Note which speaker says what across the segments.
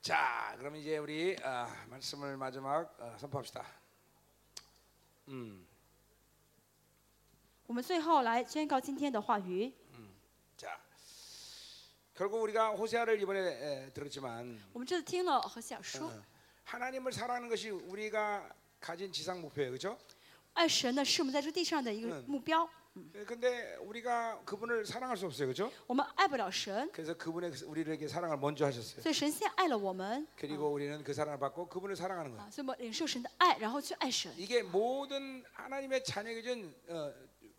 Speaker 1: 자, 그럼 이제 우리 아, 말씀을 마지막 어, 선포합시다. 음,
Speaker 2: 我们最后来宣告今天的话语。
Speaker 1: 자, 결국 우리가 호세아를 이번에 에, 들었지만 어,
Speaker 2: 我们这次听了和想说，
Speaker 1: 嗯 하나님을 사랑하는 것이 우리가 가진 지상 목표예요, 그렇죠?
Speaker 2: 爱神呢是我们在这地上的一个目标。
Speaker 1: 근데 우리가 그분을 사랑할 수 없어요, 그렇죠?
Speaker 2: 我们爱不了神，
Speaker 1: 그래서 그분의 우리에게 사랑을 먼저 하셨어요.
Speaker 2: 所以神先爱了我们
Speaker 1: 그리고 우리는 그 사랑을 받고 그분을 사랑하는 거예요.
Speaker 2: 啊，所以我们领受神的爱，然后去爱神，
Speaker 1: 이게 모든 하나님의 자녀에게 준 어,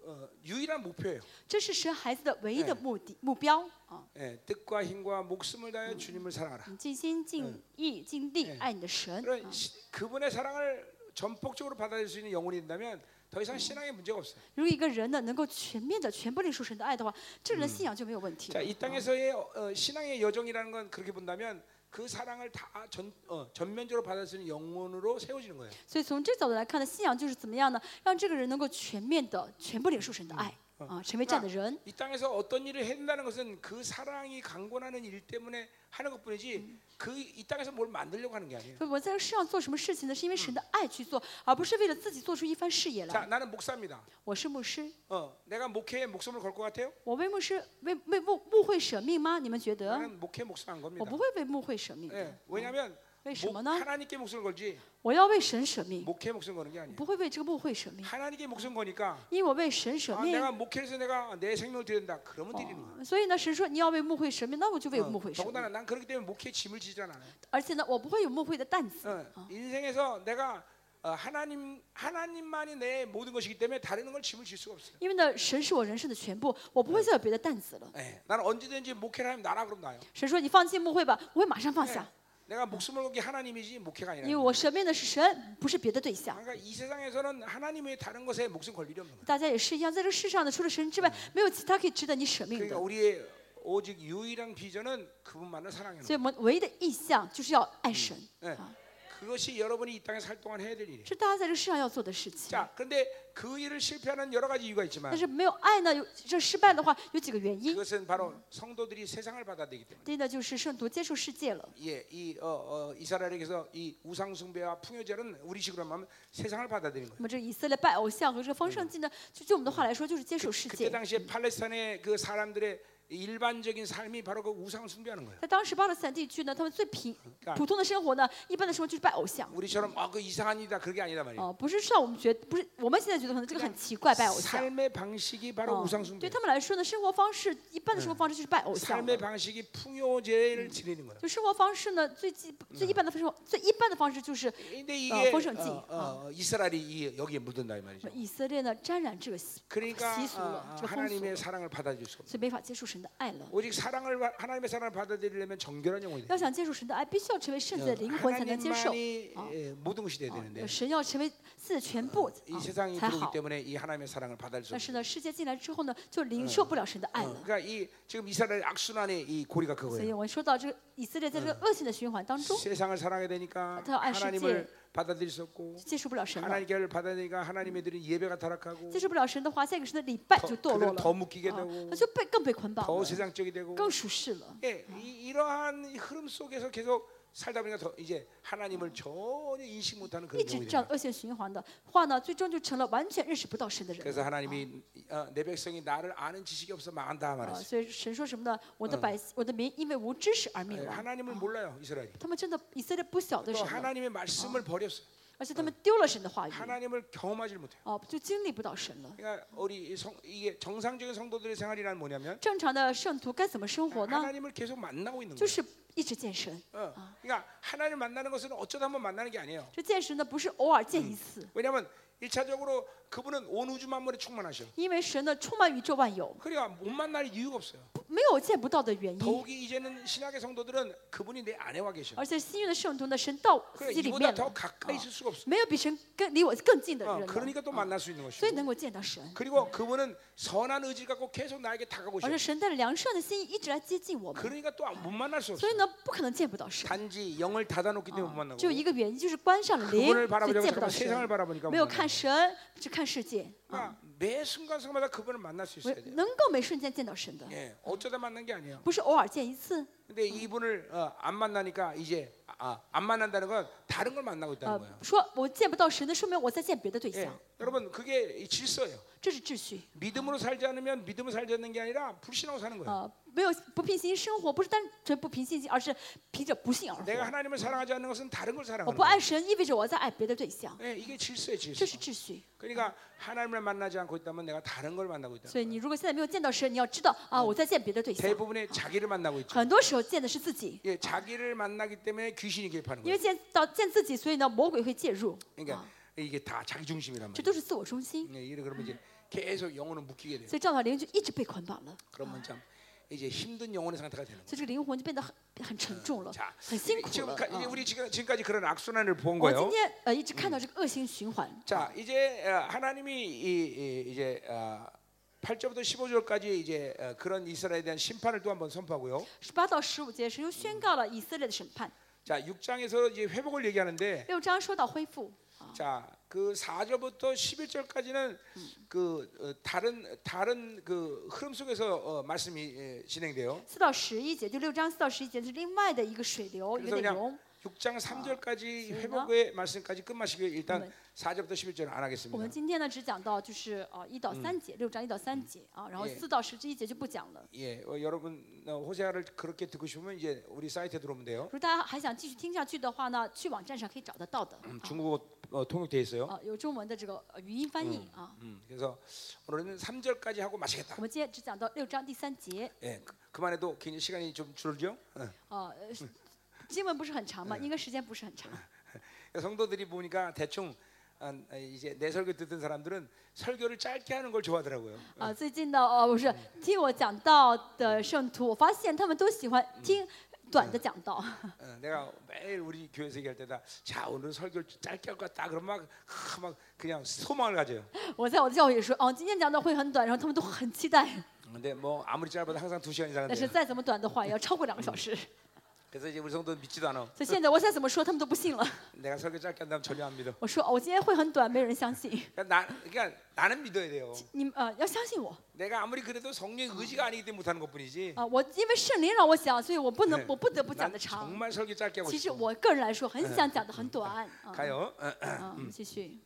Speaker 1: 어, 유일한 목표예요.
Speaker 2: 这是神孩子的唯一的目的目标啊。
Speaker 1: 예, 뜻과 힘과 목숨을 다해 주님을 사랑하라.
Speaker 2: 你尽心尽意尽力爱你的神，
Speaker 1: 그런 시- 그분의 사랑을 전폭적으로 받아들일 수 있는 영혼이 된다면 더 이상 신앙에 문제가 없어요.
Speaker 2: 如果一个人呢能够全面的、全部领受神的爱的话，这个人的信仰就没有问题了。啊
Speaker 1: 자, 이 땅에서의 어, 어, 신앙의 여정이라는 건 그렇게 본다면 그 사랑을 다 전, 어, 전면적으로 받아들일 수 있는 영혼으로 세워지는 거예요.
Speaker 2: 所以从这角度来看呢，信仰就是怎么样呢？让这个人能够全面的、全部领受神的爱啊，成为这样的人。
Speaker 1: 이 땅에서 어떤 일을 한다는 것은 그 사랑이 강권하는 일 때문에 하는 것뿐이지 그 이 땅에서 뭘 만들려고 하는 게 아니에요.
Speaker 2: 所以我们在世上做什么事情呢？是因为神的爱去做，而不是为了自己做出一番事业
Speaker 1: 자,
Speaker 2: 来。
Speaker 1: 나는 목사입니다.
Speaker 2: 我是牧师，
Speaker 1: 어, 내가 목회에 목숨을 걸 것 같아요?
Speaker 2: 我为牧师为为牧牧会舍命吗？你们觉得？
Speaker 1: 나는 목회 목사한
Speaker 2: 我
Speaker 1: 겁니다.
Speaker 2: 不会为牧会舍命
Speaker 1: 예,
Speaker 2: 的，
Speaker 1: 왜냐하면
Speaker 2: 왜
Speaker 1: 목-
Speaker 2: 어, 심어놔?
Speaker 1: 하나님께 목숨을 걸지
Speaker 2: 我要为神舍命，
Speaker 1: 목회 목숨 거는 게 아니에요.
Speaker 2: 不会为这个牧会舍命，
Speaker 1: 하나님께 목숨 거니까
Speaker 2: 因为我为神舍
Speaker 1: 아,
Speaker 2: 命。哦
Speaker 1: 내가 목회해서 내가 내 생명을 드린다. 그러면 드리는 거예요.
Speaker 2: 所以呢，神说你要为牧会舍命，那我就为
Speaker 1: 어,
Speaker 2: 牧会舍命。
Speaker 1: 더군다나 난 그렇기 때문에 목회 짐을 지지 않아요.
Speaker 2: 而且呢，我不会有牧会的担子。
Speaker 1: 어, 인생에서 내가 어, 하나님 하나님만이 내 모든 것이기 때문에 다른 걸 짐을 질 수가 없어요.
Speaker 2: 因为呢，神是我人生的全部，我不会再有别的担子了。
Speaker 1: 예, 나는 언제든지 목회를 하면 나라 그럼 나요.
Speaker 2: 神说：“你放弃牧会吧，我会马上放
Speaker 1: 예,
Speaker 2: 下，
Speaker 1: 내가 목숨을 걸게 하나님이지 목회가
Speaker 2: 因为
Speaker 1: 아니라.
Speaker 2: 我舍命的是神，不是别的对象。
Speaker 1: 그러니까 이 세상에서는 하나님 외에 다른 것에 목숨 걸 일이 없는 거예요.
Speaker 2: 大家也是一样，在这世上呢，除了神之外，没有其嗯他可以值得你舍命
Speaker 1: 그러니까
Speaker 2: 的。
Speaker 1: 우리의 오직 유일한 비전은 그분만을 사랑하는
Speaker 2: 所以我们唯一的意向就是要爱神，
Speaker 1: 예. 그것이 여러분이 이 땅에 살 동안 해야 될 일이에요.
Speaker 2: 这是大家在这世上要做的事情。
Speaker 1: 자, 그런데 그 일을 실패하는 여러 가지 이유가 있지만
Speaker 2: 但是没有爱呢，有这失败的话，有几个原因。
Speaker 1: 그것은 바로 성도들이 세상을 받아들이기 때문에.
Speaker 2: 第一呢，就是圣徒接受世界了。
Speaker 1: 예, 이 어, 어, 이스라엘에게서 이 우상 숭배와 풍요절은 우리식으로 하면 세상을 받아들이는 거예요.
Speaker 2: 那么这以色列拜偶像和这个丰盛祭呢，就就我们的话来说，就是接受世
Speaker 1: 그때
Speaker 2: 界。
Speaker 1: 당시에 팔레스타인의 그 사람들의 일반적인 삶이 바로 그 우상 숭배하는 거예요.
Speaker 2: 在当时巴勒斯坦地区呢，他们最平
Speaker 1: 干
Speaker 2: 普通的生活呢，一般的生活就是拜偶像。
Speaker 1: 우리처럼 아, 그 이상한 일이다 그게 아니다 말이에요.
Speaker 2: 哦，不是像我们觉，不是我们现在觉得可能这个很奇怪，拜偶像。
Speaker 1: 삶의 방식이 바로
Speaker 2: 哦
Speaker 1: 우상
Speaker 2: 对
Speaker 1: 숭배.
Speaker 2: 他们来说呢，生活方式一般的生活方式就是拜偶像的
Speaker 1: 삶의 。 방식이 풍요제를 지내는 거예요.
Speaker 2: 就生活方式呢，最基最一般的方式，最一般的方式就是
Speaker 1: 근데 이게
Speaker 2: 어, 포션지.
Speaker 1: 어, 어, 이스라엘이 이- 여기에 묻은다 이 말이죠.
Speaker 2: 以色列呢沾染这个习
Speaker 1: 그러니까
Speaker 2: 习俗
Speaker 1: 아,
Speaker 2: 了
Speaker 1: 아, ，
Speaker 2: 这个风俗了
Speaker 1: 하나님의 ， 사랑을 받아들일 수 없어요.
Speaker 2: 所以没法接受神的爱了。
Speaker 1: 오직 사랑을 받- 하나님의 사랑을 받아들이려면 정결한 영혼이 돼요.
Speaker 2: 要想接受神的爱，必须要成为圣洁的灵魂才能接受。
Speaker 1: 하나님만이 예, 모든 것이 돼야
Speaker 2: 啊
Speaker 1: 되는데
Speaker 2: 神要成为自己的全部
Speaker 1: 이
Speaker 2: 啊
Speaker 1: 세상이
Speaker 2: 才
Speaker 1: 들어오기
Speaker 2: 好。
Speaker 1: 때문에 이 하나님의 사랑을 받아들일 수
Speaker 2: 但是
Speaker 1: 없어요.
Speaker 2: 呢，世界进来之后呢，就领受不了神的爱
Speaker 1: 어,
Speaker 2: 了。
Speaker 1: 그러니까 이 지금 이스라엘 악순환의 이 고리가
Speaker 2: 所以
Speaker 1: 그거예요.
Speaker 2: 我们说到这个以色列在这个恶性的循环当中，
Speaker 1: 세상을 사랑해야 되니까
Speaker 2: 더 아시지.
Speaker 1: 하나님을 받아들일 수 없고
Speaker 2: 接受不了神了。
Speaker 1: 하나님께를 받아들이니까 하나님의 드린 예배가 타락하고
Speaker 2: 接受不了神的话，下一个神的礼拜
Speaker 1: 더
Speaker 2: 就堕落
Speaker 1: 그들은
Speaker 2: 了，
Speaker 1: 더 묶이게
Speaker 2: 啊
Speaker 1: 되고
Speaker 2: 他就被更被捆绑
Speaker 1: 더
Speaker 2: 了，
Speaker 1: 세상적이 되고
Speaker 2: 更属世了。
Speaker 1: 예, 이, 이러한 흐름 속에서 계속 살다 보니까 더 이제 하나님을 전혀 인식 못하는
Speaker 2: 一
Speaker 1: 그런
Speaker 2: 直
Speaker 1: 경우가
Speaker 2: 这样
Speaker 1: 돼요.
Speaker 2: 恶性循环的话呢，最终就成了完全认识不到神的人了。
Speaker 1: 그래서 하나님이 어, 내 백성이 나를 아는 지식이 없어 망한다
Speaker 2: 啊，
Speaker 1: 말했어요.
Speaker 2: 所以神说什么呢？我的百姓，我的民因为无知识而
Speaker 1: 예,
Speaker 2: 灭亡。
Speaker 1: 하나님을 몰라요 이스라엘이.
Speaker 2: 他们真的以色列不晓得
Speaker 1: 또
Speaker 2: 神了，
Speaker 1: 하나님의 말씀을 버렸어요.
Speaker 2: 而且他们丢了神的话语，
Speaker 1: 하나님을 경험하지 못해요.
Speaker 2: 哦，就经历不到神了。
Speaker 1: 그러니까 우리 이 성, 이게 정상적인 성도들의 생활이란 뭐냐면
Speaker 2: 正常的圣徒该怎么生活呢？
Speaker 1: 하나님을 계속 만나고 있는
Speaker 2: 就
Speaker 1: 거예요.
Speaker 2: 是一直见神。
Speaker 1: 어, 그러니까 하나님을 만나는 것은 어쩌다 한번 만나는 게 아니에요.
Speaker 2: 这见神呢，不是偶尔见一次，
Speaker 1: 왜냐하면 일차적으로 그분은 온 우주 만물에 충만하셔.
Speaker 2: 因为神呢充满宇宙万有，
Speaker 1: 그러니까 못 만날 이유가 없어요.
Speaker 2: 不没有见不到的原因。
Speaker 1: 더욱이 이제는 신약의 성도들은 그분이 내 안에 와 계셔.
Speaker 2: 而且新约的圣徒呢，神到嗯
Speaker 1: 그래
Speaker 2: 自己里
Speaker 1: 이보다
Speaker 2: 面了
Speaker 1: 더 ， 가까이 있을 수가 어, 없어.
Speaker 2: 没有比神更离我更近的
Speaker 1: 어,
Speaker 2: 人了，哦
Speaker 1: 그러니까 또 만날 수 있는 것이고.
Speaker 2: 所以能够见到神。
Speaker 1: 그리고 그분은 선한 의지 갖고 계속 나에게 다가오셔.
Speaker 2: 而且神带着良善的心意一直来接近我们，
Speaker 1: 그러니까 또 못 만날 수 없어.
Speaker 2: 所以呢，不可能见不到神。
Speaker 1: 단지 영을 닫아놓기 때문에 못 만나고.
Speaker 2: 只有一个原因，就是关上了灵，
Speaker 1: 그분을
Speaker 2: 就
Speaker 1: 바라보려고
Speaker 2: 见不
Speaker 1: 잠깐
Speaker 2: 到
Speaker 1: 세상을
Speaker 2: 神。
Speaker 1: 바라보니까 못
Speaker 2: 没有
Speaker 1: 만나요.
Speaker 2: 看神，只 看世界，
Speaker 1: 그러니까 매 순간 순간마다 그분을 만날 수
Speaker 2: 我
Speaker 1: 있어야 돼요.
Speaker 2: 能够每瞬间见到神的，
Speaker 1: 예, 어쩌다 만난 게 아니에요.
Speaker 2: 不是偶尔见一次。
Speaker 1: 근데 이분을 어, 안 만나니까 이제 아, 안 만난다는 건 다른 걸 만나고 있다는
Speaker 2: 呃
Speaker 1: 거예요. ，
Speaker 2: 说我哎见不到神的，说明我在见别的对
Speaker 1: 예.
Speaker 2: 象，
Speaker 1: 여러분 그게 이 질서예요.
Speaker 2: 这是秩序。
Speaker 1: 믿음으로 살지 않으면 믿음으로 살지 않는 게 아니라 불신하고 사는 거예요.
Speaker 2: 呃，没有不凭信心生活，不是单纯不凭信心，而是凭着不信而
Speaker 1: 내가
Speaker 2: 活。
Speaker 1: 하나님을 사랑하지 않는 것은 다른 걸
Speaker 2: 我
Speaker 1: 사랑하는
Speaker 2: 不
Speaker 1: 거예요.
Speaker 2: 爱神，意味着我在爱别的对象，
Speaker 1: 예, 이게 질서예요,
Speaker 2: 这
Speaker 1: 어, 그 질서.
Speaker 2: 是秩序。
Speaker 1: 그러니까 하나님을 만나지 않고 있다면 내가 다른 걸 만나고 있다.
Speaker 2: 所以你如果现在没有见到神，你要知道啊，我在见别的对象。
Speaker 1: 대부분의 자기를 만나고 있죠.
Speaker 2: 很多时候见的是自己，
Speaker 1: 예, 자기를 만나기 때문에 귀신이 개입하는
Speaker 2: 因
Speaker 1: 거예요.
Speaker 2: 为见到见自己，所以呢，魔鬼会介入。
Speaker 1: 그러니까 이게 다 자기 중심이란
Speaker 2: 这
Speaker 1: 말이에요.
Speaker 2: 都是自我中心，
Speaker 1: 예, 이래 그러면 이제 계속 영혼은 묶이게 돼요.
Speaker 2: 所以这样的灵就一直被捆绑了，
Speaker 1: 그러면 참 이제 힘든 영혼의 상태가 되는 거예요.
Speaker 2: 所以这个灵魂就变得很很沉重了
Speaker 1: 자 ，
Speaker 2: 很辛苦
Speaker 1: 지금
Speaker 2: 了。
Speaker 1: 가,
Speaker 2: 啊
Speaker 1: 이제 우리 지금 지금까지 그런 악순환을 본
Speaker 2: 我今
Speaker 1: 거예요.
Speaker 2: 天呃一直看到这个恶性循环，
Speaker 1: 자, 이제 어, 하나님이 이, 이, 이제 어, 8절부터 15절까지 이제 어, 그런 이스라엘에 대한 심판을 또 한번 선포하고요.
Speaker 2: 十八到十五节神又宣告了以色列的审判。
Speaker 1: 자, 6장에서 이제 회복을 얘기하는데
Speaker 2: 六章说到恢复，
Speaker 1: 자, 그 4절부터 11절까지는 그 어, 다른 다른 그 흐름 속에서 어, 말씀이 예, 진행돼요.
Speaker 2: 四到十一节，就六章四到十一节是另外的一个水流，有
Speaker 1: 그래서
Speaker 2: 内
Speaker 1: 그냥
Speaker 2: 容。
Speaker 1: 6장 아, 3절까지
Speaker 2: 그래요?
Speaker 1: 회복의 말씀까지 끝마치고 일단
Speaker 2: 어머.
Speaker 1: 4절부터 11절은 안
Speaker 2: 我们
Speaker 1: 하겠습니다.
Speaker 2: 今天呢只讲到就是呃一到三节，六章一到三节啊，然后
Speaker 1: 예
Speaker 2: 四到十一节就不讲了。
Speaker 1: 예, 어, 여러분 어, 호세아를 그렇게 듣고 싶으면 이제 우리 사이트에 들어오면 돼요.
Speaker 2: 如果大家还想继续听下去的话呢，去网站上可以找得到的。
Speaker 1: 음, 중국어 어, 통역돼 있어요.
Speaker 2: 啊，有中文的这个呃语音翻译啊。
Speaker 1: 음, 그래서 오늘은 3절까지 하고 마치겠다.
Speaker 2: 我们今天只讲到六章第三节
Speaker 1: 예, 그- 그만해도 굉장히 시간이 좀 줄죠. 어.
Speaker 2: 啊，呃是经文不是很长嘛，应该时间不是很长。
Speaker 1: 성도들이 보니까 대충 아, 이제 내 설교 듣던 사람들은 설교를 짧게 하는 걸 좋아하더라고요.
Speaker 2: 啊，最近的呃，不是听我讲道的圣徒，我发现他们都喜欢听短的讲道。
Speaker 1: 어, 내가 매일 우리 교회에서 얘기할 때다. 자 오늘 설교를 짧게 할 것 같다. 그럼 막, 하, 막 그냥 소망을 가져요.
Speaker 2: 我在我的教会也说，哦，今天讲道会很短，然后他们都很期待。
Speaker 1: 근데 뭐 아무리 짧아도 항상 두 시간 이상은
Speaker 2: 但是
Speaker 1: 돼요.
Speaker 2: 再怎么短的话，也要超过两个小时。
Speaker 1: 그래서 이제 우리 성도는 믿지도 않아.
Speaker 2: 所以现在我再怎么说，他们都不信了。
Speaker 1: 내가 설교 짧게 한다면 전혀 안 믿어.
Speaker 2: 我说，哦，我今天会很短，没人相信。
Speaker 1: 그러니까, 나, 그러니까 나는 믿어야 돼요.
Speaker 2: 你们呃要相信我啊、啊
Speaker 1: 내가 아무리 그래도 성령의 의지가 아니기 때문에 못하는 것뿐이지.
Speaker 2: 我因为圣灵让我想，所以我不能，我不得不讲
Speaker 1: 난
Speaker 2: 的长。
Speaker 1: 정말 설교 짧게 하고
Speaker 2: 其实
Speaker 1: 싶어.
Speaker 2: 我个人来说，很想讲的很短啊。
Speaker 1: 가요. 어.
Speaker 2: 啊，我们继续。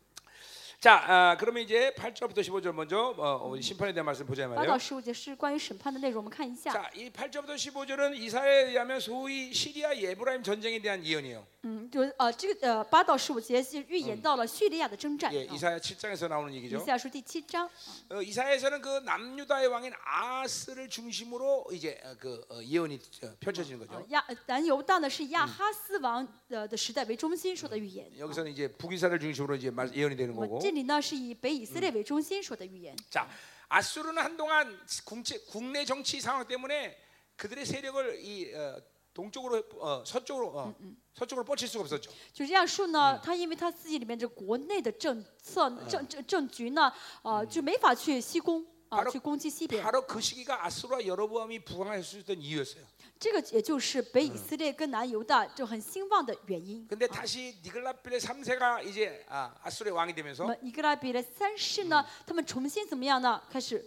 Speaker 1: 자, 아, 그러면 이제 8절부터 15절 먼저 어, 우리 심판에 대한 말씀 보자 이
Speaker 2: 八
Speaker 1: 말이에요.
Speaker 2: 到十五节是关于审判的内容，我们看一下。
Speaker 1: 자, 이 8절부터 15절은 이사야에 의하면 소위 시리아 예브라임 전쟁에 대한 예언이에요.
Speaker 2: 嗯，就是呃，这个呃，八到十五节是预言到了叙利亚的征战。
Speaker 1: 예,
Speaker 2: 啊
Speaker 1: 이사야 7장에서 나오는
Speaker 2: 以
Speaker 1: 얘기죠.
Speaker 2: 下书第七章，
Speaker 1: 어, 이사야에서는 그 남유다의 왕인 아스를 중심으로 이제 어, 그 어, 예언이 어, 펼쳐지는
Speaker 2: 啊
Speaker 1: 거죠.
Speaker 2: 亚呃南犹大呢是亚哈斯王呃的的时代为中心说的预言。
Speaker 1: 여기서는 이제 북이사를 중심으로 이제 말- 예언이 되는
Speaker 2: 那么
Speaker 1: 거고.
Speaker 2: 这里呢是以北以色列为中心说的预言。
Speaker 1: 자, 아수르는 한동안 국제, 국내 정치 상황 때문에 그들의 세력을 이 어, 동쪽으로 어, 서쪽으로 어, 서쪽으로 뻗칠 수가 없었죠.
Speaker 2: 就是亚述呢，他因为他自己里面这国内的政策政政政局呢，呃，就没法去西攻啊
Speaker 1: 바로 ，
Speaker 2: 去攻击西边。
Speaker 1: 바로 그 시기가 아수르와 여로보암이 부강할 수 있던 이유였어요.
Speaker 2: 这个也就是北以色列跟南犹大就很兴旺的原因。
Speaker 1: 근데 다시 니글라필의 3세가 이제 아, 아수르의 왕이
Speaker 2: 那
Speaker 1: 되면서
Speaker 2: 么尼格拉比的三世呢，他们重新怎么样呢？开始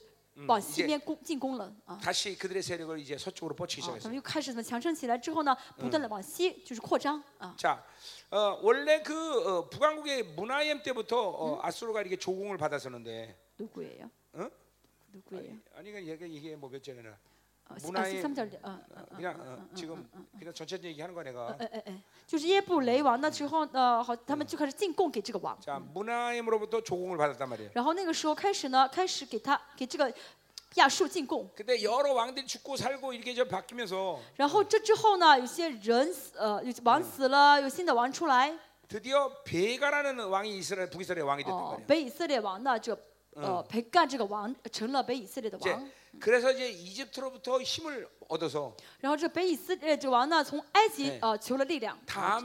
Speaker 2: 往
Speaker 1: 이제
Speaker 2: 西边攻进攻了啊。
Speaker 1: 다시 그들의 세력을 이제 서쪽으로 뻗치기 어.
Speaker 2: 啊，他
Speaker 1: 시작했어요.
Speaker 2: 们又开始怎么强盛起来之后呢，不断的往西就是扩张啊。
Speaker 1: 자, 어, 원래 그 어, 북왕국의 문하이엠 때부터 어, 아수르가 이렇게 조공을 받았었는데,
Speaker 2: 누구예요
Speaker 1: 응?
Speaker 2: 누구예요
Speaker 1: 아니 그러니까 이게 이게 뭐 몇 전이나
Speaker 2: 아
Speaker 1: 문화의-
Speaker 2: 13절아
Speaker 1: 어, 그냥 어, 지금 그냥 전체적인 얘기하는 거 내가.
Speaker 2: 啊哎哎哎，就是耶布雷王那时候呢，好，他们就开始进贡给这个王。
Speaker 1: 자, 문하이엠으로부터 조공을 받았단 말이에요.
Speaker 2: 然后那个时候开始呢，开始给他给这个亚述进贡。
Speaker 1: 근데 여러 왕들이 죽고 살고 이렇게 좀 바뀌면서
Speaker 2: 然后这之后呢，有些人死，呃，有些王死了，有新的王出来。
Speaker 1: 드디어 베가라는 왕이 이스라엘 북이스라엘 왕이 됐단
Speaker 2: 哦
Speaker 1: 말이에요. ，
Speaker 2: 北以色列王呢，这呃培干这个王呃成了北以色列的
Speaker 1: 이제
Speaker 2: 王。
Speaker 1: 그래서 이제 이집트로부터 힘을 얻어서
Speaker 2: 然后这北以色列这王呢，从埃及
Speaker 1: 네
Speaker 2: 呃求了力量，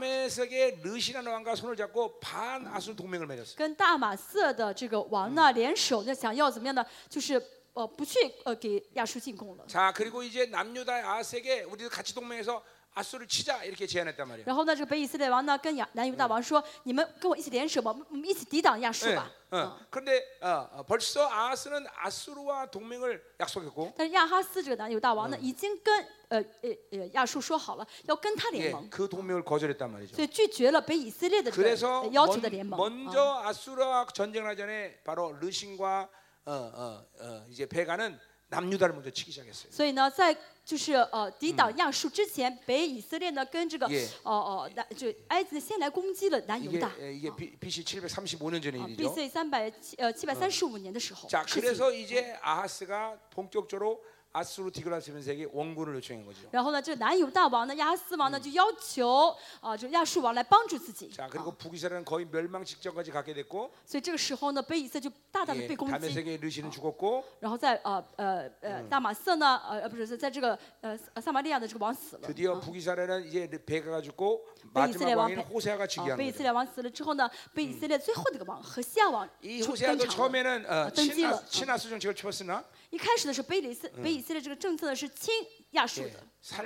Speaker 1: 다메섹의 르시라는 왕과 손을 잡고 반 아수르 동맹을 맺었어요.
Speaker 2: 跟大马色的这个王呢联手，那想要怎么样呢？就是呃不去呃给亚述进贡了。
Speaker 1: 자, 그리고 이제 남유다 아색에 우리도 같이 동맹해서 아수를 치자 이렇게 제안했단 말이에요.
Speaker 2: 然后呢，这个北以色列王呢跟亚南犹大王说：“你们跟我一起联手吧，我们我们一起抵挡亚述
Speaker 1: 예,
Speaker 2: 吧。”
Speaker 1: 어,
Speaker 2: 嗯，
Speaker 1: 그런데 어, 어, 벌써 아하스는 아수르와 동맹을 약속했고
Speaker 2: 但是亚哈斯这个南犹大王呢，已经跟呃呃呃亚述说好了要跟他
Speaker 1: 예,
Speaker 2: 联盟，
Speaker 1: 그 동맹을 거절했단 말이죠.
Speaker 2: 所以拒绝了北以色列的这个
Speaker 1: 그래서
Speaker 2: 呃要求的联
Speaker 1: 먼,
Speaker 2: 盟。啊
Speaker 1: 먼저 아수르와 전쟁을 하기 전에 바로 르신과 어, 어, 어, 이제 베가는 남유다를 먼저 치기 시작했어요.
Speaker 2: 所以呢，在就是呃抵挡亚述之前，北以色列呢跟这个
Speaker 1: 예
Speaker 2: 哦哦南就埃及先来攻击了南犹
Speaker 1: 이게
Speaker 2: 大。
Speaker 1: 예, 이게 B, BC 735년 전의
Speaker 2: 啊
Speaker 1: 일이죠.
Speaker 2: ，B.C. 三百七呃七百三十五年的时候，
Speaker 1: 嗯 자,
Speaker 2: 事情
Speaker 1: 그래서 이제 아하스가 본격적으로 아수르 디글라스 면세에게 원군을 요청한 거죠.
Speaker 2: 然后呢，这个南犹大王呢，亚哈斯王呢，就要求啊、这个亚述王来帮助自己。
Speaker 1: 嗯 자,
Speaker 2: 啊
Speaker 1: 그리고 북이스라엘은 거의 멸망 직전까지 가게 됐고
Speaker 2: 所以这个时候呢，北以色就大大的
Speaker 1: 예,
Speaker 2: 被攻击，
Speaker 1: 다메섹의 嗯 르신은 죽었고
Speaker 2: 然后在呃呃呃大马色呢，呃呃不是是在这个呃撒撒玛利亚的这个王死了。
Speaker 1: 드디어 북이스라엘은 이제 베가가 죽고 마지막
Speaker 2: 베이스레
Speaker 1: 왕인 어,
Speaker 2: 왕-
Speaker 1: 호세아가
Speaker 2: 啊，
Speaker 1: 즉위하는
Speaker 2: 北以色
Speaker 1: 거죠.
Speaker 2: 列王死了嗯之后呢，北以色列最后那个王何西亚王
Speaker 1: 이
Speaker 2: 出登
Speaker 1: 호세아도
Speaker 2: 场了。
Speaker 1: 처음에는 어,
Speaker 2: 어떤 찌러-
Speaker 1: 친하,
Speaker 2: 어.
Speaker 1: 친하수 정책을 쳤으나
Speaker 2: 一开始的时候，北以色北以色列这个政策呢是亲亚述
Speaker 1: 예,
Speaker 2: 的，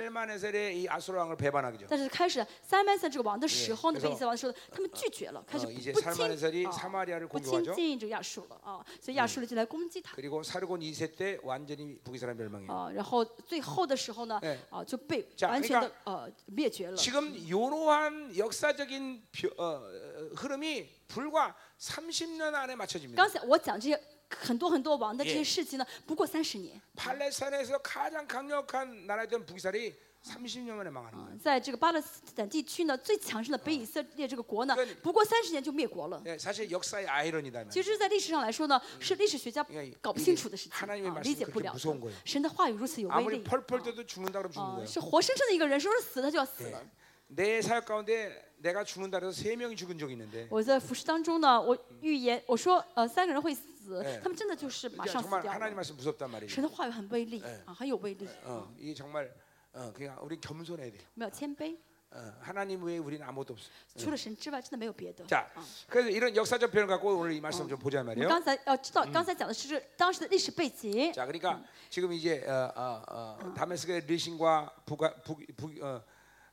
Speaker 1: 살만에셀의 이 아수라 왕을 배반하게 죠
Speaker 2: 但是开始塞曼森这个王的时候呢，
Speaker 1: 예
Speaker 2: 北以色列王说的他们拒绝了，开始
Speaker 1: 어,
Speaker 2: 不
Speaker 1: 이제
Speaker 2: 不亲
Speaker 1: 살만에셀이
Speaker 2: 啊，
Speaker 1: 사마리아를
Speaker 2: 不亲
Speaker 1: 공격하죠.
Speaker 2: 近这个亚述了啊，所以亚述呢就来攻击他。
Speaker 1: 그리고 사르곤 2세 때 완전히 북이스라엘 멸망해요.
Speaker 2: 啊，然后最后的时候呢
Speaker 1: 예 ，
Speaker 2: 啊就被
Speaker 1: 자
Speaker 2: 完全
Speaker 1: 그러니까
Speaker 2: 的呃灭绝了。
Speaker 1: 지금 요러한 역사적인 벼- 어, 어, 흐름이 불과 30년 안에
Speaker 2: 刚
Speaker 1: 맞춰집니다.
Speaker 2: 才我讲这些很多很多王的这
Speaker 1: 예
Speaker 2: 些事情呢，不过三十年。
Speaker 1: 팔레스타인에서 가장 강력한 나라였던 북이스라엘이 30년 만에 망하는
Speaker 2: 啊
Speaker 1: 거예요.
Speaker 2: 在这个巴勒斯坦地区呢，最强盛的北以色列这个国呢
Speaker 1: 跟，
Speaker 2: 不过三十年就灭国了。
Speaker 1: 예, 사실 역사의 아이러니다.
Speaker 2: 其实，在历史上来说呢，是历史学家
Speaker 1: 그러니까
Speaker 2: 搞不
Speaker 1: 이게
Speaker 2: 清楚的事情，
Speaker 1: 하나님의
Speaker 2: 啊
Speaker 1: 말씀이
Speaker 2: 理解
Speaker 1: 그렇게
Speaker 2: 不了
Speaker 1: 무서운거예
Speaker 2: 的
Speaker 1: 요 。
Speaker 2: 神的话语如此有威
Speaker 1: 아무리
Speaker 2: 力，
Speaker 1: 펄펄 떠도 죽는다 그러면 죽는
Speaker 2: 啊，
Speaker 1: 거예요.
Speaker 2: 是活生生的一个人，说是死他就要死了
Speaker 1: 예. 。내 사역 가운데 내가 죽는다 그래서 세 명이 죽은 적이 있는데
Speaker 2: 我在服饰当中呢，我预言我说，呃，三个人会死
Speaker 1: 예 ，
Speaker 2: 他们真的嗯就是马
Speaker 1: 이게
Speaker 2: 上死
Speaker 1: 정말
Speaker 2: 掉了
Speaker 1: 하나님 。 말씀 무섭단 말이에요.
Speaker 2: 神的话语很威力
Speaker 1: 예
Speaker 2: 啊，很有威力，
Speaker 1: 어, 이게 정말 어, 그러니까 우리 겸손해야 돼요.
Speaker 2: 我们要谦卑。
Speaker 1: 어, 하나님 외에 우리는 아무것도 없어.
Speaker 2: 除了神之外，真的没有别的。
Speaker 1: 자,
Speaker 2: 啊
Speaker 1: 그래서 이런 역사적 표현을 갖고 오늘 이 말씀 좀 보자
Speaker 2: 我们
Speaker 1: 말이에요.
Speaker 2: 刚才要知道，刚才讲的是这当嗯时的历史背景。
Speaker 1: 자, 그러니까 지금 이제 어, 어, 어, 다메스의 르신과 북아, 북, 북, 어,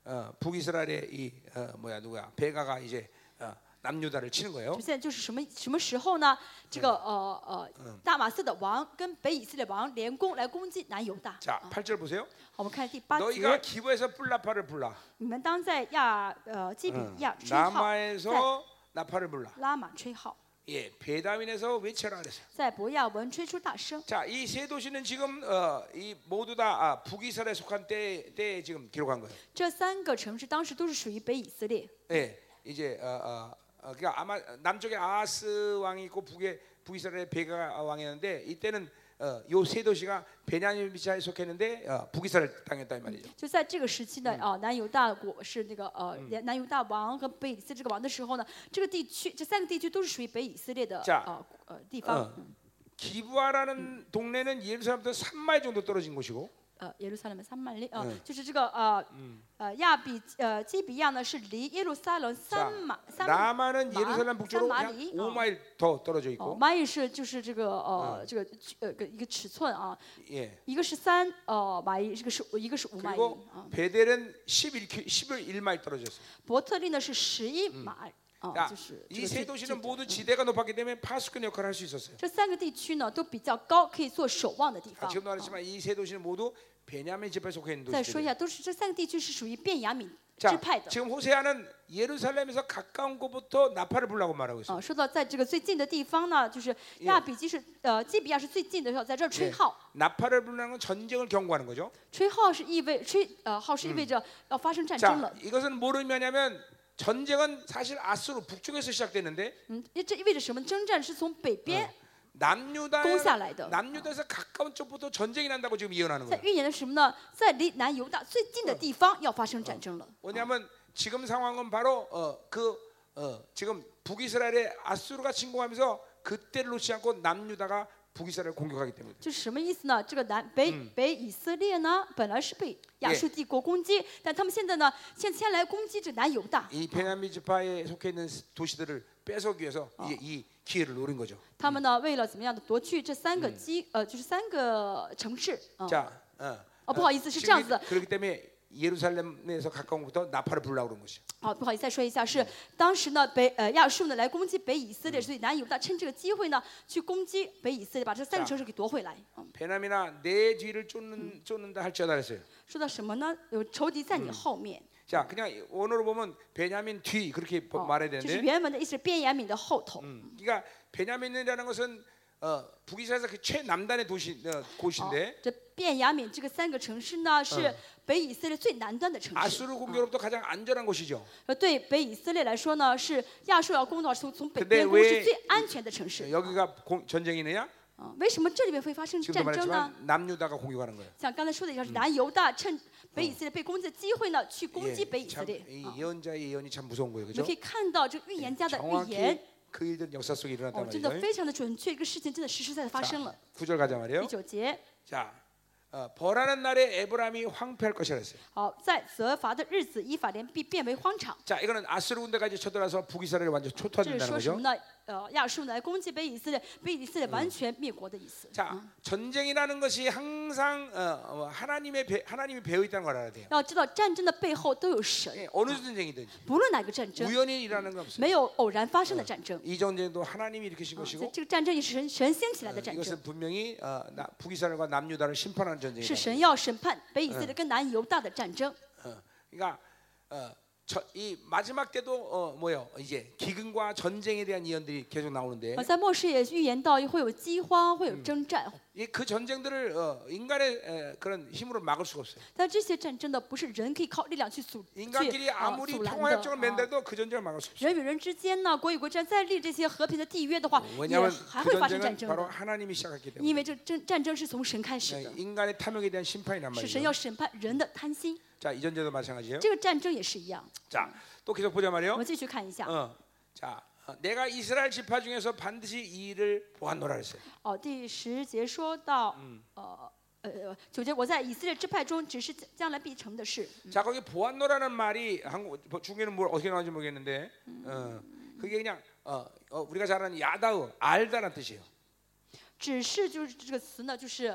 Speaker 1: 어, 북이스라엘의 이 어, 뭐야 누구야 베가가 이제 어, 남유다를 치는 거예요.
Speaker 2: 我们现在就是什么什么时候呢？这个呃呃，大马色的王跟北以色列王联攻来攻击南犹大。
Speaker 1: 자, 8절 보세요.
Speaker 2: 好，我们看第八
Speaker 1: 너희가
Speaker 2: 节，
Speaker 1: 기부에서 뿔라파를 불라.
Speaker 2: 你们当在亚呃基比亚吹号，
Speaker 1: 남아에서 나팔을 불라.
Speaker 2: 拉玛吹号，
Speaker 1: 예, 베다윈에서 외쳐라 그랬어요.
Speaker 2: 在伯亚文吹出大声。
Speaker 1: 자, 이 세 도시는 지금 어, 이 모두 다 아, 북이스라엘에 속한 때 때에 지금 기록한 거예요.
Speaker 2: 这三个城市当时都是属于北以色列。
Speaker 1: 예, 이제 어, 어, 어, 그러니까 아마 남쪽에 아하스 왕이 있고 북에 북이스라엘 베가 왕이었는데 이때는 어, 요세 도시가 베냐민 지하에 속했는데 어, 북이스라엘 땅이었다 이 말이죠.
Speaker 2: 就在这个时期呢，啊，南犹大国是那个呃，南南犹大王和北以色列这个王的时候呢，这个地区这三个地区都是属于北以色列的
Speaker 1: 자
Speaker 2: 呃呃地方
Speaker 1: 어. ， 기부아라는 동네는 예루살렘부터 3마일 정도 떨어진 곳이고
Speaker 2: 呃耶路撒冷三万里啊
Speaker 1: 嗯，
Speaker 2: 就是这个呃
Speaker 1: 嗯
Speaker 2: 呃亚比呃基比亚呢是离耶路撒冷三
Speaker 1: 자,
Speaker 2: 马三马
Speaker 1: 남아는
Speaker 2: 마-
Speaker 1: 예루살렘 북쪽으로 약
Speaker 2: 산마리? 어.
Speaker 1: 5마일 더 떨어져
Speaker 2: 哦
Speaker 1: 있고
Speaker 2: 蚂蚁是就是这个呃这个距呃个一个尺寸啊，
Speaker 1: 예.
Speaker 2: 一个是三呃蚂蚁，这个是一个是五蚂蚁
Speaker 1: 그리고
Speaker 2: 啊，
Speaker 1: 베델은 11 11마일 떨어졌어요.
Speaker 2: 伯特利呢是十一马啊，就是这个
Speaker 1: 嗯 이세
Speaker 2: 距
Speaker 1: 도시는
Speaker 2: 距离
Speaker 1: 모두 지대가 높았기 때문에 파수꾼 역할을 할 수 있었어요.
Speaker 2: 这三个地区呢都比较高，可以做守望的地
Speaker 1: 아,
Speaker 2: 方。
Speaker 1: 지금도 알았지만 이 세 도시는 모두 베냐민 지파에 속해 있는
Speaker 2: 再说
Speaker 1: 도시들.
Speaker 2: 一下，都是这三个地区是属于便雅敏支
Speaker 1: 자,
Speaker 2: 派的。
Speaker 1: 지금 호세아는 예루살렘에서 가까운 곳부터 나팔을 불라고 말하고
Speaker 2: 啊，
Speaker 1: 있어요.
Speaker 2: 说到在这个最近的地方呢，就是亚比基是呃基比亚是最近的，要在这儿吹
Speaker 1: 예.
Speaker 2: 号。
Speaker 1: 나팔을 불라는 건 전쟁을 경고하는 거죠.
Speaker 2: 吹号是意味吹呃号是意味着要发生战争了
Speaker 1: 자, 。 이것은 뭘 의미하냐면 전쟁은 사실 아수르 북쪽에서 시작됐는데 어,
Speaker 2: 嗯，这意味着什么？征战是从北边，
Speaker 1: 남유다
Speaker 2: 예? 공사라이더.
Speaker 1: 남유다에서 가까운 쪽부터 전쟁이 난다고 지금 예언하는
Speaker 2: 在
Speaker 1: 거예요.
Speaker 2: 预言的什么呢？在离南犹大最近的地方要发生战争了。
Speaker 1: 왜냐하면 지금 상황은 바로 어, 그 어, 지금 북이스라엘에 아수르가 침공하면서 그때를 놓지 않고 남유다가 북이스라엘을 공격하기 때문에.
Speaker 2: 就是什么意思呢？这个南北、北以色列呢，本来是被亚
Speaker 1: 예
Speaker 2: 述帝国攻击，但他们现在呢，现先来攻击这南犹大。
Speaker 1: 이 베냐민 지파에 속해 있는 도시들을 뺏어기 위해서 이제 이 기회를 노린 거죠.
Speaker 2: 他们呢，为了怎么样的夺去这三个基、呃，就是三个城市啊。
Speaker 1: 자, 어,
Speaker 2: 어, 不好意思，是这样子的
Speaker 1: 그렇기 때문에 예루살렘에서 가까운 곳부터 나팔을 불라고 그런 것이죠.
Speaker 2: 好，不好意思，再说一下，是当时呢北呃亚述呢来攻击北以
Speaker 1: 嗯
Speaker 2: 色列，所以南犹大趁这个机会呢去攻击北以色列，把这三个
Speaker 1: 啊
Speaker 2: 城市给夺回来。嗯，
Speaker 1: 베냐민아 내 뒤를 쫓는 쫓는다 할지어다 그랬어요.
Speaker 2: 说到什么呢？有仇敌在你
Speaker 1: 嗯
Speaker 2: 后面。
Speaker 1: 자, 그냥 원어로 보면 베냐민 뒤 그렇게 보-
Speaker 2: 哦
Speaker 1: 말해야
Speaker 2: 就是
Speaker 1: 되는데, 嗯
Speaker 2: 原文的意思是便雅悯的后头。
Speaker 1: 음, 그러니까 베냐민이라는 것은 어, 북이스라엘에서 그 최남단의 도시 어,
Speaker 2: 哦
Speaker 1: 곳인데 嗯
Speaker 2: 这便雅悯这个三个城市呢，是北以色列最南端的城市。
Speaker 1: 아수르 공격으로부터 가장 안전한 곳이죠.
Speaker 2: 呃，对北以色列来说呢，是亚述要攻到从从北
Speaker 1: 근데
Speaker 2: 边攻
Speaker 1: 왜
Speaker 2: 是最安全的城市。
Speaker 1: 여기가 공- 전쟁이느냐?
Speaker 2: 啊，为什么这里面会发生
Speaker 1: 지금도
Speaker 2: 战争呢？
Speaker 1: 말했지만 남유다가 공격하는 거예요.
Speaker 2: 像刚才说的一样，是南犹大趁北以色列被攻击的机会呢，去攻击北以色列。啊
Speaker 1: 예, 참이 예언자의 어. 예언이 참 무서운 거예요,
Speaker 2: 我
Speaker 1: 그
Speaker 2: 们
Speaker 1: 죠
Speaker 2: 可以看到这个预言家的预
Speaker 1: 정확히 ，
Speaker 2: 言
Speaker 1: 그 일들 역사 속에 일어났단
Speaker 2: 哦，
Speaker 1: 말이죠.
Speaker 2: 真的非常的准确，这个事情真的实实在在发生了。
Speaker 1: 구절 가자 뭐. 말이에요.
Speaker 2: 第九节，
Speaker 1: 자, 어, 벌하는 날에 에브람이 황폐할 것이라 했어요.
Speaker 2: 好，在责罚的日子，以法莲必变为荒场。
Speaker 1: 자, 이거는 아스르 군대까지 쳐들어서 북이스라엘을 완전 히
Speaker 2: 这是
Speaker 1: 초토화된다는
Speaker 2: 说什
Speaker 1: 거죠.
Speaker 2: 么呢？呃，亚述呢来攻击北以色列，被以色列完全灭国的意思。
Speaker 1: 자, 전쟁이라는 것이 항상 어, 어, 하나님의 배, 하나님이 배어 있다는 걸 알아야 돼요.
Speaker 2: 要知道战争的背后都有神，
Speaker 1: 예, 어느 전쟁이든지
Speaker 2: 不论哪个战争，
Speaker 1: 우연히 일어나는 건 없어요.
Speaker 2: 没有偶然发生的战争。
Speaker 1: 이 전쟁도 하나님이 일으키신
Speaker 2: 啊这
Speaker 1: 것이고
Speaker 2: 这个战争也是神神兴起来
Speaker 1: 어,
Speaker 2: 的战争，
Speaker 1: 이것은 분명히 어, 나- 북이스라엘과 남유다를 심판하는
Speaker 2: 是
Speaker 1: 전쟁이다.
Speaker 2: 神要审判北以色列跟南犹大的战争。
Speaker 1: 어, 그러니까 어, 저- 이 마지막 때도 어, 뭐요? 이제 기근과 전쟁에 대한 예언들이 계속 나오는데
Speaker 2: 啊，在末世也预言到会有饥荒，会有征战，
Speaker 1: 이 그 전쟁들을 어, 인간의 에, 그런 힘으로 막을 수가 없어요.
Speaker 2: 但这些战争呢，不是人可以靠力量去阻去
Speaker 1: 인간끼리
Speaker 2: 啊
Speaker 1: 아무리
Speaker 2: 阻
Speaker 1: 평화
Speaker 2: 拦
Speaker 1: 협정을
Speaker 2: 的。啊
Speaker 1: 맺는데도 그 전쟁을 막을 수 없어요.
Speaker 2: 人与人之间呢，国与国之间再立这些和平的缔约的话，也
Speaker 1: 왜냐하면
Speaker 2: 还
Speaker 1: 그
Speaker 2: 会发生战
Speaker 1: 전쟁은
Speaker 2: 争
Speaker 1: 바로
Speaker 2: 的，
Speaker 1: 하나님이 시작했기
Speaker 2: 因
Speaker 1: 때문에
Speaker 2: 为这争战争是从神开始
Speaker 1: 네,
Speaker 2: 的，
Speaker 1: 인간의 탐욕에 대한 심판이란
Speaker 2: 是神
Speaker 1: 말이죠.
Speaker 2: 要审判人的贪心。
Speaker 1: 자, 이 전쟁도 마찬가지예요.
Speaker 2: 这个战争也是一样。
Speaker 1: 자, 또 계속 보자
Speaker 2: 我
Speaker 1: 말이에요.
Speaker 2: 们继续看一下，
Speaker 1: 어, 자, 어, 내가 이스라엘 지파 중에서 반드시 이 일을 보았노라 했어요.
Speaker 2: 哦，第十节说到，呃呃呃九节，我在以色列支派中，只是将来必成的事。嗯
Speaker 1: 자, 거기 보았노라는 말이 한국 뭐, 중에는 뭘 어떻게 나오는지 모르겠는데, 어, 그게 그냥 어, 어, 우리가 잘 아는 야다우 알다란 뜻이에요.
Speaker 2: 只是就是这个词呢，就是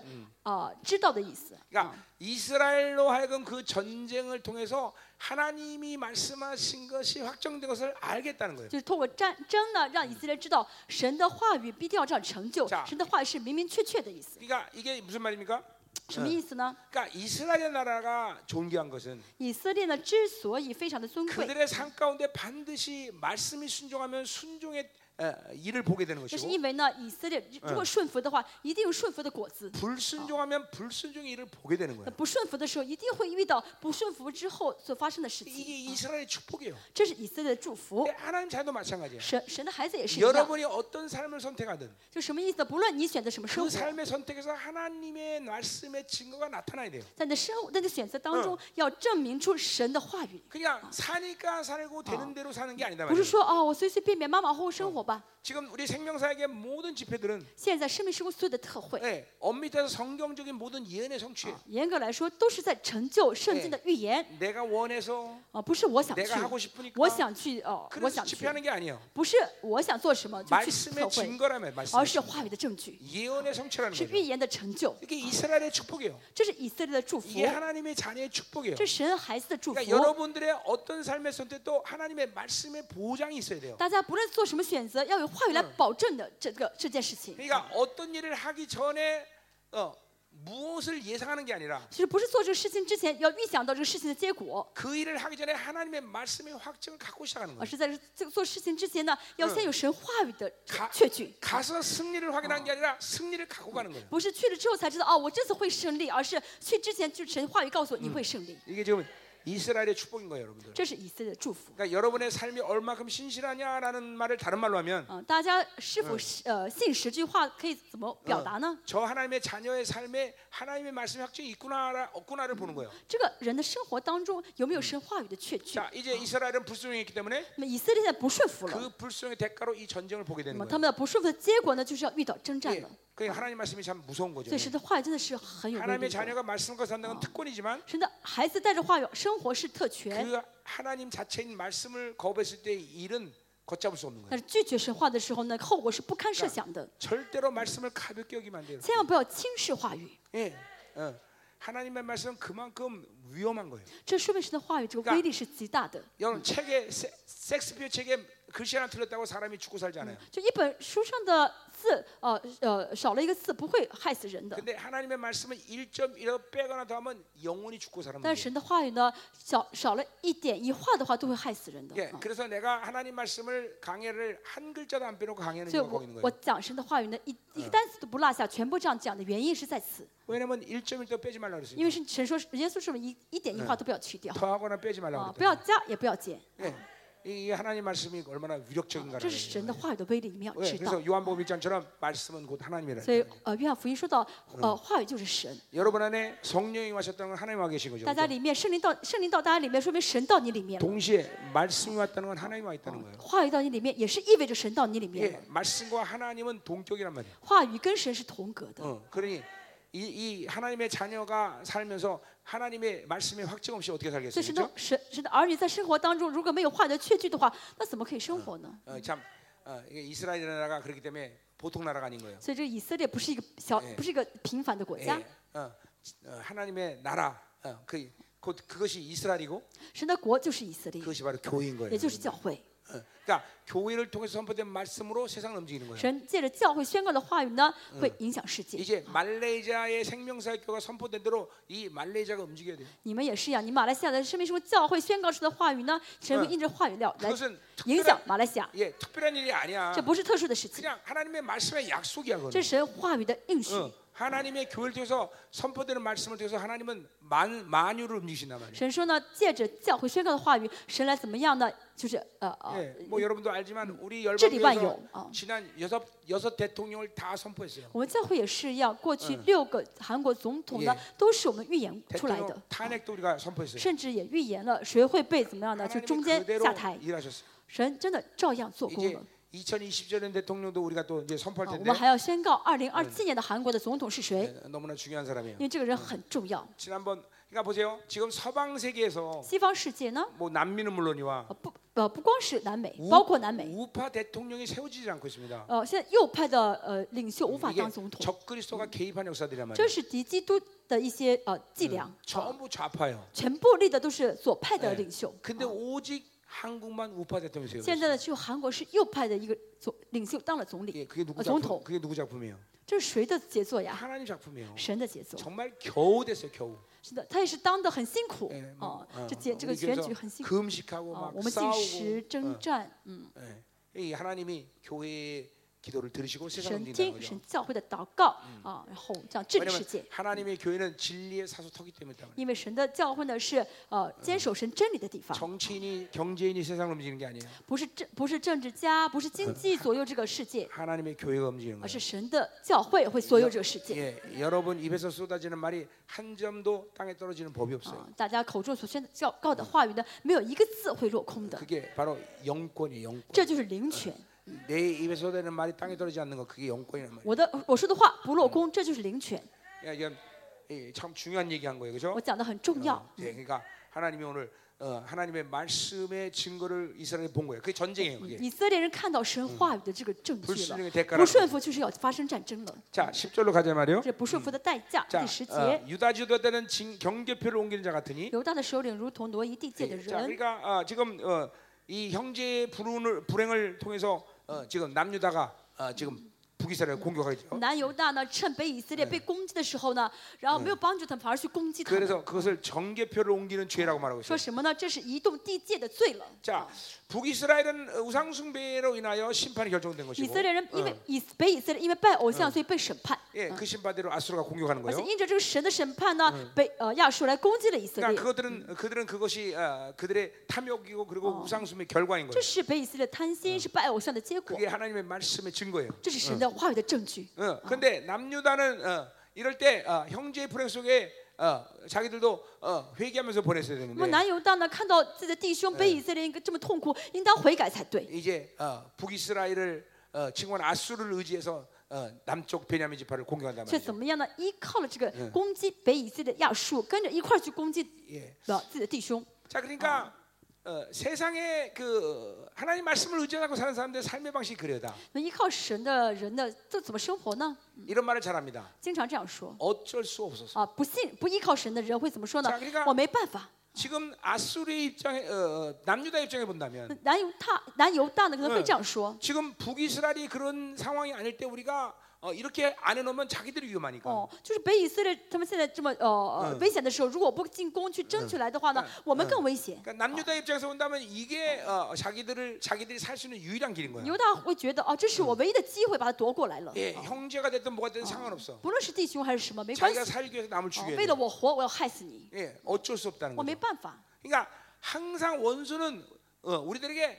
Speaker 2: 啊、呃知道的意思。嗯
Speaker 1: 그러니까 이스라엘로 하여금 그 전쟁을 통해서 하나님이 말씀하신 것이 확정된 것을 알겠다는 거예요.
Speaker 2: 就是透过战争呢，让以色列知道神的话语必定要这样成就
Speaker 1: 자 ，
Speaker 2: 神的话语是明明确确的意思。
Speaker 1: 그러니까 이게 무슨 말입니까?
Speaker 2: 什么意思呢？
Speaker 1: 그러니까 이스라엘 나라가 존귀한 것은
Speaker 2: 以色列呢之所以非常的尊贵，
Speaker 1: 그들의 삶 가운데 반드시 말씀이 순종하면 순종의 어, 일을 보게 되는
Speaker 2: 就是嗯
Speaker 1: 것이고
Speaker 2: 因为呢，以色列如果顺服的话，一定有顺服的果子。
Speaker 1: 불순종하면 불순종의 일을 보게 되는
Speaker 2: 那
Speaker 1: 거예요.
Speaker 2: 不顺服的时候，一定会遇到不顺服之后所发生的事
Speaker 1: 이게
Speaker 2: 情。
Speaker 1: 이스라엘의 축복이에요.
Speaker 2: 这是以色列的祝福
Speaker 1: 근데 。 하나님 자녀도 마찬가지예요.
Speaker 2: 神神的孩子也是一样，
Speaker 1: 여러분이 어떤 삶을 선택하든
Speaker 2: 就什么意思呢？不论你选择什么生
Speaker 1: 그
Speaker 2: 活，
Speaker 1: 삶의 선택에서 하나님의 말씀의 증거가 나타나야 돼요.
Speaker 2: 在你的生活、在你的选择当中，要证嗯明出神的话语，
Speaker 1: 그냥 사니까 살고 되는 대로 사는 게 아니다
Speaker 2: 不是
Speaker 1: 말이에요.
Speaker 2: 说哦，我随随便便马马虎虎生活吧。
Speaker 1: 지금 우리 생명사역의 모든 집회들은
Speaker 2: 现在生命施工所有的特惠，
Speaker 1: 예, 엄밀해서 성경적인 모든 예언의 성취예요.
Speaker 2: 严格来说，都是在成就圣经的预言
Speaker 1: 내가 원해서
Speaker 2: 啊，不是我想去
Speaker 1: 내가 ， 하고 싶으니까
Speaker 2: 我想去哦，
Speaker 1: 그래서
Speaker 2: 我想去，
Speaker 1: 집회하는 게 아니에요.
Speaker 2: 不是我想做什么就去特
Speaker 1: 말씀의
Speaker 2: 会，
Speaker 1: 증거라며 말씀.
Speaker 2: 而是话语的证据，
Speaker 1: 예언의 성취라는
Speaker 2: 是预
Speaker 1: 거죠.
Speaker 2: 言的成就，
Speaker 1: 이게 이스라엘의 축복이에요.
Speaker 2: 这是以色列的祝福
Speaker 1: 이게 ， 하나님의 자녀의 축복이에요.
Speaker 2: 这是神孩子的祝福
Speaker 1: 그러니까 。 여러분들의 어떤 삶의 선택도 하나님의 말씀의 보장이 있어야 돼요.
Speaker 2: 大家不论做什么选择，要有话语来
Speaker 1: 嗯
Speaker 2: 保证的这个这件事情。
Speaker 1: 그러니까 어떤 일을 하기 전에 어, 무엇을 예상하는 게 아니라
Speaker 2: 其实不是做这个事情之前要预想到这个事情的结果，
Speaker 1: 그 일을 하기 전에 하나님의 말씀의 확증을 갖고 아, 시작하는
Speaker 2: 而
Speaker 1: 거예요.
Speaker 2: 是在这个做事情之前呢，要
Speaker 1: 嗯
Speaker 2: 先有神话语的
Speaker 1: 가
Speaker 2: 确据。
Speaker 1: 가서 승리를 확인하는 게 아니라 승리를 갖고 가는 거예요.
Speaker 2: 不是去了之后才知道哦，我这次会胜利，而是去之前就神话语告诉我你会胜利，
Speaker 1: 이게 지금 이스라엘의 축복인 거예요, 여러분들.
Speaker 2: 这是以色列的祝福。
Speaker 1: 그러니까 여러분의 삶이 얼마큼 신실하냐라는 말을 다른 말로 하면
Speaker 2: 嗯、嗯大家是否是、呃信实这句话可以怎么表达呢？
Speaker 1: 저 하나님의 자녀의 삶에 하나님의 말씀의 확증이 있구나 없구나를 보는 거예요.
Speaker 2: 这个人的生活当中有没有神话语的确据？
Speaker 1: 자, 이제 이스라엘은 불순종했기 때문에
Speaker 2: 那么以色列现在不顺服了，
Speaker 1: 그 불순종의 대가로 이 전쟁을 보게
Speaker 2: 那
Speaker 1: 되는
Speaker 2: 么
Speaker 1: 거예요.
Speaker 2: 他们的不顺服的结果呢，就是要遇到征战
Speaker 1: 예,
Speaker 2: 了。
Speaker 1: 그게 하나님 말씀이 참 무서운 거죠. 예.
Speaker 2: 所以神的话语真的是很有威
Speaker 1: 하나님의
Speaker 2: 力的。
Speaker 1: 자녀가 말씀과 산다는 건 특권이지만
Speaker 2: 神的孩子带着话语生活是特权，
Speaker 1: 그 하나님 자체인 말씀을 거부했을 때의 일은 걷잡을 수 없는 거예요.
Speaker 2: 但是拒绝神话的时候呢，后果是啊不堪设想的。
Speaker 1: 절대로 말씀을 가볍게 여기면 안 돼요.
Speaker 2: 千万不要轻视话语。
Speaker 1: 예. 어. 하나님의 말씀 그만큼 위험한 거예요.
Speaker 2: 这说明神的话语这个威力是啊极大的。
Speaker 1: 여러분 책에 세- 섹스피어 책에 글씨 하나 틀렸다고 사람이 죽고 살지 않아요.
Speaker 2: 就一本书上的字，呃呃，少了一个字不会害死人的。
Speaker 1: 근데 하나님의 말씀은 1.1로 빼거나 더하면 영혼이 죽고 사람.
Speaker 2: 但是神的话语呢，少少了一点一画的话都会害死人的。
Speaker 1: 예,
Speaker 2: 嗯
Speaker 1: 그래서 내가 하나님 말씀을 강해를 한 글자도 안 빼놓고 강해는
Speaker 2: 所以
Speaker 1: 이유가
Speaker 2: 我
Speaker 1: 거기 있는
Speaker 2: 我
Speaker 1: 거예요.
Speaker 2: 讲神的话语呢，一一个单词都不落下，全部这样讲的原因是在此，
Speaker 1: 왜냐면 1.1도 빼지 말라
Speaker 2: 因
Speaker 1: 그랬어요.
Speaker 2: 为是神说耶稣说一一点一画都不要去掉
Speaker 1: 더하거나 빼지
Speaker 2: 啊
Speaker 1: 말라고 ，
Speaker 2: 不要加也不要减，
Speaker 1: 그랬어요. 예, 이- 이게 하나님 말씀이 얼마나 위력적인가를.
Speaker 2: 这是神的话语的威力，你们要
Speaker 1: 예,
Speaker 2: 知道。
Speaker 1: 그래서 요한복음 1장처럼 말씀은 곧 하나님이라.
Speaker 2: 所以呃，约翰福音说到呃，话语就是神，
Speaker 1: 여러분 안에 성령이 와셨다는 건 하나님 와 계신 거죠.
Speaker 2: 大家里面圣灵到圣灵到大家里面，说明神到你里面了。
Speaker 1: 동시에 말씀이 왔다는 건 하나님 와 있다는 거예요.
Speaker 2: 话语到你里面，也是意味着神到你里
Speaker 1: 예,
Speaker 2: 面了。
Speaker 1: 말씀과 하나님은 동격이란 말이에요.
Speaker 2: 话语跟神是同格的，
Speaker 1: 어, 그러니 이, 이 하나님의 자녀가 살면서 하나님의 말씀에 확증 없이 어떻게
Speaker 2: 所以
Speaker 1: 살겠어요? 그렇죠?
Speaker 2: 神的嗯神神的儿女在生活当中，如果没有话语的确据的话，那怎么可以生活呢？
Speaker 1: 어, 참 어, 이게 이스라엘 나라가 그렇기 때문에 보통 나라가 아닌 거예요.
Speaker 2: 所以这个以色列不是一个小
Speaker 1: 哎，
Speaker 2: 不是一个平凡的国
Speaker 1: 예,
Speaker 2: 家，
Speaker 1: 어, 어, 하나님의 나라 어, 그, 곧 그것이 이스라엘이고
Speaker 2: 神的国就是以色列，
Speaker 1: 그것이 바로 교회인 거예요.
Speaker 2: 也就是教会。
Speaker 1: 어, 그러니까 교회를 통해서 선포된 말씀으로 세상을 움직이는 거예요.
Speaker 2: 神借着教会宣告的话语呢，会影响世界。
Speaker 1: 이제 말레이시아의 생명사역교가 선포된 대로 이 말레이시아가 움직여야 돼요.
Speaker 2: 你们也是一样，你马来西亚的生命什么教会宣告出的话语呢，神会
Speaker 1: 嗯
Speaker 2: 印着话语料来
Speaker 1: 그것은
Speaker 2: 影响
Speaker 1: 특별한,
Speaker 2: 马来西亚，
Speaker 1: 예, 특별한 일이 아니야.
Speaker 2: 这不是特殊的事情，
Speaker 1: 그냥 하나님의 말씀의 약속이야. 그건.
Speaker 2: 这是神话语的应许。
Speaker 1: 어, 하나님의 교회를 통해서 선포되는 말씀을 통해서 하나님은 만, 만유를 움직이신단 말이에요.
Speaker 2: 神说呢，借着教会宣告的话语，神来怎么样呢？就是呃呃，
Speaker 1: 예, 뭐 여러분도 알지만 우리
Speaker 2: 진리만요.
Speaker 1: 열방교회에서
Speaker 2: 어.
Speaker 1: 지난 여섯 여섯 대통령을 다 선포했어요.
Speaker 2: 我们教会也是一样，过去六个韩国总统呢，都是我们预言出来
Speaker 1: 대통령
Speaker 2: 的，
Speaker 1: 탄핵도 우리가 선포했어요.
Speaker 2: 甚至也预言了谁会被怎么样呢？就
Speaker 1: 아, 하나님이
Speaker 2: 中间
Speaker 1: 그대로
Speaker 2: 下台，
Speaker 1: 일하셨어요.
Speaker 2: 神真的照样做工
Speaker 1: 이제
Speaker 2: 了。
Speaker 1: 2020년 대통령도 우리가 또 이제
Speaker 2: 啊
Speaker 1: 선포할
Speaker 2: 我
Speaker 1: 텐데
Speaker 2: 们还要宣告二零二七年的韩国的总统是谁，
Speaker 1: 예, 너무나 중요한 사람이에요.
Speaker 2: 因为这个人很重要。
Speaker 1: 지난번 그러니까 보세요. 지금 서방 세계에서
Speaker 2: 西方世界呢，
Speaker 1: 뭐 난민은 물론이와
Speaker 2: 呃不呃不光是南美，包括南美，
Speaker 1: 우파 대통령이 세워지지 않고 있습니다.
Speaker 2: 呃现在右派的呃领袖无法
Speaker 1: 이게
Speaker 2: 当总统，
Speaker 1: 적그리스도가 개입한 역사들이란 말이에요.
Speaker 2: 这是敌基督的一些呃伎
Speaker 1: 嗯
Speaker 2: 俩。
Speaker 1: 전부 좌파예요.
Speaker 2: 全部立的都是左派的领袖。
Speaker 1: 근데 오직 한국만 우파 대통령이 세워졌어요.
Speaker 2: 现在呢，去韩国是右派的一个总领袖当了总
Speaker 1: 예,
Speaker 2: 理，
Speaker 1: 그게 누구
Speaker 2: 어, 정통.
Speaker 1: 작품? 그게 누구 작품이에요?
Speaker 2: 这是谁的杰作呀？
Speaker 1: 하나님 작품이에요.
Speaker 2: 神的杰作，
Speaker 1: 정말 겨우 됐어요, 겨우.
Speaker 2: 是的，他也是当的很辛苦
Speaker 1: 예, 뭐,
Speaker 2: 哦
Speaker 1: 어, ，
Speaker 2: 这结这
Speaker 1: 우리
Speaker 2: 个选
Speaker 1: 교회에서 어,
Speaker 2: 举很辛苦
Speaker 1: 금식하고
Speaker 2: 啊，
Speaker 1: 막
Speaker 2: 我们进
Speaker 1: 싸우고.
Speaker 2: 食征战，嗯，
Speaker 1: 예. 이 하나님이 교회의 기도를 들으시고 세상을
Speaker 2: 神
Speaker 1: 움직이는
Speaker 2: 听
Speaker 1: 거죠.
Speaker 2: 神教会的祷告啊，然后这样治理世
Speaker 1: 왜냐면
Speaker 2: 界。
Speaker 1: 하나님의 교회는 진리의 사소터기 때문에 그래요.
Speaker 2: 因为神的教会呢是呃坚守神真理的地方，
Speaker 1: 정치인이 경제인이 세상을 움직이는 게 아니에요.
Speaker 2: 不是政不是政治家，不是经济左右这个世 界，
Speaker 1: 하나님의 교회가 움직이는
Speaker 2: 而是
Speaker 1: 거예요.
Speaker 2: 神的教会会左右这个世界。
Speaker 1: 예, 여러분 입에서 쏟아지는 말이 한 점도 땅에 떨어지는 법이 없어요.
Speaker 2: 啊，大家口中所宣的教告的话语呢，没有一个字会落空的，
Speaker 1: 그게 바로 영권이에요. 영권.
Speaker 2: 这就是灵权。
Speaker 1: 내 입에서 쏟아지는 말이 땅에 떨어지지 않는 거 그게 영권이란 말이에요.
Speaker 2: 我的我说的话不落空，这就是灵权。
Speaker 1: 예, 이건 예, 참 중요한 얘기한 거예요. 그죠?
Speaker 2: 我讲的很重要
Speaker 1: 어, ， 예, 그러니까 하나님이 오늘 어, 하나님의 말씀의 증거를 이스라엘이 본 거예요. 그게 전쟁이에요. 그게.
Speaker 2: 以色列人看到神话语的这个证据
Speaker 1: 불순종의대가라
Speaker 2: 嗯了，不顺服就是要发生战争了，
Speaker 1: 자, 10절로 가자 말이에요.
Speaker 2: 这不顺服的代价。
Speaker 1: 자,
Speaker 2: 第十节
Speaker 1: 어, ， 유다 지도자 때는 진, 경계표를 옮기는 자 같으니
Speaker 2: 犹大的首领如同挪移地界的
Speaker 1: 예, 자,
Speaker 2: 人，
Speaker 1: 그러니까 어, 지금 어, 이 형제의 불운을 불행을 통해서 어, 지금 남유다가 어, 지금 북이스라엘 공격하죠.
Speaker 2: 南犹大呢趁北以色列被攻击的时候呢，然后没有帮助他们，反而去攻击他们，
Speaker 1: 그래서 그것을 정계표를 옮기는 죄라고 말하고
Speaker 2: 说
Speaker 1: 있어요.
Speaker 2: 什么呢？这是移动地界的罪了。
Speaker 1: 자, 북이스라엘은 어, 우상 숭배로 인하여 심판이 결정된
Speaker 2: 以
Speaker 1: 것이고,
Speaker 2: 色列人因为以北以色列因为拜偶像，所以被审判。
Speaker 1: 예, 그 심판대로 아수르가 공격하는
Speaker 2: 而且
Speaker 1: 거예요.
Speaker 2: 因着这个神的审判呢，被呃亚述来攻击了以色
Speaker 1: 그러니까
Speaker 2: 列，
Speaker 1: 그들은 그들은 그것이 어, 그들의 탐욕이고 그리고 우상 숭배 결과인
Speaker 2: 这
Speaker 1: 거예요.
Speaker 2: 是北以色列贪心，是拜偶像的结果
Speaker 1: 그게 ， 하나님의 말씀의 증거예요.
Speaker 2: 这是神的话语的证据。
Speaker 1: 어, 근데 남유다는 어, 이럴 때 어, 형제의 불행 속에 어, 자기들도 어, 회개하면서 보냈어야
Speaker 2: 那么
Speaker 1: 되는데
Speaker 2: 南犹大呢，看到自己的弟兄被以色列一个这么痛苦，应当悔改才对。
Speaker 1: 이제 어, 북이스라엘을 어, 친구한 아수르를 의지해서 어, 남쪽 베냐민 지파를 공격한단
Speaker 2: 却
Speaker 1: 말이죠.
Speaker 2: 怎么样呢？依靠了这个攻击北以色列的亚述，跟着一块儿去攻击
Speaker 1: 예.
Speaker 2: 了自己的弟兄。
Speaker 1: 자, 그러니까 어. 어, 세상에 그 하나님 말씀을 의존하고 사는 사람들의 삶의 방식이 그래다.
Speaker 2: 那依靠神的人的这怎么生活呢？
Speaker 1: 이런 말을 잘합니다.
Speaker 2: 经常这样说
Speaker 1: 어쩔 수 없어서.
Speaker 2: 啊，不信不依靠神的人会怎么说呢
Speaker 1: 자그러니까 ？
Speaker 2: 我没办法。
Speaker 1: 지금 아수르의 입장에 어, 어, 남유다 입장에 본다면
Speaker 2: 南犹大南犹大呢可能会这样说
Speaker 1: 지금 북이스라엘이 그런 상황이 아닐 때 우리가 어, 이렇게 안 해놓으면 자기들이 위험하니까.
Speaker 2: 哦，就是北以色列他们现在这么呃呃危险的时候，如果不进攻去争取来的话呢，我们更危险。
Speaker 1: 그러니까 남유다 입장에서 본다면 이게 어, 자기들을 자기들이 살 수 있는 유일한 길인 거야.
Speaker 2: 犹大会觉得哦，这是我唯一的机会，把它夺过来了。
Speaker 1: 예, 형제가 됐든 뭐가 됐든 상관없어.
Speaker 2: 不论是弟兄还是什么，没关系
Speaker 1: 자기가 。 살기 위해서 남을
Speaker 2: 哦
Speaker 1: 죽여야
Speaker 2: 为了
Speaker 1: 돼.
Speaker 2: 我活，我要害死你，
Speaker 1: 예, 어쩔 수 없다는
Speaker 2: 我没
Speaker 1: 거죠.
Speaker 2: 办法。
Speaker 1: 그러니까 항상 원수는 어, 우리들에게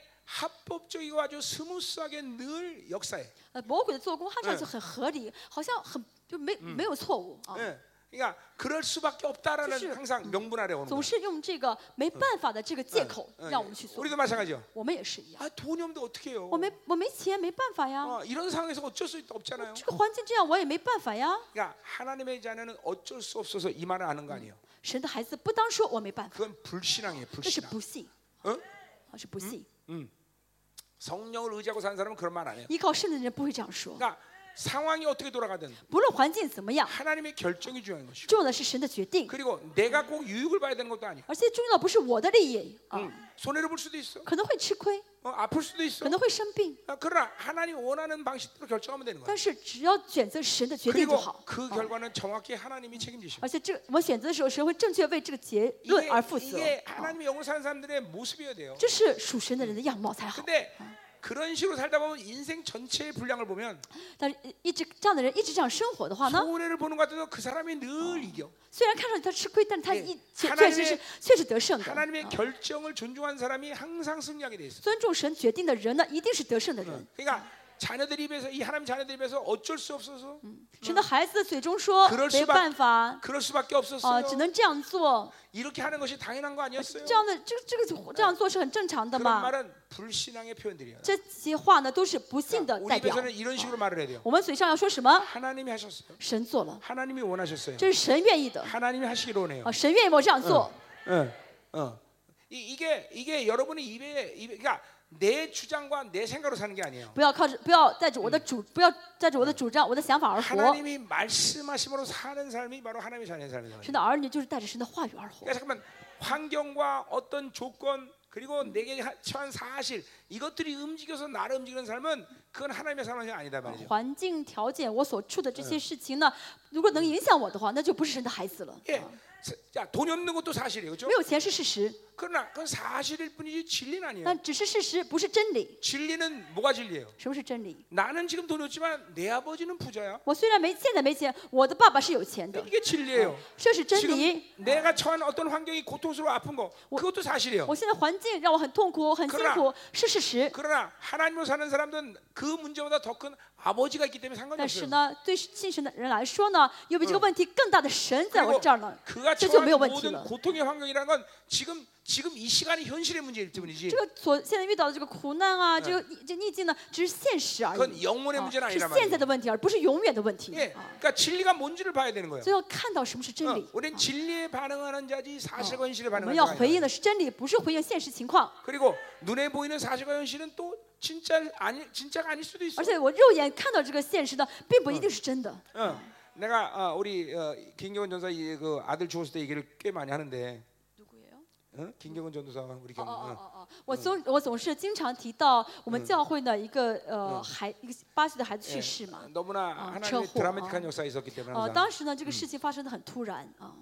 Speaker 1: 합법적이고 아주 스무스하게 늘 역사해.
Speaker 2: 呃，魔鬼的做工看上去很合理，好像很就没没有错误啊，
Speaker 1: 예, 그러니까 그럴 수밖에 없다라는
Speaker 2: 사실-
Speaker 1: 항상 명분 아래 오는
Speaker 2: 总
Speaker 1: 거야.
Speaker 2: 是用这个没办法的这个借口
Speaker 1: 예,
Speaker 2: 让嗯我们哦去做。
Speaker 1: 우리도 마찬가지요.
Speaker 2: 我们也是一样，
Speaker 1: 아 돈이 없는데 어떻게 해요?
Speaker 2: 我没我没钱，没办法呀，
Speaker 1: 어, 이런 상황에서 어쩔 수 없잖아요.
Speaker 2: 这个环境这样我也没办法呀。
Speaker 1: 그러니까 하나님의 자녀는 어쩔 수 없어서 이 말을 아는 거 아니에요.
Speaker 2: 神的孩子不当说我没办法，
Speaker 1: 음. 그건 불신앙이에요.
Speaker 2: 那是
Speaker 1: 그렇죠. 불신앙.
Speaker 2: 不信，
Speaker 1: 응?
Speaker 2: 啊是不信。
Speaker 1: 성령을 의지하고 사는 사람은 그런 말 안 해요.
Speaker 2: 依靠圣的人不会这样说，
Speaker 1: 그러니까 상황이 어떻게 돌아가든
Speaker 2: 不论环境怎么样，
Speaker 1: 하나님의 결정이 중요한 것이고
Speaker 2: 重要的是神的决定，
Speaker 1: 그리고 내가 꼭 유익을 봐야 되는 것도 아니야.
Speaker 2: 而且重要的不是我的利益啊，
Speaker 1: 嗯 손해를 볼 수도 있어.
Speaker 2: 可能会吃亏，
Speaker 1: 어, 아플 수도 있어.
Speaker 2: 可能会生病，
Speaker 1: 아, 그러나 하나님 원하는 방식대로 결정하면 되는 거야.
Speaker 2: 但是只要选择神的决定
Speaker 1: 그리고
Speaker 2: 就好。
Speaker 1: 그 결과는 정확히 하나님이 책임지시고
Speaker 2: 而且这我们选择的时候，神会正确为这个结论
Speaker 1: 아, 이게,
Speaker 2: 而负责。
Speaker 1: 이게 하나님의 영을 사는 사람들의 모습이어야 돼요.
Speaker 2: 这是属神的人的样貌才好。
Speaker 1: 근데 그런 식으로 살다 보면 인생 전체의 분량을 보면
Speaker 2: 但是一直这样的人一直这样生活的话呢，
Speaker 1: 손해를 보는 것 같아도 그 사람이 늘 이겨.
Speaker 2: 虽然看上去他吃亏，但是他
Speaker 1: 예
Speaker 2: 一确
Speaker 1: 하나님의
Speaker 2: 确实是确实得胜的。
Speaker 1: 하나님의 결정을 존중한 사람이 항상 승리하게 돼 있어.
Speaker 2: 尊重神决定的人呢，一定是得胜的
Speaker 1: 嗯
Speaker 2: 人。
Speaker 1: 그러니까 자녀들 입에서 이 하나님 자녀들 입에서 어쩔 수 없어서
Speaker 2: 神的孩子嘴中说
Speaker 1: 그럴수밖
Speaker 2: 没办法啊、
Speaker 1: 그럴 수밖에 어,
Speaker 2: 呃
Speaker 1: 없었어요.
Speaker 2: 只能这样做，
Speaker 1: 이렇게 하는 것이 당연한 거 아니었어요?
Speaker 2: 这样的这个这个这样做是很正常的
Speaker 1: 그런
Speaker 2: 嘛。
Speaker 1: 말은 불신앙의 표현들이에요.
Speaker 2: 这些话呢都是不幸的
Speaker 1: 우리
Speaker 2: 代表。
Speaker 1: 입에서는 이런 식으로 말을 해야 돼요.
Speaker 2: 我们嘴上要说什么？
Speaker 1: 하나님이 하셨어요.
Speaker 2: 神做了，
Speaker 1: 하나님이 원하셨어요.
Speaker 2: 这是神愿意的
Speaker 1: 하나님이 하시기로 하네요.
Speaker 2: 啊，神愿意我这样做。
Speaker 1: 어, 어. 이, 게 이게 여러분의 입에, 입에 그러니까 내 주장과 내 생각으로 사는 게 아니에요.
Speaker 2: 不要靠着，不要带着我的主，不要带着我的主张、我的想法而活。
Speaker 1: 하나님이 말씀하심으로 사는 삶이 바로 하나님의 자녀의 삶이에요.
Speaker 2: 神的儿女就是带着神的话语而活
Speaker 1: 그러니까 。 잠깐만 환경과 어떤 조건 그리고 내게 하- 처한 사실 이것들이 움직여서 나를 움직이는 삶은 그건 하나님의 삶이 아니다 말이죠.
Speaker 2: 环境条件，我所处的这些事情呢，如果能影响我的话，那就不是神的孩子了。
Speaker 1: 예, 사- 자 돈이 없는 것도 사실이에요, 그렇죠?
Speaker 2: 没有钱是事实，
Speaker 1: 그러나 그건 사실일 뿐이지 진리는 아니에요.
Speaker 2: 但只是事实，不是真理。
Speaker 1: 진리는 뭐가 진리예요?
Speaker 2: 什么是真理？
Speaker 1: 나는 지금 돈이 없지만 내 아버지는 부자야.
Speaker 2: 我虽然没现在没钱，我的爸爸是有钱的，
Speaker 1: 이게 진리예요.
Speaker 2: 这是真
Speaker 1: 지금
Speaker 2: 理。
Speaker 1: 내가 처한 어떤 환경이 고통스러워 아픈 거 그것도 사실이에요.
Speaker 2: 我现在环境让我很痛苦，我很辛苦，是事实。
Speaker 1: 그러나 하나님으로 사는 사람들은 그 문제보다 더 큰 아버지가 있기 때문에 상관이
Speaker 2: 但是嗯
Speaker 1: 없어요.
Speaker 2: 呢，对信神的人来说呢，因为这个问题更大的神在我这儿呢，
Speaker 1: 그가
Speaker 2: 这就
Speaker 1: 처한
Speaker 2: 没有问题
Speaker 1: 모든
Speaker 2: 了。
Speaker 1: 고통의 환경이라는 건 지금 지금 이 시간이 현실의 문제일 뿐이지.
Speaker 2: 这个所现在遇到的这个苦难啊，这个逆这逆境呢，只是现实而
Speaker 1: 건
Speaker 2: 已，啊
Speaker 1: 영혼의문제는아니란
Speaker 2: 是
Speaker 1: 말이에요
Speaker 2: 现在的问题，而不是永远的问题啊
Speaker 1: 예, 。 그러니까 진리가 뭔지를 봐야 되는 거예요.
Speaker 2: 所以要看到什么是真嗯理
Speaker 1: 어, ， 우리는 어. 진리에 반응하는 자지 사실과 현실에
Speaker 2: 我们要回
Speaker 1: 반응하는
Speaker 2: 应
Speaker 1: 자
Speaker 2: 的是真理，不是回应现实情况。
Speaker 1: 그리고 눈에 보이는 사실과 현실은 또 진짜 아니 진짜가 아닐 수도 있어.
Speaker 2: 而且我肉眼看到这个现实的，并不一定是真的。
Speaker 1: 어, 내가 어, 우리 어, 김경원 전사 이그 아들 죽었을 때 얘기를 꽤 많이 하는데, 어? 김경원 전도사 우리
Speaker 2: 哦
Speaker 1: 경.
Speaker 2: 哦哦
Speaker 1: 어,
Speaker 2: 哦哦！我总我总是经常提到我们教会的一个呃孩一个八岁的孩子去世嘛
Speaker 1: 예, ， 너무나
Speaker 2: 어,
Speaker 1: 하나님의
Speaker 2: 저호,
Speaker 1: 드라마틱한
Speaker 2: 어.
Speaker 1: 역사에 있었기 때문에
Speaker 2: 呃，
Speaker 1: 항상
Speaker 2: 当时呢这个事情发生的很突然啊，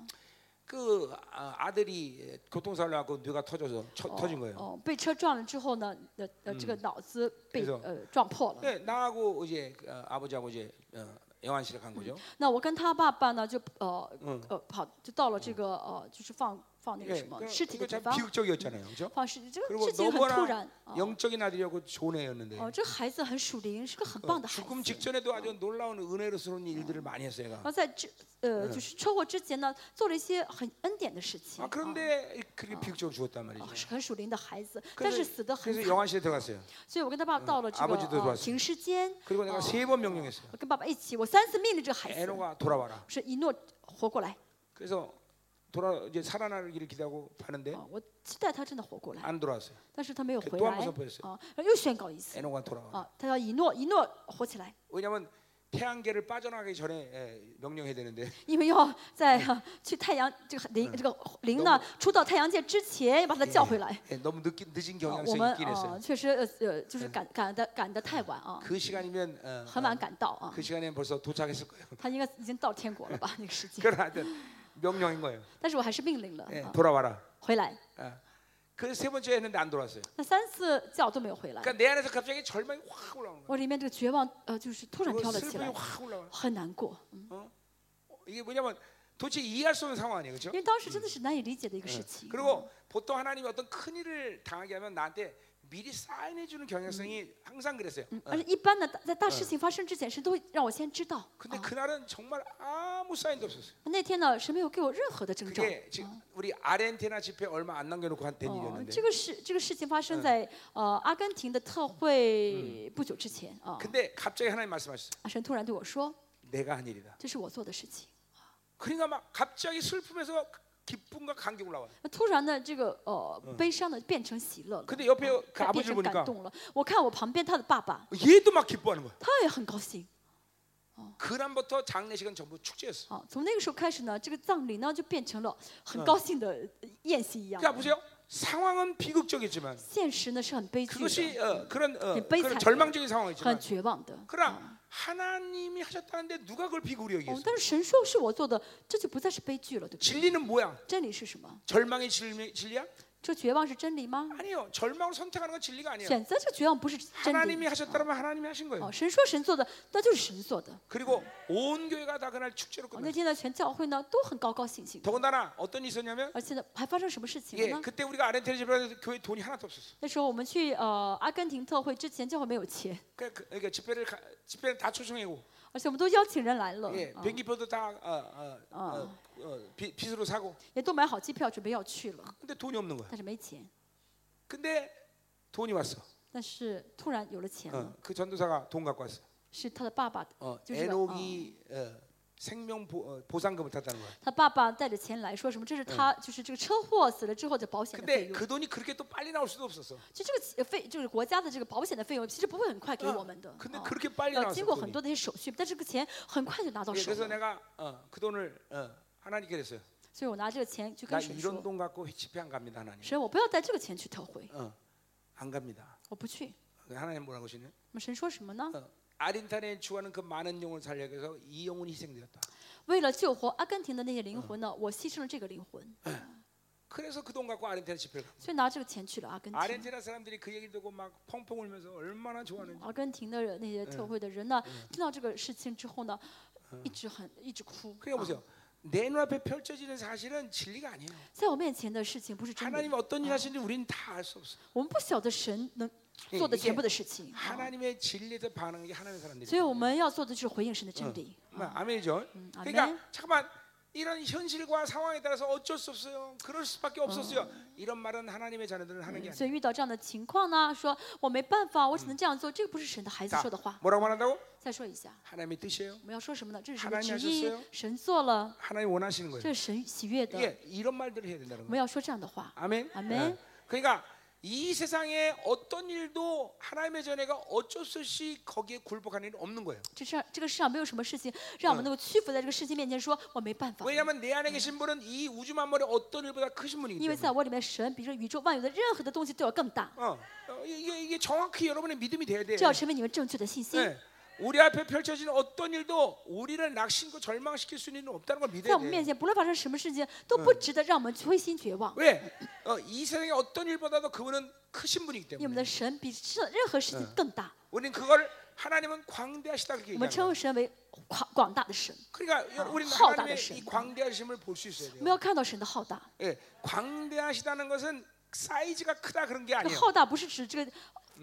Speaker 1: 그 아, 아들이 교통사고를 하고 뇌가 터져서 쳐- 터진 거예요.
Speaker 2: 哦被车撞了之后呢，呃呃这个脑子被
Speaker 1: 그래서
Speaker 2: 呃撞破了。
Speaker 1: 네, 나하고 이제 어, 아버지하고 이제 어, 영안실에 간 거죠.
Speaker 2: 那我跟他爸爸呢就呃呃跑就到了这个呃就是放放那个
Speaker 1: 예,
Speaker 2: 什么
Speaker 1: 그-
Speaker 2: 尸体的
Speaker 1: 이거
Speaker 2: 地
Speaker 1: 참
Speaker 2: 方，
Speaker 1: 비극적이었잖아요, 그렇죠?
Speaker 2: 放尸体这个
Speaker 1: 그리고
Speaker 2: 事情很突然
Speaker 1: 너무나
Speaker 2: 啊。
Speaker 1: 영적인 아들이었고 좋은 애였는데
Speaker 2: 哦，这孩子很属灵，是个很
Speaker 1: 어,
Speaker 2: 棒的孩
Speaker 1: 죽음
Speaker 2: 子。
Speaker 1: 직전에도 아주 놀라운 은혜로스러운 일들을 많이 했어요. 얘가.
Speaker 2: 然后在这呃，就是车祸之前呢，做了一些很恩典的事情。
Speaker 1: 아,
Speaker 2: 啊
Speaker 1: 그런데 그렇게 비극적으로 죽었단
Speaker 2: 啊
Speaker 1: 말이죠.
Speaker 2: 是很属灵的孩子，但是
Speaker 1: 아,
Speaker 2: 嗯
Speaker 1: 그래서,
Speaker 2: 死得很
Speaker 1: 그래서
Speaker 2: 惨。
Speaker 1: 영안실에 들어갔어요.
Speaker 2: 所以我跟他爸爸到了这个
Speaker 1: 아버지도도왔어요
Speaker 2: 呃停尸间，
Speaker 1: 그리고 내가 세 번 명령했어요.
Speaker 2: 我哎跟爸爸一起，我三次命令这个孩子，
Speaker 1: 에노가 돌아와라.
Speaker 2: 是一诺活过来。
Speaker 1: 그래서 돌아 이제 살아나기를 기대하고 가는데
Speaker 2: 啊，我期待他真的活过来，
Speaker 1: 안 돌아왔어요.
Speaker 2: 但是他没有回
Speaker 1: 多
Speaker 2: 来
Speaker 1: 么不是哎
Speaker 2: 啊，然后又宣告一次
Speaker 1: 에노가 돌아와.
Speaker 2: 啊，他要以诺以诺活起来，
Speaker 1: 왜냐하면 태양계를 빠져나가기 전에 예, 명령해야 되는데
Speaker 2: 因为要在、啊 去太阳这个灵这个灵呢出到太阳界之前，要把他叫回来。
Speaker 1: 예, 너무 늦긴 늦은
Speaker 2: 啊我
Speaker 1: 경향성이
Speaker 2: 们
Speaker 1: 있긴
Speaker 2: 啊，
Speaker 1: 했어요.
Speaker 2: 确实呃呃，就是赶赶的赶得太晚啊，
Speaker 1: 그 시간이면 어,
Speaker 2: 很晚赶到啊
Speaker 1: 그 ， 시간에 벌써 도착했을 거예요.
Speaker 2: 他应该已经到天国了吧那个时间，
Speaker 1: 그러나 하여튼 명령인 거예요.
Speaker 2: 但是我还是命令了
Speaker 1: 예,
Speaker 2: 啊，
Speaker 1: 돌아와라.
Speaker 2: 回来。
Speaker 1: 아. 그래서 세 번째 했는데 안 돌아왔어요.
Speaker 2: 那三次叫都没有回来，
Speaker 1: 그러니까 내 안에서 갑자기 절망이 확 올라오는
Speaker 2: 我里面这个绝望呃就是突然
Speaker 1: 거예요.
Speaker 2: 飘
Speaker 1: 그리고
Speaker 2: 了起
Speaker 1: 슬픔이
Speaker 2: 来，
Speaker 1: 확 올라와.
Speaker 2: 很难过，
Speaker 1: 이게 뭐냐면 도대체 이해할 수 없는 상황 아니에요, 그렇죠?
Speaker 2: 因为当时真的是难以理解的一个事情。
Speaker 1: 그리고 보통 하나님이 어떤 큰 일을 당하게 하면 나한테 미리 사인해 주는 경향성이 항상 그랬어요.
Speaker 2: 嗯，
Speaker 1: 어.
Speaker 2: 而且一般呢，大在大事情发生之前，神都会让我先知道。
Speaker 1: 근데
Speaker 2: 啊
Speaker 1: 그날은 정말 아무 사인도 없었어요.
Speaker 2: 那天呢，神没有给我任何的征兆。
Speaker 1: 그게 지금 우리 아르헨티나 집회 얼마 안 남겨놓고 한 된
Speaker 2: 哦，
Speaker 1: 일이었는데.
Speaker 2: 这个事这个事情发生在呃阿根廷的特会不久之前啊，
Speaker 1: 근데 갑자기 하나님 말씀하셨어요.
Speaker 2: 神突然对我说，
Speaker 1: 내가 한 일이다.
Speaker 2: 这是我做的事情。
Speaker 1: 그러니까 막 갑자기 슬픔에서 기쁨과 감격이 올라와요.
Speaker 2: 那突然呢，这个呃悲伤呢变成喜乐了，啊
Speaker 1: 근데 옆에 그
Speaker 2: 他变
Speaker 1: 아버지를
Speaker 2: 成感
Speaker 1: 보니까
Speaker 2: 动了。我看我旁边他的爸爸，
Speaker 1: 얘도 막 기뻐하는 거야.
Speaker 2: 他也很高兴。
Speaker 1: 어. 그날부터 장례식은 전부 축제였어.
Speaker 2: 啊，从那个时候开始呢，这个葬礼呢就变成了很高兴的呃宴席一样的。
Speaker 1: 그러니까 보세요. 상황은 비극적이지만
Speaker 2: 现实呢是很悲剧
Speaker 1: 그것이
Speaker 2: 的，
Speaker 1: 어, 그런 어,
Speaker 2: 네,
Speaker 1: 그런
Speaker 2: 悲惨.
Speaker 1: 절망적인
Speaker 2: 很
Speaker 1: 상황이지만
Speaker 2: 绝望的。
Speaker 1: 그러나 하나님이 하셨다는데 누가 그걸 비굴이
Speaker 2: 哦
Speaker 1: 어. 여기겠어? ，
Speaker 2: 但是神说是我做的，这就不再是悲剧了，对不对？
Speaker 1: 진리는 뭐야?
Speaker 2: 真理是什么？
Speaker 1: 절망의 진리, 진리야?
Speaker 2: 这绝望是真理吗？
Speaker 1: 아니요. 절망을 선택하는 건 진리가 아니에요.
Speaker 2: 选择这绝望不是真
Speaker 1: 하나님이
Speaker 2: 理。
Speaker 1: 하셨다면 하나님이 하신 거예요.
Speaker 2: 哦，神说神做的，那就是神做的。
Speaker 1: 그리고 온 교회가 다 그날 축제로
Speaker 2: 哦，那
Speaker 1: 끝났어요.
Speaker 2: 天呢，全教会呢都很高高兴兴的。
Speaker 1: 더군다나 어떤 일이 있었냐면
Speaker 2: 而且呢，还发生什么事情了
Speaker 1: 예,
Speaker 2: 呢？
Speaker 1: 그때 우리가 아르헨티나 집회에서 교회 돈이 하나도 없었어.
Speaker 2: 那时候我们去呃阿根廷特会之前，教会没有钱，
Speaker 1: 그러니까, 그- 그러니까 집회를 가, 집회는 다 초청해고
Speaker 2: 而且我们都邀请人来了，
Speaker 1: 예,
Speaker 2: 啊
Speaker 1: 비행기표도 다 어, 어, 어, 어, 빚- 빚으로 사고
Speaker 2: 也都买好机票准备要去了，
Speaker 1: 근데 돈이 없는 거야.
Speaker 2: 但是没钱。
Speaker 1: 근데 돈이 왔어.
Speaker 2: 但是突然有了钱了，
Speaker 1: 어, 그 전도사가 돈 갖고 왔어.
Speaker 2: 是他的爸爸，
Speaker 1: 어,
Speaker 2: 주시가-
Speaker 1: 에녹이 어, 생명 보, 어, 보상금을 탔다는 거야.
Speaker 2: 他爸爸带着钱来说什么？这是他就是这个车祸死了之后的保险的
Speaker 1: 근데
Speaker 2: 费用。
Speaker 1: 그 돈이 그렇게 또 빨리 나올 수도 없었어.
Speaker 2: 就这个钱费，就是国家的这个保险的费用，其实不会很快给我们的，
Speaker 1: 근데
Speaker 2: 啊
Speaker 1: 그렇게 빨리
Speaker 2: 要
Speaker 1: 나왔어.
Speaker 2: 经过
Speaker 1: 돈이.
Speaker 2: 很多的一些手续，但是这个钱很快就拿到
Speaker 1: 예,
Speaker 2: 手
Speaker 1: 그래서
Speaker 2: 了。
Speaker 1: 내가 어, 그 돈을 어, 하나님께 그랬어요.
Speaker 2: 所以我拿这个钱去
Speaker 1: 나
Speaker 2: 跟神
Speaker 1: 이런
Speaker 2: 说
Speaker 1: 그 돈 갖고 집회 안 갑니다, 하나님. ：“
Speaker 2: 神，我不要带这个钱去特会，
Speaker 1: 어, 안 갑니다.
Speaker 2: 我不去。
Speaker 1: 하나님 뭐라고 하시냐?
Speaker 2: 那么神说什么呢？
Speaker 1: 어, 아린타네에 주하는 그 많은 영혼을 살려기 위해서 이 영혼이 희생되었다.
Speaker 2: 为了救活阿根廷的那些灵魂呢，我牺牲了这个灵魂，
Speaker 1: 그래서 그 돈 갖고 아르헨티나 집회를 가.
Speaker 2: 所以拿这个钱去了阿根廷。
Speaker 1: 아르헨티나 사람들이 그 얘기를 듣고 막 펑펑 울면서 얼마나 좋아하는지.
Speaker 2: 阿根廷的人那些特会的人呢，听到这个事情之后呢，一直很一直哭。
Speaker 1: 그러니까
Speaker 2: 啊
Speaker 1: 보세요. 내 눈앞에 펼쳐지는 사실은 진리가 아니에요.
Speaker 2: 在我面前的事情不是真理，
Speaker 1: 하나님 아. 어떤 일 하시는지 우리는 다 알 수 없어.
Speaker 2: 我们不晓得神能做的全部的事情，啊
Speaker 1: 하나님의 진리에서 반응하는 게 하나님의
Speaker 2: 所以
Speaker 1: 사람들이에요.
Speaker 2: 我们要做的就是回应神的真理。嗯
Speaker 1: 아멘이죠.
Speaker 2: 아멘.
Speaker 1: 그러니까 잠깐만 이런 현실과 상황에 따라서 어쩔 수 없어요. 그럴 수밖에 없었어요. 이런 말은 하나님의 자녀들은 하는 게
Speaker 2: 嗯所
Speaker 1: 아니에요.
Speaker 2: 以遇到这样的情况呢，说我没办法，我只能这样做，这个不是神的孩子说的话。
Speaker 1: 뭐라고 말한다고?
Speaker 2: 再说一下，
Speaker 1: 하나님의 뜻이에요.
Speaker 2: 我们要说什么呢？这是神的
Speaker 1: 하나님이
Speaker 2: 旨意
Speaker 1: 하셨어요 ，
Speaker 2: 神做了，
Speaker 1: 하나님 원하시는 거예요.
Speaker 2: 这是神喜悦的。
Speaker 1: 예, 이런 말들을 해야 된다는
Speaker 2: 我
Speaker 1: 거예요.
Speaker 2: 们要说这样的话。
Speaker 1: 네. 아멘.
Speaker 2: 아멘.
Speaker 1: 예. 그러니까 이 세상에 어떤 일도 하나님의 자녀가 어쩔 수 없이 거기에 굴복하는 일은 없는 거예요.
Speaker 2: 这世这个世上没有什么事情让我们能够屈服在这个事情面前说，嗯我没办法。
Speaker 1: 왜냐하면 내 안에 계신 분은 이 우주 만물의 어떤 일보다 크신 네. 분이기
Speaker 2: 因为
Speaker 1: 때문에.
Speaker 2: 在我里面，神比这宇宙万有的任何的东西都要更大。
Speaker 1: 어, 어, 이게 이게 정확히 여러분의 믿음이 돼야 돼.
Speaker 2: 这要成为你们正确的信心。
Speaker 1: 네. 우리 앞에 펼쳐지는 어떤 일도 우리를 낙심과 절망시킬 수 있는 일은 없다는 걸
Speaker 2: 在
Speaker 1: 믿어야
Speaker 2: 我们面
Speaker 1: 돼.
Speaker 2: 前，不论发生什么事情，都不值得让嗯我们灰心绝望，
Speaker 1: 왜? 어, 이 세상의 어떤 일보다도 그분은 크신 분이기
Speaker 2: 因为我们
Speaker 1: 때문에.
Speaker 2: 的神比世上任何事情更大。
Speaker 1: 우리는 그걸 하나님은 광대하시다 그렇게
Speaker 2: 我们
Speaker 1: 얘기하는
Speaker 2: 称呼
Speaker 1: 거예요.
Speaker 2: 神为广广大的神，
Speaker 1: 그러니까 여- 우리는
Speaker 2: 뭐 허다를
Speaker 1: 하나님의 이
Speaker 2: 쓰는 거예요.
Speaker 1: 광대하심을 볼 수 있어야
Speaker 2: 我们
Speaker 1: 돼요.
Speaker 2: 要看到神的浩大。
Speaker 1: 예, 광대하시다는 것은 사이즈가 크다 그런 게
Speaker 2: 这个
Speaker 1: 아니에요.
Speaker 2: 浩大不是指这个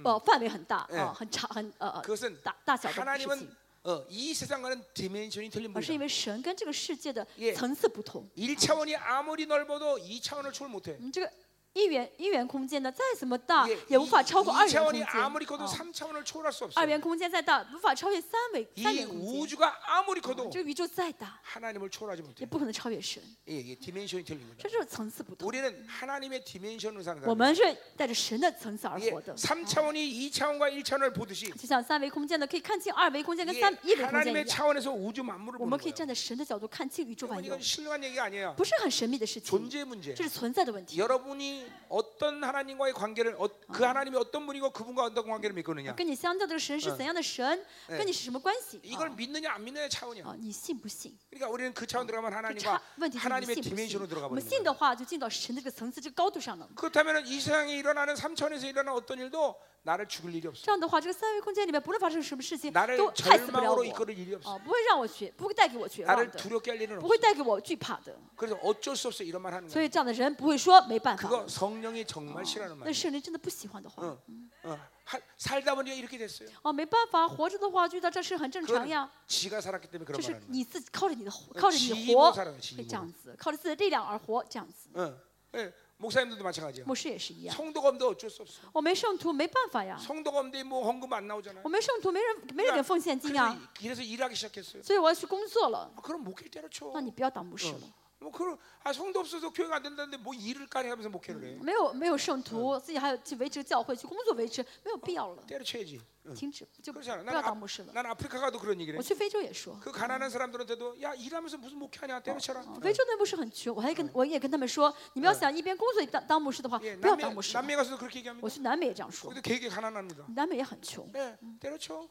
Speaker 2: 呃范围很大
Speaker 1: 哎
Speaker 2: 啊，很长很呃呃
Speaker 1: 그것은
Speaker 2: 大大小的事情
Speaker 1: 하나님은 ， 어, 이 세상과는 디멘션이 틀린
Speaker 2: 而是因
Speaker 1: 분이에요.
Speaker 2: 为神跟这个世界的
Speaker 1: 예
Speaker 2: 层次不同。
Speaker 1: 1차원이 아무리 넓어도 2차원을 초월 못해.
Speaker 2: 我们这个一元一元空间呢，再怎么大
Speaker 1: 예, 이게
Speaker 2: 也无法超过二
Speaker 1: 이- 이
Speaker 2: 元空
Speaker 1: 차원이
Speaker 2: 间。
Speaker 1: 아무리 어. 아, 커도
Speaker 2: 啊
Speaker 1: 3 차원을 초월할 수
Speaker 2: 二
Speaker 1: 없어요.
Speaker 2: 元空间再大，无法超越三维三
Speaker 1: 이
Speaker 2: 元空间。
Speaker 1: 우주가 아무리 커도
Speaker 2: 这个宇宙再大，
Speaker 1: 하나님을 초월하지
Speaker 2: 也
Speaker 1: 못해요.
Speaker 2: 不可能超越神。
Speaker 1: 예, 이게 디멘션이 틀린 거죠.
Speaker 2: 这就是层次不同。
Speaker 1: 우리는 하나님의 디멘션을 사는 거예요.
Speaker 2: 我们是带着神的层次而
Speaker 1: 이게
Speaker 2: 活的，
Speaker 1: 3차원이 2차원과 1차원을 보듯이
Speaker 2: 就像三维空间呢，可以看清二维空间跟
Speaker 1: 이게
Speaker 2: 三一维空间一
Speaker 1: 하나님의
Speaker 2: 样。
Speaker 1: 차원에서 우주 만물을
Speaker 2: 我
Speaker 1: 보는
Speaker 2: 们可以
Speaker 1: 거예요.
Speaker 2: 站在神的角度看清宇宙万
Speaker 1: 여러분
Speaker 2: 有
Speaker 1: 이건 ， 신령한 얘기가 아니에요.
Speaker 2: 不是很神秘的事情，
Speaker 1: 존재 문제예요.
Speaker 2: 这是存在的问题。
Speaker 1: 여러분이 어떤 하나님과의 관계를 어, 그 하나님이 어떤 분이고 그분과 어떤 그러니까 관계를 믿느냐
Speaker 2: 跟你相交的神是
Speaker 1: 嗯
Speaker 2: 怎样的神，跟你是什么关系？
Speaker 1: 이걸 믿느냐 안 믿느냐 의 차원이야.
Speaker 2: 啊，啊你信不信？
Speaker 1: 그러니까 우리는 그 차원 어. 들어가면
Speaker 2: 这差
Speaker 1: 하나님과
Speaker 2: 问题是你
Speaker 1: 하나님의
Speaker 2: 信不
Speaker 1: 디멘션으로
Speaker 2: 信？
Speaker 1: 들어가
Speaker 2: 我们
Speaker 1: 버리는
Speaker 2: 信
Speaker 1: 거예요.
Speaker 2: 的话，就进到神这个层次、这个高度上了。
Speaker 1: 그렇다면 이 세상에 일어나는 삼천에서 일어나는 어떤 일도 나를 죽일 일이 없어.
Speaker 2: 这样的话，这个三维空间里面，不论发生什么事情，
Speaker 1: 나를
Speaker 2: 都害死不了
Speaker 1: 절망으로
Speaker 2: 我
Speaker 1: 이끌을 일이
Speaker 2: 啊，
Speaker 1: 없어. 뭐
Speaker 2: 不会让我绝，不会带给我绝望
Speaker 1: 나를
Speaker 2: 的，
Speaker 1: 두렵게 할 일은
Speaker 2: 不
Speaker 1: 없어.
Speaker 2: 会带给我惧怕的。
Speaker 1: 그래서 어쩔 수 없어 이런 말 하는
Speaker 2: 所
Speaker 1: 거야.
Speaker 2: 以这样的人不会说没办法。
Speaker 1: 그거 성령이 정말 싫어하는 네,
Speaker 2: 那
Speaker 1: 말이야.
Speaker 2: 圣灵真的不喜欢的话，
Speaker 1: 어, 어. 하- 살다 보니까 이렇게 됐어요.
Speaker 2: 哦，没办法，活着的话遇到这事很正常
Speaker 1: 그거는
Speaker 2: 呀。
Speaker 1: 지가 살았기 때문에
Speaker 2: 就
Speaker 1: 그런 말
Speaker 2: 是
Speaker 1: 하는 거야.
Speaker 2: 你自己靠着你的活
Speaker 1: 呃
Speaker 2: 靠着你
Speaker 1: 起
Speaker 2: 的
Speaker 1: 一波
Speaker 2: 活
Speaker 1: 才能起一
Speaker 2: 会这样子，靠着自己的力量而活这样子。
Speaker 1: 어. 예, 목사님들도 마찬가지야.
Speaker 2: 牧师也是一样，
Speaker 1: 성도가 없는데 어쩔 수 없어.
Speaker 2: 我没圣徒没办法呀，
Speaker 1: 성도가 없는데 뭐 헌금 안 나오잖아.
Speaker 2: 我没圣徒没人没人给奉献金
Speaker 1: 그래서,
Speaker 2: 啊，
Speaker 1: 이- 그래서 일하기 시작했어요.
Speaker 2: 所以我要去工作了。
Speaker 1: 아, 그럼 목회를 때려쳐.
Speaker 2: 那你不要当牧师了，
Speaker 1: 뭐 그럼 아, 성도 없어서 교회가 안 된다는데 뭐 일을 까리 하면서 목회를 해.
Speaker 2: 没有没有圣徒，自己还有去维持教会去工作维持，没有必要了，
Speaker 1: 때려쳐야지. 응.
Speaker 2: 停止就不
Speaker 1: 그렇잖아.
Speaker 2: 要
Speaker 1: 난, 아,
Speaker 2: 当牧师了。
Speaker 1: 난 아프리카 가도 그런 얘기를
Speaker 2: 我
Speaker 1: 해.
Speaker 2: 去非洲也说，
Speaker 1: 그 가난한 사람들한테도 야 일하면서 무슨 목회하냐 때려쳐라.
Speaker 2: 哦非洲那牧师很穷，我还跟我也跟他们说，你们要想一边工作一边当当牧师的话，
Speaker 1: 예,
Speaker 2: 不要
Speaker 1: 남미
Speaker 2: 当牧师了。
Speaker 1: 남미 가서도 그렇게
Speaker 2: 我
Speaker 1: 얘기합니다.
Speaker 2: 去南美也这样说，
Speaker 1: 그래도 되게 가난합니다.
Speaker 2: 南美也很穷，
Speaker 1: 예, 때려쳐.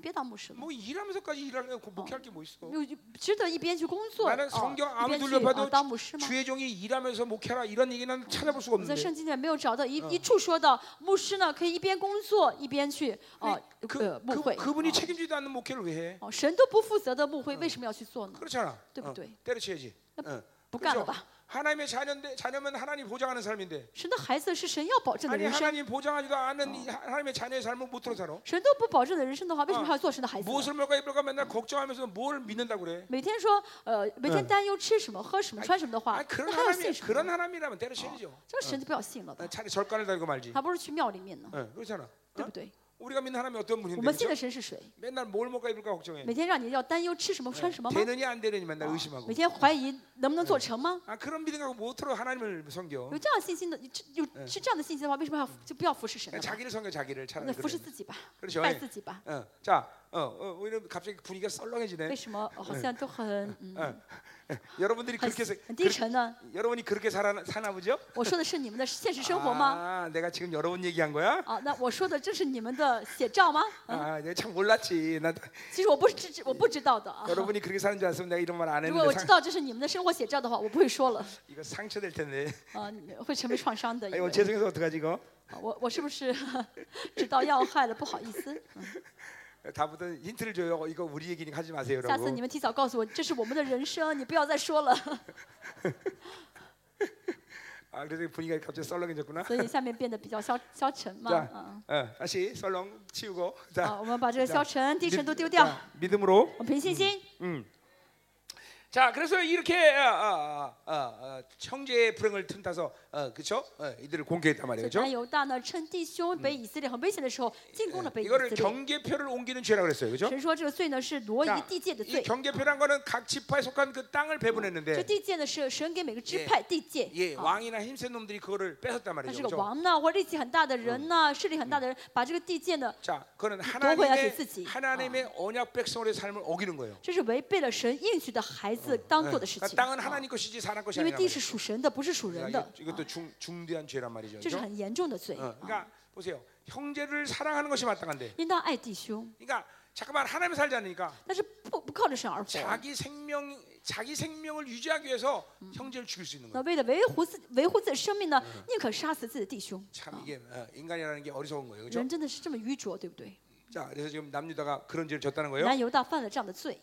Speaker 2: 别当牧师了。
Speaker 1: 뭐 일하면서까지 일하는 거 목회할 게 뭐 있어?
Speaker 2: 有值得一边去工作，
Speaker 1: 나는
Speaker 2: 哦
Speaker 1: 성경
Speaker 2: 一
Speaker 1: 아무리
Speaker 2: 边去
Speaker 1: 돌려봐도
Speaker 2: 哦当牧师吗？
Speaker 1: 주의 종이 일하면서 목회라 이런 얘기는 찾아볼 수가
Speaker 2: 我在
Speaker 1: 없는데.
Speaker 2: 圣经里面没有找到一、一处说到牧师呢，可以一边工作一边去哦、
Speaker 1: 그,
Speaker 2: 呃牧会。
Speaker 1: 그, 분이
Speaker 2: 哦
Speaker 1: 책임지도 않는 목회를 왜 해?
Speaker 2: 哦，神都不负责的牧会，为什么要去做呢？
Speaker 1: 그렇잖아.
Speaker 2: 또
Speaker 1: 어,
Speaker 2: 또.
Speaker 1: 때려쳐야지. 어.
Speaker 2: 또
Speaker 1: 그렇죠?
Speaker 2: 까봐.
Speaker 1: 하나님의 자녀인데 자녀면 하나님 보장하는 사람인데
Speaker 2: 神的孩子是神要保证的
Speaker 1: 아니
Speaker 2: 人生，
Speaker 1: 하나님 보장하지도 않은 이 하- 하나님의 자녀의 삶을 못들어 살아.
Speaker 2: 神都不保证的人生的话，为什么还要做神的孩子呢？
Speaker 1: 무엇을 먹을까 입을까 맨날 걱정하면서 뭘 믿는다 그래?
Speaker 2: 每天说呃，每天
Speaker 1: 嗯
Speaker 2: 担忧吃什么、喝什么、穿什么的
Speaker 1: 아니,
Speaker 2: 话，哎那
Speaker 1: 그런
Speaker 2: 还要信
Speaker 1: 하나님
Speaker 2: 什么
Speaker 1: 그런
Speaker 2: 呢？
Speaker 1: 하나님이라면 때려쳐야죠.
Speaker 2: 这个神就不要信了吧
Speaker 1: 어, ， 차라리 절간을 달고 말지.
Speaker 2: 还不如去庙里面呢，
Speaker 1: 어, 그렇잖아. 어?
Speaker 2: 对不对？
Speaker 1: 우리가 믿는 하나님이 어떤
Speaker 2: 我
Speaker 1: 분인데
Speaker 2: 们信
Speaker 1: 그렇죠?
Speaker 2: 的神是谁？
Speaker 1: 맨날 뭘 먹을까 입을까 걱정해. 예.
Speaker 2: 每天让你要担忧吃什么、穿什么吗？
Speaker 1: 되느냐 안 되느냐 맨날
Speaker 2: 啊每
Speaker 1: 의심하고.
Speaker 2: 天怀疑能不能做成吗？
Speaker 1: 아 그런 믿음 갖고 못 들어 하나님을 섬겨.
Speaker 2: 有这样信心的，有这有是这样的信心的话，为什么还要就不要服侍神
Speaker 1: 그냥
Speaker 2: 呢？
Speaker 1: 그러니까 자기를 섬겨 자기를
Speaker 2: 那
Speaker 1: 차라리
Speaker 2: 服
Speaker 1: 그래.
Speaker 2: 侍自己吧，
Speaker 1: 그렇죠.
Speaker 2: 拜自己吧。
Speaker 1: 어, 자, 어, 어, 오히려 갑자기 분위기가 썰렁해지네. 예.
Speaker 2: 为什么哦好像都很哎嗯
Speaker 1: 여러분들이
Speaker 2: 很
Speaker 1: 그렇게 사-
Speaker 2: 很低沉呢？
Speaker 1: 여러분이 그렇게 살아 사나 보죠?
Speaker 2: 我说的是你们的现实生活吗？
Speaker 1: 아, 내가 지금 여러분 얘기한 거야?
Speaker 2: 啊，那我说的这是你们的写照吗？啊
Speaker 1: 아, 내가 참 몰랐지. 나
Speaker 2: 其实我不是知我不知道的啊。
Speaker 1: 여러분이 그렇게 사는 줄 알았으면 내가 이런 말 안
Speaker 2: 如果我
Speaker 1: 했는데
Speaker 2: 知
Speaker 1: 상,
Speaker 2: 道这是你们的生活写照的话，我不会说了，
Speaker 1: 이거 상처될 텐데.
Speaker 2: 啊，你会成为创伤的。
Speaker 1: 아이고
Speaker 2: 因为
Speaker 1: 죄송해서 어떡하지 이거?
Speaker 2: 啊我我是不是 知道要害 了？不好意思，
Speaker 1: 다부터 힌트를 줘요. 이거 우리 얘기니까 하지 마세요,
Speaker 2: 下次你
Speaker 1: 여러분.
Speaker 2: 们提早告诉我，这是我们的人生，你不要再说了。
Speaker 1: 아, 그래서 분위기가 갑자기 썰렁해졌구나.
Speaker 2: 所以下面变得比较 消消沉嘛，
Speaker 1: 자,
Speaker 2: 啊，
Speaker 1: 어, 다시 썰렁 치우고.
Speaker 2: 啊，
Speaker 1: 자,
Speaker 2: 我们把这个消沉、低沉都
Speaker 1: 믿-
Speaker 2: 丢掉，
Speaker 1: 자, 믿음으로.
Speaker 2: 我们凭信心。
Speaker 1: 자, 그래서 이렇게 어, 어, 어, 어, 형제의 불행을 틈타서 어, 그렇죠? 어, 이들을 공개했단 말이에요,
Speaker 2: 南
Speaker 1: 그렇죠?
Speaker 2: 犹大呢，趁弟兄北以色列很危险的时候，进攻了北以色
Speaker 1: 이거를
Speaker 2: 列。
Speaker 1: 경계표를 옮기는 죄라고 그랬어요, 그렇죠?
Speaker 2: 神说这个罪呢是挪移
Speaker 1: 자,
Speaker 2: 地界的
Speaker 1: 이
Speaker 2: 罪，
Speaker 1: 경계표란 거는 각 지파에 속한 그 땅을
Speaker 2: 这
Speaker 1: 배분했는데
Speaker 2: 地界呢是神给每个支
Speaker 1: 예
Speaker 2: 派地界。
Speaker 1: 예,
Speaker 2: 啊
Speaker 1: 왕이나 힘센 놈들이 그거를 뺏었단
Speaker 2: 但
Speaker 1: 말이죠.
Speaker 2: 是个
Speaker 1: 그렇죠?
Speaker 2: 王呢，或者力气很大的人呢，势力很大的人，把这个地界呢，
Speaker 1: 자, 그거는
Speaker 2: 도구야,
Speaker 1: 하나님의
Speaker 2: 쓰지.
Speaker 1: 하나님의 언약 백성으로의 삶을 어기는 거예요.
Speaker 2: 这是违背了神应许的孩子嗯当做的事
Speaker 1: 그러니까
Speaker 2: 情。
Speaker 1: 땅은
Speaker 2: 啊
Speaker 1: 하나님 것이지 사람 것이
Speaker 2: 因为
Speaker 1: 아니라
Speaker 2: 地是属神的，不是属人的，
Speaker 1: 그러니까
Speaker 2: 啊
Speaker 1: 이- 이것도 중, 중대한 죄란 말이죠.
Speaker 2: 这是
Speaker 1: 그렇죠?
Speaker 2: 很严重的罪。
Speaker 1: 어,
Speaker 2: 啊
Speaker 1: 그러니까 보세요. 형제를 사랑하는 것이 마땅한데
Speaker 2: 应当爱弟兄，
Speaker 1: 그러니까 잠깐만 하나님 살지 않으니까
Speaker 2: 但是不不靠着神而活。
Speaker 1: 자기 생명 자기 생명을 유지하기 위해서 형제를 죽일 수 있는
Speaker 2: 那
Speaker 1: 거예요.
Speaker 2: 为了维护自维护自己的生命呢，宁可杀死自己的弟兄。啊
Speaker 1: 참 이게 어, 인간이라는 게 어리석은 거예요. 그렇죠?
Speaker 2: 人真的是这么愚拙，对不对？
Speaker 1: 자, 그래서 지금 남유다가 그런 죄를 졌다는 거예요.
Speaker 2: 南犹大犯了这样的罪。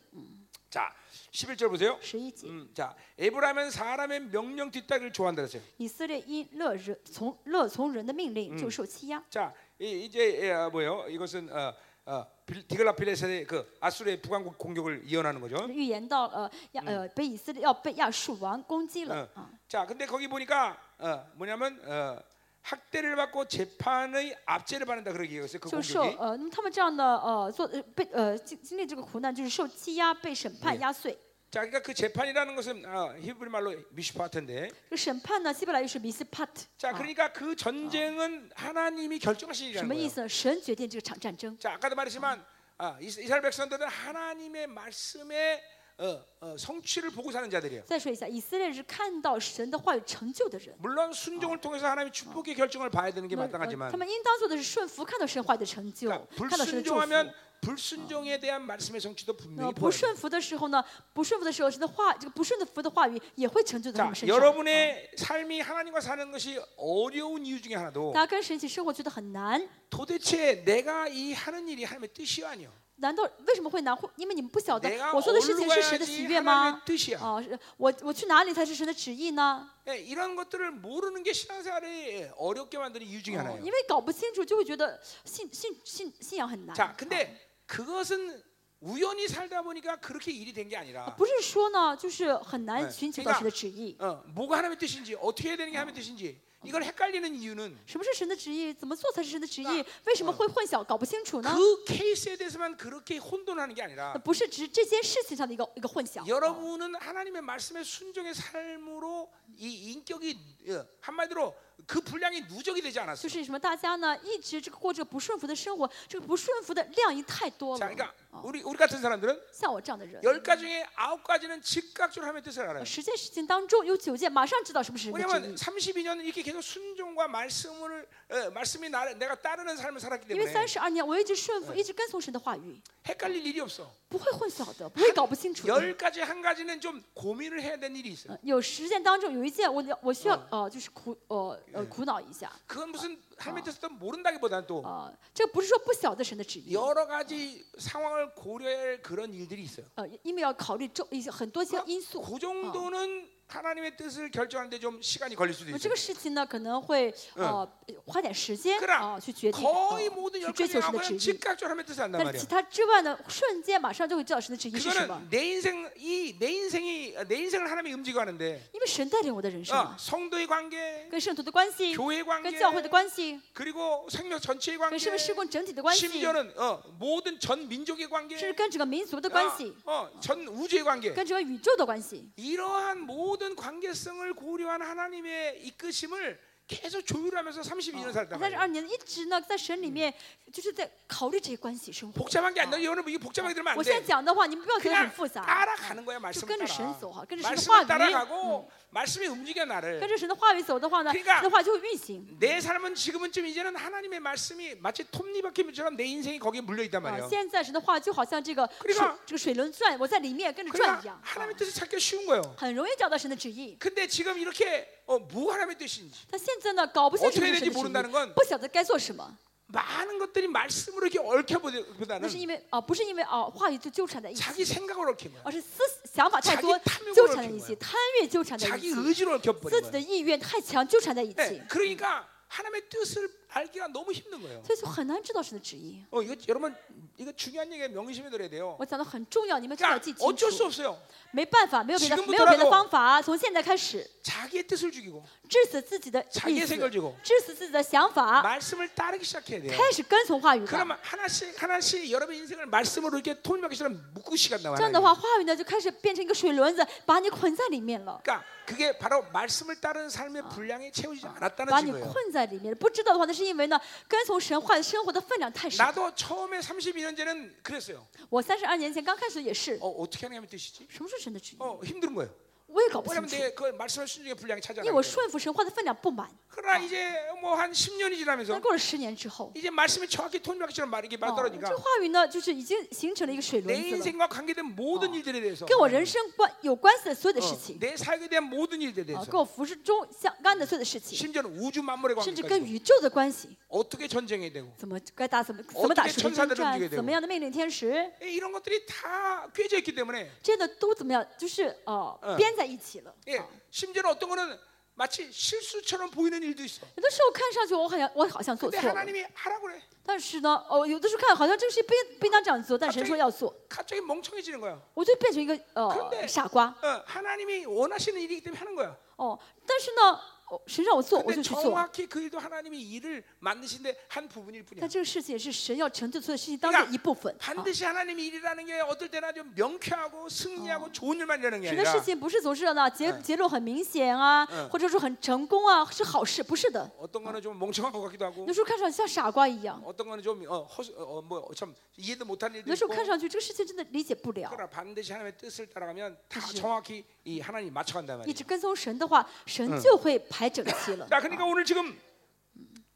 Speaker 1: 자, 11절 보세요.
Speaker 2: 十一节，
Speaker 1: 음, 자, 에브라임은 사람의 명령 뒤따기를 좋아한다 그랬어요.
Speaker 2: 以色列因乐人从乐从人的命令就受欺压。
Speaker 1: 자, 이, 이제 예, 아, 뭐예요? 이것은 어, 어, 빌- 디글라필레셀의 그 아수르의 부강국 공격을 예언하는 거죠.
Speaker 2: 预言到呃亚呃被以色列要被亚述王攻击了
Speaker 1: 어.
Speaker 2: 啊，
Speaker 1: 자, 근데 거기 보니까 어, 뭐냐면 어, 학대를 받고 재판의 압제를 받는다 그러기 얘기했어요. 그
Speaker 2: 就受
Speaker 1: 공격이
Speaker 2: 呃，那么他们这样的呃做呃被呃经经历这个苦难，就是受欺压、被审判、压碎。
Speaker 1: 자, 그러니까 그 재판이라는 것은 어, 히브리 말로 미슈파트인데,
Speaker 2: 这个审判呢，希伯来语是 mispat，
Speaker 1: 자, 그러니까 그 전쟁은 하나님이 결정하신
Speaker 2: 啊什
Speaker 1: 일이라는
Speaker 2: 么意
Speaker 1: 거예요.
Speaker 2: 思呢？神决定这场战争。
Speaker 1: 자, 아까도 말했지만 아, 이스- 이스라엘 백성들은 하나님의 말씀의 어, 어, 성취를 보고 사는 자들이에요.
Speaker 2: 再说一下，以色列人是看到神的话语成就的人，
Speaker 1: 물론 순종을 통해서 하나님의 축복의 결정을 봐야 되는 게
Speaker 2: 那么呃
Speaker 1: 마땅하지만
Speaker 2: 他们应当做的是顺服，看到神话语的成就
Speaker 1: 그러니까 ，
Speaker 2: 看到神的祝福。
Speaker 1: 불순종하면 불순종에 대한 말씀의 성취도
Speaker 2: 那
Speaker 1: 분명히
Speaker 2: 不
Speaker 1: 보여요.
Speaker 2: 顺服的时候呢，不顺服的时候，神的话，这个不顺服的话语也会成就在他
Speaker 1: 자,
Speaker 2: 们身上。
Speaker 1: 여러분의 삶이 하나님과 사는 것이 어려운 이유 중에 하나도
Speaker 2: 嗯大家跟神一起生活觉得很难，
Speaker 1: 도대체 내가 이 하는 일이 하나님의 뜻이 아니요.
Speaker 2: 难道为什么会难？会因为你们不晓得
Speaker 1: 내가
Speaker 2: 我做的事情是神
Speaker 1: 올라야지 어.
Speaker 2: 的喜悦
Speaker 1: 하나님의
Speaker 2: 吗？
Speaker 1: 뜻이야.
Speaker 2: 哦，是我我去哪里才是神的旨意呢？
Speaker 1: 예, 이런 것들을 모르는 게 신앙생활을 어렵게 만드는 이유 중에
Speaker 2: 哦
Speaker 1: 하나예요.
Speaker 2: 因为搞不清楚，就会觉得信信信信仰很难。
Speaker 1: 자, 근데 그것은 우연히 살다 보니까 그렇게 일이 된 게 아니라
Speaker 2: 哦不是说呢，就是很
Speaker 1: 哎
Speaker 2: 难寻求到神的旨意。
Speaker 1: 어, 뭐가 하나님의 뜻인지 어떻게 해야 되는 게 하나님의 뜻인지 이걸 헷갈리는 이유는
Speaker 2: 什么是神的旨意？怎么做才是神的旨
Speaker 1: 那
Speaker 2: 意？为什么会混淆、搞不清楚呢？
Speaker 1: 그 케이스에 대해서만 그렇게 혼돈하는 게 아니라
Speaker 2: 那呃不是指这件事情上的一个一个混淆。哦
Speaker 1: 여러분은 하나님의 말씀에 순종의 삶으로 이 인격이 어, 한마디로 그 분량이 누적이 되지
Speaker 2: 就
Speaker 1: 않았어요.
Speaker 2: 是什么？大家呢一直这个过这个不顺服的生活，这个不顺服的量已太多
Speaker 1: 자,
Speaker 2: 了。
Speaker 1: 그러니까
Speaker 2: 哦
Speaker 1: 우리 우리 같은 사람들은
Speaker 2: 像我这样的人，
Speaker 1: 열 가지 중에 아홉 가지는 즉각적으로 하나님의 뜻을 알아요.
Speaker 2: 十件事情当中有九件马上知道什么是神的旨
Speaker 1: 왜냐하면
Speaker 2: 意。
Speaker 1: 32년 이렇게 계속 순종과 말씀을 어, 말씀이 나를 내가 따르는 삶을 살았기
Speaker 2: 因为
Speaker 1: 때문에
Speaker 2: 三十二年，我一直顺服，一直跟从神的话语，
Speaker 1: 헷갈릴 일이 없어.
Speaker 2: 不会混淆的，不会搞不清 楚的。
Speaker 1: 열 가지 한 가지는 좀 고민을 해야 되는 일이 있어요.
Speaker 2: 呃有十件当中有一件我了我需要呃就是苦呃呃苦恼一下
Speaker 1: 그건 무슨 하나님의 뜻도 모른다기보다는 또
Speaker 2: 啊、呃，这不是说不晓得神的旨意，
Speaker 1: 여러 가지 상황을 고려해야 할 그런 일들이 있어요.
Speaker 2: 呃，因为要考虑周一些很多些因素。
Speaker 1: 그 정도는 하나님의 뜻을 결정하는데 좀 시간이 걸릴 수도
Speaker 2: 那啊这
Speaker 1: 있어요.
Speaker 2: 个事情呢，可能会呃花点时间
Speaker 1: 그럼
Speaker 2: 啊、去决定、
Speaker 1: 거의
Speaker 2: 呃
Speaker 1: 모든
Speaker 2: 去
Speaker 1: 열
Speaker 2: 追
Speaker 1: 어, 가지
Speaker 2: 求神的
Speaker 1: 하고는
Speaker 2: 旨意。
Speaker 1: 즉각적으로 하나님의 뜻을 안단
Speaker 2: 但
Speaker 1: 말이에요.
Speaker 2: 其他之外呢，瞬间马上就会知道神的旨意是什么，
Speaker 1: 그거는 내 인생 이 내 인생이 내 인생을 하나님이 움직여 가는데
Speaker 2: 因为神带领我的人生、
Speaker 1: 어,
Speaker 2: 啊，
Speaker 1: 성도의 관계,
Speaker 2: 跟圣徒的关系，
Speaker 1: 교회
Speaker 2: 跟
Speaker 1: 관계,
Speaker 2: 教会的关系，
Speaker 1: 그리고 생명 전체의
Speaker 2: 跟
Speaker 1: 관계,
Speaker 2: 是不是跟整体的关系，甚
Speaker 1: 심지어는 어, 모든 전 민족의 관계,
Speaker 2: 至跟整个民族的关系，
Speaker 1: 어, 어, 전 우주의 관계.
Speaker 2: 跟整个宇宙的关系。
Speaker 1: 이러한 모든 관계성을 고려한 하나님의 이끄심을 계속 조율하면서 32년 살다
Speaker 2: 但是
Speaker 1: 말이에요.
Speaker 2: 二年一直呢，在神里面就是在考虑这些关系生活。
Speaker 1: 복잡한 게 아니라 여러분 이게 복잡하게 들으면
Speaker 2: 我
Speaker 1: 안
Speaker 2: 现在
Speaker 1: 돼.
Speaker 2: 讲的话，你们不要觉得很
Speaker 1: 그냥
Speaker 2: 复杂，
Speaker 1: 따라가는 거야 말씀을
Speaker 2: 끈을
Speaker 1: 따라.
Speaker 2: 신소, 끈을 신소
Speaker 1: 말씀을
Speaker 2: 화두에. 음.
Speaker 1: 따라가고 말씀이 움직여
Speaker 2: 跟
Speaker 1: 나를.
Speaker 2: 着神的话语走的话呢，
Speaker 1: 그러니까
Speaker 2: 神的话就会运行。
Speaker 1: 내 삶은 지금은 좀 이제는 하나님의 말씀이 마치 톱니바퀴처럼 내 인생이 거기에 물려 있단
Speaker 2: 啊
Speaker 1: 말이에요. ，
Speaker 2: 现在神的话就好像这个
Speaker 1: 그러니
Speaker 2: 水
Speaker 1: 까
Speaker 2: 这个水轮转，我在里面跟着转一
Speaker 1: 그러니까
Speaker 2: 样，啊
Speaker 1: 하나님의 뜻을 찾기 가 쉬운 거예요.
Speaker 2: 很容易找到神的旨意。
Speaker 1: 근데 지금 이렇게 어, 뭐 하나님의 뜻인지
Speaker 2: 但现在呢，搞不清楚
Speaker 1: 어떻게
Speaker 2: 神
Speaker 1: 해야
Speaker 2: 的旨
Speaker 1: 될지모른다는건
Speaker 2: 意，不晓得该做什么。
Speaker 1: 많은 것들이 말씀으로 이렇게 얽혀보다는
Speaker 2: 那是因为啊，不是因为啊话语就纠缠在一起，
Speaker 1: 자기 생각으로 얽힌 거야.
Speaker 2: 而是思想法太多
Speaker 1: 자기탐욕으로
Speaker 2: 纠缠在
Speaker 1: 얽힌
Speaker 2: 一起，
Speaker 1: 거야
Speaker 2: 贪欲纠缠在一
Speaker 1: 자기
Speaker 2: 起，
Speaker 1: 의지로 겹버린
Speaker 2: 自己的
Speaker 1: 거예요.
Speaker 2: 意愿太强纠缠在一起
Speaker 1: 네, ， 그러니까 하나님의 뜻을 알기가 너무 힘든 거예요.
Speaker 2: 所以就很难知道神的旨意。
Speaker 1: 어, 이거 여러분 이거 중요한 얘기에 명심해 드려야 돼요.
Speaker 2: 我讲的很重要，你们真的要
Speaker 1: 그러니까
Speaker 2: 记清
Speaker 1: 어쩔 수
Speaker 2: 楚。
Speaker 1: 없어요.
Speaker 2: 没办法，没有别的
Speaker 1: 지금부터라도
Speaker 2: 没有别的方法，从现在开始
Speaker 1: 자기의 뜻을 죽이고
Speaker 2: 致死自己的
Speaker 1: 자기
Speaker 2: 意
Speaker 1: 의
Speaker 2: 思
Speaker 1: 생각을주고 ，
Speaker 2: 致死自己的想
Speaker 1: 아.
Speaker 2: 法，
Speaker 1: 말씀을 따르기 시작해야 돼요.
Speaker 2: 开始跟从话语吧。
Speaker 1: 그러면 하나씩 하나씩 여러분 인생을 말씀으로 이렇게 톱니바퀴처럼 묶으시간
Speaker 2: 这样的话，
Speaker 1: 나와요.
Speaker 2: 话语呢就开始变成一个水轮子，把你捆在里面了，
Speaker 1: 그러니까 그게 바로 말씀을 따르는 삶의 분량이 채워지지
Speaker 2: 把
Speaker 1: 않았다는
Speaker 2: 你
Speaker 1: 증거예요.
Speaker 2: 困在里面。不知道的话，那是因为呢，跟从神话的生活的分量太少。
Speaker 1: 나도 처음에 32년 전에는 그랬어요.
Speaker 2: 我三十二年前刚开始也是，
Speaker 1: 어, 어떻게 하냐면 뜻이지?
Speaker 2: 什么是神的旨意？
Speaker 1: 어, 힘든 거예요.
Speaker 2: 我也搞不清
Speaker 1: 왜냐면
Speaker 2: 楚，
Speaker 1: 내 그 말씀을 순종의 분량이 차지
Speaker 2: 因为我
Speaker 1: 않았어요.
Speaker 2: 顺服神话的分量不满。
Speaker 1: 그러나 이제 뭐 한 10년이
Speaker 2: 但
Speaker 1: 지나면서
Speaker 2: 过了十年之后，
Speaker 1: 이제 말씀이 정확히 톤박처럼 말이게
Speaker 2: 哦，
Speaker 1: 말떨어지니까
Speaker 2: 这话语呢就是已经形成了一个水
Speaker 1: 내
Speaker 2: 轮子了。
Speaker 1: 인생과 관계된 모든 일들에 대해서
Speaker 2: 跟我人生关有关系的所有的
Speaker 1: 어,
Speaker 2: 事情，
Speaker 1: 내 삶에 대한 모든 일들에
Speaker 2: 啊，
Speaker 1: 대해서
Speaker 2: 跟我服饰中相干的所有的事情，
Speaker 1: 아, 그 심지어는 우주 만물의
Speaker 2: 甚至跟
Speaker 1: 관계까지
Speaker 2: 宇宙的关系，
Speaker 1: 어떻게 전쟁해야 되고
Speaker 2: 怎么该打怎么怎么打
Speaker 1: 어떻게
Speaker 2: 水
Speaker 1: 천사들을
Speaker 2: 征战
Speaker 1: 움직여야되고 ，
Speaker 2: 怎么样的命令天使，
Speaker 1: 예, 이런 것들이 다 꿰져 있기 때문에
Speaker 2: 真的都怎么样，就是
Speaker 1: 嗯
Speaker 2: 呃编在一起了。
Speaker 1: 예, 심지어는 어떤 거는 마치 실수처럼 보이는 일도 있어
Speaker 2: 有的时候看上去我好像我好像做
Speaker 1: 근데
Speaker 2: 错了，
Speaker 1: 하나님이 하라고 그래
Speaker 2: 但是呢，哦，有的时候看好像这个事不应不应当这样做，但神说要做，
Speaker 1: 갑자기 멍청해지는 거야 어,
Speaker 2: 我就变成一个
Speaker 1: 근데
Speaker 2: 呃傻瓜
Speaker 1: 어, 하나님이 원하시는 일이기 때문에 하는 거야
Speaker 2: 哦。但是呢，我神让我做，我
Speaker 1: 근데
Speaker 2: 就去做。
Speaker 1: 정확히 그 일도 하나님이 일을 만드신데 한 부분일 뿐이야.
Speaker 2: 但这个事情也是神要成就做的事情当中的一部分。啊
Speaker 1: 반드시 하나님이 일이라는 게 어떨 때나 좀 명쾌하고 승리하고 좋은 일만 일하는 게
Speaker 2: 神的
Speaker 1: 아니라
Speaker 2: 事情不是总是呢结结论很明显啊，或者说很成功啊，是好事，不是的。
Speaker 1: 어떤 거는 좀 멍청한 것 같기도
Speaker 2: 有
Speaker 1: 하고
Speaker 2: 的时候看上去像傻瓜一样，
Speaker 1: 어떤 거는 좀어허어뭐참 이해도 못하는
Speaker 2: 有
Speaker 1: 일도
Speaker 2: 的时候
Speaker 1: 있고
Speaker 2: 看上去这个事情真的理解不了。
Speaker 1: 그러나 반드시 하나님의 뜻을 따라가면 다
Speaker 2: 그치.
Speaker 1: 정확히 이 하나님 이 맞춰간단
Speaker 2: 一
Speaker 1: 말이야.
Speaker 2: 直跟从神的话，神就会排整齐了。
Speaker 1: 자, 그러니까 오늘 지금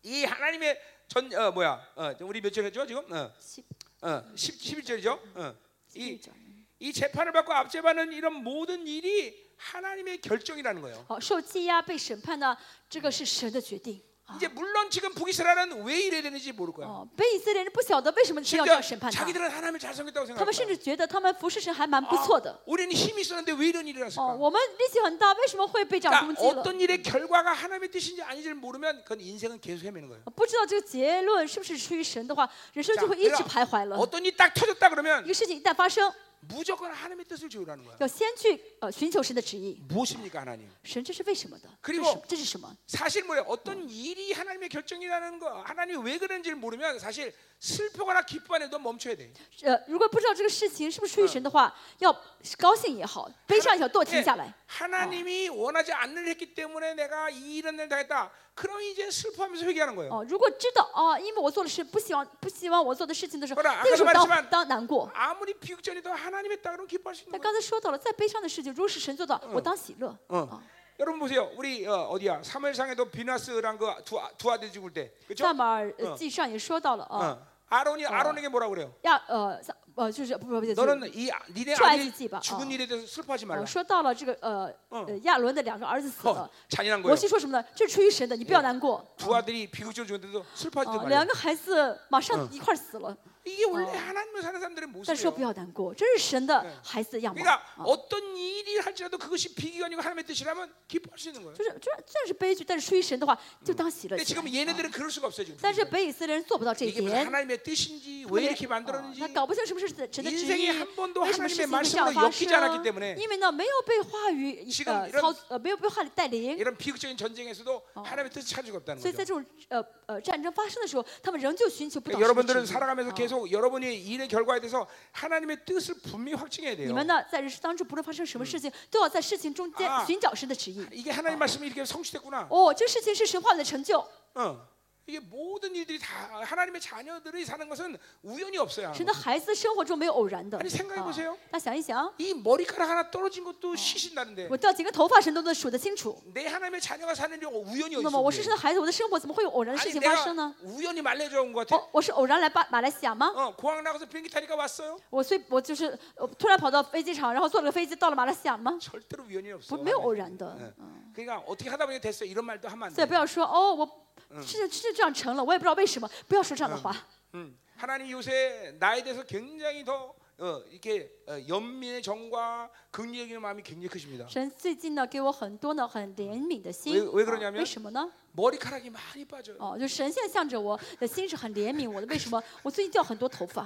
Speaker 1: 이 하나님의 전 어 뭐야 어 우리 몇 절 했죠 지금 어,
Speaker 2: 七
Speaker 1: 어 10, 11절이죠. 어.
Speaker 2: 七
Speaker 1: 이
Speaker 2: 章
Speaker 1: 이 재판을 받고 압제받는 이런 모든 일이 하나님의 결정이라는 거예요.
Speaker 2: 好，受羁押被审判呢，这个是神的决定。
Speaker 1: 이제 물론 지금 북이스라엘은 왜 이래야 되는지 모를 거야.
Speaker 2: 哦，被以色列人不晓得为什么神要这
Speaker 1: 심지어
Speaker 2: 样审判
Speaker 1: 그러니까
Speaker 2: 他，
Speaker 1: 자기들은 하나님을 잘생겼다고
Speaker 2: 他们
Speaker 1: 생각해.
Speaker 2: 甚至觉得他们服侍神还蛮不错的。
Speaker 1: 우리는 힘이 있었는데 왜 이런 일이
Speaker 2: 哦，
Speaker 1: 났을까?
Speaker 2: 我们力气很大，为什么会被这样攻
Speaker 1: 그러니까
Speaker 2: 击了？
Speaker 1: 어떤 일의 결과가 하나님의 뜻인지 아닌지를 모르면 그건 인생은 계속 헤매는 거예요.
Speaker 2: 不知道这个结论是不是出于神的话，人生
Speaker 1: 자,
Speaker 2: 就会一直
Speaker 1: 그러니까
Speaker 2: 徘徊了。
Speaker 1: 어떤 일이 딱 터졌다
Speaker 2: 一
Speaker 1: 그러면
Speaker 2: 个事情一旦发生，
Speaker 1: 무조건 하나님의 뜻을 지으라는 거야.
Speaker 2: 要先去呃寻求神的旨意。
Speaker 1: 무엇입니까 하나님?
Speaker 2: 神这是为什么的？
Speaker 1: 그리
Speaker 2: 这是
Speaker 1: 고
Speaker 2: 什么这是什么？
Speaker 1: 사실 뭐예요? 어떤 일이 하나님의 결정이라는 거, 하나님이 왜 그런지를 모르면 사실 슬프거나 기뻐해도 멈춰야 돼.
Speaker 2: 呃，如果不知道这个事情是不是出于神的话，要高兴也好，悲伤也好，都要停下来
Speaker 1: 예, 。 하나님이 원하지 않는 일 했기 때문에 내가 이 이런 일을 당했다. 그럼 이제 슬퍼하면서 회개하는 거예요.
Speaker 2: 哦，如果知道啊，因为我做的是不希望不希望我做的事情的时候
Speaker 1: 그러나，
Speaker 2: 那个时候
Speaker 1: 아까도
Speaker 2: 当
Speaker 1: 말했지만
Speaker 2: 当难过。
Speaker 1: 아무리 비극적이도 하나님의 했다 그러면 기뻐할 수 있는
Speaker 2: 但
Speaker 1: 거예요.
Speaker 2: 刚才说到了，再悲伤的事情，如果是神做到，我当喜乐。哦
Speaker 1: 어. 여러분 보세요. 우리 어, 어디야? 사무엘상에도 비나스랑 그두 두 아들 죽을 때. 그렇죠?
Speaker 2: 萨马尔呃
Speaker 1: 嗯
Speaker 2: 记上也说到了啊，
Speaker 1: 어. 아론이 아론에게 뭐라 그래요?
Speaker 2: 亚呃萨呃就是不不不就是，
Speaker 1: 너는 이 아- 니네
Speaker 2: 초아이
Speaker 1: 아들이
Speaker 2: 지지바,
Speaker 1: 죽은
Speaker 2: 어.
Speaker 1: 일에 대해서 슬퍼하지
Speaker 2: 呃
Speaker 1: 말라.
Speaker 2: 说到了这个呃呃亚伦的两个儿子死
Speaker 1: 어,
Speaker 2: 了，
Speaker 1: 잔인한 거예요.
Speaker 2: 摩西说什么呢？这是出于神的，你不要难过。
Speaker 1: 두 아들이 비극적으로 죽었는데도 슬퍼하지도
Speaker 2: 啊，
Speaker 1: 말라.
Speaker 2: 两个孩子马上一块儿死了，
Speaker 1: 이게 원래
Speaker 2: 어.
Speaker 1: 하나님을 사는 사람들의
Speaker 2: 但是说
Speaker 1: 모습이에요.
Speaker 2: 不要难过，这是神的孩子的样貌。哦
Speaker 1: 그러니까 어떤 일이 할지라도 그것이 비기가 아니고 하나님의 뜻이라면 기뻐할 수 있는 거예요.
Speaker 2: 就是就是虽然是悲剧，但是出于神的话，就当喜乐
Speaker 1: 근데
Speaker 2: 起
Speaker 1: 지금
Speaker 2: 来。
Speaker 1: 얘네들은 그럴 수가 없어요 지금.
Speaker 2: 但是北以色列人做不到这一
Speaker 1: 이게 무슨
Speaker 2: 点，
Speaker 1: 하나님의 뜻인지
Speaker 2: 그
Speaker 1: 왜 이렇게 만들었는지
Speaker 2: 他搞不清是不是神的旨
Speaker 1: 인생에
Speaker 2: 意
Speaker 1: 한，번도
Speaker 2: 为什么事
Speaker 1: 하나님의
Speaker 2: 情会这样发
Speaker 1: 말씀으로엮이지않았기
Speaker 2: 生
Speaker 1: 때문에 ？
Speaker 2: 因为呢，没有被话语
Speaker 1: 지금이
Speaker 2: 呃
Speaker 1: 런
Speaker 2: 操呃没有被话语带领，
Speaker 1: 이런 비극적인 전쟁에서도 하나님의 뜻을 찾을 수가 없다는
Speaker 2: 所以在
Speaker 1: 거죠.
Speaker 2: 这种呃呃战争发生的时候，他们仍旧寻求不到
Speaker 1: 그러니까
Speaker 2: 神的
Speaker 1: 여러분들은
Speaker 2: 旨意。
Speaker 1: 살아가면서 계속 여러분의 일의 결과에 대해서 하나님의 뜻을 분명히 확증해야
Speaker 2: 你
Speaker 1: 돼요.
Speaker 2: 们呢，在人生当中，不论发生什么事情，都要在事情中间
Speaker 1: 嗯啊
Speaker 2: 寻找神的旨意。
Speaker 1: 이게 하나님 말씀이 이렇게 성취됐구나.
Speaker 2: 哦，这事情是神话语的成
Speaker 1: 啊
Speaker 2: 就，
Speaker 1: 어. 이게 모든 일들이 다 하나님의 자녀들이 사는 것은 우연이 없어요.
Speaker 2: 神的孩子生活中没有偶然的。
Speaker 1: 아니생각해보세요
Speaker 2: 啊那想一想，
Speaker 1: 이 머리카락 하나 떨어진 뭐 것도 시신다는데
Speaker 2: 我掉几个头发，神都能数得清楚。
Speaker 1: 내 하나님의 자녀가 사는 일이 우연이
Speaker 2: 那么我
Speaker 1: 어디
Speaker 2: 是神
Speaker 1: 있어
Speaker 2: 的孩子，我的生活怎么会有偶然的事
Speaker 1: 아니
Speaker 2: 情发
Speaker 1: 내가
Speaker 2: 生呢？
Speaker 1: 우연히 말려져 온 것 같아.
Speaker 2: 哦，我是偶然来巴马来西亚吗？
Speaker 1: 어, 공항 나가서 비행기 타니까 왔어요.
Speaker 2: 我所以，我就是呃突然跑到飞机场，然后坐了个飞机到了马来西亚吗？
Speaker 1: 절대로 우연이 없어.
Speaker 2: 不，没有偶
Speaker 1: 하나님.
Speaker 2: 然的。嗯
Speaker 1: 예. 그러니까 어떻게 하다 보니 됐어. 이런 말도 하면 안
Speaker 2: 所以不
Speaker 1: 돼.
Speaker 2: 要说哦，我事情是这样成了，我也不知道为什么，不要说这样的话。
Speaker 1: 음. 하나님 요새 나에 대해서 굉장히 더 어, 이렇게 어, 연민의 정과 긍정적인 마음이 굉장히 크십니다.
Speaker 2: 神最近呢，给我很多呢很怜悯的心
Speaker 1: 왜왜그러냐
Speaker 2: 啊
Speaker 1: 면
Speaker 2: 为什么呢？
Speaker 1: 머리카락이 많이 빠져요.
Speaker 2: 哦，就神现在向着我的心是很怜悯我的。为什 么？我最近掉很多头发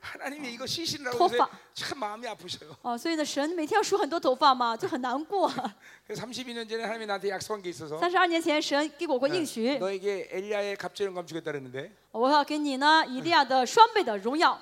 Speaker 1: 하나님이 이거 시신이라고 해서
Speaker 2: 토파.
Speaker 1: 참 마음이 아프셔요.
Speaker 2: 哦，所以呢，神每天要梳很多头发嘛，就很难 过。
Speaker 1: 32년 전에 하나님이 나한테 약속한 게 있어서 어,
Speaker 2: 三十二年前，神给我过应许，
Speaker 1: 너에게 엘리야의 갑절은 감 주겠다 그랬는데
Speaker 2: 我要给你呢以利亚的双倍的荣耀。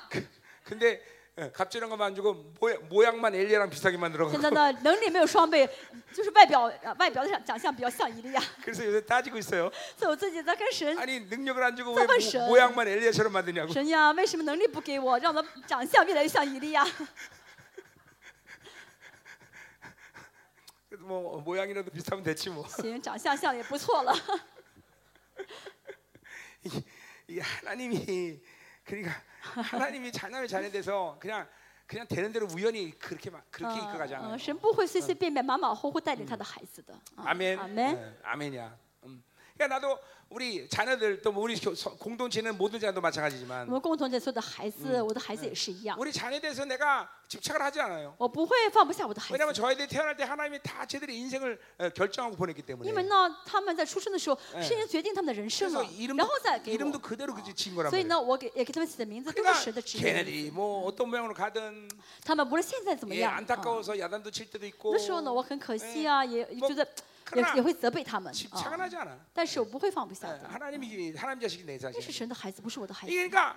Speaker 1: 근데 어, 갑절은 감안 주고 모양, 모양만 엘리야랑 비슷하게 만들어
Speaker 2: 现在呢，能力没有双倍，就是外表呃外表的长长相比较像以利亚，
Speaker 1: 그래서 요새 따지고 있어요.
Speaker 2: 所以我自己在跟神
Speaker 1: 아니 능력을 안 주고 왜
Speaker 2: 사발신.
Speaker 1: 모, 양만 엘리야처럼 만드냐고.
Speaker 2: 神呀，为什么能力不给我，让我长相越来越像以利亚？
Speaker 1: 그래도 뭐 모양이라도 비슷하면 됐지 뭐.
Speaker 2: 行，长相像也不错了。
Speaker 1: 이- 이 하나님이 그러니까 하나님이 자녀의 자녀 돼서 그냥 그냥 되는 대로 우연히 그렇게 막 그렇게 이끌어가지
Speaker 2: 嗯
Speaker 1: 않아요.
Speaker 2: 嗯，神不会随随便便、马马虎虎带领他的孩子的。啊
Speaker 1: 아멘.
Speaker 2: 阿门。
Speaker 1: 예, 아멘이야. 음. 그러니까 나도 우리 자녀들 또뭐 우리 교- 서- 공동체는 모든 자녀도
Speaker 2: 我
Speaker 1: 마찬가지지만
Speaker 2: 们共同的所有的孩子，嗯我的孩子也是一样，
Speaker 1: 우리 자녀에 대해서 내가 집착을 하지 않아요.
Speaker 2: 我不会放不下我的孩
Speaker 1: 왜냐하면
Speaker 2: 子，
Speaker 1: 저희들이 태어날 때 하나님이 다 제들의 인생을 어, 결정하고 보냈기
Speaker 2: 因为
Speaker 1: 때문에
Speaker 2: 呢，他们在出生的时候，
Speaker 1: 哎
Speaker 2: 是已经决定他们的人生
Speaker 1: 그래서
Speaker 2: 了，
Speaker 1: 이름도,
Speaker 2: 然后再给
Speaker 1: 이름도
Speaker 2: 我。
Speaker 1: 그대로 그지 지은 거란
Speaker 2: 所以
Speaker 1: 말이에요.
Speaker 2: 呢，我给也给他们起的名字都是
Speaker 1: 그러니까
Speaker 2: 神的指引。
Speaker 1: 걔네들이 뭐 어떤 모양으로 가든
Speaker 2: 他们无论现在怎么
Speaker 1: 예,
Speaker 2: 样，啊
Speaker 1: 안타까워서 야단도 칠 때도 있고
Speaker 2: 那时候呢，我很可惜啊，也
Speaker 1: 뭐
Speaker 2: 觉得也也
Speaker 1: 그러나
Speaker 2: 会责备他们啊。
Speaker 1: 집착은 하지 않아.
Speaker 2: 但是我不会放不下
Speaker 1: 예,
Speaker 2: 的，
Speaker 1: 어. 하나님이 하나님 자식이 내
Speaker 2: 这是
Speaker 1: 자식.
Speaker 2: 神的孩子，不是我的孩子。
Speaker 1: 이게 그러니까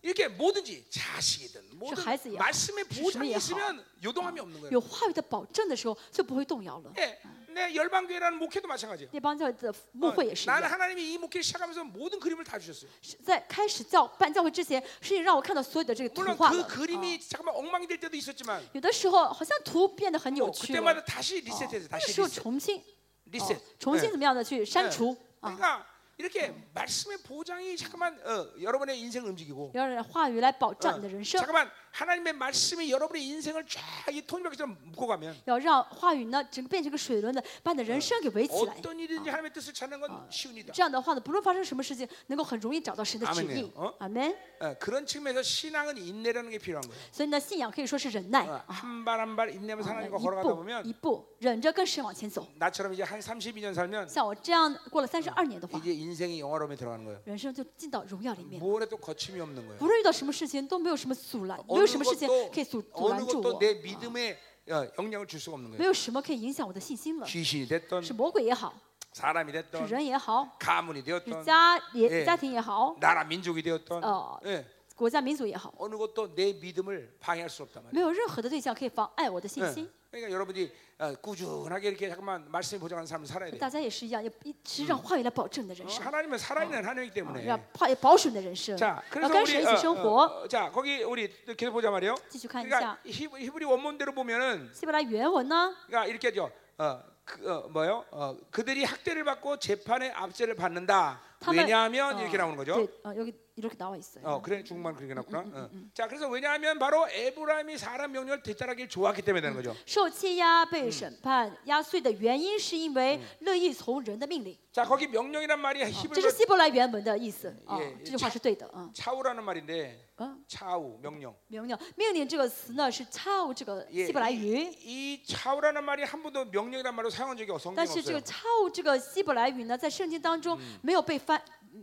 Speaker 1: 이렇게 뭐든지 자식이든 뭐든
Speaker 2: 하이스야.
Speaker 1: 말씀의 보장이
Speaker 2: 주님이야.
Speaker 1: 있으면 요동함이 없는 거예요.
Speaker 2: 有话语的保证的时候，就不会动摇了。
Speaker 1: 예, 내 열방교회라는 목회도 마찬가지예요.
Speaker 2: 那帮教会的
Speaker 1: 어,
Speaker 2: 牧会也是一
Speaker 1: 나는
Speaker 2: 样，
Speaker 1: 하나님이 이 목회 시작하면서 모든 그림을 다 주셨어요.
Speaker 2: 是在开始教办教会之前，是让我看到所有的这个图
Speaker 1: 물론
Speaker 2: 画了。
Speaker 1: 그
Speaker 2: 啊
Speaker 1: 그림이 잠깐만 엉망이 될 때도 있었지만
Speaker 2: 有的时候好像图变得很扭
Speaker 1: 어,
Speaker 2: 曲了，
Speaker 1: 그때마다 다시
Speaker 2: 啊
Speaker 1: 리셋해서 어.
Speaker 2: 那个
Speaker 1: 다시
Speaker 2: 时候
Speaker 1: 리셋.
Speaker 2: 重新哦
Speaker 1: 리셋.
Speaker 2: 重新
Speaker 1: 예.
Speaker 2: 怎么样的去删除啊，
Speaker 1: 그러니까 이렇게 말씀의 보장이 잠깐만 어, 여러분의 인생을 움직이고
Speaker 2: 要让话语来保
Speaker 1: 어,
Speaker 2: 障你的人生，
Speaker 1: 잠깐만 하나님의 말씀이 여러분의 인생을 쫙이 톱니바퀴처럼 묶고 가면
Speaker 2: 要让话语呢整个变成一个水轮的，把你的人生给围起来。
Speaker 1: 어떤 일든지 하나님의 뜻을 찾는 건 쉬운 일이다.
Speaker 2: 这样的话呢，不论发生什么事情，能够很容易找到神的
Speaker 1: 아멘
Speaker 2: 旨
Speaker 1: 이에요
Speaker 2: 意
Speaker 1: 어 。
Speaker 2: 阿门。嗯
Speaker 1: 어, 그런 측면에서 신앙은 인내라는 게 필요한 거예요.
Speaker 2: 所以呢，信仰可以说是忍耐，
Speaker 1: 어, 한발 한 발 인내하면서
Speaker 2: 啊
Speaker 1: 하나님과
Speaker 2: 一
Speaker 1: 걸어가다
Speaker 2: 步
Speaker 1: 보면
Speaker 2: 一步忍着跟神往前走。
Speaker 1: 나처럼 이제 한 32년 살면
Speaker 2: 像我这样过了三十二年的话，
Speaker 1: 이제 인생이 영화로움에 들어가는 거예요.
Speaker 2: 人生就进到荣耀里面了。
Speaker 1: 뭐래도 거침이 없는 거예요.
Speaker 2: 不论遇到什么事情，都没有什么阻拦，没有
Speaker 1: 어느
Speaker 2: 什么事情
Speaker 1: 것도
Speaker 2: 可以阻阻
Speaker 1: 어느
Speaker 2: 拦住我
Speaker 1: 것도 내 ，
Speaker 2: 啊
Speaker 1: 믿음에 어, 영향을 줄 수가 없는
Speaker 2: 没
Speaker 1: 거예요.
Speaker 2: 有什么可以影响我的信心了。
Speaker 1: 귀신이 됐던
Speaker 2: 是魔鬼也好，
Speaker 1: 사람이
Speaker 2: 是
Speaker 1: 됐던
Speaker 2: 人也好，
Speaker 1: 가문이
Speaker 2: 是哎嗯
Speaker 1: 되었던
Speaker 2: 家
Speaker 1: 예
Speaker 2: 也家庭也好，
Speaker 1: 나라 민족이 되었던
Speaker 2: 어.
Speaker 1: 예,
Speaker 2: 国家民族也好，
Speaker 1: 어느 것도 내 믿음을 방해할 수 없단 말이에요.
Speaker 2: 没有任何的对象可以妨碍我的信
Speaker 1: 예.
Speaker 2: 心。
Speaker 1: 그러니까 여러분이 어, 꾸준하게 이렇게 잠깐만 말씀이 보장하는 삶을 살아야 돼요.
Speaker 2: 大家也是一样，要一直让话语来保证你的
Speaker 1: 어,
Speaker 2: 人生，
Speaker 1: 하나님은 살아있는 하나님이기
Speaker 2: 啊
Speaker 1: 때문에.
Speaker 2: 让话语保守你的人生，
Speaker 1: 자,
Speaker 2: 要
Speaker 1: 그래서
Speaker 2: 跟
Speaker 1: 우리 呃
Speaker 2: 神一
Speaker 1: 어,
Speaker 2: 起生
Speaker 1: 어,
Speaker 2: 活。
Speaker 1: 어, 자, 거기 우리 또 계속 보자 말이에요.
Speaker 2: 继续看一
Speaker 1: 그러니까
Speaker 2: 下
Speaker 1: 히브- 히브리 원문대로 보면은
Speaker 2: 希伯来原文呢，
Speaker 1: 그러니까 이렇게 하죠. 어, 그, 어, 뭐요? 어, 그들이 학대를 받고 재판의 압제를 받는다.
Speaker 2: 다만-
Speaker 1: 왜냐하면
Speaker 2: 어,
Speaker 1: 이렇게 나오는 거죠. 呃
Speaker 2: 对，呃，여기이렇게나와있어요。
Speaker 1: 어, 그래 중국말 그렇게 나왔구나. 어. 자, 그래서 왜냐하면 바로 에브라임이 사람 명령을 뒤따르길 좋아하기 때문에 되는 거죠.
Speaker 2: 受欺压、被审判、压碎的原因，是因
Speaker 1: 嗯
Speaker 2: 为乐意从人的命令。
Speaker 1: 자, 거기 명령이란 말이
Speaker 2: 这是
Speaker 1: 히브리어
Speaker 2: 希伯来原文的意思啊
Speaker 1: 예 ，
Speaker 2: 这句话是对的啊。
Speaker 1: 차우라는 말인데
Speaker 2: 啊，
Speaker 1: 차우 명령.
Speaker 2: 命令命令这个词呢是 chao 这个
Speaker 1: 예,
Speaker 2: 希伯来语，
Speaker 1: 이, 이 차우라는 말이 한 번도 명령이란 말로 사용한 적이 없-
Speaker 2: 但
Speaker 1: 성경
Speaker 2: 是这
Speaker 1: 없어요.
Speaker 2: 个 chao 这个希伯来语呢，在圣经当中
Speaker 1: 嗯
Speaker 2: 没有被翻，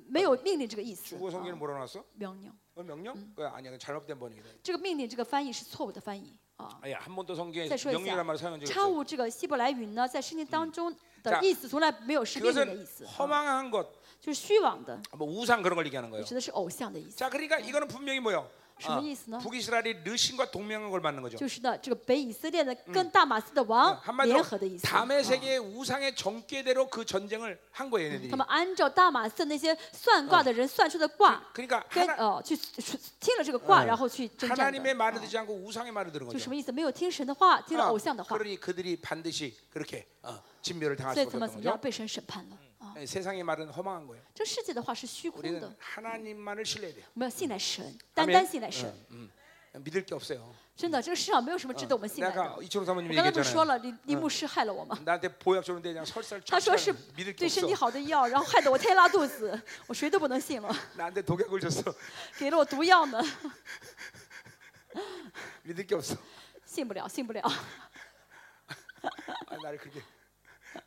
Speaker 2: 没有命令这个意思。
Speaker 1: 중국어
Speaker 2: 啊
Speaker 1: 성경은 뭐라고 나왔어?
Speaker 2: 命令，
Speaker 1: 어, 명령? 그 아니야, 그 잘못된 번역이다.
Speaker 2: 这个命令这个翻译是错误的翻译啊。
Speaker 1: 아예 한 번도 성경에
Speaker 2: 자, 쉬어있어요.
Speaker 1: 명령이란 말을 사용한 적이 없어요.
Speaker 2: chao 这个希伯来语呢，在圣经当中
Speaker 1: 자
Speaker 2: 的意思从来没有是命令的意
Speaker 1: 그것은
Speaker 2: 思，啊
Speaker 1: 허망한 것,
Speaker 2: 就是虚妄的，
Speaker 1: 뭐 우상 그런 걸 얘기하는 거예요.
Speaker 2: 指的是偶像的意思。
Speaker 1: 자, 그러니까 이거는 분명히 뭐요? 아,
Speaker 2: 什么意思呢
Speaker 1: 북이스라엘이 르신과 동맹한 걸 맞는 거죠.
Speaker 2: 就是呢，这个北以色列呢跟大马士的
Speaker 1: 어,
Speaker 2: 王联
Speaker 1: 한마디로
Speaker 2: 合的意思。
Speaker 1: 담의
Speaker 2: 啊
Speaker 1: 세계의 우상의 정계대로 그 전쟁을 한 거예요, 얘네들이.
Speaker 2: 他们按照大马士那些算卦的人算出的卦，
Speaker 1: 그러니까
Speaker 2: 跟
Speaker 1: 하나,
Speaker 2: 呃去去听了这个卦，然后去征战
Speaker 1: 하나님의
Speaker 2: 的。嗯
Speaker 1: 말을 듣지 않고 우상의 말을 들은
Speaker 2: 就
Speaker 1: 거죠.
Speaker 2: 什么意思？没有听神的话，听了
Speaker 1: 어,
Speaker 2: 偶像的话，
Speaker 1: 그러니 그들이 반드시 그렇게 어, 진멸을 당할
Speaker 2: 啊所以
Speaker 1: 수밖에
Speaker 2: 他们
Speaker 1: 없는
Speaker 2: 怎么样
Speaker 1: 거죠.
Speaker 2: 被神审判了？啊，
Speaker 1: 예, 세상의 말은 허망한 거예요.
Speaker 2: 这世界的话是虚空的
Speaker 1: 우리는 ， 하나님만을 신뢰해야 돼요.
Speaker 2: 我们要嗯信赖神，单
Speaker 1: 아멘.
Speaker 2: 单信赖神。
Speaker 1: 음, 음. 믿을 게 없어요.
Speaker 2: 真的，这个世上没有什么值得我们信赖的。
Speaker 1: 뭐 내가 이철호
Speaker 2: 我
Speaker 1: 사모님이
Speaker 2: 刚才不是说
Speaker 1: 얘기했잖아요.
Speaker 2: 了，林林牧师害了我吗？
Speaker 1: 나한테 보약 줬는데 그냥 설사를
Speaker 2: 他说是
Speaker 1: 쳤잖아. 믿을 게
Speaker 2: 对身
Speaker 1: 없어.
Speaker 2: 体好的药，然后害得我天拉肚子，我谁都不能信了，
Speaker 1: 나한테 독약을 줬어.
Speaker 2: 给了我毒药呢。
Speaker 1: 믿을 게 없어.
Speaker 2: 信不了，信不了，
Speaker 1: 아, 나를 그렇게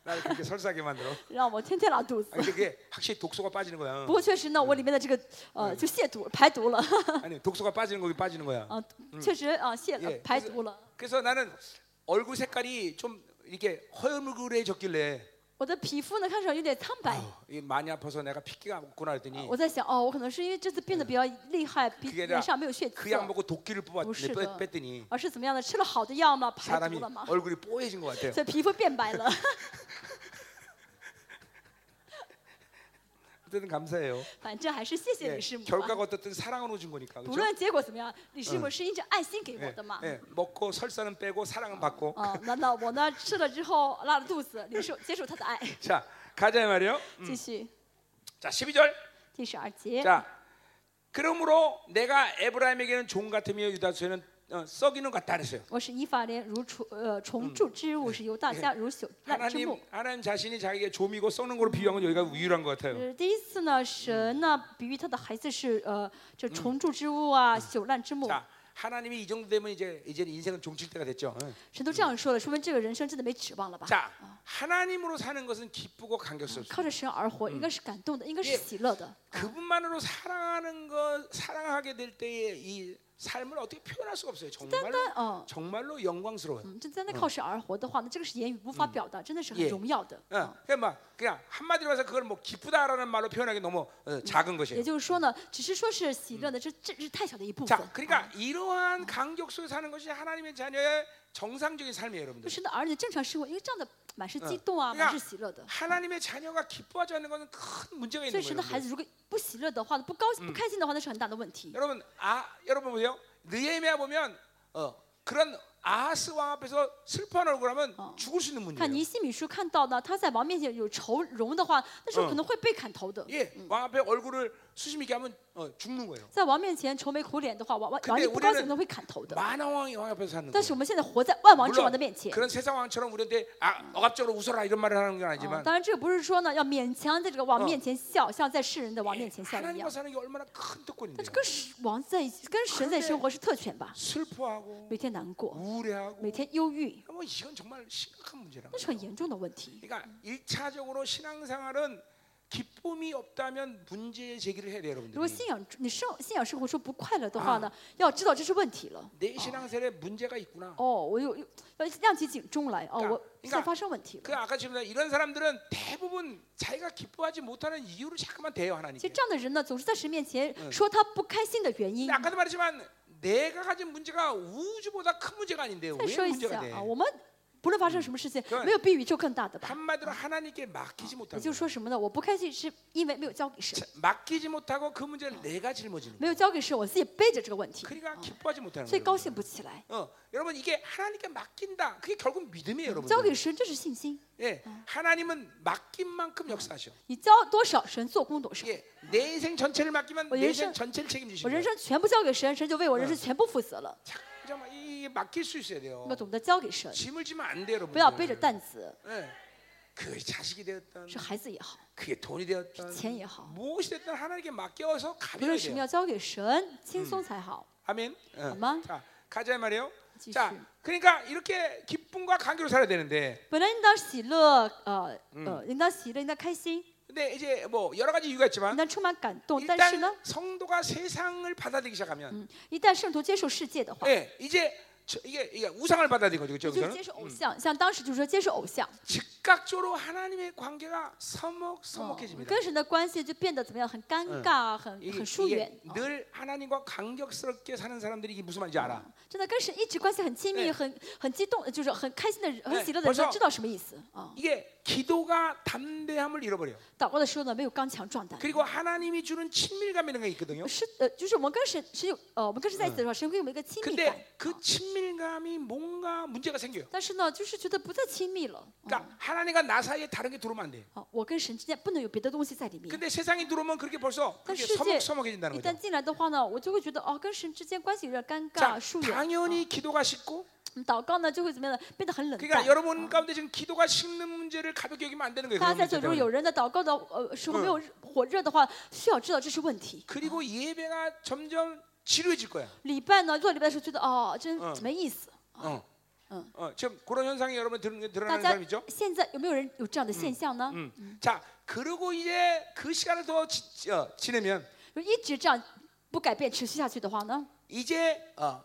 Speaker 1: 나를 그렇게 설사하게 만들어.
Speaker 2: 让我天天拉肚子
Speaker 1: 아, 。 근데 그게 확실히 독소가 빠지는 거야.
Speaker 2: 不过确实呢，我里面的这个呃，就泄毒排毒了，
Speaker 1: 아니 독소가 빠지는 거기 빠지는 거야.
Speaker 2: 啊，确实啊泄了
Speaker 1: 예
Speaker 2: 排毒了。
Speaker 1: 그래서 나는 얼굴 색깔이 좀 이렇게 허물그레해졌길래
Speaker 2: 我的皮肤呢，看上有点苍白。
Speaker 1: 아우, 이 많이 아파서 내가 핏기가 없구나 했더니
Speaker 2: 我在想，哦，我可能是因为这次变得比较厉害，鼻
Speaker 1: 그게아니라
Speaker 2: 脸上没有血
Speaker 1: 그 약
Speaker 2: 渍，
Speaker 1: 먹고 도끼를 뽑았
Speaker 2: 무시가. 아,
Speaker 1: 뺐- 뺐더니
Speaker 2: 而是怎么样的？吃了好的药嘛，排
Speaker 1: 사람이
Speaker 2: 毒了嘛，
Speaker 1: 얼굴이 뽀얘진 것 같아요.
Speaker 2: 所以皮肤变白了。
Speaker 1: 어쨌든 감사해요.
Speaker 2: 反正还是谢谢
Speaker 1: 예,
Speaker 2: 李师母啊，
Speaker 1: 결과가 어떻든 사랑으로 준 거니까.
Speaker 2: 不
Speaker 1: 그렇죠?
Speaker 2: 论结果怎么样，李师母是因着爱心给我的嘛。
Speaker 1: 예, 먹고 설사는 빼고 사랑은 받고.
Speaker 2: 啊，那那我呢吃了之后拉了肚子，领受接受他的爱，
Speaker 1: 자 가자 이 말이요.
Speaker 2: 继续
Speaker 1: 자 12절.
Speaker 2: 第十二节。
Speaker 1: 자 그러므로 내가 에브라임에게는 종 같으며 유다소에는 어, 썩이는 것 같다 그랬어요.
Speaker 2: 我使以法莲如虫呃虫蛀之物，使犹大家如朽烂之木
Speaker 1: 하나님 。 하나님 자신이 자기에게 조미고 썩는 걸로 비유한 건 여기가 유일한 것 같아요.
Speaker 2: 呃，第一次呢，神呢比喻他的孩子是呃这虫蛀之物啊，朽烂之木。
Speaker 1: 자 하나님이 이 정도 되면 이제 이제는 인생은 종칠 때가 됐죠. 예. 응.
Speaker 2: 神都这样说了，说明这个人生真的没指望了吧？啊
Speaker 1: 자 하나님으로 사는 것은 기쁘고
Speaker 2: 아,
Speaker 1: 감격스럽습니다.
Speaker 2: 靠着神而活，应该是感动的，应该是喜乐的。
Speaker 1: 그분만으로 사랑하는 것 사랑하기 깨달아가게 될 때에 이 삶을 어떻게 표현할 수가 없어요. 정말로
Speaker 2: 단 어，
Speaker 1: 정말로 영광스러워요.
Speaker 2: 嗯嗯，这单单靠神而活的话，那这个是言语无法表达，真的是很
Speaker 1: 예
Speaker 2: 荣耀的。
Speaker 1: 어,
Speaker 2: 嗯
Speaker 1: 그냥 막 그냥 한마디로 해서 그걸 뭐 기쁘다라는 말로 표현하기 너무 어, 작은
Speaker 2: 也
Speaker 1: 것이에요.
Speaker 2: 就是说呢，只是说是喜乐呢，这这是太小的一部分。
Speaker 1: 자, 그러니까 이러한 간격 속에 사는 것이 하나님의 자녀의 정상적인 삶이에요,
Speaker 2: 就
Speaker 1: 여러분들.
Speaker 2: 是的儿女正常生活，因为这样的满是激
Speaker 1: 嗯
Speaker 2: 动啊，
Speaker 1: 그러니까
Speaker 2: 满是喜乐的。
Speaker 1: 하나님의 자녀가 기뻐하지 않는 것은 큰 문제가
Speaker 2: 所
Speaker 1: 있는
Speaker 2: 以神
Speaker 1: 거예요.
Speaker 2: 的孩
Speaker 1: 여러분들.
Speaker 2: 子如果不喜乐的话，不高不开心的话，那是很大的问题。
Speaker 1: 여러분, 아, 여러분 보세요. 느헤미야 보면 어, 그런 아하스 왕 앞에서 슬퍼한 얼굴하면
Speaker 2: 어.
Speaker 1: 죽을 수 있는
Speaker 2: 看
Speaker 1: 문제예요.
Speaker 2: 尼西米书看到呢，他在王面前有愁容的话，那时候可能会被砍头的。
Speaker 1: 예, 왕 앞에 얼굴을 수심 있게 하면 어, 죽는 거예요.
Speaker 2: 在王面前愁眉苦脸的话，王王
Speaker 1: 근데
Speaker 2: 王一不高
Speaker 1: 우리는
Speaker 2: 兴可能会砍头的。
Speaker 1: 만왕 왕이 왕 앞에서 사는
Speaker 2: 但是
Speaker 1: 거예요.
Speaker 2: 我们现在活在万王之王的面
Speaker 1: 물론
Speaker 2: 前。
Speaker 1: 그런 세상 왕처럼 우리한테 아, 억압적으로 웃어라 이런 말을 하는 건
Speaker 2: 啊
Speaker 1: 아니지만
Speaker 2: 当然，这不是说呢要勉强在这个王
Speaker 1: 嗯
Speaker 2: 面前笑，像在世人的王
Speaker 1: 예,
Speaker 2: 面前笑一
Speaker 1: 하나님과
Speaker 2: 样。
Speaker 1: 사는 게 얼마나 큰
Speaker 2: 但
Speaker 1: 특권인데요.
Speaker 2: 是跟神王在一起，跟神在生活是特权吧？
Speaker 1: 슬퍼하고
Speaker 2: 每天难
Speaker 1: 뭐,
Speaker 2: 过，
Speaker 1: 우울해하고
Speaker 2: 每天忧郁，
Speaker 1: 뭐 이건 정말 심각한 문제라고.
Speaker 2: 那是很严重的问题。
Speaker 1: 그러니까 일차적으로 신앙생활은 기쁨이 없다면 문제 제기를 해야 돼요,
Speaker 2: 如果
Speaker 1: 여러분들.
Speaker 2: 信仰你生信仰生活中不快乐的话呢，要知道这是问题了。
Speaker 1: 내 신앙생활에 문제가 있구나.
Speaker 2: 哦，我有有要亮起警钟来哦，
Speaker 1: 그러니까
Speaker 2: 我
Speaker 1: 그러니까
Speaker 2: 现在发生问题
Speaker 1: 그
Speaker 2: 了。
Speaker 1: 아까 지금 이런 사람들은 대부분 자기가 기뻐하지 못하는 이유를 자꾸만 대요
Speaker 2: 其
Speaker 1: 하나님께.
Speaker 2: 实这样的人呢，总是在神面前说他不开心的原因
Speaker 1: 근데 。 아까도 말했지만 내가 가진 문제가 우주보다 큰 문제가 아닌데 왜
Speaker 2: 再说一
Speaker 1: 문제가
Speaker 2: 下
Speaker 1: 돼
Speaker 2: 啊，我们不论发生什么事情
Speaker 1: 그건 ，
Speaker 2: 没有比宇宙更大的吧？
Speaker 1: 한마디로 하나님께 맡기지
Speaker 2: 也
Speaker 1: 못하는
Speaker 2: 就是
Speaker 1: 거예요.
Speaker 2: 说什么呢？我不开心是因为没有交给神，
Speaker 1: 맡기지 못하고 그 문제를 내가 짊어지는
Speaker 2: 没
Speaker 1: 거예요.
Speaker 2: 有交给神，我自己背着这个问题，
Speaker 1: 그러니까 기뻐하지 못하는
Speaker 2: 所以
Speaker 1: 거예요.
Speaker 2: 高兴不起来。
Speaker 1: 어, 여러분 이게 하나님께 맡긴다. 그게 결국 믿음이에요,
Speaker 2: 交给
Speaker 1: 여러분.
Speaker 2: 神，这是信心。
Speaker 1: 예, 하나님은 맡긴 만큼 역사하셔.
Speaker 2: 你交多少，神做工多少。
Speaker 1: 예, 내 인생 전체를 맡기면 내
Speaker 2: 어,
Speaker 1: 인생
Speaker 2: 인생-
Speaker 1: 전체를
Speaker 2: 我
Speaker 1: 책임지시는 거예요.
Speaker 2: 人生全部交给神，神就为我人
Speaker 1: 嗯
Speaker 2: 生全部负责了。
Speaker 1: 자, 잠깐만, 이게 맡길 수 있어야 돼요.
Speaker 2: 要懂得交给神，
Speaker 1: 짐을 지면 안 돼요, 여러분.
Speaker 2: 不要背着担子，
Speaker 1: 예, 그 자식이 되었던,
Speaker 2: 是孩子也好，
Speaker 1: 그게 돈이 되었던,
Speaker 2: 钱也好，
Speaker 1: 무엇이 됐든 하나님께 맡겨서
Speaker 2: 无
Speaker 1: 가벼워야
Speaker 2: 论什么
Speaker 1: 돼요.
Speaker 2: 要交给神，轻松才好。
Speaker 1: 아멘. 예.
Speaker 2: 아마?
Speaker 1: 자, 가자 이 말이에요.
Speaker 2: 지수.
Speaker 1: 자, 그러니까 이렇게 기쁨과 감격으로 살아야 되는데,
Speaker 2: 本来应当喜乐，呃呃，应当喜乐，应当开心，
Speaker 1: 근데 이제 뭐 여러 가지 이유가
Speaker 2: 应
Speaker 1: 있지만
Speaker 2: 当充满感动。但是呢，
Speaker 1: 일단 성도가 세상을 받아들이기 시작하면,
Speaker 2: 嗯，一旦圣徒接受世界的话，
Speaker 1: 예, 이제 저- 이게, 이게 우상을 받아들이는 거죠,
Speaker 2: 就是
Speaker 1: 여기서는.
Speaker 2: 接受偶像，像当时就是说接受偶像，
Speaker 1: 즉각적으로 하나님의 관계가
Speaker 2: 哦
Speaker 1: 서먹서먹해집니다.
Speaker 2: 跟神的关系就嗯变得怎么样？很尴尬，啊很
Speaker 1: 이게,
Speaker 2: 很疏远
Speaker 1: 이게 。
Speaker 2: 哦
Speaker 1: 늘 하나님과 간격스럽게 사는 사람들이 이게 무슨 말인지 알아.
Speaker 2: 真的跟神一直关系很亲密、
Speaker 1: 네
Speaker 2: 很很激动，就是很开心的人、很喜乐的
Speaker 1: 벌
Speaker 2: 人，
Speaker 1: 써
Speaker 2: 他哎知道什么意思啊？
Speaker 1: 이게 기도가 담대함을 잃어버려.
Speaker 2: 祷告的时候呢，没有刚强壮胆。
Speaker 1: 그리고 하나님이 주는 친밀감 이런 게 있거든요.
Speaker 2: 是呃，就是我们跟神是有呃，我们跟神在一起的时候，神会有一个亲密感
Speaker 1: 근데 。그 친밀감이 뭔가 문제가 생겨요.
Speaker 2: 但是呢，就是觉得不再亲密了。
Speaker 1: 그러니까 하나님과 나 사이에 다른 게 들어오면 안 돼요.
Speaker 2: 啊，我跟神之间不能有别的东西在里面。
Speaker 1: 근데 세상이 들어오면 그렇게 벌써
Speaker 2: 但
Speaker 1: 그렇게
Speaker 2: 世界
Speaker 1: 서먹서먹해진다는
Speaker 2: 一旦
Speaker 1: 거죠.
Speaker 2: 进来的话呢，我就会觉得哦，跟神之间关系有点尴
Speaker 1: 자,
Speaker 2: 尬、疏远。啊
Speaker 1: 당연히 기도가 식고
Speaker 2: 嗯祷告呢就会怎么样呢？变得很冷
Speaker 1: 그러니까
Speaker 2: 淡。
Speaker 1: 여러분 가운데 지금 기도가 식는 문제를 가볍게 여기면 안 되는 거예요.
Speaker 2: 大家
Speaker 1: 그런
Speaker 2: 在
Speaker 1: 문제
Speaker 2: 座如果
Speaker 1: 때문에.
Speaker 2: 有人的祷告的呃时候没有火热的话，需要知道这是问题。
Speaker 1: 그리고 예배가 점점 지루해질 거야.
Speaker 2: 礼拜呢，做礼拜的时候觉得哦，真
Speaker 1: 嗯
Speaker 2: 没意思。
Speaker 1: 어.
Speaker 2: 응.
Speaker 1: 어, 지금 그런 현상이 여러분 드러나는
Speaker 2: 大
Speaker 1: 드러나는
Speaker 2: 家
Speaker 1: 사람 있죠?
Speaker 2: 现在嗯有没有人有这样的现象呢？
Speaker 1: 음. 자, 그러고 이제 그 시간을 더 지, 지- 어, 지내면
Speaker 2: 就一直这样不改变、持续下去的话呢，
Speaker 1: 이제 어,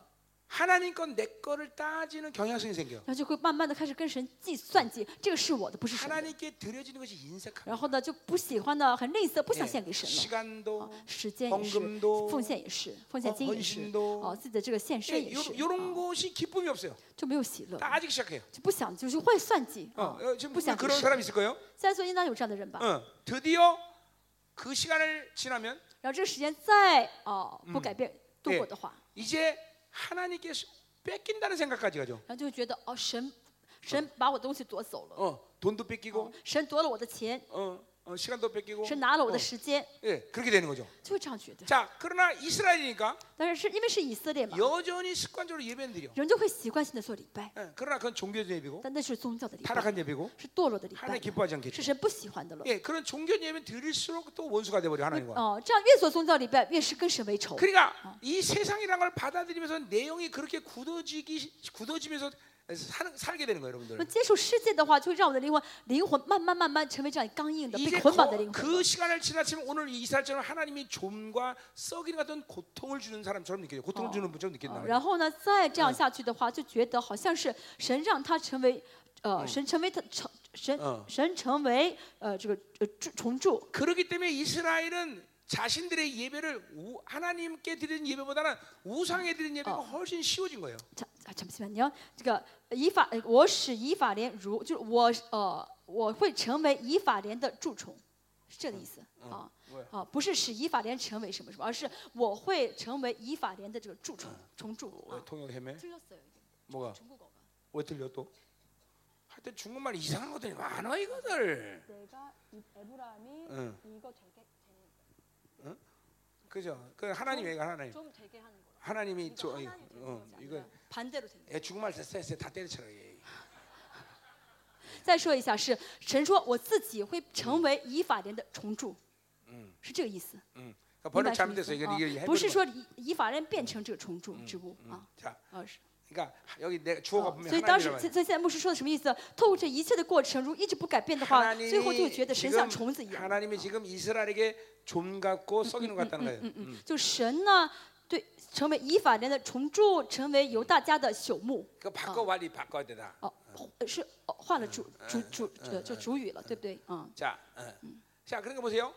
Speaker 1: 하나님 건 내 거를 따지는 경향성이 생겨.
Speaker 2: 然后就会慢慢的开始跟神计算计，这个是我的，不是神的。
Speaker 1: 하나님께 드려지는 것이 인색함.
Speaker 2: 然后呢，就不喜欢呢，很吝啬，不想献给
Speaker 1: 예,
Speaker 2: 神了。
Speaker 1: 시간도
Speaker 2: 哦时间也是
Speaker 1: 헌금도，
Speaker 2: 奉献也是，奉献金也是
Speaker 1: 헌신도 ，
Speaker 2: 哦，自己的这个
Speaker 1: 예,
Speaker 2: 献身也是，
Speaker 1: 이런
Speaker 2: 哦
Speaker 1: 것이 기쁨이 없어요.
Speaker 2: 就没有喜乐，
Speaker 1: 따지기 시작해요.
Speaker 2: 就不想，就是会算计，
Speaker 1: 어,
Speaker 2: 哦
Speaker 1: 어, ， 지금
Speaker 2: 不想给
Speaker 1: 그런
Speaker 2: 神。
Speaker 1: 사람 있을 거예요.
Speaker 2: 在座应当有这样的人吧？
Speaker 1: 어, 드디어 그 시간을 지나면
Speaker 2: 然后这个时间再哦不改变度
Speaker 1: 嗯对
Speaker 2: 过的话，
Speaker 1: 이제 하나님께 뺏긴다는 생각까지 가죠.
Speaker 2: 然后就会觉得哦神，神把我东西夺走了，
Speaker 1: 어, 돈도 뺏기고,
Speaker 2: 哦神夺了我的钱，
Speaker 1: 어, 어, 시간도 뺏기고,
Speaker 2: 神拿了我
Speaker 1: 어, 네.
Speaker 2: 的时间，
Speaker 1: 예, 그렇게 되는 거죠.
Speaker 2: 就会这样觉得。
Speaker 1: 자, 그러나 이스라엘이니까
Speaker 2: 但是是因为是以色列嘛，
Speaker 1: 여전히 습관적으로 예배는 드려.
Speaker 2: 人就会习惯性的做礼拜，
Speaker 1: 예, 그러나 그건 종교적 예배고,
Speaker 2: 但那是宗教的礼拜，
Speaker 1: 타락한 예배고,
Speaker 2: 是堕落的礼拜
Speaker 1: 하나님 ， 기뻐하지
Speaker 2: 是
Speaker 1: 않겠죠.
Speaker 2: 神不喜欢的了。
Speaker 1: 예, 그런 종교 예배 드릴수록 또 원수가 돼버려 하나님과.
Speaker 2: 哦，这样越做宗教礼拜，越是跟神为仇。
Speaker 1: 어. 그러니까 이 세상이란 걸 받아들이면서 내용이 그렇게 굳어지기 굳어지면서 사는, 살게 되는 거예요,
Speaker 2: 那么
Speaker 1: 여러분들.
Speaker 2: 接受世界的话，就会让我的灵魂灵魂慢慢慢慢成为这样刚硬的被
Speaker 1: 이제
Speaker 2: 捆绑的灵
Speaker 1: 거,
Speaker 2: 魂。
Speaker 1: 그 시간을 지나치면 오늘 이스라엘처럼 하나님이 좀과 썩이는 같은 고통을 주는 사람처럼 느껴요. 고통을 주는 분처럼
Speaker 2: 啊
Speaker 1: 느낀다.
Speaker 2: 然后呢，再这样下去的话，就觉得好像是神让他成为，呃，神成为他成神
Speaker 1: 嗯
Speaker 2: 神成为呃这个呃柱重柱。
Speaker 1: 그렇기 때문에 이스라엘은 자신들의 예배를 우, 하나님께 드리는 예배보다는 우상에 드리는 예배가 훨씬 쉬워진 거예요.
Speaker 2: 잠아 잠시만요.这啊个以法，呃我使以法莲如，就是我呃，我会成为以法莲的蛀虫，是这个意思啊
Speaker 1: 뭐야
Speaker 2: 啊，不是使以法莲成为什么什么，而是我会成为以法莲的这个蛀虫虫蛀
Speaker 1: 왜
Speaker 2: 啊。
Speaker 1: 어, 통역 헤매?
Speaker 2: 틀렸어요.
Speaker 1: 뭐가?
Speaker 2: 중국어가.
Speaker 1: 왜 틀려 또? 하여튼 중국말 이상한 것들이 많아 이거들.
Speaker 3: 내가 이 에브라임이
Speaker 1: 응,
Speaker 3: 이거 되게 되는
Speaker 1: 그죠? 그 하나님 얘가 하나님.
Speaker 3: 좀 되게 하는 거라.
Speaker 1: 하나님이 저,
Speaker 3: 하나님
Speaker 1: 어, 이거
Speaker 2: 반대로 된
Speaker 1: 애 중국말 세세 다 때려쳐라 얘.
Speaker 2: 再说一下是神说我自己会成为以法莲的重柱，
Speaker 1: 嗯
Speaker 2: 是这个意思。
Speaker 1: 음. 그러니까 번역
Speaker 2: 明白
Speaker 1: 잘못돼서
Speaker 2: 什
Speaker 1: 이거
Speaker 2: 么
Speaker 1: 이게
Speaker 2: 意思啊
Speaker 1: 해보는
Speaker 2: 不是
Speaker 1: 거야.
Speaker 2: 说以以法莲变成这个重柱之物啊
Speaker 1: 음, ， 자,
Speaker 2: 而是。
Speaker 1: 그러니까 여기 내 주어가
Speaker 2: 哦
Speaker 1: 분명
Speaker 2: 所以当时，
Speaker 1: 하나님이라고
Speaker 2: 所以所以现在牧师说的什么意思？透过这一切的过程，如果一直不改变的话， 그러니까 最后就会觉
Speaker 1: 하나님이
Speaker 2: 得神像
Speaker 1: 지금
Speaker 2: 虫子一样。
Speaker 1: 하나님이 지금 이스라엘에게 좀 같고 썩이는 것 같다는
Speaker 2: 음,
Speaker 1: 거예요. 음.
Speaker 2: 就神呢，对，成为以法莲的虫蛀，成为犹大家的朽木。
Speaker 1: 그
Speaker 2: 어.
Speaker 1: 바꿔 빨리 바꿔야 되다.
Speaker 2: 哦，呃是哦换了主主主呃就主语了，对不对？嗯，
Speaker 1: 자, 어.
Speaker 2: 음.
Speaker 1: 자 그러니까 보세요.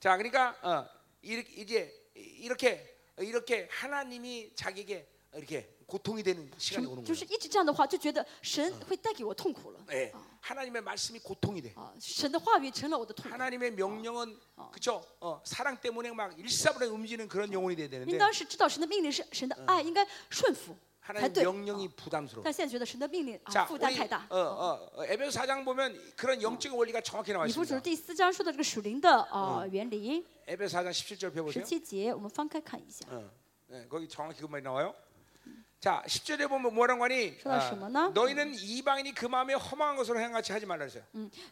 Speaker 1: 자, 그러니까 어, 이렇게 이제 이렇게 이렇게 하나님이 자기에게 이렇게 고통이 되는 시간이 오는
Speaker 2: 就是
Speaker 1: 거예요.
Speaker 2: 一直这样的话，就觉得神会带给我痛苦了。
Speaker 1: 예, 하나님의 말씀이 고통이 돼.
Speaker 2: 啊，神的话语成了我的痛苦。
Speaker 1: 하나님의 명령은 그쵸? 어, 사랑 때문에 막 일사불란 움직이는
Speaker 2: 어.
Speaker 1: 그런 영혼이 돼야
Speaker 2: 因
Speaker 1: 되는데
Speaker 2: 当时知道神的命令是神的爱，应该顺服才
Speaker 1: 하나님
Speaker 2: 对。啊
Speaker 1: 명령이 부담스러워.
Speaker 2: 但现在觉得神的命令啊
Speaker 1: 자,
Speaker 2: 负担
Speaker 1: 우리
Speaker 2: 太大。
Speaker 1: 어, 어, 어, 에베소 4장 보면 그런 영적인 원리가 정확히 나와
Speaker 2: 以弗所
Speaker 1: 있습니다.
Speaker 2: 第四章说的这个属灵的啊、呃原理，
Speaker 1: 에베소 4장 17절
Speaker 2: 十
Speaker 1: 펴보세요.
Speaker 2: 七节我们翻开看一下，
Speaker 1: 어, 네, 거기 정확히 그 말이 나와요. 자, 10절에 보면 뭐라고 하니? 아,
Speaker 2: 그래서 뭐나?
Speaker 1: 너희는 이방인이 그 마음에 허망한 것으로 행하지 하지 말라 그랬어요.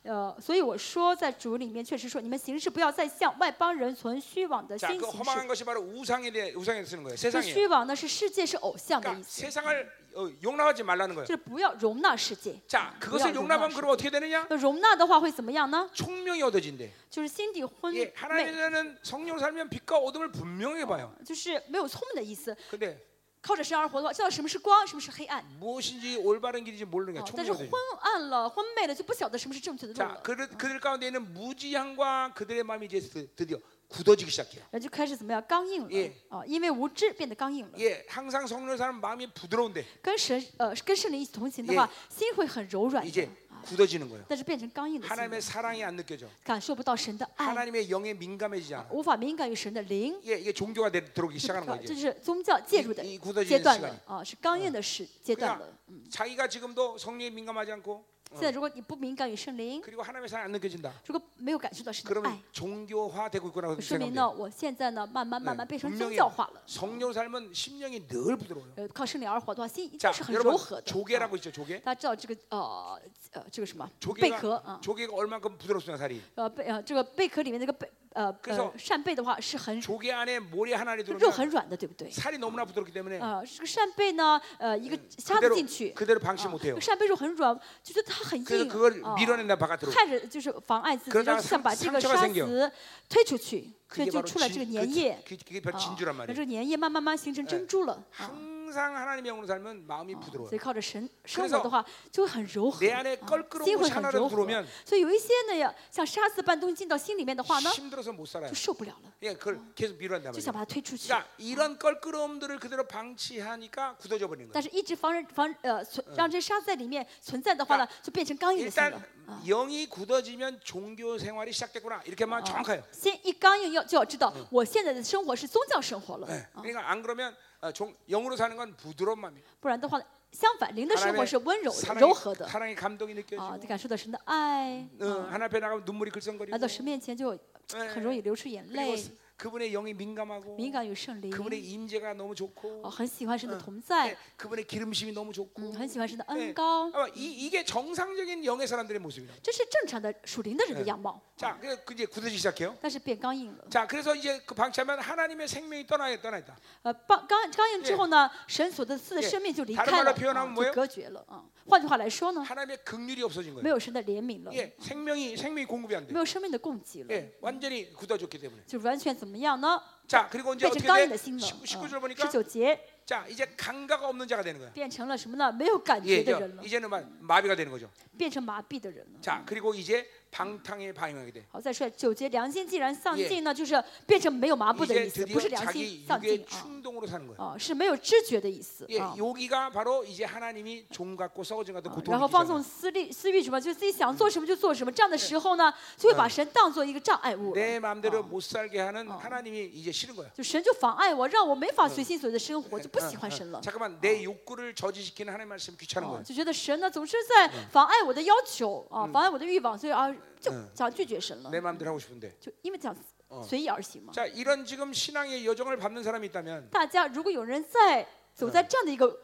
Speaker 2: 呃，所以我说在主里面确实说，你们行事不要再向外邦人存虚妄的
Speaker 1: 자,
Speaker 2: 心
Speaker 1: 그
Speaker 2: 行
Speaker 1: 허망한
Speaker 2: 事。
Speaker 1: 것이 바로 우상에 대해 우상에 쓰는 거예요.
Speaker 2: 这
Speaker 1: 세상이에요.
Speaker 2: 虚妄呢是世界是偶像的意
Speaker 1: 그러니까
Speaker 2: 思，
Speaker 1: 세상을 어, 용납하지 말라는
Speaker 2: 就
Speaker 1: 거예요.
Speaker 2: 是不要容纳世界。
Speaker 1: 자,
Speaker 2: 不要
Speaker 1: 그것을
Speaker 2: 容纳
Speaker 1: 용납하면
Speaker 2: 世
Speaker 1: 그럼 어떻게 되느냐?
Speaker 2: 那容纳的话会怎么样呢？
Speaker 1: 총명이 얻어진대.
Speaker 2: 就是心底昏
Speaker 1: 예,
Speaker 2: 昧，
Speaker 1: 하나님은 성령 살면 빛과 어둠을 분명히 봐요.
Speaker 2: 就是没有聪明的意思，
Speaker 1: 근데
Speaker 2: 靠着神而活的话，知道什么是光，什么是黑暗。
Speaker 1: 무엇인지 올바른 길인지 모르는 거야.
Speaker 2: 啊但是
Speaker 1: 총명이
Speaker 2: 昏
Speaker 1: 얻어진.
Speaker 2: 暗了，昏昧了，就不晓得什么是正确的路
Speaker 1: 자,
Speaker 2: 了。
Speaker 1: 그들, 그들 가운데 어. 있는 무지향과 그들의 마음이 이제 드- 드디어 굳어지기 시작해요.
Speaker 2: 然后就开始怎么样刚硬了
Speaker 1: 예
Speaker 2: 啊，因为无知变得刚硬了。
Speaker 1: 예, 항상 성령 사람 마음이 부드러운데
Speaker 2: 跟神呃跟圣灵一起同行的话，心会很柔软
Speaker 1: 이제
Speaker 2: 的，
Speaker 1: 굳어지는 거예요.
Speaker 2: 但是变成刚硬的心了
Speaker 1: 하나님의 ， 사랑이 안 느껴져.
Speaker 2: 感受不到神的爱，
Speaker 1: 하나님의 영에 민감해지잖아.
Speaker 2: 无法敏感于神的灵，
Speaker 1: 예, 이게 종교가 되- 들어오기
Speaker 2: 这
Speaker 1: 시작하는
Speaker 2: 这
Speaker 1: 거지.
Speaker 2: 是宗教介入的
Speaker 1: 이 굳어지는
Speaker 2: 阶段
Speaker 1: 시간
Speaker 2: 了啊，是刚硬的时阶段
Speaker 1: 그러니까
Speaker 2: 了。
Speaker 1: 자기가 지금도 성령에 민감하지 않고
Speaker 2: 现在如果你不敏感于圣灵，
Speaker 1: 그리고 하나님의 사랑이 안 느껴진다.
Speaker 2: 如果没有感受到神的爱
Speaker 1: 그러면 ， 종교화되고 있구나
Speaker 2: 说明
Speaker 1: 생각합니다. 네.
Speaker 2: 呢，我嗯现在呢慢慢慢慢变成宗
Speaker 1: 분명히
Speaker 2: 教化了。
Speaker 1: 성령 삶은 심령이 늘 부드러워요.
Speaker 2: 呃，靠圣灵而活的话，心一
Speaker 1: 자,
Speaker 2: 定是很柔
Speaker 1: 여러분
Speaker 2: 和的。啊
Speaker 1: 조개라고 있죠, 조개.
Speaker 2: 大家知道这个呃呃这个什么贝壳
Speaker 1: 조개가
Speaker 2: 啊，
Speaker 1: 조개가 얼만큼 부드럽습니까, 살이?
Speaker 2: 呃贝呃这个贝壳里面那个贝呃
Speaker 1: 그래서
Speaker 2: 呃扇贝的话是很
Speaker 1: 조개 안에 모래 하나를
Speaker 2: 肉
Speaker 1: 들어오면
Speaker 2: 很软的，对不对？
Speaker 1: 살이 너무나 부드럽기 때문에
Speaker 2: 啊，这个扇贝呢，呃，一个插不
Speaker 1: 그대로
Speaker 2: 进去，
Speaker 1: 그대로
Speaker 2: 啊
Speaker 1: 방심
Speaker 2: 这
Speaker 1: 못해요.
Speaker 2: 个扇贝肉很软，就觉得它很
Speaker 1: 그래서
Speaker 2: 硬，
Speaker 1: 그걸
Speaker 2: 啊
Speaker 1: 어, 밀어낸다 바깥으로.
Speaker 2: 看着就是妨碍自
Speaker 1: 그러다가
Speaker 2: 己，然后就想把
Speaker 1: 상
Speaker 2: 这个
Speaker 1: 상처가
Speaker 2: 沙
Speaker 1: 생겨
Speaker 2: 子推出去，所
Speaker 1: 그게
Speaker 2: 以就
Speaker 1: 바로
Speaker 2: 出来这个
Speaker 1: 진,
Speaker 2: 粘液，
Speaker 1: 그, 그게 바로
Speaker 2: 啊，
Speaker 1: 진주란
Speaker 2: 然后这
Speaker 1: 말이에요.
Speaker 2: 个粘液慢慢慢形成珍珠了，啊，
Speaker 1: 항상 하나님의 영으로 살면 마음이
Speaker 2: 所
Speaker 1: 부드러워요.
Speaker 2: 以靠着神生
Speaker 1: 그래서
Speaker 2: 活的话，就会很柔和，
Speaker 1: 내 안에
Speaker 2: 啊
Speaker 1: 껄끄러운
Speaker 2: 心会
Speaker 1: 것이
Speaker 2: 很
Speaker 1: 하나라도
Speaker 2: 柔和
Speaker 1: 들어오면 。
Speaker 2: 所以有一些呢，呀，像沙子般东西进到心里面的话呢，
Speaker 1: 힘들어서 못 살아요.
Speaker 2: 就受不了了，
Speaker 1: 예, 그걸 계속 밀어낸다
Speaker 2: 就想
Speaker 1: 말이에요.
Speaker 2: 把它推出去。
Speaker 1: 그러니까 이런 껄끄러움들을 그대로 방치하니까 굳어져 버리는
Speaker 2: 但
Speaker 1: 거예요.
Speaker 2: 是一直防人防呃存让这沙子在里面存在的话呢，就变成刚硬的心了
Speaker 1: 일단 。 영이 굳어지면 종교 생활이 시작됐구나 이렇게만 정확해요.
Speaker 2: 啊先一刚硬要就要知道，
Speaker 1: 嗯
Speaker 2: 我现在的生活是宗教生活了，
Speaker 1: 예, 그러니까 안 그러면 어, 종, 영으로 사는 건 부드러운 마음이에요.
Speaker 2: 不然的话，相反，灵的生活
Speaker 1: 하나님의
Speaker 2: 是温柔的、柔和
Speaker 1: 사랑의,
Speaker 2: 的
Speaker 1: 사랑의 감동이 느껴지고
Speaker 2: 啊，就感受到神的爱，
Speaker 1: 어, 하나 앞에 나가면 눈물이 글썽거리고
Speaker 2: 来到神面前就
Speaker 1: 嗯哎
Speaker 2: 很容易流出眼
Speaker 1: 그
Speaker 2: 泪
Speaker 1: 리 그분의 영이 민감하고
Speaker 2: 敏感于圣灵，
Speaker 1: 그분의 임재가 너무 좋고
Speaker 2: 哦，很喜欢神的同
Speaker 1: 예,
Speaker 2: 在，
Speaker 1: 그분의 기름심이 너무
Speaker 2: 嗯，
Speaker 1: 좋고
Speaker 2: 很喜欢神的恩
Speaker 1: 예,
Speaker 2: 高，
Speaker 1: 아마 이, 이게 정상적인 영의 사람들의 모습이에요.
Speaker 2: 这是正常的属灵的人的
Speaker 1: 嗯
Speaker 2: 样貌，
Speaker 1: 자, 그래서 그 이제 굳어지기 시작해요.
Speaker 2: 但是变刚硬了。
Speaker 1: 자, 그래서 이제 그 방치하면 하나님의 생명이 떠나야 떠나 있다.
Speaker 2: 呃，刚刚刚硬之后呢，
Speaker 1: 哎
Speaker 2: 神所的赐的
Speaker 1: 예
Speaker 2: 生命就离
Speaker 1: 다른
Speaker 2: 开
Speaker 1: 말로
Speaker 2: 了，
Speaker 1: 표현하면
Speaker 2: 啊
Speaker 1: 뭐예요
Speaker 2: 就隔绝了啊。换句话来说呢，
Speaker 1: 하나님의 긍휼이 없어진
Speaker 2: 没
Speaker 1: 거예요.
Speaker 2: 有神的怜悯了，
Speaker 1: 예, 생명이 생명이 공급이 안 돼.
Speaker 2: 没有生命的供给了，
Speaker 1: 예, 완전히 굳어졌기 때문에.
Speaker 2: 就完全怎么样呢？
Speaker 1: 자, 그리고 이제
Speaker 2: 变成刚硬
Speaker 1: 어떻게 돼?
Speaker 2: 的心了。
Speaker 1: 19, 19절 네,
Speaker 2: 十
Speaker 1: 보니까
Speaker 2: 九节
Speaker 1: 자, 이제 감각 없는 자가 되는 거야.
Speaker 2: 变成了什么呢？没有感
Speaker 1: 예,
Speaker 2: 觉的
Speaker 1: 이제,
Speaker 2: 人了，
Speaker 1: 이제는 마, 마비가 되는 거죠.
Speaker 2: 变成麻痹的人了。
Speaker 1: 자, 그리고 이제 방탕에 반응하게 돼.
Speaker 2: 好，再说九节，良心既然丧
Speaker 1: 예
Speaker 2: 尽呢，就是变成没有麻木的
Speaker 1: 이제
Speaker 2: 意思，不是
Speaker 1: 드디어 어,
Speaker 2: 良心
Speaker 1: 자기
Speaker 2: 丧
Speaker 1: 육의
Speaker 2: 尽啊，
Speaker 1: 충동으로 사는 거예요.
Speaker 2: 哦，是没有知觉的意思
Speaker 1: 예,
Speaker 2: 啊。
Speaker 1: 여기가 바로 이제 하나님이 종 같고 썩어진 같은
Speaker 2: 啊然后
Speaker 1: 고통을
Speaker 2: 放
Speaker 1: 주잖아요.
Speaker 2: 纵私利、私欲什么，就自己想做什么就做什么。这样的时候呢，就会把神当做一个障碍物了，
Speaker 1: 내 마음대로
Speaker 2: 어.
Speaker 1: 못 살게 하는
Speaker 2: 어.
Speaker 1: 하나님이 이제 싫은 거야.
Speaker 2: 就神就妨碍我，让我没法随心所欲的生活，就不喜欢神了。
Speaker 1: 어, 잠깐만 내 욕구를 저지시키는 하나님 말씀 귀찮은
Speaker 2: 哦
Speaker 1: 거야.
Speaker 2: 就觉得神呢总是在妨碍我的要求啊，妨碍我的欲望，所以啊就
Speaker 1: 嗯
Speaker 2: 想拒绝神了
Speaker 1: 내 ， 마음대로 하고 싶은데.
Speaker 2: 就因为想
Speaker 1: 哦
Speaker 2: 随意而行嘛。
Speaker 1: 자 이런 지금 신앙의 여정을 밟는 사람이 있다면
Speaker 2: 大家如果有人在走在这样的一个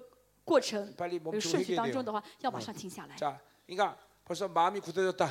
Speaker 2: 过程、
Speaker 1: 빨리
Speaker 2: 有
Speaker 1: 멈추고
Speaker 2: 顺序
Speaker 1: 회개해야
Speaker 2: 当中
Speaker 1: 돼요.
Speaker 2: 的话，要马上停下来。
Speaker 1: 자 그러니까 벌써 마음이 굳어졌다.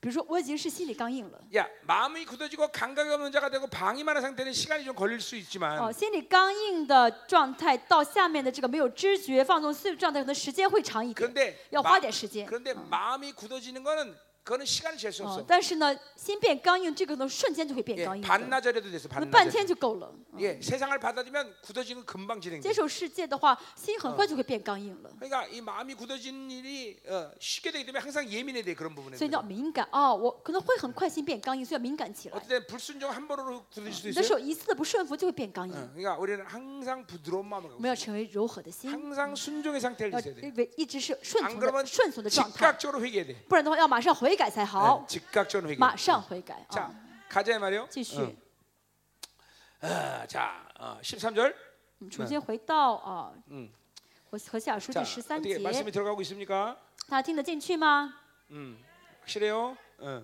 Speaker 2: 比如说，我已经是心理刚硬了。
Speaker 1: 야 마음이 굳어지고 감각이 없는 자가 되고 방임하는 상태는 시간이 좀 걸릴 수
Speaker 2: 哦，
Speaker 1: 있지만
Speaker 2: 心理刚硬的状态到下面的这个没有知觉、放纵私欲状态，可能时间会长一点，
Speaker 1: 그런데
Speaker 2: 要
Speaker 1: 마-
Speaker 2: 花点时间。
Speaker 1: 그런데 마음이 굳어지는 거는 그거는 시간을 잴 수
Speaker 2: 哦
Speaker 1: 예. 어. 없어. ，
Speaker 2: 但是呢，心变刚硬，这个呢瞬间就会
Speaker 1: 예,
Speaker 2: 变刚硬的，
Speaker 1: 반나절에도 돼서
Speaker 2: 那半天
Speaker 1: 반나절.
Speaker 2: 就够了。
Speaker 1: 예, 세상을 받아들이면 굳어지는 건 금방 진행돼.
Speaker 2: 接受世界的话，心很快就会变刚硬了。
Speaker 1: 그러니까 이 마음이 굳어진 일이 어, 쉽게 되기 때문에 항상 예민해 돼 그런 부분에.
Speaker 2: 所以你要敏感啊、我可能会很快心变刚硬，所以要敏感起来。
Speaker 1: 어쨌든 불순종 한 번으로 굳어질 수도
Speaker 2: 你的
Speaker 1: 있어요.
Speaker 2: 手一次的不顺服就会变刚
Speaker 1: 어,
Speaker 2: 硬。
Speaker 1: 그러니까 우리는 항상 부드러운 마음을 갖고
Speaker 2: 我们要
Speaker 1: 있어요.
Speaker 2: 成为柔和的心，
Speaker 1: 항상 순종의 상태를
Speaker 2: 要
Speaker 1: 있어야 돼.
Speaker 2: 为一直是顺从
Speaker 1: 안그러면
Speaker 2: 的顺从的状态，
Speaker 1: 즉각적으로 회개해야 돼.
Speaker 2: 不然的话要马上悔改才
Speaker 1: 네,
Speaker 2: 好，
Speaker 1: 즉각적으로 회개.
Speaker 2: 马上悔
Speaker 1: 嗯
Speaker 2: 改啊！
Speaker 1: 자, 가자 이 말이요.
Speaker 2: 继续，嗯
Speaker 1: 어. 아, 자, 어, 13절.
Speaker 2: 我们重新回到啊
Speaker 1: 嗯，
Speaker 2: 和和西雅书
Speaker 1: 자,
Speaker 2: 第十三
Speaker 1: 어떻게
Speaker 2: 节，
Speaker 1: 말씀이 들어가고 있습니까?
Speaker 2: 大家听得进去吗？
Speaker 1: 음, 확실해요. 어.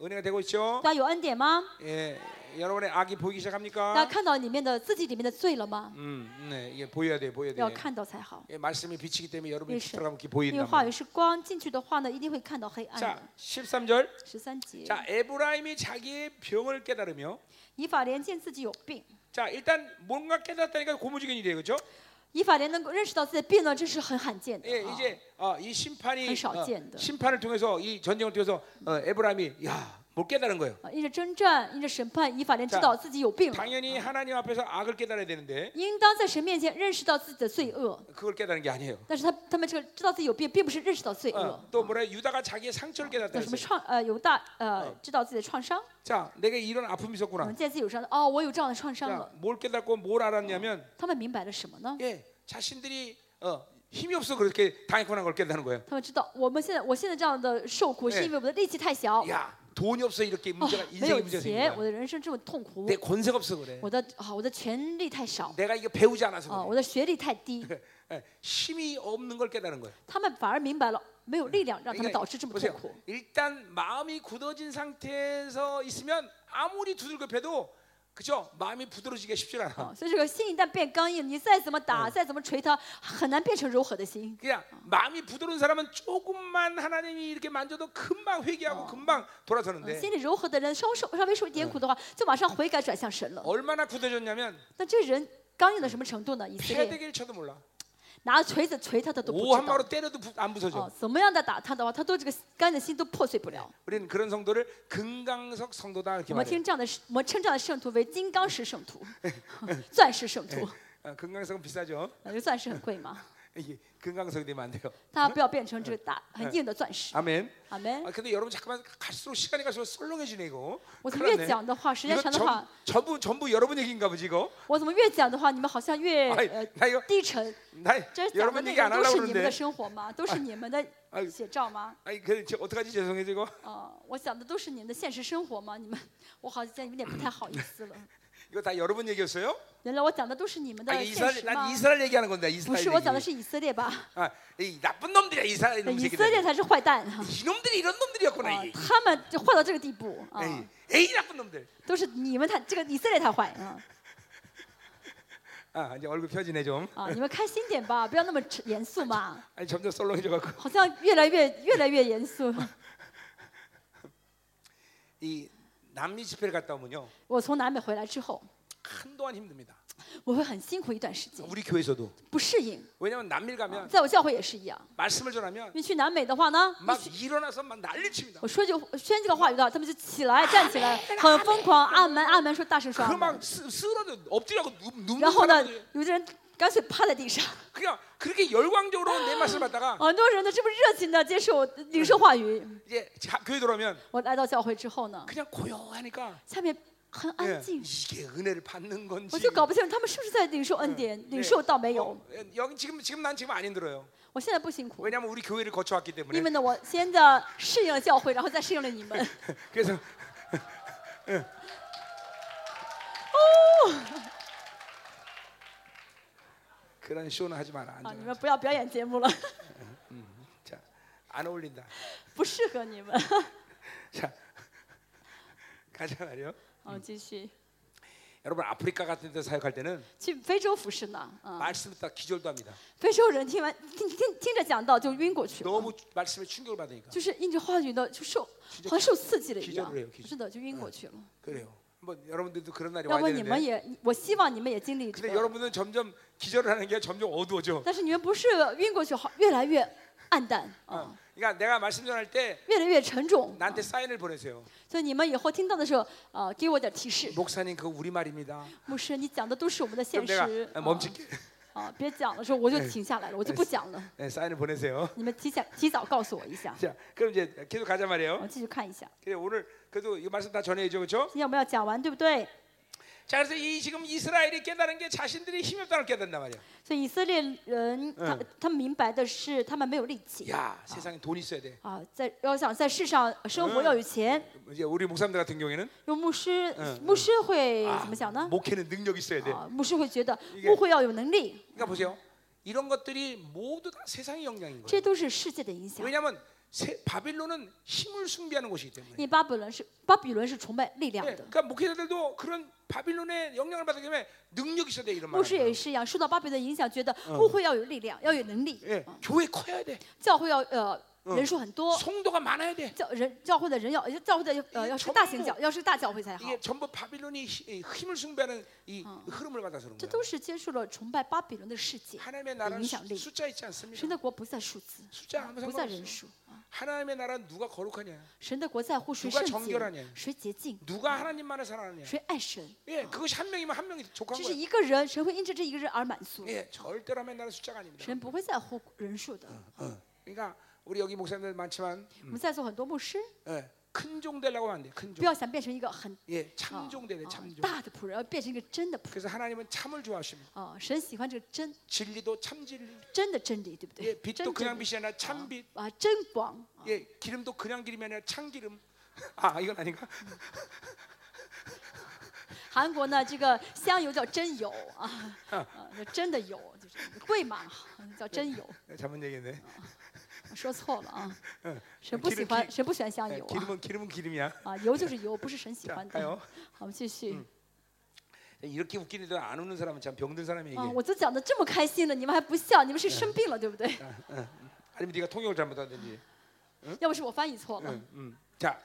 Speaker 1: 은혜가 되고 있죠.
Speaker 2: 大家有恩典吗？
Speaker 1: 예, 여러분의 악이 보이기
Speaker 2: 大家
Speaker 1: 시작합니까?
Speaker 2: 看到里面的自己里面的罪了吗？
Speaker 1: 嗯 음, 네, 이게 보여야 돼, 보여야 돼.
Speaker 2: 要看到才好，
Speaker 1: 예, 말씀이 비치기 때문에 여러분이
Speaker 2: 그래서-
Speaker 1: 들어가면 이렇게
Speaker 2: 因为
Speaker 1: 보인다.
Speaker 2: 话语是光，进去的话呢，一定会看到黑暗的
Speaker 1: 자, 。 13절.
Speaker 2: 十三节，
Speaker 1: 자 에브라임이 자기의 병을 깨달으며
Speaker 2: 以法莲见自己有病，
Speaker 1: 자 일단 뭔가 깨달았다니까 고무적인 일이에요 그렇죠?
Speaker 2: 以法莲能够认识到自己的病呢，这是很罕见的
Speaker 1: 예
Speaker 2: 啊。
Speaker 1: 이제 어, 이 심판이 어,
Speaker 2: 한샤오지엔드.
Speaker 1: 심판을 통해서 이 전쟁을 통해서 어, 에브라임이 야뭘 깨달은 거예요
Speaker 2: 啊，因着征战，因着审判，以法莲知道自己有病了，
Speaker 1: 당연히 하나님 앞에서 악을 깨달아야 되는데
Speaker 2: 应当在神面前认识到自己的罪恶。
Speaker 1: 그걸 깨달은 게 아니에요
Speaker 2: 但是他他们这个知道自己有病，并不是认识到罪
Speaker 1: 어,
Speaker 2: 恶。
Speaker 1: 또 뭐라 해요? 유다가 자기의 상처를 깨달았다
Speaker 2: 叫什么
Speaker 1: 그랬어요
Speaker 2: 创呃犹大呃知道自己的创伤，
Speaker 1: 자 내게 이런 아픔이
Speaker 2: 能
Speaker 1: 있었구나
Speaker 2: 见自己有伤哦，我有这样的创伤了。
Speaker 1: 뭘 깨닫고 뭘 알았냐면
Speaker 2: 他们明白了什么呢？
Speaker 1: 예 자신들이 어, 힘이 없어 그렇게 당했구나 걸 깨달은 거예요
Speaker 2: 他们知道我们现在我现在这样的受苦，是因为我们的力气太小，哦
Speaker 1: 야 돈이 어. 없어 이렇게 문제가
Speaker 2: 没
Speaker 1: 인생의
Speaker 2: 有
Speaker 1: 문제가 생긴
Speaker 2: 钱，
Speaker 1: 거야
Speaker 2: 我的人生这么痛苦
Speaker 1: 내 ， 권세가 없어 그래
Speaker 2: 我的啊我的权力太少
Speaker 1: 내가 이거 배우지 않아서
Speaker 2: 啊，
Speaker 1: 그래.
Speaker 2: 我的学历太低。
Speaker 1: 예, 힘이 없는 걸 깨달은 거예요.
Speaker 2: 他们反而明白了，没有力量让他们
Speaker 1: 그러니까
Speaker 2: 导致这么痛
Speaker 1: 보세요.
Speaker 2: 苦。
Speaker 1: 일단 마음이 굳어진 상태에서 있으면 아무리 두들겨 패도 그죠? 마음이 부드러지기가 쉽지 않아.
Speaker 2: 啊，所以这个心一旦变刚硬，你再怎么打，再怎么捶它，很难变成柔和的心。
Speaker 1: 그냥 마음이 부드러운 사람은 조금만 하나님이 이렇게 만져도 금방 회개하고 금방 돌아서는데
Speaker 2: 啊心里柔和的人，稍受稍微受一点苦的话，就马上悔改转向神了。
Speaker 1: 얼마나 굳어졌냐면
Speaker 2: 那这人刚硬到什么程度呢？以色列
Speaker 1: 패대기를 쳐도 몰라.
Speaker 2: 拿锤子锤他，他都不
Speaker 1: 오
Speaker 2: 知
Speaker 1: 한마로
Speaker 2: 道。
Speaker 1: 때려도 부- 안
Speaker 2: 哦
Speaker 1: 부서져. ，
Speaker 2: 怎么样的打他的话，他都这个刚硬的心都破碎不了。
Speaker 1: 우리는 그런 성도를 금강석 성도다
Speaker 2: 我
Speaker 1: 이렇게
Speaker 2: 们
Speaker 1: 말해요.
Speaker 2: 听这样的，我们称这样的圣徒为金刚石圣徒， 钻石圣徒。
Speaker 1: 아, 금강석은 비싸죠.
Speaker 2: 那就钻石很贵嘛，
Speaker 1: 이게 금강석이 되면 안 돼요.
Speaker 2: 大家不要变成这个大很硬的钻石。
Speaker 1: 아멘.
Speaker 2: 阿门
Speaker 1: 아 。 근데 여러분 잠깐만 갈수록 시간이 갈수록 썰렁해지네 이거.
Speaker 2: 我怎么
Speaker 1: 큰일
Speaker 2: 越
Speaker 1: 났네.
Speaker 2: 讲的话，时间
Speaker 1: 이거
Speaker 2: 长的
Speaker 1: 전-
Speaker 2: 话，
Speaker 1: 전부 전부 여러분 얘기인가 보지 이거.
Speaker 2: 我怎么越讲的话，你们好像越
Speaker 1: 아이,
Speaker 2: 呃
Speaker 1: 나 이거
Speaker 2: 低沉。
Speaker 1: 나
Speaker 2: 这讲的
Speaker 1: 여러분
Speaker 2: 内
Speaker 1: 얘기 안
Speaker 2: 容都
Speaker 1: 하려고
Speaker 2: 是你们
Speaker 1: 그러는데.
Speaker 2: 的生活 吗？都是你们的
Speaker 1: 아이,
Speaker 2: 写照吗？
Speaker 1: 아니 그 저, 어떡하지 죄송해요 이거.
Speaker 2: 啊、我想的都是你们的现实生活吗？你们，我好像有点不太好意思了。
Speaker 1: 이거 다 여러분 얘기였어요?
Speaker 2: 原来我讲的都是你们的
Speaker 1: 아니
Speaker 2: 现
Speaker 1: 이스라엘
Speaker 2: 实吗
Speaker 1: 난 ？ 이스라엘 얘기하는 건데
Speaker 2: 不
Speaker 1: 이스라엘
Speaker 2: 是，我讲的是
Speaker 1: 얘기.
Speaker 2: 以色列吧？
Speaker 1: 아, 이 나쁜 놈들이야 네, 이스라엘
Speaker 2: 那
Speaker 1: 놈
Speaker 2: 以色列
Speaker 1: 새끼들.
Speaker 2: 才是坏蛋啊！
Speaker 1: 이놈들이 이런 놈들이었구나 이게.
Speaker 2: 他们就坏到这个地步啊！
Speaker 1: 에이, 에이 나쁜 놈들.
Speaker 2: 都是你们才这个以色列才坏 啊！
Speaker 1: 아 이제 얼굴 펴지네 좀.
Speaker 2: 啊，你们开心点吧，不要那么沉严肃嘛，
Speaker 1: 아니 점점 썰렁해져갖고.
Speaker 2: 好像越来越越来越严肃。
Speaker 1: 이 남미 집회를 갔다 오면요
Speaker 2: 我从南美回来之后，
Speaker 1: 한동안 힘듭니다.
Speaker 2: 我会很辛苦一段时间，
Speaker 1: 우리 교회에서도
Speaker 2: 不适应。
Speaker 1: 왜냐면 남미 가면
Speaker 2: 在我教会也是一样，
Speaker 1: 말씀을 전하면
Speaker 2: 因为去南美的话呢，
Speaker 1: 막 일어나서 막 난리칩니다.
Speaker 2: 我说句宣这个话语的话，他们就起来站起来，很疯狂，按门按门说大声说按门
Speaker 1: 그 막 쓰러져 엎드려고 누- 눕는
Speaker 2: 然后呢
Speaker 1: 사람들 ，
Speaker 2: 有的人干脆趴在地上，
Speaker 1: 그냥 그렇게 열광적으로 내 말씀을 받다가
Speaker 2: 很多人呢这么热情的接受领受话语。
Speaker 1: 이제 자- 교회 돌아오면
Speaker 2: 我来到教会之后呢，
Speaker 1: 그냥 고요하니까
Speaker 2: 下面很
Speaker 1: 예,
Speaker 2: 安静，
Speaker 1: 이게 은혜를 받는 건지
Speaker 2: 我就搞不清楚他们是不是在领受恩典，
Speaker 1: 예,
Speaker 2: 领受到没有
Speaker 1: 어, ？ 예, 여기 지금 지금 난 지금 안 힘들어요.
Speaker 2: 哦我现在不辛苦，
Speaker 1: 왜냐면 우리 교회를 거쳐왔기
Speaker 2: 因为
Speaker 1: 때문에
Speaker 2: 呢，我先的适应了教会，然后再适应了你 们。
Speaker 1: 그래서 예. 그런 쇼는 하지 마라.
Speaker 2: 啊，
Speaker 1: 앉아.
Speaker 2: 你们不要表演节目了，
Speaker 1: 자, 안 어울린다.
Speaker 2: 不适合你们。
Speaker 1: 자, 가자 말이요.
Speaker 2: 好，继续
Speaker 1: 여러분 아프리카 같은 데 사역할 때는
Speaker 2: 去非洲服侍呢。啊，
Speaker 1: 말씀 듣다 기절도 합니다.
Speaker 2: 非洲人听完听听听着讲道就晕过去了，
Speaker 1: 너무 말씀에 충격을 받으니까.
Speaker 2: 就是因着话语呢，就受
Speaker 1: 진짜
Speaker 2: 好像受刺激了一
Speaker 1: 기
Speaker 2: 样
Speaker 1: 절을해요기절 ，
Speaker 2: 是的，就晕过去了。
Speaker 1: 그래요. 한번 여러분들도 그런 날이
Speaker 2: 要
Speaker 1: 와야
Speaker 2: 不你们
Speaker 1: 되는데.
Speaker 2: 也，我希望你们也经历这
Speaker 1: 근데
Speaker 2: 个，
Speaker 1: 여러분은 점점 기절을 하는 게 점점 어두워져.
Speaker 2: 但是你们不是晕过去，好越来越暗淡
Speaker 1: 어.
Speaker 2: 啊，
Speaker 1: 그러니까 내가 말씀 전할 때
Speaker 2: 越来越沉重。啊
Speaker 1: 나한테 사인을 보내세요.
Speaker 2: 所以你们以后听到的时候，呃，给我点提示。
Speaker 1: 목사님 그거 우리 말입니다.
Speaker 2: 牧师，你讲的都是我们的
Speaker 1: 그럼
Speaker 2: 现
Speaker 1: 내가
Speaker 2: 实。
Speaker 1: 아,
Speaker 2: 啊
Speaker 1: 멈출게.
Speaker 2: 啊，别讲了，说我就停下来了，我就不讲了。
Speaker 1: 네, 사인을 보내세요.
Speaker 2: 你们提前提早告诉我一下，
Speaker 1: 자, 그럼 이제 계속 가자
Speaker 2: 我
Speaker 1: 말이에요.
Speaker 2: 继续看一下。
Speaker 1: 그래 오늘 그래도 이 말씀 다 전해야죠, 그렇죠?
Speaker 2: 今天我们要讲完，对不对？
Speaker 1: 자, 그래서 이 지금 이스라엘이 깨달은 게 자신들이 힘이 없다는 걸 깨닫는단 말이야.
Speaker 2: 所以以色列人，他
Speaker 1: 嗯
Speaker 2: 他们明白的是，他们没有力气
Speaker 1: 야 세상에 돈 있어야 돼.
Speaker 2: 啊，在要想在世上生活
Speaker 1: 嗯
Speaker 2: 要有钱。
Speaker 1: 이제 우리 목사님들 같은 경우에는
Speaker 2: 用牧师
Speaker 1: 嗯，
Speaker 2: 牧师会
Speaker 1: 아,
Speaker 2: 怎么想呢？
Speaker 1: 목회는 능력 이 있어야 돼.
Speaker 2: 啊，牧师会觉得
Speaker 1: 이게
Speaker 2: 牧会要有能力，
Speaker 1: 그러니까 보세요. 이런 것들이 모두 다 세상의 영향인
Speaker 2: 这
Speaker 1: 거예요.
Speaker 2: 都是世界的影响。
Speaker 1: 왜냐하면 세- 바빌론은 힘을 숭배하는 곳이기
Speaker 2: 因
Speaker 1: 때문에.
Speaker 2: 为巴比伦是巴比伦是崇拜力量
Speaker 1: 예,
Speaker 2: 的，
Speaker 1: 그러니까 목회자들도 그런 바빌론의 영향을 받기 때문에 능력이 있어야 돼 이런
Speaker 2: 牧师也
Speaker 1: 말이에요.
Speaker 2: 是一样，受到巴比伦的影响，觉得
Speaker 1: 嗯
Speaker 2: 牧会要有力量，要有能力，
Speaker 1: 예,
Speaker 2: 啊
Speaker 1: 교회 커야 돼.
Speaker 2: 教会要呃
Speaker 1: 嗯
Speaker 2: 人数很多，
Speaker 1: 성도가 어. 많아야 돼.
Speaker 2: 教人教会的人要教会的
Speaker 1: 이게
Speaker 2: 呃要
Speaker 1: 전부
Speaker 2: 是大型教，要是大教会才好
Speaker 1: 이게 。 전부 바빌론이 히- 힘을 숭배하는 이 흐름을 받아서 그런
Speaker 2: 这
Speaker 1: 거예요.
Speaker 2: 都是接触了崇拜巴比伦的世界，
Speaker 1: 하나님의 나라는 수-
Speaker 2: 영향력.
Speaker 1: 숫자 있지
Speaker 2: 神
Speaker 1: 않습니다.
Speaker 2: 的国不在数字，
Speaker 1: 숫자 아무
Speaker 2: 不在
Speaker 1: 상관없어.
Speaker 2: 人数，啊
Speaker 1: 하나님의 나라는 누가 거룩하냐?
Speaker 2: 神的国在乎谁
Speaker 1: 누가
Speaker 2: 圣
Speaker 1: 정결하냐
Speaker 2: 洁，谁洁净，
Speaker 1: 누가 하나님만을 사랑하냐?
Speaker 2: 谁爱神。
Speaker 1: 예, 그것이 한 명이면 한 명이 족한
Speaker 2: 只是
Speaker 1: 거예요.
Speaker 2: 一个人，神会因着这一个人而满足，
Speaker 1: 예, 절대로 하면 나는 숫자가 아닙니다.
Speaker 2: 神不会在乎人数的。
Speaker 1: 어. 그러니까 우리 여기 목사님들 많지만
Speaker 2: 我们在座很多牧师，
Speaker 1: 예, 큰종 되려고 하면 안 돼. 큰
Speaker 2: 不
Speaker 1: 종.
Speaker 2: 要想变成一个很
Speaker 1: 예
Speaker 2: 啊
Speaker 1: 참종 되래
Speaker 2: 啊
Speaker 1: 참종.
Speaker 2: 大的仆人，要变成一个真的仆人
Speaker 1: 그래서 하나님은 참을 좋아하십니다.
Speaker 2: 啊！神喜欢这个真
Speaker 1: 진리도 참 진리.
Speaker 2: 真的真理，对不对
Speaker 1: 예, ？
Speaker 2: 真
Speaker 1: 빛도
Speaker 2: 真
Speaker 1: 그냥
Speaker 2: 理
Speaker 1: 빛이 아니라 참 빛.
Speaker 2: 啊，真光啊
Speaker 1: 예, 기름도 그냥 기름이 아니라 참 기름. 아, 이건 아닌가?
Speaker 2: 韩国呢，这个香油叫真油 啊，啊，叫真的油就是贵嘛，叫真油。
Speaker 1: 예, 잘못 얘기했네.
Speaker 2: 我说错了啊，神
Speaker 1: 嗯
Speaker 2: 不
Speaker 1: 기름
Speaker 2: 喜 欢
Speaker 1: 기
Speaker 2: 神不喜欢香
Speaker 1: 예,
Speaker 2: 油啊，
Speaker 1: 기름은 기름은 기름이야.
Speaker 2: 啊，油就是油，不是神喜
Speaker 1: 자
Speaker 2: 欢的。
Speaker 1: 가요.
Speaker 2: 好，我们继续啊
Speaker 1: 이렇게 웃기는데 안 웃는 사람은 참 병든 사람이 이게.
Speaker 2: 啊，我都讲的这么开心了，你们还不笑，你们是生病了对不对？
Speaker 1: 아니면 네가 통역을 잘못하든지.
Speaker 2: 要不是我翻译错了。
Speaker 1: 음. 자,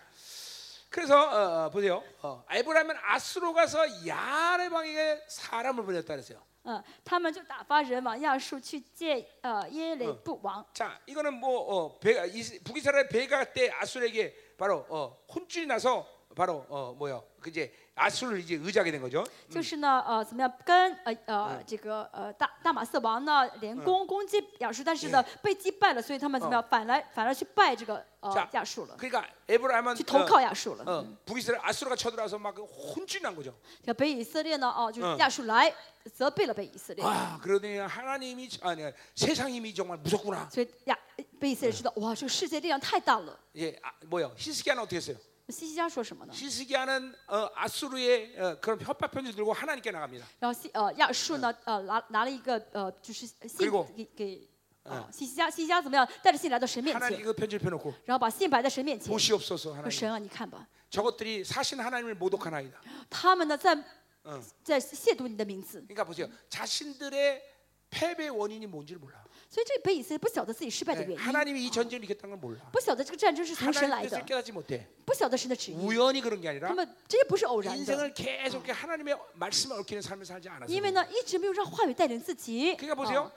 Speaker 1: 그래서 어, 어, 보세요. 어, 에브라임은 아스로 가서 야레 방에게 사람을 보냈다 그랬어요.
Speaker 2: 嗯，他们就打发人往亚述去见呃耶雷布王。
Speaker 1: 자, 이거는 뭐 어, 베가 이- 북이스라엘 베가 때 아수르에게 바로 어, 혼쭐이 나서 바로 어, 뭐야? 그 이제 아수를 이제 의지하게 된 거죠.
Speaker 2: 就是呢，呃，怎么样跟呃呃这个呃大大马色王呢联攻攻击亚述，但是呢被击败了，所以他们怎么样反来反而去拜这个
Speaker 1: 자
Speaker 2: 呃亚述了，
Speaker 1: 그러니까 에브라임은
Speaker 2: 去投靠亚述了。
Speaker 1: 嗯 북이스라엘 아수르가 쳐들어와서 막 혼쭐 난 거죠.
Speaker 2: 这个北以色列呢，哦，就
Speaker 1: 嗯啊
Speaker 2: 是亚述来责备了北以色列，
Speaker 1: 와 아, 그러더니 하나님이 아니 네, 세상 힘이 정말 무섭구나.
Speaker 2: 所以亚北以色列知道，哇，这个世界力量太大了。
Speaker 1: 예, 아, 뭐야 히스기야는 어떻게 했어요?
Speaker 2: 西西家说什么呢？
Speaker 1: 히스기야는 어, 아수르의 어, 그런 협박 편지 들고 하나님께 나갑니다.
Speaker 2: 然后西呃亚述呢呃拿拿了一个呃就是
Speaker 1: 그리
Speaker 2: 信
Speaker 1: 고
Speaker 2: 给给呃西西家西西家怎么样带着信来到神面
Speaker 1: 하나님
Speaker 2: 前，
Speaker 1: 그 편지를 펴놓고
Speaker 2: 然后把信摆在神面前，
Speaker 1: 보시옵소서
Speaker 2: 说
Speaker 1: 하나님.
Speaker 2: 神啊你看吧，
Speaker 1: 저것들이 사신 하나님을 모독하나이다.
Speaker 2: 他们呢在
Speaker 1: 어.
Speaker 2: 在亵渎你的名字，
Speaker 1: 그러니까 보세요. 자신들의 패배 원인이 뭔지를 몰라.
Speaker 2: 所以这北以色列不晓得自己失败的
Speaker 1: 네,
Speaker 2: 原因，
Speaker 1: 하나님이 이 전쟁을 이겼다는 걸 몰라.
Speaker 2: 不晓得这个战争是从神
Speaker 1: 하나님
Speaker 2: 来
Speaker 1: 뜻을
Speaker 2: 的，
Speaker 1: 깨닫지 못해.
Speaker 2: 不晓得神的旨意，
Speaker 1: 우연히 그런 게
Speaker 2: 他
Speaker 1: 아니라
Speaker 2: 们这些不是偶然的，
Speaker 1: 인생을 계속 이렇게 하나님의 말씀을 얽히는 삶을 살지 않았어요.
Speaker 2: 因为呢一直没有让话语带领自己。
Speaker 1: 그러니까
Speaker 2: 啊
Speaker 1: 보세요.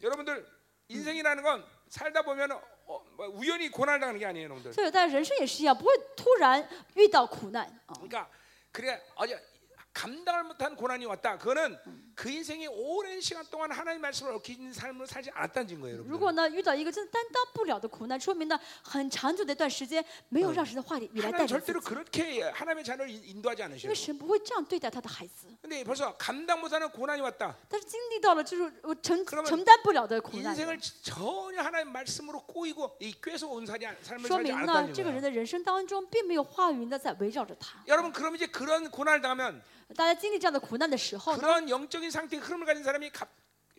Speaker 1: 여러분들 인생이라는 건 살다 보면 어, 뭐 우연히 고난을 당하는 게 아니에요, 여러분들.
Speaker 2: 所以，但人生也是一样，不会突然遇到苦难啊。
Speaker 1: 그러니까 그래 아주 감당을 못한 고난이 왔다. 그거는 그 인생이 오랜 시간 동안 하나님 말씀을 얽힌 삶을 살지 않았다는 증거예요,
Speaker 2: 如
Speaker 1: 여러분.
Speaker 2: 果呢遇到一个真的担当不了的苦难，说明呢很长久的一段时间没有让神的话语嗯来带
Speaker 1: 하나님
Speaker 2: 领自
Speaker 1: 절대로
Speaker 2: 己，
Speaker 1: 그렇게 하나님의 자녀를 인- 인도하지
Speaker 2: 因
Speaker 1: 않으셔요.
Speaker 2: 为神不会这样对待他的孩子。
Speaker 1: 근데 벌써 감당 못하는 고난이 왔다.
Speaker 2: 但是经历到了就是我承
Speaker 1: 그러면
Speaker 2: 承担不了的苦难，
Speaker 1: 인생을 전혀 하나님 말씀으로 꼬이고 이 꿰서 온 살이 삶을
Speaker 2: 说
Speaker 1: 살지
Speaker 2: 明呢
Speaker 1: 않았다는
Speaker 2: 这个人
Speaker 1: 거예요.
Speaker 2: 的人生当中并没有话语呢在围绕着他。
Speaker 1: 여러분 그럼 이제 그런 고난을 당하면
Speaker 2: 大家经历这样的苦难的时候呢，
Speaker 1: 그런 영적인 상태 흐름을 가진 사람이 갑-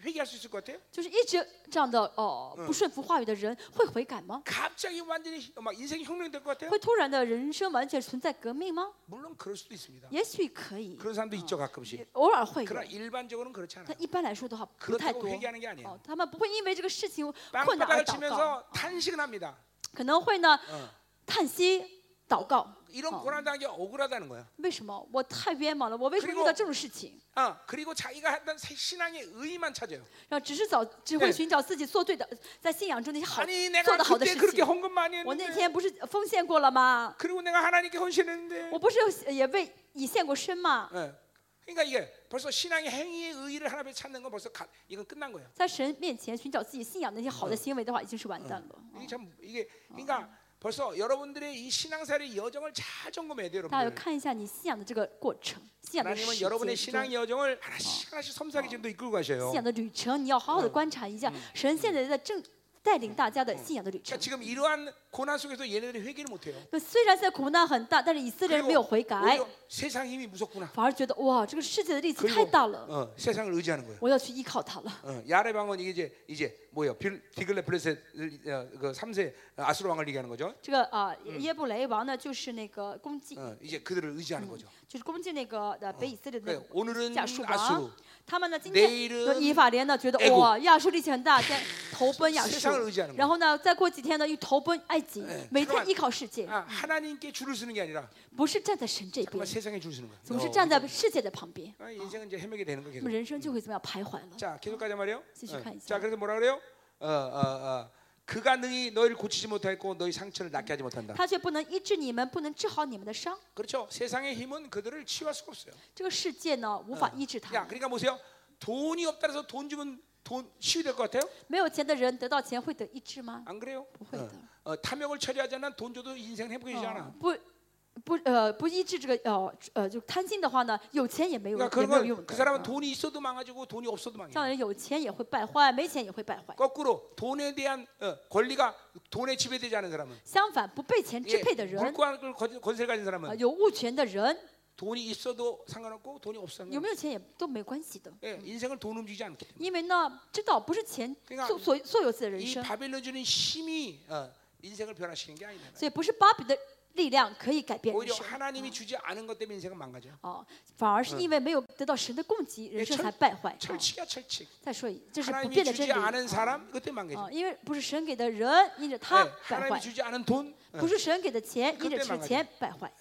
Speaker 1: 회개할 수 있을 것 같아요?
Speaker 2: 就是一直这样的哦不顺服话语的人会悔改吗？
Speaker 1: 갑자기 완전히 막 인생이 혁명될 것 같아요?
Speaker 2: 会突然的人生完全存在革命吗？
Speaker 1: 물론 그럴 수도 있습니다.
Speaker 2: 也许可以，
Speaker 1: 그런 사람도 있죠 가끔씩.
Speaker 2: 偶尔会有。
Speaker 1: 그러나 일반적으로는 예. 그렇지
Speaker 2: 但
Speaker 1: 않아요.
Speaker 2: 一般来说的话，不太
Speaker 1: 그렇다고 어,
Speaker 2: 多。
Speaker 1: 회개하는 게 아니에요.
Speaker 2: 哦，他们不会因为这个事情困难而
Speaker 1: 땅바닥을
Speaker 2: 祷告，
Speaker 1: 치면서 탄식을 합니다.
Speaker 2: 可能会呢
Speaker 1: 어.
Speaker 2: 叹息祷告。
Speaker 1: 이런
Speaker 2: 어.
Speaker 1: 고난 당한 게 억울하다는 거야.
Speaker 2: 为什么我太冤枉了？我为什么
Speaker 1: 그리고
Speaker 2: 遇到这种事情？
Speaker 1: 아, 그리고 자기가 했던 새 신앙의 의의만 찾아요.
Speaker 2: 然后只是找，只会
Speaker 1: 네
Speaker 2: 寻找自己做对的，在信仰中那些好
Speaker 1: 아니
Speaker 2: 做
Speaker 1: 내가
Speaker 2: 的好的
Speaker 1: 그때
Speaker 2: 事
Speaker 1: 그렇게
Speaker 2: 情。
Speaker 1: 헌금 많이
Speaker 2: 我那
Speaker 1: 했는데
Speaker 2: 天不是奉献过了吗？
Speaker 1: 그리고 내가 하나님께 헌신했는데
Speaker 2: 我不是也为你献过身吗？
Speaker 1: 예. 그러니까 이게 벌써 신앙의 행위의 의의를 하나님에 찾는 건 벌써 가, 이건 끝난 거예요.
Speaker 2: 在神面前寻找自己信仰的那些好的行为的话，已经是完蛋了。
Speaker 1: 이게 참 이게 그러니까 벌써 여러분들의 이 신앙생활의 여정을 잘 점검해야 돼요,
Speaker 2: 哦大家要
Speaker 1: 여러분들.
Speaker 2: 看一下你信仰的这个过程，信仰的时
Speaker 1: 하나님은
Speaker 2: 间
Speaker 1: 여러분의
Speaker 2: 中
Speaker 1: 신앙의 여정을 하나씩 하나씩 섬세하게 지금도 이끌고 가셔요.
Speaker 2: 信仰的旅程，你要好好的观察一下，神现在在正带领大家的信仰的旅程
Speaker 1: 그러니까 。 지금 이러한 고난 속에서 얘네들이 회개를 못 해요.
Speaker 2: 那虽然现在苦难很大，但是以色列人没有悔改，
Speaker 1: 오히려 세상 힘이 무섭구나.
Speaker 2: 反而觉得哇，这个世界的力气太
Speaker 1: 그리고
Speaker 2: 大了，
Speaker 1: 어, 세상을 의지하는 거예요.
Speaker 2: 我要去依靠它了。
Speaker 1: 어, 야레 방언 이게 이제 이제 뭐예요? 빌- 디글레 블레셋 어, 그 3세 아수르 왕을 얘기하는 거죠.
Speaker 2: 这个啊、耶布雷王呢，就是那个攻击，
Speaker 1: 어, 이제 그들을 의지하는 거죠.
Speaker 2: 就是攻击那个呃北以色列的
Speaker 1: 그러니까
Speaker 2: 那个
Speaker 1: 오늘은
Speaker 2: 亚嗯述王
Speaker 1: 음. 아수르 。
Speaker 2: 他们呢，今
Speaker 1: 내일
Speaker 2: 天
Speaker 1: 은
Speaker 2: 那以法莲呢，觉
Speaker 1: 애국
Speaker 2: 得哇，亚述力气很 大，先投奔亚
Speaker 1: 세상
Speaker 2: 述
Speaker 1: 을의지하는거야 ，
Speaker 2: 然后呢，再过几天呢，又投奔埃及，每天依靠世界，
Speaker 1: 아, 하나님께 줄을 서는 게 아니라
Speaker 2: 不是站在神这
Speaker 1: 정말
Speaker 2: 边，
Speaker 1: 세상에 줄을 서는 거야.
Speaker 2: 总是站在世界的旁边。
Speaker 1: 아, 인생은 이제 헤매게 되는 거
Speaker 2: 那么
Speaker 1: 계속.
Speaker 2: 人生就会怎么样徘徊了？
Speaker 1: 자, 계속 가자 말이요.
Speaker 2: 지시
Speaker 1: 어.
Speaker 2: 가야지.
Speaker 1: 자, 그래서 뭐라 그래요? 어, 어, 어. 그가 능히 너희를 고치지 못하고 너희 상처를 낫게 하지 못한다.
Speaker 2: 他却不能医治你们，不能治好你们的伤。
Speaker 1: 그렇죠. 세상의 힘은 그들을 치유할 수가 없어요.
Speaker 2: 这个世界呢，无法医治
Speaker 1: 야,
Speaker 2: 他。
Speaker 1: 그러니까 보세요. 돈이 없다 해서 돈 주면 돈 치유될 것 같아요?
Speaker 2: 没有钱的人得到钱会得医治吗？
Speaker 1: 안 그래요?
Speaker 2: 不会的。
Speaker 1: 어, 탐욕을 처리하지 않으면 돈 줘도 인생 행복해지지
Speaker 2: 哦
Speaker 1: 않아.
Speaker 2: 不不呃不医治这个呃呃就贪心的话呢，有钱也没有
Speaker 1: 그러니까
Speaker 2: 也没有
Speaker 1: 그런
Speaker 2: 用
Speaker 1: 건
Speaker 2: 的
Speaker 1: 그 사람은
Speaker 2: 嗯
Speaker 1: 돈이 있어도 망가지고 돈이 없어도 망해.
Speaker 2: 这样的人有钱也会败坏，没钱也会败坏。
Speaker 1: 거꾸로 돈에 대한 어, 권리가 돈에 지배되지 않은 사람은
Speaker 2: 相反，不被钱支
Speaker 1: 예,
Speaker 2: 配的人，
Speaker 1: 물권을 거- 권세를 가진
Speaker 2: 啊
Speaker 1: 사람은
Speaker 2: 有物权的人，
Speaker 1: 돈이 있어도 상관없고 돈이 없어도
Speaker 2: 有
Speaker 1: 상관없고
Speaker 2: 没有钱也都没关系的。
Speaker 1: 예, 인생을 돈 움직이지 않기 때문에
Speaker 2: 因为呢，知道不是钱
Speaker 1: 그러니까
Speaker 2: 所所所有自己的人
Speaker 1: 이
Speaker 2: 生，
Speaker 1: 바벨론 주는 힘이 어, 인생을 변화시키는 게 아니다
Speaker 2: 所以不是巴比的力量可以改变人
Speaker 1: 오히려
Speaker 2: 生。
Speaker 1: 하나님이 주지 않은 것 때문에 인생은 망가져
Speaker 2: 哦，反而是因为没有得到神的供给，人生才败坏。哦
Speaker 1: 철칙이야 철칙
Speaker 2: 再说一，这是不
Speaker 1: 하나님이
Speaker 2: 变的真
Speaker 1: 주지
Speaker 2: 理。
Speaker 1: 않은
Speaker 2: 啊，
Speaker 1: 사람 그때 망가져
Speaker 2: 啊因为不是神给的人，因着他
Speaker 1: 예,
Speaker 2: 败坏
Speaker 1: 하나님이 ； 주지 않은 돈 어.
Speaker 2: 不是神给的钱，因着
Speaker 1: 그때
Speaker 2: 这
Speaker 1: 망가져
Speaker 2: 个钱败坏。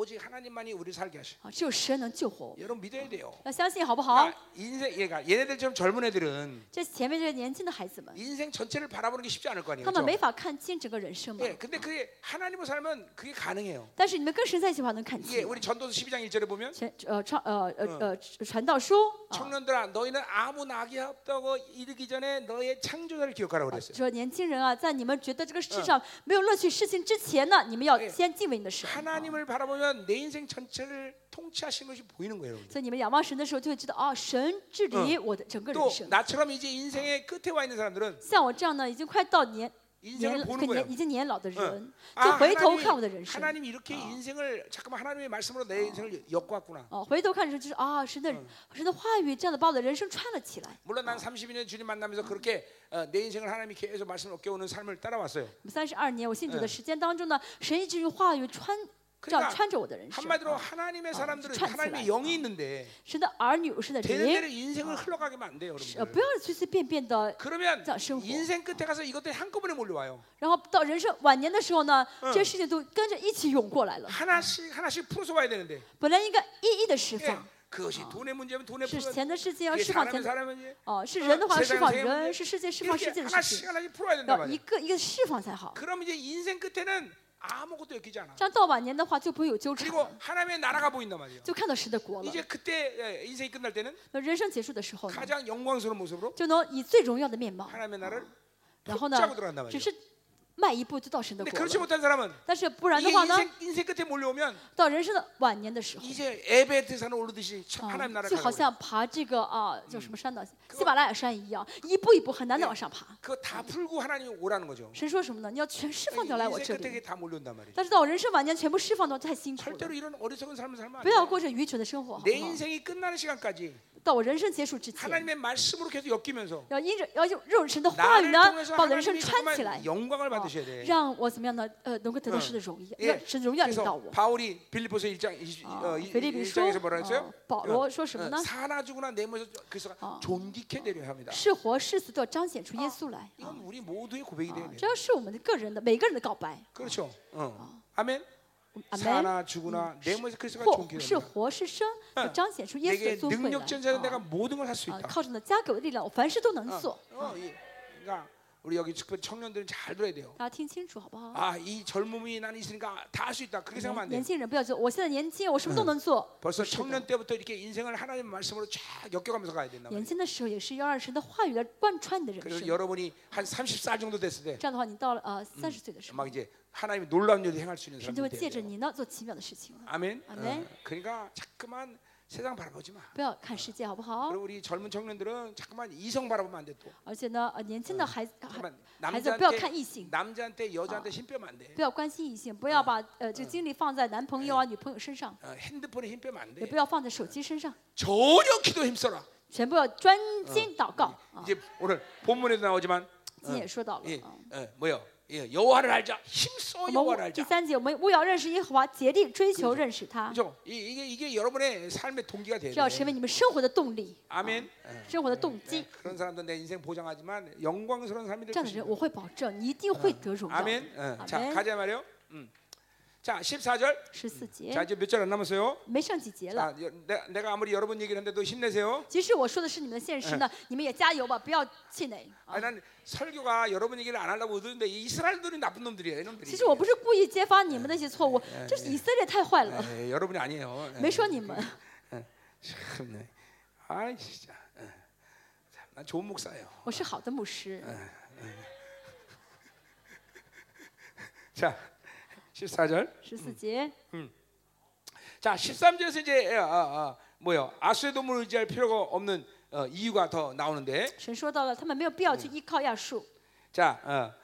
Speaker 1: 오직 하나님만이 우리를 살게 하셔
Speaker 2: 啊，只有神能救活我们，
Speaker 1: 여러분 믿어야 돼요
Speaker 2: 要相信好不好？
Speaker 1: 그러니까 인생 얘가 얘네들처럼 젊은 애들은
Speaker 2: 这前面这些年轻的孩子们，
Speaker 1: 인생 전체를 바라보는 게 쉽지 않을 거 아니에요
Speaker 2: 他们
Speaker 1: 그렇죠?
Speaker 2: 没法看清整个人生嘛。
Speaker 1: 예, 근데 그게 하나님으로 살면 그게 가능해요
Speaker 2: 但是你们跟神在一起的话，能看
Speaker 1: 예,
Speaker 2: 清。
Speaker 1: 우리 전도서 12장 1절에 보면
Speaker 2: 全呃创呃呃呃传道书
Speaker 1: 어.
Speaker 2: 啊，
Speaker 1: 청년들아 너희는 아무 낙이 없다고 이르기 전에 너의 창조자를 기억하라고 그랬어요.
Speaker 2: 说年轻人啊，在你们觉得这个世上没有乐趣事情之前呢，你们要
Speaker 1: 예
Speaker 2: 先敬畏你的神。啊
Speaker 1: 하나님을 바라보면 내 인생 전체를 통치하신 것이 보이는 거예요, 여러분.
Speaker 2: 所以你们仰望神的时候，就会知道哦，神治理我的整个人
Speaker 1: 또
Speaker 2: 生。
Speaker 1: 나처럼 이제 인생의 끝에 와 있는 사람들은
Speaker 2: 像我这样呢，已经快到年
Speaker 1: 인생을
Speaker 2: 年
Speaker 1: 보는
Speaker 2: 跟
Speaker 1: 거예요
Speaker 2: 年已经年老的人，
Speaker 1: 아,
Speaker 2: 就回头
Speaker 1: 하나님,
Speaker 2: 看我的人生。
Speaker 1: 하나님 이렇게
Speaker 2: 어.
Speaker 1: 인생을 잠깐만 하나님의 말씀으로
Speaker 2: 아.
Speaker 1: 내 인생을 엮어왔구나.
Speaker 2: 哦，回头看的时候就是啊，神的神的话语这样的把我的人生串了起来。
Speaker 1: 물론 난 32년 주님 만나면서 그렇게 어, 내 인생을 하나님이 계속 말씀을 엮여오는 삶을 따라왔어요.
Speaker 2: 三十二年我信主的
Speaker 1: 嗯
Speaker 2: 时间当中呢，神一直用话语穿这样
Speaker 1: 그러니까
Speaker 2: 穿着我的人生。
Speaker 1: 한마디로
Speaker 2: 啊
Speaker 1: 하나님의
Speaker 2: 어,
Speaker 1: 사람들은
Speaker 2: 찬스가 네.
Speaker 1: 하나님의
Speaker 2: 있어.
Speaker 1: 영이 있는데
Speaker 2: 神的儿女有神的
Speaker 1: 되는
Speaker 2: 灵
Speaker 1: 대로 ， 인생을 흘러가게 하면 안 돼요,
Speaker 2: 呃，
Speaker 1: 여러분.
Speaker 2: 不要随随便便的，
Speaker 1: 그러면
Speaker 2: 아. 자, 어. 신고.
Speaker 1: 인생 끝에 가서 이것들이 한꺼번에 몰려와요.
Speaker 2: 然后到人生晚年的时候呢，
Speaker 1: 嗯
Speaker 2: 这些事情都跟着一起涌过来了。
Speaker 1: 하나씩 하나씩 풀어서 와야 되는데
Speaker 2: 本来应该一一的释
Speaker 1: 예,
Speaker 2: 放，
Speaker 1: 그것이
Speaker 2: 아.
Speaker 1: 돈의 문제면 돈의
Speaker 2: 是
Speaker 1: 풀어
Speaker 2: 钱的事情要
Speaker 1: 그게
Speaker 2: 释放
Speaker 1: 사람의
Speaker 2: 钱的，
Speaker 1: 사람은 이제
Speaker 2: 哦，是
Speaker 1: 嗯
Speaker 2: 人的话
Speaker 1: 谁
Speaker 2: 释
Speaker 1: 干
Speaker 2: 放
Speaker 1: 谁不
Speaker 2: 人，是世界释放世
Speaker 1: 이렇게
Speaker 2: 界的事
Speaker 1: 하나씩
Speaker 2: 情，
Speaker 1: 하나씩 풀어야 된다
Speaker 2: 要
Speaker 1: 말이야.
Speaker 2: 一个一个释放才好。
Speaker 1: 그럼 이제 인생 끝에는 아무것도 엮이지 않아.
Speaker 2: 这样到晚年的话就不会有纠缠
Speaker 1: 그리고
Speaker 2: 了，
Speaker 1: 하나님의 나라가 보인단 말이에요.
Speaker 2: 就看到神的国了。
Speaker 1: 이제 그때 예, 인생이 끝날 때는
Speaker 2: 那人生结束的时候呢，
Speaker 1: 가장 영광스러운 모습으로
Speaker 2: 就能以最荣耀的面貌，
Speaker 1: 하나님의 나라를
Speaker 2: 然
Speaker 1: 푹
Speaker 2: 后呢
Speaker 1: 짜고 ， 들어간단
Speaker 2: 只
Speaker 1: 말이에요.
Speaker 2: 是迈一步就到神的
Speaker 1: 근데
Speaker 2: 国
Speaker 1: 그렇지
Speaker 2: 了。
Speaker 1: 못한 사람은
Speaker 2: 但是不然
Speaker 1: 이게
Speaker 2: 的话呢，
Speaker 1: 인생, 인생 끝에 몰려오면
Speaker 2: 到人生的晚年的时候，
Speaker 1: 이제 에베트 산을 오르듯이 참
Speaker 2: 啊
Speaker 1: 하나님 ， 나라를
Speaker 2: 就好
Speaker 1: 가고
Speaker 2: 像爬这个啊叫什么山的
Speaker 1: 可
Speaker 2: 喜马拉雅山一样，一步一步很难的往上爬。
Speaker 1: 그거 다 풀고 하나님이 오라는 거죠.
Speaker 2: 神说什么呢？哎你要全释放掉来我这
Speaker 1: 인생 끝에
Speaker 2: 里。
Speaker 1: 다 몰려온단 말이죠.
Speaker 2: 但是到人生晚年全部释放掉太辛苦了，
Speaker 1: 절대로 이런 어리석은 삶을 살면 안
Speaker 2: 不要
Speaker 1: 돼요.
Speaker 2: 过着愚蠢的生活，好不
Speaker 1: 내
Speaker 2: 好？
Speaker 1: 인생이 끝나는 시간까지
Speaker 2: 到我人生结束之前，
Speaker 1: 하나님의 말씀으로 계속 엮이면서
Speaker 2: 要因着要用用神的话语
Speaker 1: 나를
Speaker 2: 呢
Speaker 1: 통해서 ，
Speaker 2: 把我的人生
Speaker 1: 하나님이
Speaker 2: 穿起来
Speaker 1: 정말 ， 영광을
Speaker 2: 哦
Speaker 1: 받으셔야 돼.
Speaker 2: 让我怎么样呢？呃，能够得到
Speaker 1: 嗯
Speaker 2: 神的荣耀，
Speaker 1: 예,
Speaker 2: 让神的荣耀领导
Speaker 1: 그래서
Speaker 2: 我。
Speaker 1: 바울이 빌리포서 1장 20,
Speaker 2: 啊
Speaker 1: 어, ，
Speaker 2: 腓立比书
Speaker 1: 1장에서 뭐라
Speaker 2: 啊
Speaker 1: 했어요? ，
Speaker 2: 保罗说什么呢
Speaker 1: 어, ？ 사나 죽으나 내 몸에서 그리스도가
Speaker 2: 어.
Speaker 1: 존귀케 되려 합니다.
Speaker 2: 是活是死都要彰显出耶稣来啊
Speaker 1: 이건 ！ 우리 모두의 고백이 돼야
Speaker 2: 啊
Speaker 1: 돼요.
Speaker 2: 这是我们的个人的每个人的告白，
Speaker 1: 그렇죠. 어. 아멘. 음.
Speaker 2: 阿门。
Speaker 1: 사나 죽으나 내 몸에서 그리스도가
Speaker 2: 或
Speaker 1: 존귀케
Speaker 2: 是
Speaker 1: 되려.
Speaker 2: 活是生，要
Speaker 1: 嗯
Speaker 2: 彰显出耶稣
Speaker 1: 내게
Speaker 2: 的尊贵
Speaker 1: 능력 전자는
Speaker 2: 来
Speaker 1: 내가 。 모든 걸 할 수
Speaker 2: 啊，
Speaker 1: 있다.
Speaker 2: 靠着呢加给我的力嗯量，我凡事都能
Speaker 1: 어,
Speaker 2: 做。
Speaker 1: 어, 이, 그러니까 우리 여기 특별 청년들은 잘 들어야 돼요.
Speaker 2: 大家听清楚好不好？
Speaker 1: 아, 이 젊음이 난 있으니까 다 할 수 있다. 그렇게
Speaker 2: 年
Speaker 1: 생각하면 안
Speaker 2: 年
Speaker 1: 돼요.
Speaker 2: 轻人不要做，我现在年轻，我什么都能做。
Speaker 1: 벌써 청년 때부터 이렇게 인생을 하나님 의 말씀으로 쫙 엮여가면서 가야 된다.
Speaker 2: 年轻的时候也是要让神的话语来贯穿你的人
Speaker 1: 그래서
Speaker 2: 生。
Speaker 1: 여러분이 한 30살 정도 됐을 때 막
Speaker 2: 这样的话，你到了呃三十岁的时候，
Speaker 1: 이제 하나님이 놀라운 일을 행할 수 있는
Speaker 2: 神就会
Speaker 1: 사람이
Speaker 2: 借着
Speaker 1: 돼요.
Speaker 2: 你呢做奇妙的事情了。
Speaker 1: 아멘.
Speaker 2: 아멘.
Speaker 1: 어, 그러니까 자꾸만 세상 바라보지 마.
Speaker 2: 不要看世界好不好？哦
Speaker 1: 그리고 우리 젊은 청년들은 자꾸만 이성 바라보면 안 돼. 또
Speaker 2: 而且呢，呃，年轻的孩子孩
Speaker 1: 잠깐만
Speaker 2: 孩子不要看
Speaker 1: 남자한테 아.
Speaker 2: 异性，
Speaker 1: 남자한테 여자한테 힘 빼면 안 돼.
Speaker 2: 不要关心异性，不要把呃这个精力放在男朋友啊、女朋友身上，
Speaker 1: 어, 핸드폰에 힘 빼면 안
Speaker 2: 也
Speaker 1: 돼.
Speaker 2: 不要放在手机身上，
Speaker 1: 전혀 기도 힘써라.
Speaker 2: 全部要专心祷告啊。
Speaker 1: 이제 오늘 본문에도 나오지만
Speaker 2: 今天也说到
Speaker 1: 예,
Speaker 2: 了啊。
Speaker 1: 예, 뭐요? 예, 여호와를 알자. 힘써
Speaker 2: 我
Speaker 1: 여호와를
Speaker 2: 们务第
Speaker 1: 알자.
Speaker 2: 三节，我们务要认识耶和华，竭力追求认识他，
Speaker 1: 그죠? 이- 이게 이게 여러분의 삶의 동기가 돼야
Speaker 2: 这要成
Speaker 1: 돼.
Speaker 2: 为你们生活的动力，啊
Speaker 1: 아멘. 예.
Speaker 2: 生活的动机
Speaker 1: 네, 。 그런 사람들 내 인생 보장하지만 영광스러운 삶이 될
Speaker 2: 这样的人，
Speaker 1: 것입니다.
Speaker 2: 我会保证你一定会得
Speaker 1: 嗯
Speaker 2: 荣耀的。
Speaker 1: 아멘. 어, 자,
Speaker 2: 아멘.
Speaker 1: 가자 말이요. 음. 자, 14절.
Speaker 2: 十四
Speaker 1: 자
Speaker 2: 节，
Speaker 1: 이제 몇 절 안 남았어요.
Speaker 2: 没剩几节了。
Speaker 1: 자, 여- 내, 내가 아무리 여러분 얘기를 했는데도 힘내세요.
Speaker 2: 即使我说的是你们的现实呢，你们也加油吧，不要气馁。啊
Speaker 1: 아난 설교가 여러분 얘기를 안 하려고 그러는데 이 이스라엘들이 나쁜 놈들이에요. 이놈들이.
Speaker 2: 其实我不是嗯故意揭发你们那些错误，这是以色列太坏了，
Speaker 1: 에, 네, 여러분이 아니에요. 에,
Speaker 2: 没说你们。
Speaker 1: 참, 네. 아이 진짜. 에. 참, 난 좋은 목사예요.
Speaker 2: 我是好的牧师。
Speaker 1: 자, 14절.
Speaker 2: 十四节，
Speaker 1: 자, 13절에서 이제 어, 어, 어, 뭐요? 아수의 도움을 의지할 필요가 없는 어, 이유가 더 나오는데.
Speaker 2: 神说到了，他们没有必要去依靠亚述。
Speaker 1: 자, 어,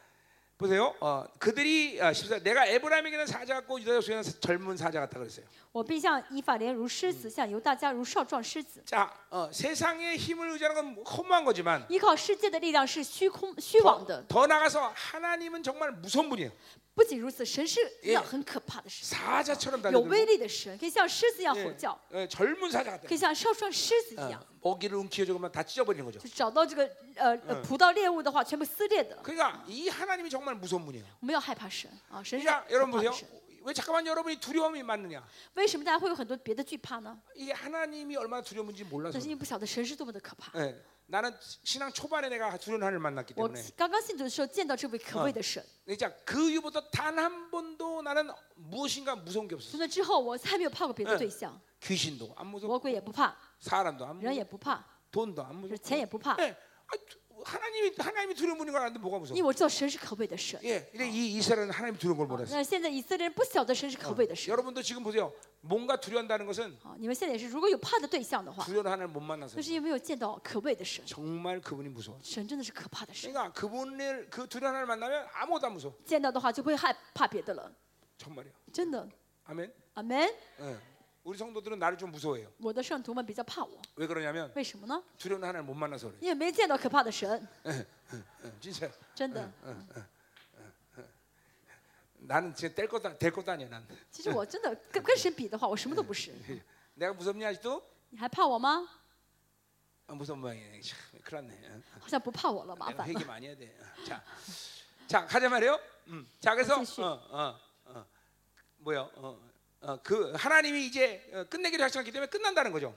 Speaker 1: 보세요. 어, 그들이 어, 14, 내가 에브라임에게는 사자 같고 유다 속에는 젊은 사자 같다 그랬어요.
Speaker 2: 我必向以法莲如狮子，向犹大家如少壮狮子。
Speaker 1: 자, 어, 세상의 힘을 의지하는 건 허무한 거지만
Speaker 2: 依靠世界的力量是虚空虚妄
Speaker 1: 더,
Speaker 2: 的。
Speaker 1: 더 나가서 하나님은 정말 무서운 분이에요.
Speaker 2: 不仅如此，神是
Speaker 1: 예
Speaker 2: 那很可怕的神，
Speaker 1: 사자처럼
Speaker 2: 有
Speaker 1: 달려들고
Speaker 2: 威力的神，可以像狮子一样吼
Speaker 1: 예,
Speaker 2: 叫，
Speaker 1: 예, 젊은 사자 같아.
Speaker 2: 可以像少壮狮子一
Speaker 1: 어,
Speaker 2: 样，
Speaker 1: 먹이를 움켜쥐고만 다 찢어버리는 거죠.
Speaker 2: 就找到这个呃呃捕到猎物的话，全部撕裂的。
Speaker 1: 그러니까 이 하나님이 정말 무서운 분이에요.
Speaker 2: 我们要害怕神啊，神是
Speaker 1: 그러니까
Speaker 2: 可
Speaker 1: 여러분
Speaker 2: 怕
Speaker 1: 보세요.
Speaker 2: 的神。
Speaker 1: 왜 잠깐만 여러분이 두려움이 많느냐?
Speaker 2: 为什么大家会有很多别的惧怕呢？
Speaker 1: 이게 하나님이 얼마나 두려운지 몰라서.
Speaker 2: 但是因为不晓得神是多么的可怕。
Speaker 1: 그래요. 예, 나는 신앙 초반에 내가 두려운 하나님을 만났기
Speaker 2: 我
Speaker 1: 때문에.
Speaker 2: 刚刚信主的时候见到这位可畏的神，
Speaker 1: 진짜 그 이후부터 단 한 번도 나는 무엇인가 무서운 게
Speaker 2: 从
Speaker 1: 없었어.
Speaker 2: 那之后我再没有怕过别的对象，
Speaker 1: 嗯 귀신도 안 무서워,
Speaker 2: 魔鬼也不怕，
Speaker 1: 사람도 안
Speaker 2: 人也
Speaker 1: 무서워,
Speaker 2: 不怕，
Speaker 1: 돈도 안
Speaker 2: 就是
Speaker 1: 무서워.
Speaker 2: 钱也不怕，
Speaker 1: 예. 아, 하나님이 하나님이 두려운 분인 걸 아는데 뭐가 무서워?
Speaker 2: 因为我知道神是可畏的神。
Speaker 1: 예, 근데 이 이스라엘은 하나님 두려운 걸 몰랐어요.
Speaker 2: 那现在以色列人不晓得神
Speaker 1: 아,
Speaker 2: 是可畏的神。
Speaker 1: 여러분도 지금 보세요. 뭔가 두려운다는 것은
Speaker 2: 啊，你们现在也是，如果有怕的对象的话，
Speaker 1: 두려운 하나님 못 만나서
Speaker 2: 就是因为没有见到可畏的神。
Speaker 1: 정말 그분이 무서워.
Speaker 2: 神真的是可怕的神，
Speaker 1: 그러니까 그분을 그 두려운 하나님 만나면 아무것도 안 무서워.
Speaker 2: 见到的话就不会害怕别的了，
Speaker 1: 정말이요.
Speaker 2: 真的。
Speaker 1: 아멘.
Speaker 2: 阿门。
Speaker 1: 예. 우리 성도들은 나를 좀 무서워해요.
Speaker 2: 我的圣徒们比较怕我，
Speaker 1: 왜 그러냐면
Speaker 2: 为什么呢？
Speaker 1: 두려운 하나님 못 만나서 그래요.
Speaker 2: 因为没见到可怕的神，
Speaker 1: 예, 진짜
Speaker 2: 真的。
Speaker 1: 나는 진짜 뗄 것도 될 것도 아니야 난.
Speaker 2: 其实我真的跟跟神比的话，我什么都不是。
Speaker 1: 내가 무섭냐 아직도?
Speaker 2: 你还怕我吗？
Speaker 1: 아, 무서운 모양이네. 참, 큰일 났네. 예.
Speaker 2: 好像不怕我了，麻
Speaker 1: 내가
Speaker 2: 烦
Speaker 1: 회개
Speaker 2: 了。
Speaker 1: 많이 해야 돼. 예. 자, 자 가자 말이요. 음, 자 그래서
Speaker 2: 다시.
Speaker 1: 어, 어, 어, 뭐요? 어, 어, 그 하나님이 이제 어, 끝내기로 작정했기 때문에 끝난다는 거죠.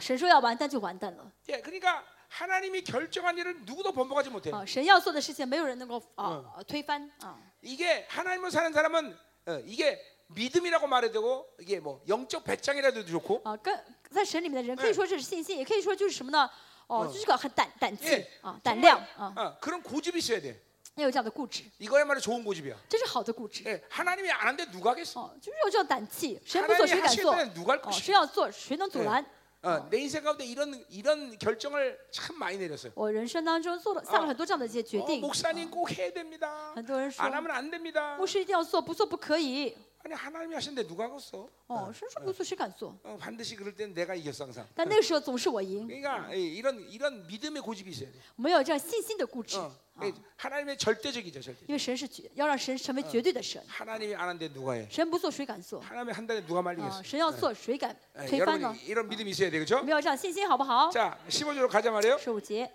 Speaker 2: 神说要完蛋就完蛋了
Speaker 1: 예, 그러니까 하나님이 결정한 일을 누구도 번복하지 못해.
Speaker 2: 啊！神要做的事情，没有人能够啊呃推翻啊。
Speaker 1: 이게 하나님을 사는 사람은 어, 이게 믿음이라고 말해도 되고 이게 뭐 영적 배짱이라도 좋고
Speaker 2: 啊，跟在神里面的人可以
Speaker 1: 哎
Speaker 2: 说这是信心，也可以说就是什么呢？哦，就是个很胆胆气
Speaker 1: 예,
Speaker 2: 啊，
Speaker 1: 정말,
Speaker 2: 胆量啊，
Speaker 1: 어, 그런 고집이 있어야 돼.
Speaker 2: 要有这样的固执，
Speaker 1: 이거야말로 좋은 고집이야.
Speaker 2: 这是好的固执。
Speaker 1: 예, 하나님이 안 하는데 누가 하겠어?
Speaker 2: 哦，就是有这种胆气，谁不
Speaker 1: 하나님이 어,
Speaker 2: 做谁敢
Speaker 1: 하실
Speaker 2: 做，
Speaker 1: 때는 누가 할
Speaker 2: 哦，
Speaker 1: 것이야?
Speaker 2: 谁要做谁能阻拦。
Speaker 1: 어, 내 인생 가운데 이런 이런 결정을 참 많이 내렸어요.
Speaker 2: 我人生当中做了下了很多这样的一些决
Speaker 1: 어,
Speaker 2: 定，啊
Speaker 1: 목사님 꼭 해야 됩니다.
Speaker 2: 很多人说
Speaker 1: 안 하면 안 됩니다.
Speaker 2: 牧师一定要做，不做不可以。
Speaker 1: 아니 하나님이 하시는데 누가 하겠어?
Speaker 2: 哦，谁说不做谁敢做？
Speaker 1: 어, 반드시 그럴 때는 내가 이겼어 항상.
Speaker 2: 但那个时候总是我赢，
Speaker 1: 그러니까 이- 이런 이런 믿음의 고집이 있어야 돼.
Speaker 2: 我们要有这样信心的固执，
Speaker 1: 어, 이 하나님의 절대적이죠 절대.
Speaker 2: 因为神是绝，要让神成为绝对的神，
Speaker 1: 하나님이 안 하는데 누가 해?
Speaker 2: 神不做谁敢做？
Speaker 1: 하나님이 한다는데 누가 말리겠어?
Speaker 2: 啊，神要做谁敢
Speaker 1: 예,
Speaker 2: 推翻呢
Speaker 1: 여러분 ？ 이런 믿음이 있어야 되겠죠?
Speaker 2: 我们要有这样信心好不好？
Speaker 1: 자 15절로 가자 말이에요.
Speaker 2: 十五节，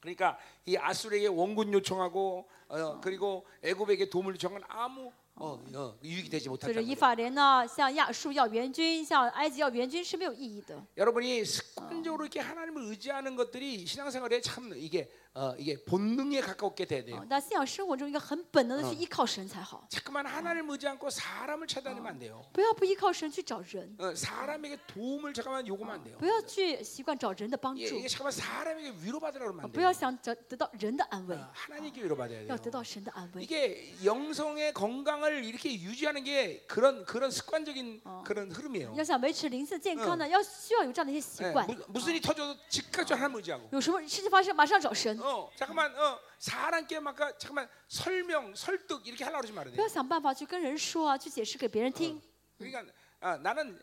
Speaker 1: 그러니까 이 아수르에게 원군 요청하고 어, 그리고 애굽에게 도움을 요청한 아무 어, 어, 유익이 되지
Speaker 2: 随着
Speaker 1: 못한다.
Speaker 2: 以法莲呢，向亚述要援军，向埃及要援军是没有意义的。
Speaker 1: 여러분이 습관적으로 이렇게 하나님을 의지하는 것들이 신앙생활에 참 이게 어, 이게 본능에 가깝게 돼야
Speaker 2: 啊
Speaker 1: 돼요. ，
Speaker 2: 那信仰生活中应该很本能的去依靠神才好，
Speaker 1: 자꾸만 하나님을 의지 않고 사람을 찾아내면 안 돼요.
Speaker 2: 不要不依靠神去找人，
Speaker 1: 어, 사람에게 도움을 잠깐만 요구하면 안 돼요.
Speaker 2: 不要去习惯找人的帮
Speaker 1: 이게,
Speaker 2: 助
Speaker 1: 이게 ， 잠깐만 사람에게 위로받으라 그러면
Speaker 2: 啊
Speaker 1: 안
Speaker 2: 不要
Speaker 1: 돼요.
Speaker 2: 想着得到人的安慰
Speaker 1: 어, ， 하나님께 위로받아야
Speaker 2: 要得
Speaker 1: 돼요.
Speaker 2: 到神的安
Speaker 1: 네.
Speaker 2: 慰。
Speaker 1: 이게 영성의 건강을 이렇게 유지하는 게 그런 그런 습관적인
Speaker 2: 어.
Speaker 1: 그런 흐름이에요.
Speaker 2: 要想维持灵性健康呢，要需要有这样的一些习
Speaker 1: 예,
Speaker 2: 惯。啊
Speaker 1: 무- 무슨 일이 터져도 즉각적으로 하나님 의지하고.
Speaker 2: 有什么事情发生，马上找神，
Speaker 1: 어, 잠깐만 어, 사람께 막 가- 잠깐만 설명, 설득 이렇게 하려고 그러지 말아야 돼요.
Speaker 2: 不要想办法去跟人说啊，去解释给别人听。
Speaker 1: 그러니까 아, 나는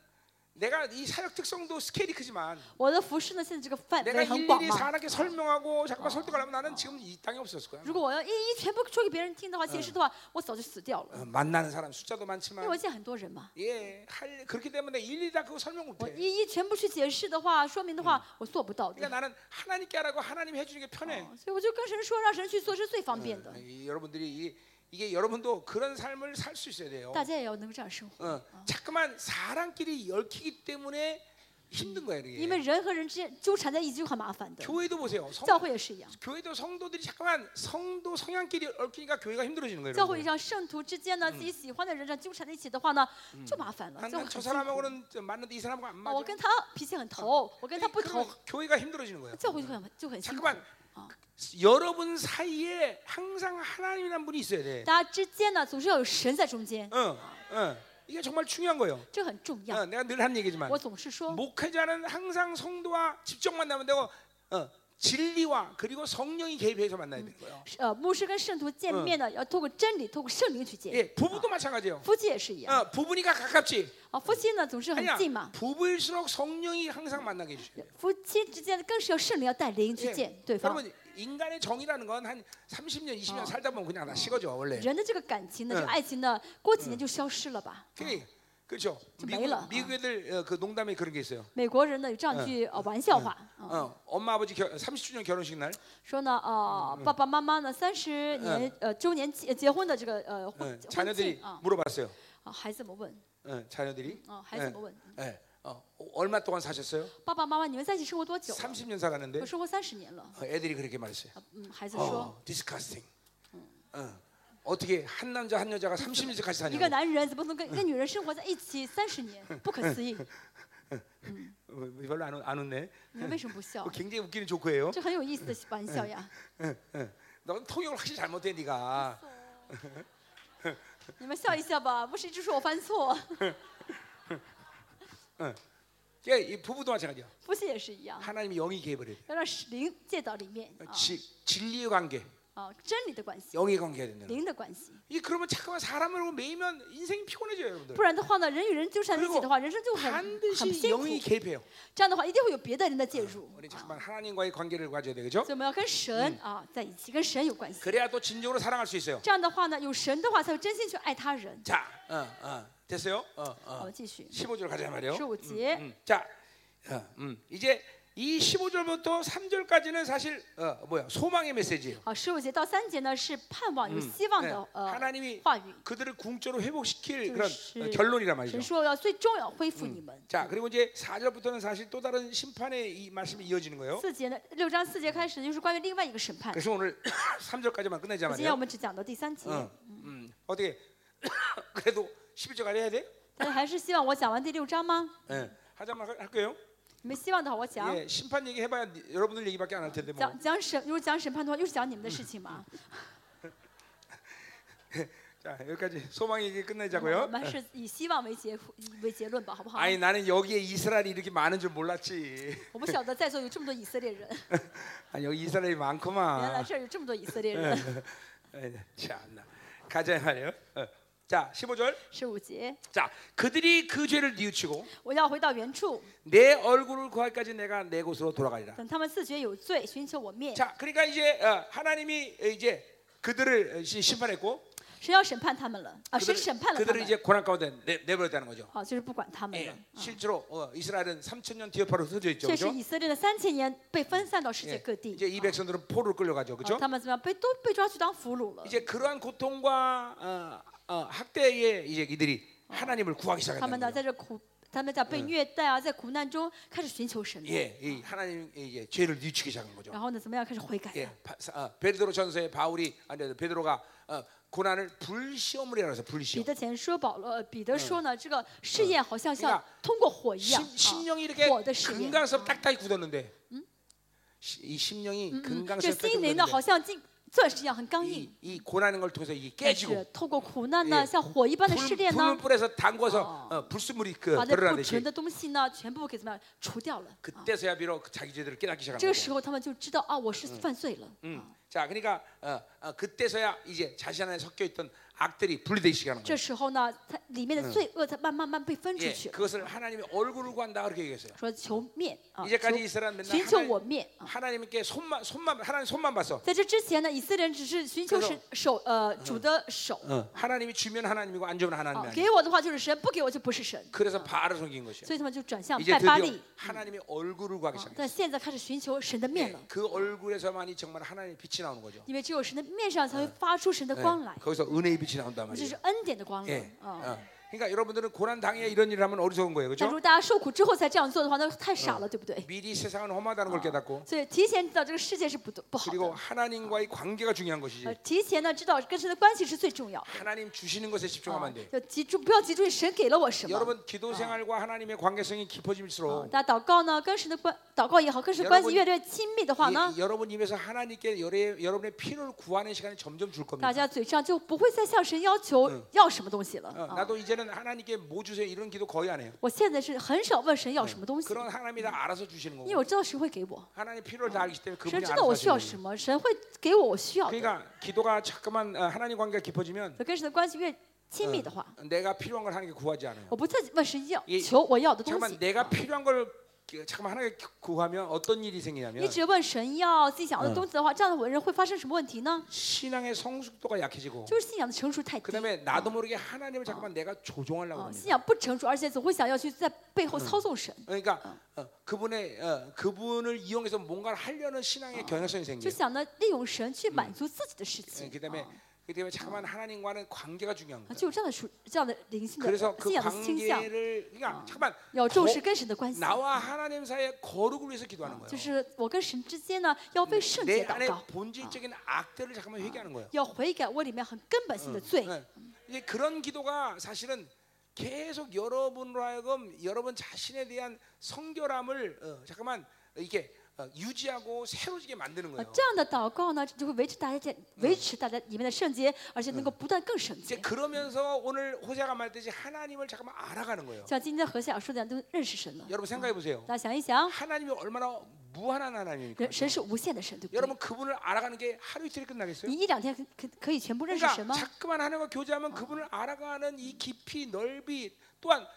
Speaker 1: 내가 이 사역 특성도 스케일이 크지만
Speaker 2: 我的服饰呢，现在这个范
Speaker 1: 아, 내가 어.
Speaker 2: 围很广
Speaker 1: 일일이
Speaker 2: 嘛。
Speaker 1: 사람에게 설명하고 잠깐만 설득하려면 나는 지금 이 땅에 없었을 거야.
Speaker 2: 如果我要一一全部说给别人听的话，解释的话，我早就死掉了。
Speaker 1: 어, 만나는 사람 숫자도
Speaker 2: 因为我
Speaker 1: 많지만
Speaker 2: 见很多人嘛，
Speaker 1: 예, 할 그렇기 때문에 어, 일일이 다 그거 설명
Speaker 2: 我
Speaker 1: 못해.
Speaker 2: 一一全部去解释的话，说明的话，我做不到的。
Speaker 1: 그러니까 나는 하나님께 하라고 하나님이 해주는 게 편해.
Speaker 2: 哦所以我就跟神说，让神去做是最方便的。
Speaker 1: 이- 여러분들이 이, 이게 여러분도 그런 삶을 살 수 있어야 돼요.
Speaker 2: 大家也要能这样生活，
Speaker 1: 어, 자꾸만 사람끼리 얽히기 때문에 힘든 거예요.
Speaker 2: 因为
Speaker 1: 이게.
Speaker 2: 人和人之间纠缠在一起就很麻烦的。
Speaker 1: 교회도 보세요. 성,
Speaker 2: 教会也是一样，
Speaker 1: 교회도 성도들이 잠깐만 성도 성향끼리 얽히니까 교회가 힘들어지는 거예요.
Speaker 2: 教会
Speaker 1: 여러분들.
Speaker 2: 上圣徒之间呢，自己喜欢的人这样纠缠在一起的话呢，就麻烦了，就很
Speaker 1: 항상 저
Speaker 2: 辛苦。
Speaker 1: 사람하고는 저 맞는데 이 사람하고 안
Speaker 2: 啊，
Speaker 1: 맞아.
Speaker 2: 我跟他脾气很投，我跟他不
Speaker 1: 그러면
Speaker 2: 投，
Speaker 1: 교회가 힘들어지는 거예요.
Speaker 2: 教会就很就很辛苦。
Speaker 1: 잠깐만 그 여러분 사이에 항상 하나님이란 분이 있어야 돼.
Speaker 2: 大家之间呢，总是要有神在中间，
Speaker 1: 응, 응. 어. 이게 정말 중요한 거예요.
Speaker 2: 这很重
Speaker 1: 어,
Speaker 2: 要。
Speaker 1: 내가 늘 하는 얘기지만
Speaker 2: 我总是说，
Speaker 1: 목회자는 항상 성도와 직접 만나면 되고 어, 진리와 그리고 성령이 개입해서 만나야 되는 거예요.
Speaker 2: 呃，牧师跟圣徒见面呢，要透过真理，透过圣灵去见。
Speaker 1: 예, 부부도 마찬가지예요.
Speaker 2: 夫妻也是一样，
Speaker 1: 어, 부부니까 가깝지.
Speaker 2: 啊，夫妻呢总是很
Speaker 1: 아니야.
Speaker 2: 近嘛，
Speaker 1: 부부일수록 성령이 항상 만나게 해주셔야 돼요.
Speaker 2: 夫妻之间更是要圣灵要带领去
Speaker 1: 예.
Speaker 2: 见对方。
Speaker 1: 여러분 인간의 정이라는 건 한 30년, 20년 살다 보면 어. 그냥 다 식어져 원래.
Speaker 2: 人的这个感情呢，这
Speaker 1: 嗯
Speaker 2: 个爱情呢，过几年就消失了吧？
Speaker 1: 그래, 그렇죠.
Speaker 2: 좀 매일아.
Speaker 1: 미국, 미국 애들 어, 그 농담에 그런 게 있어요.
Speaker 2: 美国人呢有这样一句呃玩笑话，啊
Speaker 1: 어, 엄마 아버지 결, 30주년 결혼식 날 어,
Speaker 2: 说呢，呃，爸爸妈妈呢三十年呃周年结结婚的这个呃
Speaker 1: 어,
Speaker 2: 婚婚庆
Speaker 1: 자녀들이
Speaker 2: 啊，
Speaker 1: 물어봤어요.
Speaker 2: 啊孩子们问，
Speaker 1: 어, 자녀들이
Speaker 2: 啊孩子们问，
Speaker 1: 예, 어, 얼마 동안 사셨어요?
Speaker 2: 爸爸妈妈你们在一起生活多久了？
Speaker 1: 30년 살았는데
Speaker 2: 我生活三十年了。
Speaker 1: 어, 애들이 그렇게 말했어요.
Speaker 2: 啊嗯，孩子说，
Speaker 1: 어, 디스카스팅. 어, 어떻게 한 남자 한 여자가 30년째 같이
Speaker 2: 一
Speaker 1: 사냐고.
Speaker 2: 个男人怎么能跟一个女人生活在一起三十年？不可思议！
Speaker 1: 어, 별로 안, 웃- 안 웃네.
Speaker 2: 你们为什么 不笑
Speaker 1: 그거 ？ 굉장히 웃기는 조커예요.
Speaker 2: 这很有意思的玩笑呀！
Speaker 1: 넌 통역을 확실히 잘못해 네가.
Speaker 2: 你们笑一笑吧，不是一直说我犯错，
Speaker 1: 그이 부부도 마찬가지야.
Speaker 2: 夫妻也是一样，
Speaker 1: 하나님이 영이 개입을 해.
Speaker 2: 要让灵介到里面
Speaker 1: 呃 어.
Speaker 2: 啊
Speaker 1: 진리의 관계,
Speaker 2: 啊，真理的关系，
Speaker 1: 영의 관계가 된다는. 거예요.
Speaker 2: 灵的关系。
Speaker 1: 이 그러면 잠깐만 사람으로 매이면 인생이 피곤해져요, 여러분들.
Speaker 2: 不然的话呢，人与人纠缠在一起的话，人生就很很
Speaker 1: 반드시
Speaker 2: 辛苦。
Speaker 1: 영이 개입해요.
Speaker 2: 这样的话，一定会有别的人的介入。
Speaker 1: 우리
Speaker 2: 啊
Speaker 1: 잠깐만 하나님과의 관계를 가져야 되겠죠?
Speaker 2: 所以我们要跟神啊在一起，跟神有关系。
Speaker 1: 그래야 또 진정으로 사랑할 수 있어요.
Speaker 2: 这样的话呢，有神的话才有真心去爱他人。
Speaker 1: 자, 어, 어, 됐어요? 어,
Speaker 2: 我
Speaker 1: 어.
Speaker 2: 们继续
Speaker 1: 15절 가자 말이에요.
Speaker 2: 十五节，
Speaker 1: 음, 자, 어, 음, 이제 이 15절부터 3절까지는 사실 어, 뭐야 소망의 메시지예요.
Speaker 2: 好，十五节到三节呢是盼望有希望
Speaker 1: 네,
Speaker 2: 的呃
Speaker 1: 하나님이
Speaker 2: 话语。
Speaker 1: 그들을 궁적으로 회복시킬 그런
Speaker 2: 그것이-
Speaker 1: 어, 결론이란
Speaker 2: 神
Speaker 1: 말이죠.
Speaker 2: 说要最终要恢复你们。
Speaker 1: 자, 그리고 이제 4절부터는 사실 또 다른 심판의 이 말씀이 이어지는 거예요.
Speaker 2: 四节呢，六章四节开始就是关于另外一个审判。
Speaker 1: 그래서 오늘 3절까지만 끝내자
Speaker 2: 今天我
Speaker 1: 말이에요.
Speaker 2: 们只讲到第三节，
Speaker 1: 어, 음, 어떻게 그래도 11절까지 해야 돼?
Speaker 2: 大家还是希望我讲完第六章吗？
Speaker 1: 예. 하자면 할- 할게요.
Speaker 2: 你们希望的话，我讲。
Speaker 1: 예, 심판 얘기 해봐야 니- 여러분들 얘기밖에 안 할 텐데 뭐.
Speaker 2: 讲讲审，如果讲审判的话，又是讲你们的事情嘛。
Speaker 1: 자, 여기까지 소망 얘기
Speaker 2: 我
Speaker 1: 끝내자고요.
Speaker 2: 们还是以希望为结以为结论吧，好不好？
Speaker 1: 아니 나는 여기에 이스라엘이 이렇게 많은 줄 몰랐지.
Speaker 2: 我不晓得在座有这么多以色列人，
Speaker 1: 아 여기 이스라엘이
Speaker 2: 原来
Speaker 1: 많구만.
Speaker 2: 这儿有这么多以色列
Speaker 1: 嗯
Speaker 2: 人。
Speaker 1: 에, 참나. 가자 말이에요. 어. 자, 15절.
Speaker 2: 十五节，
Speaker 1: 자, 그들이 그 죄를 뉘우치고
Speaker 2: 我要回到原处，
Speaker 1: 내 얼굴을 구할까지 내가 내 곳으로 돌아가리라.
Speaker 2: 等他们自觉有罪，寻求我面。
Speaker 1: 자, 그러니까 이제 어, 하나님이 이제 그들을 시- 심판했고
Speaker 2: 神要审判他们了啊！神
Speaker 1: 그들을,
Speaker 2: 审判了他
Speaker 1: 그들을
Speaker 2: 们，
Speaker 1: 이제 고난 가운데 내, 내버렸다는 거죠.
Speaker 2: 好，就是不管他们
Speaker 1: 예,
Speaker 2: 了。
Speaker 1: 실제로 어, 이스라엘은 3천 년 뒤엎어로 흩어져 있죠.
Speaker 2: 确实，
Speaker 1: 그죠?
Speaker 2: 以色列的三千年被分散到世界
Speaker 1: 예,
Speaker 2: 各地，
Speaker 1: 이제 아, 이 백성들은 포로로 끌려가죠. 그죠?
Speaker 2: 啊他们怎么样被都被抓去当俘虏了？
Speaker 1: 이제 그러한 고통과 어, 어, 학대에 이제 이들이 하나님을 구하기
Speaker 2: 他们呢，
Speaker 1: 시작한다는
Speaker 2: 在
Speaker 1: 거죠.
Speaker 2: 这苦，他们在被虐待啊，在苦难中开始寻求神了，
Speaker 1: 예, 이 하나님 이제 죄를 뉘우치기 시작한 거죠.
Speaker 2: 然后呢，怎么样开始悔改了
Speaker 1: 예, 바, 사- 어, 베드로 전서에 바울이 아니 베드로가 어, 고난을 불시험을이라고 해서
Speaker 2: 彼
Speaker 1: 불시험.
Speaker 2: 得前说保罗，呃彼得说呢，这个试验好像
Speaker 1: 그러니
Speaker 2: 像
Speaker 1: 까
Speaker 2: 通过火一样，
Speaker 1: 심, 아,
Speaker 2: 啊
Speaker 1: 뭐 심령이 이렇게
Speaker 2: 火的试验。
Speaker 1: 금강석 딱딱이 굳었는데 시- 이 심령이
Speaker 2: 嗯这
Speaker 1: 금강석
Speaker 2: 心
Speaker 1: 딱딱이
Speaker 2: 灵呢，好
Speaker 1: 굳었는데
Speaker 2: 像进钻石一样很刚硬
Speaker 1: 이, ，이 고난인 걸 통해서 이게
Speaker 2: 但是
Speaker 1: 깨지고
Speaker 2: 透过苦难呢，
Speaker 1: 예
Speaker 2: 像火一般的试炼
Speaker 1: 불,
Speaker 2: 呢
Speaker 1: 은 ， 불에서 담궈서
Speaker 2: 어.
Speaker 1: 어, 불순물이 그
Speaker 2: 把那不纯
Speaker 1: 드러나듯이
Speaker 2: 的东西呢，全部给怎么样除掉了。啊
Speaker 1: 그때서야 비로 그 자기 죄들을 깨닫기
Speaker 2: 这
Speaker 1: 시작한
Speaker 2: 个时
Speaker 1: 거고.
Speaker 2: 候他们就知道啊，我是犯罪了。啊
Speaker 1: 음. 자, 그러니까 어, 어, 그때서야 이제 자신 안에 섞여 있던 악들이 분리되기 시작하는
Speaker 2: 这
Speaker 1: 거예요.
Speaker 2: 时候呢，它里面的罪恶才慢慢慢被分出
Speaker 1: 예,
Speaker 2: 去了，
Speaker 1: 그것을 하나님의 얼굴을 구한다 그렇게 얘기했어요.
Speaker 2: 说求灭啊，
Speaker 1: 이제까지
Speaker 2: 求
Speaker 1: 이스라엘 맨날
Speaker 2: 寻求
Speaker 1: 하나님,
Speaker 2: 我灭啊。
Speaker 1: 하나님께 손만 손만 하나님 손만 봤어.
Speaker 2: 在这之前呢，以色列人只是寻求
Speaker 1: 그래서
Speaker 2: 神手呃主的手
Speaker 1: 어, 하나님이 주면 하나님이고 안 주면 하나님이
Speaker 2: 啊，
Speaker 1: 아니야.
Speaker 2: 给我的话就是神，不给我就不是神。
Speaker 1: 그래서 바알을 섬긴 것이야.
Speaker 2: 所以他们就转向
Speaker 1: 이제
Speaker 2: 拜巴
Speaker 1: 드디어
Speaker 2: 利，
Speaker 1: 하나님의 얼굴을 구하기
Speaker 2: 啊
Speaker 1: 시작했어.
Speaker 2: 但现在开始寻求神的面
Speaker 1: 예,
Speaker 2: 了，
Speaker 1: 그 얼굴에서만이 정말 하나님의 빛이 나오는 거죠.
Speaker 2: 因为只有神的面上才会发出神的
Speaker 1: 예,
Speaker 2: 光来，
Speaker 1: 거기서 은혜의 빛이 나온단
Speaker 2: 这
Speaker 1: 말이에요.
Speaker 2: 是恩典的光
Speaker 1: 예.
Speaker 2: 来啊。
Speaker 1: 어. 그러니까 여러분들은 고난 당해 이런 일을 하면 어리석은 거예요.
Speaker 2: 但如
Speaker 1: 그렇죠?
Speaker 2: 果大家受苦之后才这样做的话，那太傻了，对不对？
Speaker 1: 미리 세상은 험하다는 걸 깨닫고
Speaker 2: 所以提前知道这个世界是不对不好
Speaker 1: 그리고
Speaker 2: 的，
Speaker 1: 하나님과의 관계가 중요한
Speaker 2: 呃
Speaker 1: 것이지. ，
Speaker 2: 提前呢知道跟神的关系是最重要的，
Speaker 1: 하나님 주시는 것에 집중하면
Speaker 2: 啊
Speaker 1: 안 돼.
Speaker 2: 要集中，不要集中于神给了我什么。
Speaker 1: 여러분 기도 생활과 하나님의 관계성이
Speaker 2: 啊
Speaker 1: 깊어질수록
Speaker 2: 大家祷告呢，跟神的关祷告也好，跟神关系越来越亲密的话呢
Speaker 1: 이- ， 여러분 입에서 하나님께 여러- 여러분의 필요를 구하는 시간이 점점 줄
Speaker 2: 大
Speaker 1: 겁니다.
Speaker 2: 家嘴上就不会再向神要求要什么东西了。
Speaker 1: 어,
Speaker 2: 啊
Speaker 1: 나도 이제는 하나님께 뭐 주세요 이런 기도 거의 안 해요.
Speaker 2: 我现在是很少问神要什么东西，
Speaker 1: 그런 하나님이 다 알아서 주시는
Speaker 2: 因为我
Speaker 1: 거고
Speaker 2: 知道神会给我，
Speaker 1: 하나님 필요를 다 알기 때문에
Speaker 2: 神
Speaker 1: 그분이
Speaker 2: 知道我
Speaker 1: 알아서
Speaker 2: 需要
Speaker 1: 하시는
Speaker 2: 什
Speaker 1: 거예요.
Speaker 2: 么，神会给我我需要的。
Speaker 1: 그러니까 기도가 자꾸만 어, 하나님 관계가 깊어지면
Speaker 2: 跟神的关系越亲密的话，
Speaker 1: 내가 필요한 걸 하나님께 구하지 않아요.
Speaker 2: 我不再问神要
Speaker 1: 이
Speaker 2: 求我要的东
Speaker 1: 잠깐만
Speaker 2: 西，
Speaker 1: 내가 필요한 걸 기- 잠깐만 하나님께 구하면 어떤 일이
Speaker 2: 一嗯
Speaker 1: 생기냐면
Speaker 2: 直问神要自己想要的东西的话，这样的人会发生什么问题呢？
Speaker 1: 신앙의 성숙도가 약해지고
Speaker 2: 就是信仰的成熟太低，
Speaker 1: 그다음에 나도 모르게 하나님을 잠깐만 내가 조종하려고
Speaker 2: 啊，信
Speaker 1: 합니다.
Speaker 2: 仰不成熟，而且总会想要去在背后操纵神，
Speaker 1: 그러니까 어, 그분의 어, 그분을 이용해서 뭔가를 하려는 신앙의 경향성이
Speaker 2: 就
Speaker 1: 생겨요.
Speaker 2: 想呢利用神去满足自己的事
Speaker 1: 예,
Speaker 2: 情。
Speaker 1: 그다음에
Speaker 2: 啊
Speaker 1: 그다음에 잠깐만 하나님과는 관계가 중요한
Speaker 2: 啊
Speaker 1: 거예요.
Speaker 2: 就有这样的属这样的灵性的
Speaker 1: 그래서
Speaker 2: 信
Speaker 1: 그
Speaker 2: 仰的倾向，
Speaker 1: 관계를 그러니까 잠깐만
Speaker 2: 要
Speaker 1: 거-
Speaker 2: 重视跟神的关系，
Speaker 1: 나와 하나님 사이의 거룩을 위해서 기도하는 거예요.
Speaker 2: 就是我跟神之间呢要为圣
Speaker 1: 내
Speaker 2: 洁祷
Speaker 1: 안에
Speaker 2: 告。
Speaker 1: 본질적인 악들을 잠깐만 회개하는 거예요. 嗯 네.
Speaker 2: 要悔改我里面很根本性的罪。啊
Speaker 1: 예. 이제 그런 기도가 사실은 계속 여러분으로 하여금 여러분 자신에 대한 성결함을 어, 잠깐만 이렇게 어, 유지하고 새로지게 만드는
Speaker 2: 呃
Speaker 1: 거예요.
Speaker 2: 这样的祷告呢，就会维持大家在维持大家里面的圣洁，而且能够不断更圣
Speaker 1: 이제
Speaker 2: 洁。
Speaker 1: 그러면서 오늘 호세가 말했듯이 하나님을 잠깐만 알아가는 거예요.
Speaker 2: 像今天何西雅说的，都认识神了。
Speaker 1: 여러분 생각해 보세요.
Speaker 2: 大家想一想，
Speaker 1: 하나님이 얼마나 무한한 하나님입니까?
Speaker 2: 人神是无限的神，对不对？
Speaker 1: 여러분 그분을 알아가는 게 하루 네. 이틀이 끝나겠어요?
Speaker 2: 你一两天可可可以全部认识
Speaker 1: 그러니까
Speaker 2: 神吗？
Speaker 1: 자꾸만 하나님과 교제하면 그분을 알아가는 이 깊이 넓이 또한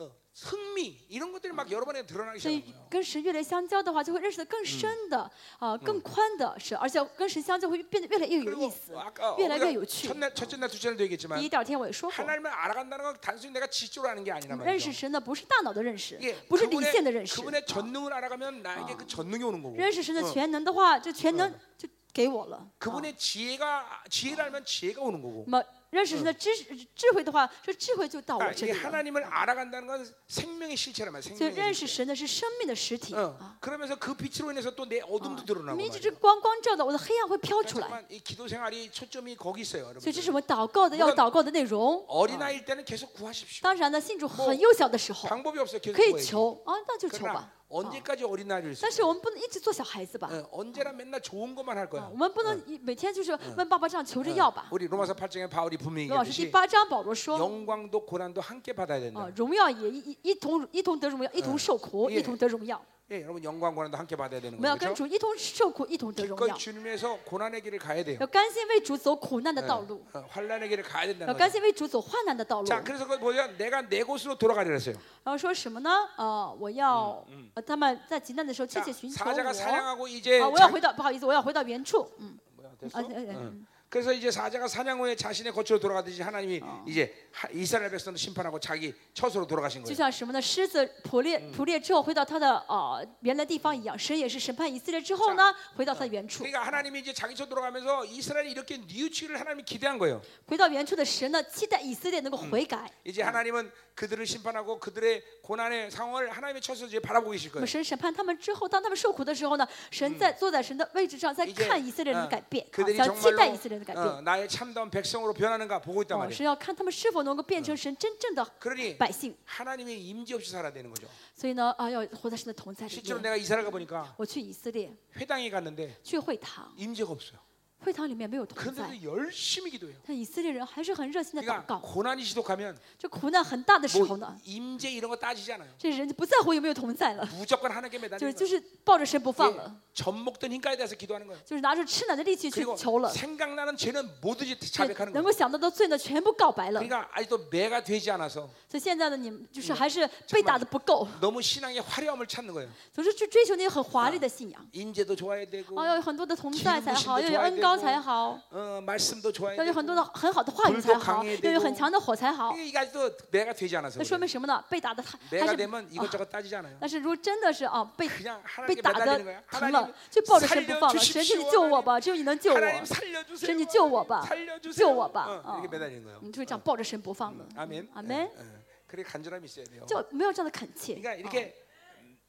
Speaker 1: 어, 흥미 이런 것들이 막 여러분에 드러나기
Speaker 2: 所以
Speaker 1: 시작해요.
Speaker 2: 跟神越来相交的话，就会认识的更深的啊、更宽的神，而且跟神相交会变得越来越有意
Speaker 1: 그리고
Speaker 2: 思。
Speaker 1: 아까
Speaker 2: 越来越
Speaker 1: 우리가
Speaker 2: 有趣
Speaker 1: 첫날 첫째 날 둘째 날도
Speaker 2: 第
Speaker 1: 얘기했지만
Speaker 2: 一、第二天我也说过，
Speaker 1: 하나님을 알아간다는 건 단순히 내가 지적으로 하는 게 아니란
Speaker 2: 认识
Speaker 1: 말이죠.
Speaker 2: 神呢不是大脑的认识
Speaker 1: 이게 ，
Speaker 2: 不是理性的认
Speaker 1: 그분의,
Speaker 2: 识。
Speaker 1: 그분의 전능을 알아가면 나에게 그 전능이 오는 거고
Speaker 2: 认识神的
Speaker 1: 어,
Speaker 2: 全能的话，这全能就给我了。啊
Speaker 1: 그분의 지혜가 지혜를 알면 지혜가 오는 거고
Speaker 2: 那么认识神的知识智慧的话，这智慧就到我
Speaker 1: 그러니까
Speaker 2: 这
Speaker 1: 이게
Speaker 2: 里了。
Speaker 1: 하나님을 알아간다는 건 생명의 실체란 말이야
Speaker 2: 所以
Speaker 1: 생명의
Speaker 2: 认识
Speaker 1: 실체
Speaker 2: 神的是生命的实体
Speaker 1: 어,
Speaker 2: 啊。
Speaker 1: 그러면서 그 빛으로 인해서 또 내
Speaker 2: 啊
Speaker 1: 어둠도
Speaker 2: 因
Speaker 1: 드러나고
Speaker 2: 为
Speaker 1: 말이야.
Speaker 2: 这只光光照到我的黑暗会飘
Speaker 1: 그러니까
Speaker 2: 出来，
Speaker 1: 잠깐만 이 기도 생활이 초점이 거기 있어요
Speaker 2: 所以这是
Speaker 1: 여러분
Speaker 2: 我们祷告的要
Speaker 1: 물론
Speaker 2: 祷告的内容。
Speaker 1: 어린아이일 때는 계속 구하십시오
Speaker 2: 当然呢，信主很幼小的时候
Speaker 1: 방법이 없어요 계속
Speaker 2: 可以
Speaker 1: 구해야지
Speaker 2: 求啊，那就求吧啊
Speaker 1: 그러나 。 언제까지 어린아이를
Speaker 2: 但是
Speaker 1: 있어요
Speaker 2: 我们不能一直做小孩子吧？
Speaker 1: 어, 언제나 맨날 좋은 것만 할
Speaker 2: 啊
Speaker 1: 거야
Speaker 2: 我们不能一每天就是问爸爸这样求着要吧。
Speaker 1: 우리 로마서 8장에 바울이 분명히
Speaker 2: 罗老师第
Speaker 1: 얘기했듯이
Speaker 2: 八章保罗说。
Speaker 1: 영광도 고난도 함께 받아야
Speaker 2: 啊
Speaker 1: 된다 ，
Speaker 2: 荣耀也一一一同一同得荣耀，一同受苦，
Speaker 1: 예
Speaker 2: 一同得荣耀。
Speaker 1: 예, 여러분 영광 고난도 함께 받아야 되는
Speaker 2: 嗯我们要跟
Speaker 1: 거죠
Speaker 2: 主一同受苦，一同得荣
Speaker 1: 기꺼이
Speaker 2: 耀，
Speaker 1: 주님에서 고난의 길을 가야 돼요
Speaker 2: 要甘心为主走苦难的道路，
Speaker 1: 어, 환란의 길을 가야
Speaker 2: 要
Speaker 1: 된다는
Speaker 2: 甘
Speaker 1: 거죠
Speaker 2: 心为主走患难的道路。
Speaker 1: 자
Speaker 2: 然
Speaker 1: 그래서 그거 보면 내가 내 곳으로 돌아가려 했어요
Speaker 2: 后说什么呢？呃，我要呃他们在急难的时候切
Speaker 1: 자,
Speaker 2: 切寻求我。
Speaker 1: 사자가
Speaker 2: 啊，
Speaker 1: 사냥하고 이제
Speaker 2: 我要
Speaker 1: 자-
Speaker 2: 回到，不好意思，我要回到原处。嗯，
Speaker 1: 뭐야, 됐어?
Speaker 2: 啊，呃呃
Speaker 1: 응. 그래서 이제 사자가 사냥 후에 자신의 거처로 돌아가듯이 하나님이 이제 하- 이스라엘 백성을 심판하고 자기 처소로 돌아가신
Speaker 2: 就
Speaker 1: 거예요.
Speaker 2: 像什么呢？狮子捕猎捕猎之后回到它的呃原来地方一样，神也是审啊判以色列之后呢，回到它的原处。
Speaker 1: 그러니까 하나님이 이제 자기 처소 돌아가면서 이스라엘이 이렇게 뉘우치를 하나님이 기대한 거예요.
Speaker 2: 回到原处的神呢，期待以色列能够悔改。
Speaker 1: 이제 하나님은 그들을 심판하고 그들의 고난의 상황을 하나님의 처소 이제 바라보고 계실
Speaker 2: 那
Speaker 1: 거예요.
Speaker 2: 么神审判他们之后，当他们受苦的时候呢，神在坐在神的位置上，在
Speaker 1: 이제
Speaker 2: 看以色列人的改变，啊
Speaker 1: 그들이
Speaker 2: 想期待
Speaker 1: 정말로
Speaker 2: 嗯以色列人的改
Speaker 1: 어,
Speaker 2: 变。
Speaker 1: 나의 참다운 백성으로 변하는가 보고 있단
Speaker 2: 哦，
Speaker 1: 말이에요.
Speaker 2: 是要看他们是否能够变成神真正的
Speaker 1: 그러니
Speaker 2: 百姓。
Speaker 1: 하나님의 임재 없이 살아야 그렇죠. 되는 거죠.
Speaker 2: 所以呢，啊，要活在神的同在里
Speaker 1: 실제로
Speaker 2: 面。
Speaker 1: 내가 이스라엘 가 보니까
Speaker 2: 我去以色列，
Speaker 1: 회당에 갔는데
Speaker 2: 去会堂，
Speaker 1: 임재가 없어요.
Speaker 2: 会堂里面没有同在，
Speaker 1: 그런데도 열심히 기도해요.
Speaker 2: 但以色列人还是很热心的祷
Speaker 1: 그러니까
Speaker 2: 告。
Speaker 1: 고난이 지독하면
Speaker 2: 这苦难很大的时
Speaker 1: 뭐
Speaker 2: 候呢，
Speaker 1: 임재 이런 거 따지지 않아요.
Speaker 2: 这人就不在乎有没有同在了，
Speaker 1: 무조건 하나님께
Speaker 2: 就是
Speaker 1: 매달리는
Speaker 2: 就是抱着神不放
Speaker 1: 거예요.
Speaker 2: 了，
Speaker 1: 예, 젖먹던 힘까지 대서 기도하는 거예요.
Speaker 2: 就是拿出吃奶的力气去
Speaker 1: 그리고
Speaker 2: 求了，
Speaker 1: 생각나는 죄는 모두지
Speaker 2: 对
Speaker 1: 자백하는
Speaker 2: 能
Speaker 1: 거예요.
Speaker 2: 够想到的罪呢，全部告白了。
Speaker 1: 그러니까 아직도 매가 되지 않아서
Speaker 2: 所以现在呢，你们就是还是被打的不够，
Speaker 1: 너무 신앙의 화려함을 찾는 거예요.
Speaker 2: 总是去追求那些很华丽的信仰。
Speaker 1: 임재도 좋아야 되고
Speaker 2: 哦，要有很多的同在才好，
Speaker 1: 기름부심도
Speaker 2: 要有恩高才好，
Speaker 1: 어, 말씀도 좋아야
Speaker 2: 要有
Speaker 1: 되고
Speaker 2: 很多的很好的话语才好，
Speaker 1: 불도강해야
Speaker 2: 要有很
Speaker 1: 되고
Speaker 2: 强的火才好。
Speaker 1: 이게 아직도 매가 되지 않아서
Speaker 2: 那说
Speaker 1: 그래요.
Speaker 2: 明什么呢？被打的太还
Speaker 1: 매가
Speaker 2: 是啊
Speaker 1: 되면 이것저것 따지지 않아요.
Speaker 2: 但是如果真的是啊被
Speaker 1: 그냥
Speaker 2: 被
Speaker 1: 하나님께
Speaker 2: 打
Speaker 1: 매달리는
Speaker 2: 的
Speaker 1: 거야.
Speaker 2: 疼了
Speaker 1: 하나님 ，
Speaker 2: 就抱着神不放了。神，求
Speaker 1: 살려주십시오.
Speaker 2: 你救我
Speaker 1: 하나님,
Speaker 2: 吧，只有你能救我，
Speaker 1: 하나님 살려주세요.
Speaker 2: 주님, 救我吧。
Speaker 1: 살려주세요.
Speaker 2: 救我吧。
Speaker 1: 어, 이렇게
Speaker 2: 어.
Speaker 1: 매달리는 거예요.
Speaker 2: 你就这样抱着神不放了。
Speaker 1: 아멘.
Speaker 2: 아멘.
Speaker 1: 예, 예. 그래 간절함이 있어야 돼요.
Speaker 2: 就没有这样的恳切。
Speaker 1: 그러니까
Speaker 2: 啊
Speaker 1: 이렇게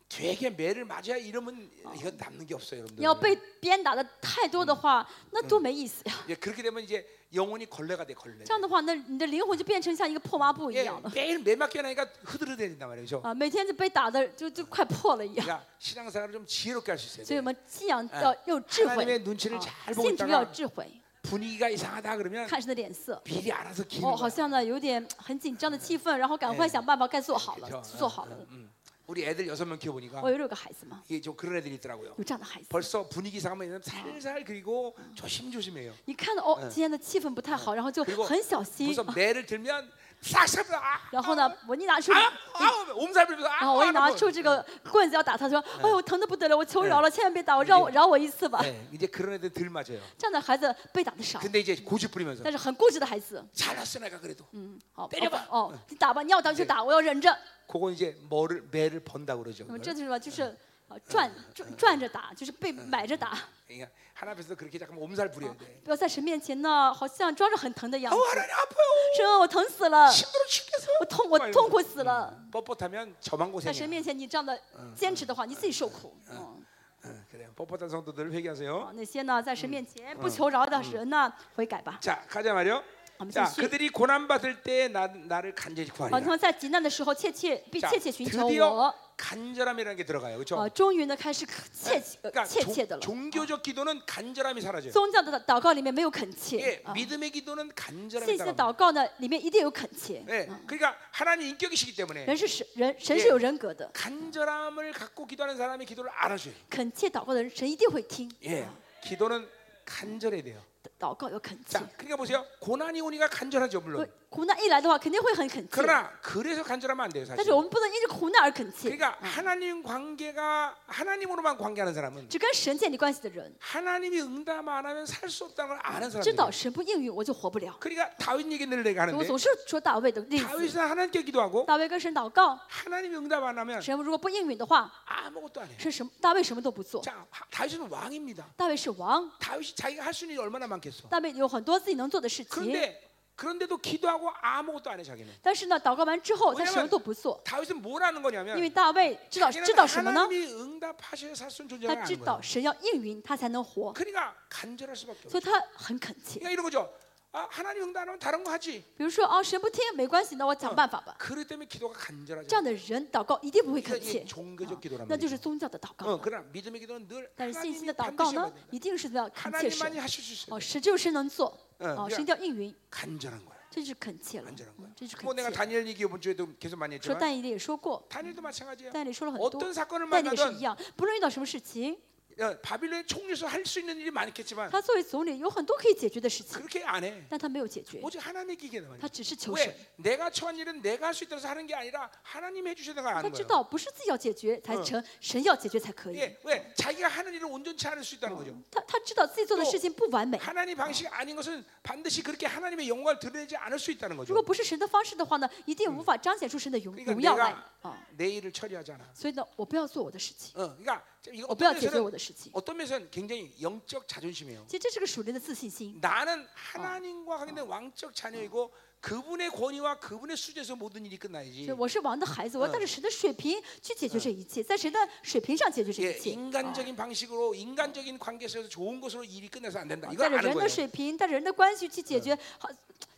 Speaker 1: 되게 매를 맞아야 이러면 이건 남는 게 없어요,
Speaker 2: 你要
Speaker 1: 여러분들.
Speaker 2: 被鞭打的太多的话，
Speaker 1: 嗯
Speaker 2: 那多没意思呀！
Speaker 1: 이제 예, 그렇게 되면 이제 영혼이 걸레가 돼, 걸레.
Speaker 2: 这样的话，那你的灵魂就变成像一个破抹布一
Speaker 1: 예,
Speaker 2: 样了
Speaker 1: 매일 매 맞게 하니까 흐드러진단 말이죠.
Speaker 2: 啊，每天就被打的就就快破了一样。
Speaker 1: 그러니까 신앙생활을 좀 지혜롭게 할 수 있어야
Speaker 2: 所
Speaker 1: 돼요.
Speaker 2: 以我们信仰
Speaker 1: 哎
Speaker 2: 要有智慧，啊
Speaker 1: 하나님의눈치를잘보고
Speaker 2: 信
Speaker 1: 있다가
Speaker 2: 主要有智慧，
Speaker 1: 분위기가 어, 이상하다 그러면
Speaker 2: 看神的脸色。
Speaker 1: 미리 알아서 기는
Speaker 2: 哦，好
Speaker 1: 거야.
Speaker 2: 像呢有点很紧张的气氛，然后赶
Speaker 1: 嗯
Speaker 2: 快
Speaker 1: 哎嗯
Speaker 2: 想办法该做好了，
Speaker 1: 그렇죠?
Speaker 2: 做好了。
Speaker 1: 음. 우리 애들 여섯 명 키워
Speaker 2: 我有
Speaker 1: 보니까
Speaker 2: 六个孩子嘛，
Speaker 1: 이게 좀 그런 애들이 있더라고요.
Speaker 2: 有这样的孩子，
Speaker 1: 벌써 분위기 상하면 살살 그리고 조심조심해요.
Speaker 2: 一看到哦
Speaker 1: 哎
Speaker 2: 今天的气氛不太好，然后就
Speaker 1: 그리고
Speaker 2: 很小心
Speaker 1: 벌써 。 매를 들면 싹싹 아,
Speaker 2: 然后呢，我一拿出，
Speaker 1: 아, 아, 몸살 불면서
Speaker 2: 然
Speaker 1: 아,
Speaker 2: 后我一
Speaker 1: 아,
Speaker 2: 拿
Speaker 1: 하는
Speaker 2: 出这个棍子要打他，说：“哎呦，疼的不得了，我求饶了，千万别打我，
Speaker 1: 이게
Speaker 2: 饶我饶我一次吧。
Speaker 1: 네, 이제 그런 애들 덜 맞아요. ”
Speaker 2: 这样的孩子被打的少，
Speaker 1: 근데 이제 고집 부리면서
Speaker 2: 但是很固执的孩子，
Speaker 1: 잘났어 내가 그래도.
Speaker 2: 嗯，好，
Speaker 1: 때려
Speaker 2: 哦
Speaker 1: 봐
Speaker 2: 哦，你打吧，你要打就打，我要忍着。
Speaker 1: 그건 이제 뭐를 매를 번다 고 그러죠.
Speaker 2: 那么
Speaker 1: 그걸.
Speaker 2: 这就是什么？就是呃转转转着打，就是被买着打。
Speaker 1: 그러니까 하나 앞에서 그렇게 잠깐 몸살 부려야 돼.
Speaker 2: 不要在神面前呢，好像装着很疼的样
Speaker 1: 아우
Speaker 2: 子。
Speaker 1: 하나님 아파요.
Speaker 2: 神啊，我疼死了，
Speaker 1: 힘들어 죽겠어.
Speaker 2: 我痛，我
Speaker 1: 哎呦
Speaker 2: 痛苦死了。
Speaker 1: 뻣뻣하면 저만
Speaker 2: 在神
Speaker 1: 고생해.
Speaker 2: 面前，你这样的坚持的话，你自己受苦。嗯，
Speaker 1: 어, 그래요. 뻣뻣한 성도들 회개하세요.
Speaker 2: 好，那些呢，在神面前不求饶的人呢，悔改吧。
Speaker 1: 자, 가자 말이요.
Speaker 2: 我们继
Speaker 1: 자,
Speaker 2: 续。
Speaker 1: 그들이 고난 받을 때 나, 나를 간절히
Speaker 2: 啊，他
Speaker 1: 구하리라.
Speaker 2: 们在急难的时候切切必
Speaker 1: 자,
Speaker 2: 切切寻求
Speaker 1: 드디어
Speaker 2: 我。
Speaker 1: 간절함이라는 게 들어가요.
Speaker 2: 啊，
Speaker 1: 그렇죠?
Speaker 2: 终于呢开始可切切呃
Speaker 1: 그러니까
Speaker 2: 切切的
Speaker 1: 종,
Speaker 2: 了。
Speaker 1: 종교적 기도는 간절함이 사라져요.
Speaker 2: 宗教的祷告里面没有恳切
Speaker 1: 예,
Speaker 2: 啊，
Speaker 1: 믿음의 기도는
Speaker 2: 信
Speaker 1: 간절함이
Speaker 2: 心的
Speaker 1: 사라져요.
Speaker 2: 祷告呢里面一定有恳切。
Speaker 1: 예,
Speaker 2: 啊
Speaker 1: 그러니까 하나님 인격이시기 때문에
Speaker 2: 人是神人，神是有人格的，
Speaker 1: 간절함을 갖고 기도하는 사람이 기도를 알아줘요.
Speaker 2: 恳切祷告的人，神一定会听。
Speaker 1: 예,
Speaker 2: 啊
Speaker 1: 기도는 간절해야 돼요.
Speaker 2: 祷告有恳切
Speaker 1: 자 ， 그러니까 보세요. 고난이 오니까 간절하죠,
Speaker 2: 如
Speaker 1: 물론.
Speaker 2: 苦难一来的话，肯定会很恳切。
Speaker 1: 그러나 그래서 간절하면 안 돼요,
Speaker 2: 但
Speaker 1: 사실.
Speaker 2: 是我们不能因着苦难而恳切，
Speaker 1: 그러니까 하나님 관계가 하나님으로만 관계하는 사람은
Speaker 2: 只跟神建立关系的人，
Speaker 1: 하나님이 응답 안 하면 살 수 없다는 걸 아는
Speaker 2: 知
Speaker 1: 사람이에요.
Speaker 2: 道神不应允我就活不了。
Speaker 1: 그러니까 다윗 얘기 늘 내가
Speaker 2: 我
Speaker 1: 하는데
Speaker 2: 总是说大卫的例子，
Speaker 1: 다윗은 하나님께 기도하고
Speaker 2: 大卫跟神祷告，
Speaker 1: 하나님이 응답 안 하면
Speaker 2: 神如果不应允的话，
Speaker 1: 아무것도 안 해요.
Speaker 2: 是什么？大卫什么都不做。
Speaker 1: 자, 하- 다윗은 왕입니다.
Speaker 2: 大卫是王，
Speaker 1: 다윗이 자기가 할 수 있는 일이 얼마나 많겠어.
Speaker 2: 大卫有很多自己能做的事情，
Speaker 1: 그런데 그런데도 기도하고 아무것도 안 해 자기는.
Speaker 2: 但是呢，祷告完之后，他
Speaker 1: 왜냐면
Speaker 2: 什么都不做，
Speaker 1: 다윗은 뭘 하는
Speaker 2: 嗯因为
Speaker 1: 거냐면
Speaker 2: 大卫知道
Speaker 1: 자기는
Speaker 2: 知道什么呢？
Speaker 1: 하나님이 응답하셔야 살 수 있는
Speaker 2: 他
Speaker 1: 존재가
Speaker 2: 知
Speaker 1: 아는
Speaker 2: 道
Speaker 1: 거예요.
Speaker 2: 神要应允他才能活，
Speaker 1: 그러니까 간절할 수밖에 없어.
Speaker 2: 所以他很恳切。
Speaker 1: 그러니까 이런 거죠. 아, 하나님 응답하면 다른 거 하지.
Speaker 2: 比如说啊，神不听没关系，那我想办法吧。
Speaker 1: 그럴 때문에 기도가 간절하죠.
Speaker 2: 这样的人祷告一定不会
Speaker 1: 그러니까
Speaker 2: 恳切
Speaker 1: 이게 ， 종교적 기도란
Speaker 2: 那就是
Speaker 1: 말이죠.
Speaker 2: 宗教的祷
Speaker 1: 어,
Speaker 2: 告。
Speaker 1: 그러나 믿음의 기도는 늘
Speaker 2: 但是信
Speaker 1: 하나님이
Speaker 2: 心的祷告
Speaker 1: 반드시
Speaker 2: 呢
Speaker 1: 해야 ，
Speaker 2: 一定是要恳切神
Speaker 1: 하나님만이 하실 수 있어요.
Speaker 2: 哦，神只有神能做
Speaker 1: 嗯
Speaker 2: 哦，神一定要应允，
Speaker 1: 간절한 거야.
Speaker 2: 这就是恳切了，
Speaker 1: 간절한 거야.
Speaker 2: 嗯这就是
Speaker 1: 뭐
Speaker 2: 恳
Speaker 1: 내가
Speaker 2: 切。
Speaker 1: 다니엘 얘기 이번 주에도 계속 많이
Speaker 2: 说
Speaker 1: 했지만
Speaker 2: 但以理也说过，
Speaker 1: 다니엘도 마찬가지예요.
Speaker 2: 但以理说了很
Speaker 1: 어떤
Speaker 2: 多，
Speaker 1: 사건을
Speaker 2: 但以理也是一
Speaker 1: 만나든
Speaker 2: 样，不论遇到什么事情，
Speaker 1: 어, 바빌론의 총리에서 할 수 있는 일이 많겠지만
Speaker 2: 他作为总理有很多可以解决的事情，
Speaker 1: 그렇게 안 해.
Speaker 2: 但他没有解决，
Speaker 1: 오직 하나님의 기계 나와요.
Speaker 2: 他只是求神。
Speaker 1: 왜 내가 처한 일은 내가 할 수 있다고 해서 하는 게 아니라 하나님이 해주셔야 하는
Speaker 2: 他
Speaker 1: 거예요.
Speaker 2: 知道不是自己要解决才
Speaker 1: 嗯
Speaker 2: 成，神要解决才可以。
Speaker 1: 예, 왜 자기가 하는 일을 온전치 않을 수 있다는 거죠.
Speaker 2: 他他知道自己做的
Speaker 1: 또
Speaker 2: 事情不完美，
Speaker 1: 하나님 방식이 아닌 것은 반드시 그렇게 하나님의 영광을 드러내지 않을 수 있다는
Speaker 2: 如果
Speaker 1: 거죠.
Speaker 2: 不是神的方式的话呢，一定
Speaker 1: 嗯
Speaker 2: 无法彰显出神的荣
Speaker 1: 그러니까
Speaker 2: 荣耀来
Speaker 1: 내가
Speaker 2: 啊。
Speaker 1: 내 일을 처리하잖아.
Speaker 2: 所以呢，我不要做我的事情，
Speaker 1: 어, 그러니까 지금 이거
Speaker 2: 我不要
Speaker 1: 어떤
Speaker 2: 解决我
Speaker 1: 면에서는
Speaker 2: 的事情。
Speaker 1: 어떤 면에서는 굉장히 영적 자존심이에요.
Speaker 2: 其实这是个属灵的自信心。
Speaker 1: 나는 하나님과 관계된 왕적 자녀이고 그분의 권위와 그분의 수준에서 뭐, 모든 일이 끝나야지.
Speaker 2: 就我是王的孩子，我
Speaker 1: 嗯
Speaker 2: 要带着神的水平去解决这一切，在神的水平上解决这
Speaker 1: 예,
Speaker 2: 一切。
Speaker 1: 인간적인 방식으로 인간적인 관계 속에서 좋은 것으로 일이 끝나서 안 된다.
Speaker 2: 啊
Speaker 1: 이거
Speaker 2: 带着
Speaker 1: 아는
Speaker 2: 人的嗯
Speaker 1: 거예요.
Speaker 2: 水平，带着人的关系去解决，好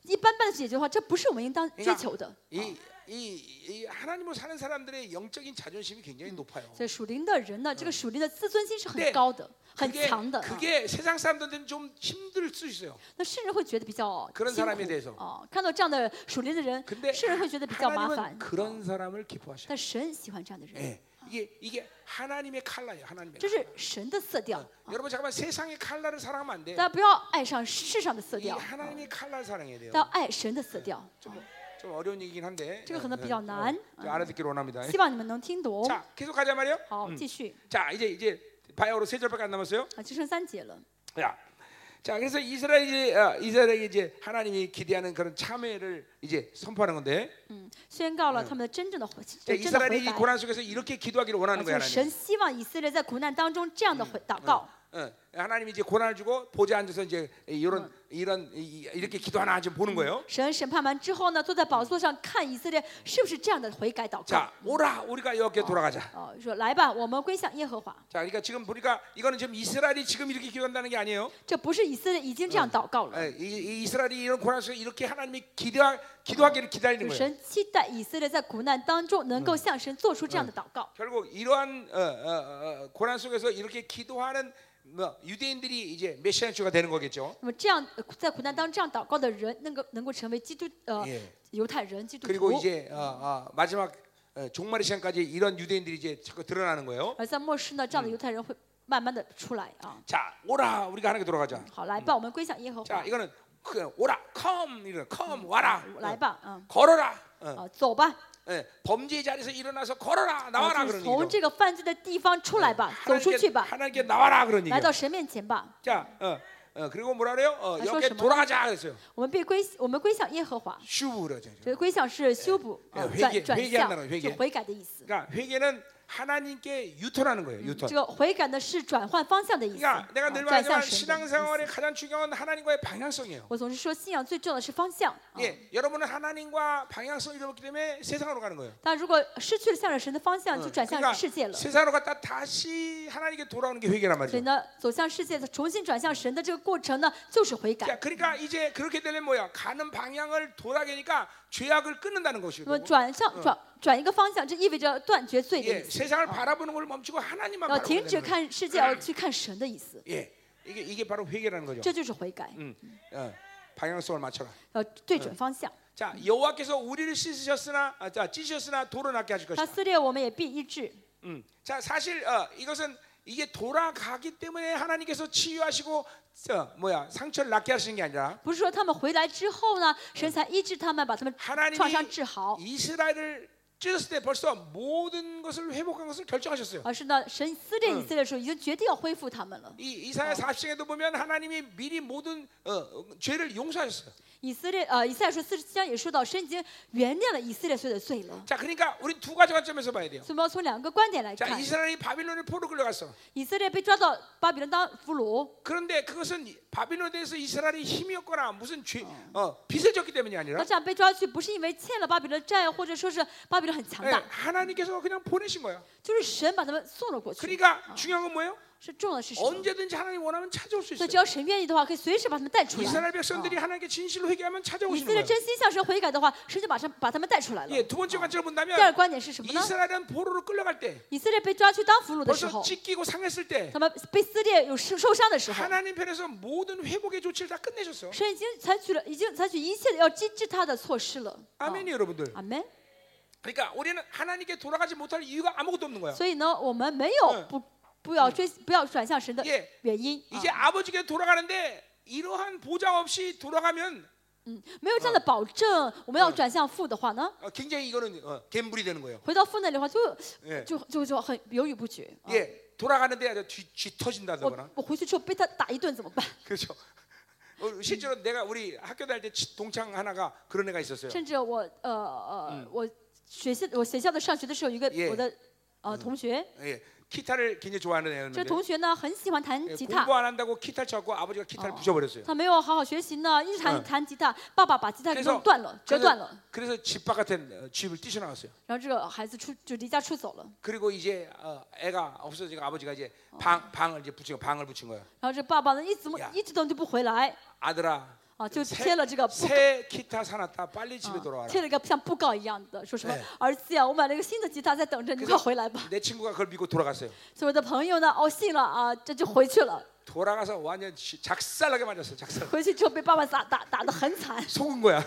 Speaker 2: 一般般的解决的话，这不是我们应当追求的。
Speaker 1: 이, 이, 이 하나님으로 사는 사람들의 영적인 자존심이 굉장히 높아요.
Speaker 2: 所以属灵的人呢，这个属灵的自尊心是
Speaker 1: 对
Speaker 2: 很高的，很
Speaker 1: 그게,
Speaker 2: 强的。啊
Speaker 1: 그게 세상 사람들한테는 좀 힘들 수 있어요.
Speaker 2: 那世人会觉得比较
Speaker 1: 그런
Speaker 2: 辛
Speaker 1: 사람에대해서
Speaker 2: 苦哦，看到这样的属灵的人
Speaker 1: 근데 ，
Speaker 2: 世人会觉得比
Speaker 1: 그러니까
Speaker 2: 较麻烦
Speaker 1: 하나님은 。 그런 사람을 기뻐하셔.
Speaker 2: 但神喜欢这样的人，
Speaker 1: 예, 이게 이게 하나님의 칼라예요. 하나님의.
Speaker 2: 这
Speaker 1: 칼라.
Speaker 2: 是神的色调。
Speaker 1: 여러분 잠깐만 세상의 칼라를 사랑하면 안 돼.
Speaker 2: 大家不要爱上世上的色
Speaker 1: 이
Speaker 2: 调，
Speaker 1: 하나님의 칼라를 사랑해야 돼요.
Speaker 2: 要爱神的色调。
Speaker 1: 좀 뭐- 좀 어려운 얘기긴 한데.
Speaker 2: 지금 그건
Speaker 1: 예,
Speaker 2: 비교
Speaker 1: 예,
Speaker 2: 난.
Speaker 1: 좀 알아듣기를 원합니다.
Speaker 2: 希望你们能听懂。
Speaker 1: 자, 계속 가자 말이요.
Speaker 2: 好，继续
Speaker 1: 자, 이제 이제 바야흐로 세 절밖에 안 남았어요.
Speaker 2: 啊，就剩三节了。
Speaker 1: 야. 자, 그래서 이스라엘이 어, 이스라엘이 이제 하나님이 기대하는 그런 참회를 이제 선포하는 건데.
Speaker 2: 嗯，宣告了他们的真正的悔，
Speaker 1: 자,
Speaker 2: 真的悔
Speaker 1: 이스라엘이 이
Speaker 2: 改。
Speaker 1: 고난 속에서 이렇게 기도하기를 원하는
Speaker 2: 而
Speaker 1: 거야,
Speaker 2: 且
Speaker 1: 하나님.
Speaker 2: 神希望以色列在苦难当中这样的回祷告。
Speaker 1: 어, 하나님이 이제 고난을 주고 보좌 앉아서 이제 이런
Speaker 2: 어.
Speaker 1: 이런 이- 이렇게 기도하나 좀 보는 거예요.
Speaker 2: 神审判完之后呢，坐在宝座上看以色列是不是这样的悔改祷告。
Speaker 1: 자, 오라 우리가 여기에 돌아가자.
Speaker 2: 哦，说来吧，我们归向耶和华。
Speaker 1: 자, 그러니까 지금 보니까 이거는 지금 이스라엘이 지금 이렇게 기도한다는 게 아니에요.
Speaker 2: 这不是以色列已经这样祷告了，
Speaker 1: 예, 이, 이 이스라엘이 이런 고난 속에 이렇게 하나님이 기도하, 기도하기를 기다리는
Speaker 2: 就
Speaker 1: 거예요.
Speaker 2: 神期待以色列在苦难当中能够向神做出这样的祷告。
Speaker 1: 결국 이러한 어, 어, 어, 고난 속에서 이렇게 기도하는 뭐, 유대인들이 이제 메시아 주가 되는 거겠죠.
Speaker 2: 那么这样呃在苦难当中这样祷告的人，能够能够成为基督呃
Speaker 1: 예
Speaker 2: 犹太人基督
Speaker 1: 그리고
Speaker 2: 徒。
Speaker 1: 이제 어, 어, 마지막 어, 종말의 시간까지 이런 유대인들이 이제 자꾸 드러나는 거예요.
Speaker 2: 而在末世呢，这样的犹太人会慢慢的出来啊。
Speaker 1: 자, 오라 우리가 하나님께 돌아가자.
Speaker 2: 好，来吧，我们归向耶和
Speaker 1: 자,
Speaker 2: 华，
Speaker 1: 이거는 그 오라, come 이거 come 와라.
Speaker 2: 来
Speaker 1: 어,
Speaker 2: 吧，啊
Speaker 1: 걸어라. 어,
Speaker 2: 啊，走吧，
Speaker 1: 예, 범죄의 자리에서 일어나서 걸어라.
Speaker 2: 啊
Speaker 1: 나와라
Speaker 2: 就是
Speaker 1: 그런
Speaker 2: 从
Speaker 1: 얘기죠.
Speaker 2: 这个犯罪的地方出来吧，走出去
Speaker 1: 하나님께,
Speaker 2: 吧，
Speaker 1: 하나님께 나와라 그런
Speaker 2: 来
Speaker 1: 얘기죠.
Speaker 2: 到神面前吧。
Speaker 1: 자, 어, 어, 그리고 뭐라 그래요? 어,
Speaker 2: 아,
Speaker 1: 여기에
Speaker 2: 소심하네.
Speaker 1: 돌아가자 그랬어요.
Speaker 2: 我们被归，我们归向耶和华。
Speaker 1: 슈브라죠.
Speaker 2: 所以归向是修补、
Speaker 1: 哎
Speaker 2: 啊
Speaker 1: 회개
Speaker 2: 转转
Speaker 1: 회개한다는
Speaker 2: 向
Speaker 1: 거예요，회개
Speaker 2: 就悔改的意思。
Speaker 1: 그러니까 회개는 하나님께 유턴하는 거예요. 유턴.
Speaker 2: 这个悔改呢是转换方向的意思，
Speaker 1: 그러니까 내가
Speaker 2: 啊
Speaker 1: 늘
Speaker 2: 转向
Speaker 1: 말하지만
Speaker 2: 神的意
Speaker 1: 신앙생활의
Speaker 2: 思。
Speaker 1: 가장 중요한 건 하나님과의 방향성이에요.
Speaker 2: 我总是说，信仰最重要的是方向。啊
Speaker 1: 예, 여러분은 하나님과 방향성을 잃어버렸기 때문에 세상으로 가는 거예요.
Speaker 2: 但如果失去了向着神的方向，就
Speaker 1: 嗯
Speaker 2: 转向世界
Speaker 1: 그러니까
Speaker 2: 了。
Speaker 1: 세상으로 갔다 다시 하나님께 돌아오는 게 회개란
Speaker 2: 所以
Speaker 1: 말이죠.
Speaker 2: 呢，走向世界的重新转向神的这个过程呢，就是悔改。
Speaker 1: 자, 그러니까 이제 그렇게 되면 뭐야? 가는 방향을 돌아가니까 죄악을 끊는다는
Speaker 2: 那么
Speaker 1: 것이고.
Speaker 2: 转
Speaker 1: 嗯
Speaker 2: 向转转一个方向，这意味着断绝罪的
Speaker 1: 예,
Speaker 2: 意思，
Speaker 1: 세상을 바라보는 걸 멈추고 하나님만
Speaker 2: 要
Speaker 1: 바라보는
Speaker 2: 停止
Speaker 1: 거예요.
Speaker 2: 看世界，要去看神的意思。
Speaker 1: 예, 이게 이게 바로 회개라는 거죠.
Speaker 2: 这就是悔改，
Speaker 1: 음, 어, 방향성을 맞춰라.
Speaker 2: 要对准方向。
Speaker 1: 자, 여호와께서 우리를 씻으셨으나, 아, 자, 찢으셨으나 도로 낫게 하실
Speaker 2: 他
Speaker 1: 것이다.
Speaker 2: 撕裂我们也必医治。
Speaker 1: 음, 자, 사실 어, 이것은 이게 돌아가기 때문에 하나님께서 치유하시고 어, 뭐야 상처를 낫게 하시는 게 아니라
Speaker 2: 不是说他们回来之后呢，神才医治他们，把他们创伤
Speaker 1: 하나님이
Speaker 2: 治好，
Speaker 1: 이스라엘을 찢었을 때 벌써 모든 것을 회복한 것을 결정하셨어요.
Speaker 2: 而是呢，神撕裂
Speaker 1: 嗯
Speaker 2: 以色列的时候，已经决定要恢复他们了。
Speaker 1: 이 이사야 40장에도 보면 하나님이 미리 모든 어, 어, 죄를 용서하셨어요.
Speaker 2: 以色列呃，以赛亚书四十七章也说到，神已经原谅了以色列所有的罪了。
Speaker 1: 자, 그러니까 우리 두 가지 관점에서 봐야 돼요.
Speaker 2: 所以我们要从两个观点来
Speaker 1: 자,
Speaker 2: 看，
Speaker 1: 이스라엘이 바빌론을 포로 끌려갔어.
Speaker 2: 以色列被抓到巴比伦当俘虏，
Speaker 1: 그런데 그것은 바빌론에 대해서 이스라엘이 힘이 없거나 무슨 죄, 어, 빚을 졌기 때문이
Speaker 2: 他
Speaker 1: 아니라
Speaker 2: 这样被抓去，不是因为欠了巴比伦的债，或者说是巴比伦很强
Speaker 1: 예,
Speaker 2: 大，
Speaker 1: 하나님께서 그냥 보내신 거예요.
Speaker 2: 就是神把他们送了过去。
Speaker 1: 그러니까 중요한 건 뭐예요?
Speaker 2: 是重要的是什么？
Speaker 1: 언제든지 하나님 원하면 찾아올 수
Speaker 2: 所以
Speaker 1: 있어요.
Speaker 2: 只要神愿意的话，可以随时把他们带出来。
Speaker 1: 이스라엘 백성들이
Speaker 2: 啊
Speaker 1: 하나님께 진실로 회개하면
Speaker 2: 以
Speaker 1: 찾아오시는
Speaker 2: 色列
Speaker 1: 거예요.
Speaker 2: 真心向神悔改的话，神就马上把他们带出来了。
Speaker 1: 예, 두 번째 관점을
Speaker 2: 第二
Speaker 1: 본다면
Speaker 2: 观点是什么呢？
Speaker 1: 이스라엘은 포로로 끌려갈 때
Speaker 2: 以色列被抓去当俘虏的时
Speaker 1: 벌써
Speaker 2: 候，
Speaker 1: 찢기고 상했을 때
Speaker 2: 他们被撕裂有受受伤的时候，
Speaker 1: 하나님 편에서 모든 회복의 조치를 다 끝내셨어요.
Speaker 2: 神已经采取了已经采取一切的要机制他的措施了。啊
Speaker 1: 아멘이 여러분들.
Speaker 2: 阿门。
Speaker 1: 그러니까 우리는 하나님께 돌아가지 못할 이유가 아무것도 없는 거야.
Speaker 2: 所以呢，我们没有
Speaker 1: 嗯
Speaker 2: 不不要追不要转向神的
Speaker 1: 예
Speaker 2: 原因，
Speaker 1: 이제
Speaker 2: 啊
Speaker 1: 아버지께 돌아가는데 이러한 보장 없이 돌아가면
Speaker 2: 嗯，没有这样的保证，我们要转向父的话呢，
Speaker 1: 어, 굉장히 이거는 어, 갬불이 되는 거예요.
Speaker 2: 回到父那里的话就
Speaker 1: 예,
Speaker 2: 就就就很犹豫不决。啊
Speaker 1: 예, 돌아가는데 아주 뒤, 뒤터진다거나
Speaker 2: 我我回去之后被他打一顿怎么办？
Speaker 1: 그렇죠. 어, 실제로 내가 우리 학교 다닐 때 치- 동창 하나가 그런 애가 있었어요.
Speaker 2: 甚至我呃呃，我学校我学校的上学的时候，有一个
Speaker 1: 耶
Speaker 2: 我的呃同学，
Speaker 1: 예, 기타를 굉장히 좋아하는
Speaker 2: 这
Speaker 1: 애였는데
Speaker 2: 同学呢很喜欢弹
Speaker 1: 예,
Speaker 2: 吉他
Speaker 1: 공부 ，안 한다고 기타 쳐갖고 아버지가 기타를
Speaker 2: 어.
Speaker 1: 부셔버렸어요.
Speaker 2: 他没有好好学习呢，一直弹
Speaker 1: 嗯
Speaker 2: 弹吉他，爸爸把吉他给弄断了，折断了，
Speaker 1: 그래서 집 바깥에 어, 집을 뛰쳐나왔어요.
Speaker 2: 然后这个孩子出就离家出走了，
Speaker 1: 그리고 이제 어, 애가 없어지고 아버지가 이제 방 방을 이제 붙인 거, 방을 붙인 거예요.
Speaker 2: 然后这爸爸呢一直
Speaker 1: 呀
Speaker 2: 一直等就不回来
Speaker 1: 아들아,
Speaker 2: 啊，就
Speaker 1: 새
Speaker 2: 贴了这个布告
Speaker 1: 새 기타 사놨다 빨리 집에
Speaker 2: 啊
Speaker 1: 돌아와라.
Speaker 2: 贴了一个像布告一样的，说什么
Speaker 1: 哎
Speaker 2: 儿子呀，我买了一个新的吉他在等着你，快回来吧。
Speaker 1: 내 친구가 그걸 믿고 돌아갔어요.
Speaker 2: 所以我的朋友呢，哦信了啊，这就回去了，
Speaker 1: 돌아가서 완전 지- 작살나게 맞았어요. 작살.
Speaker 2: 回去之后被爸爸打打打得很惨，
Speaker 1: 속은 거야.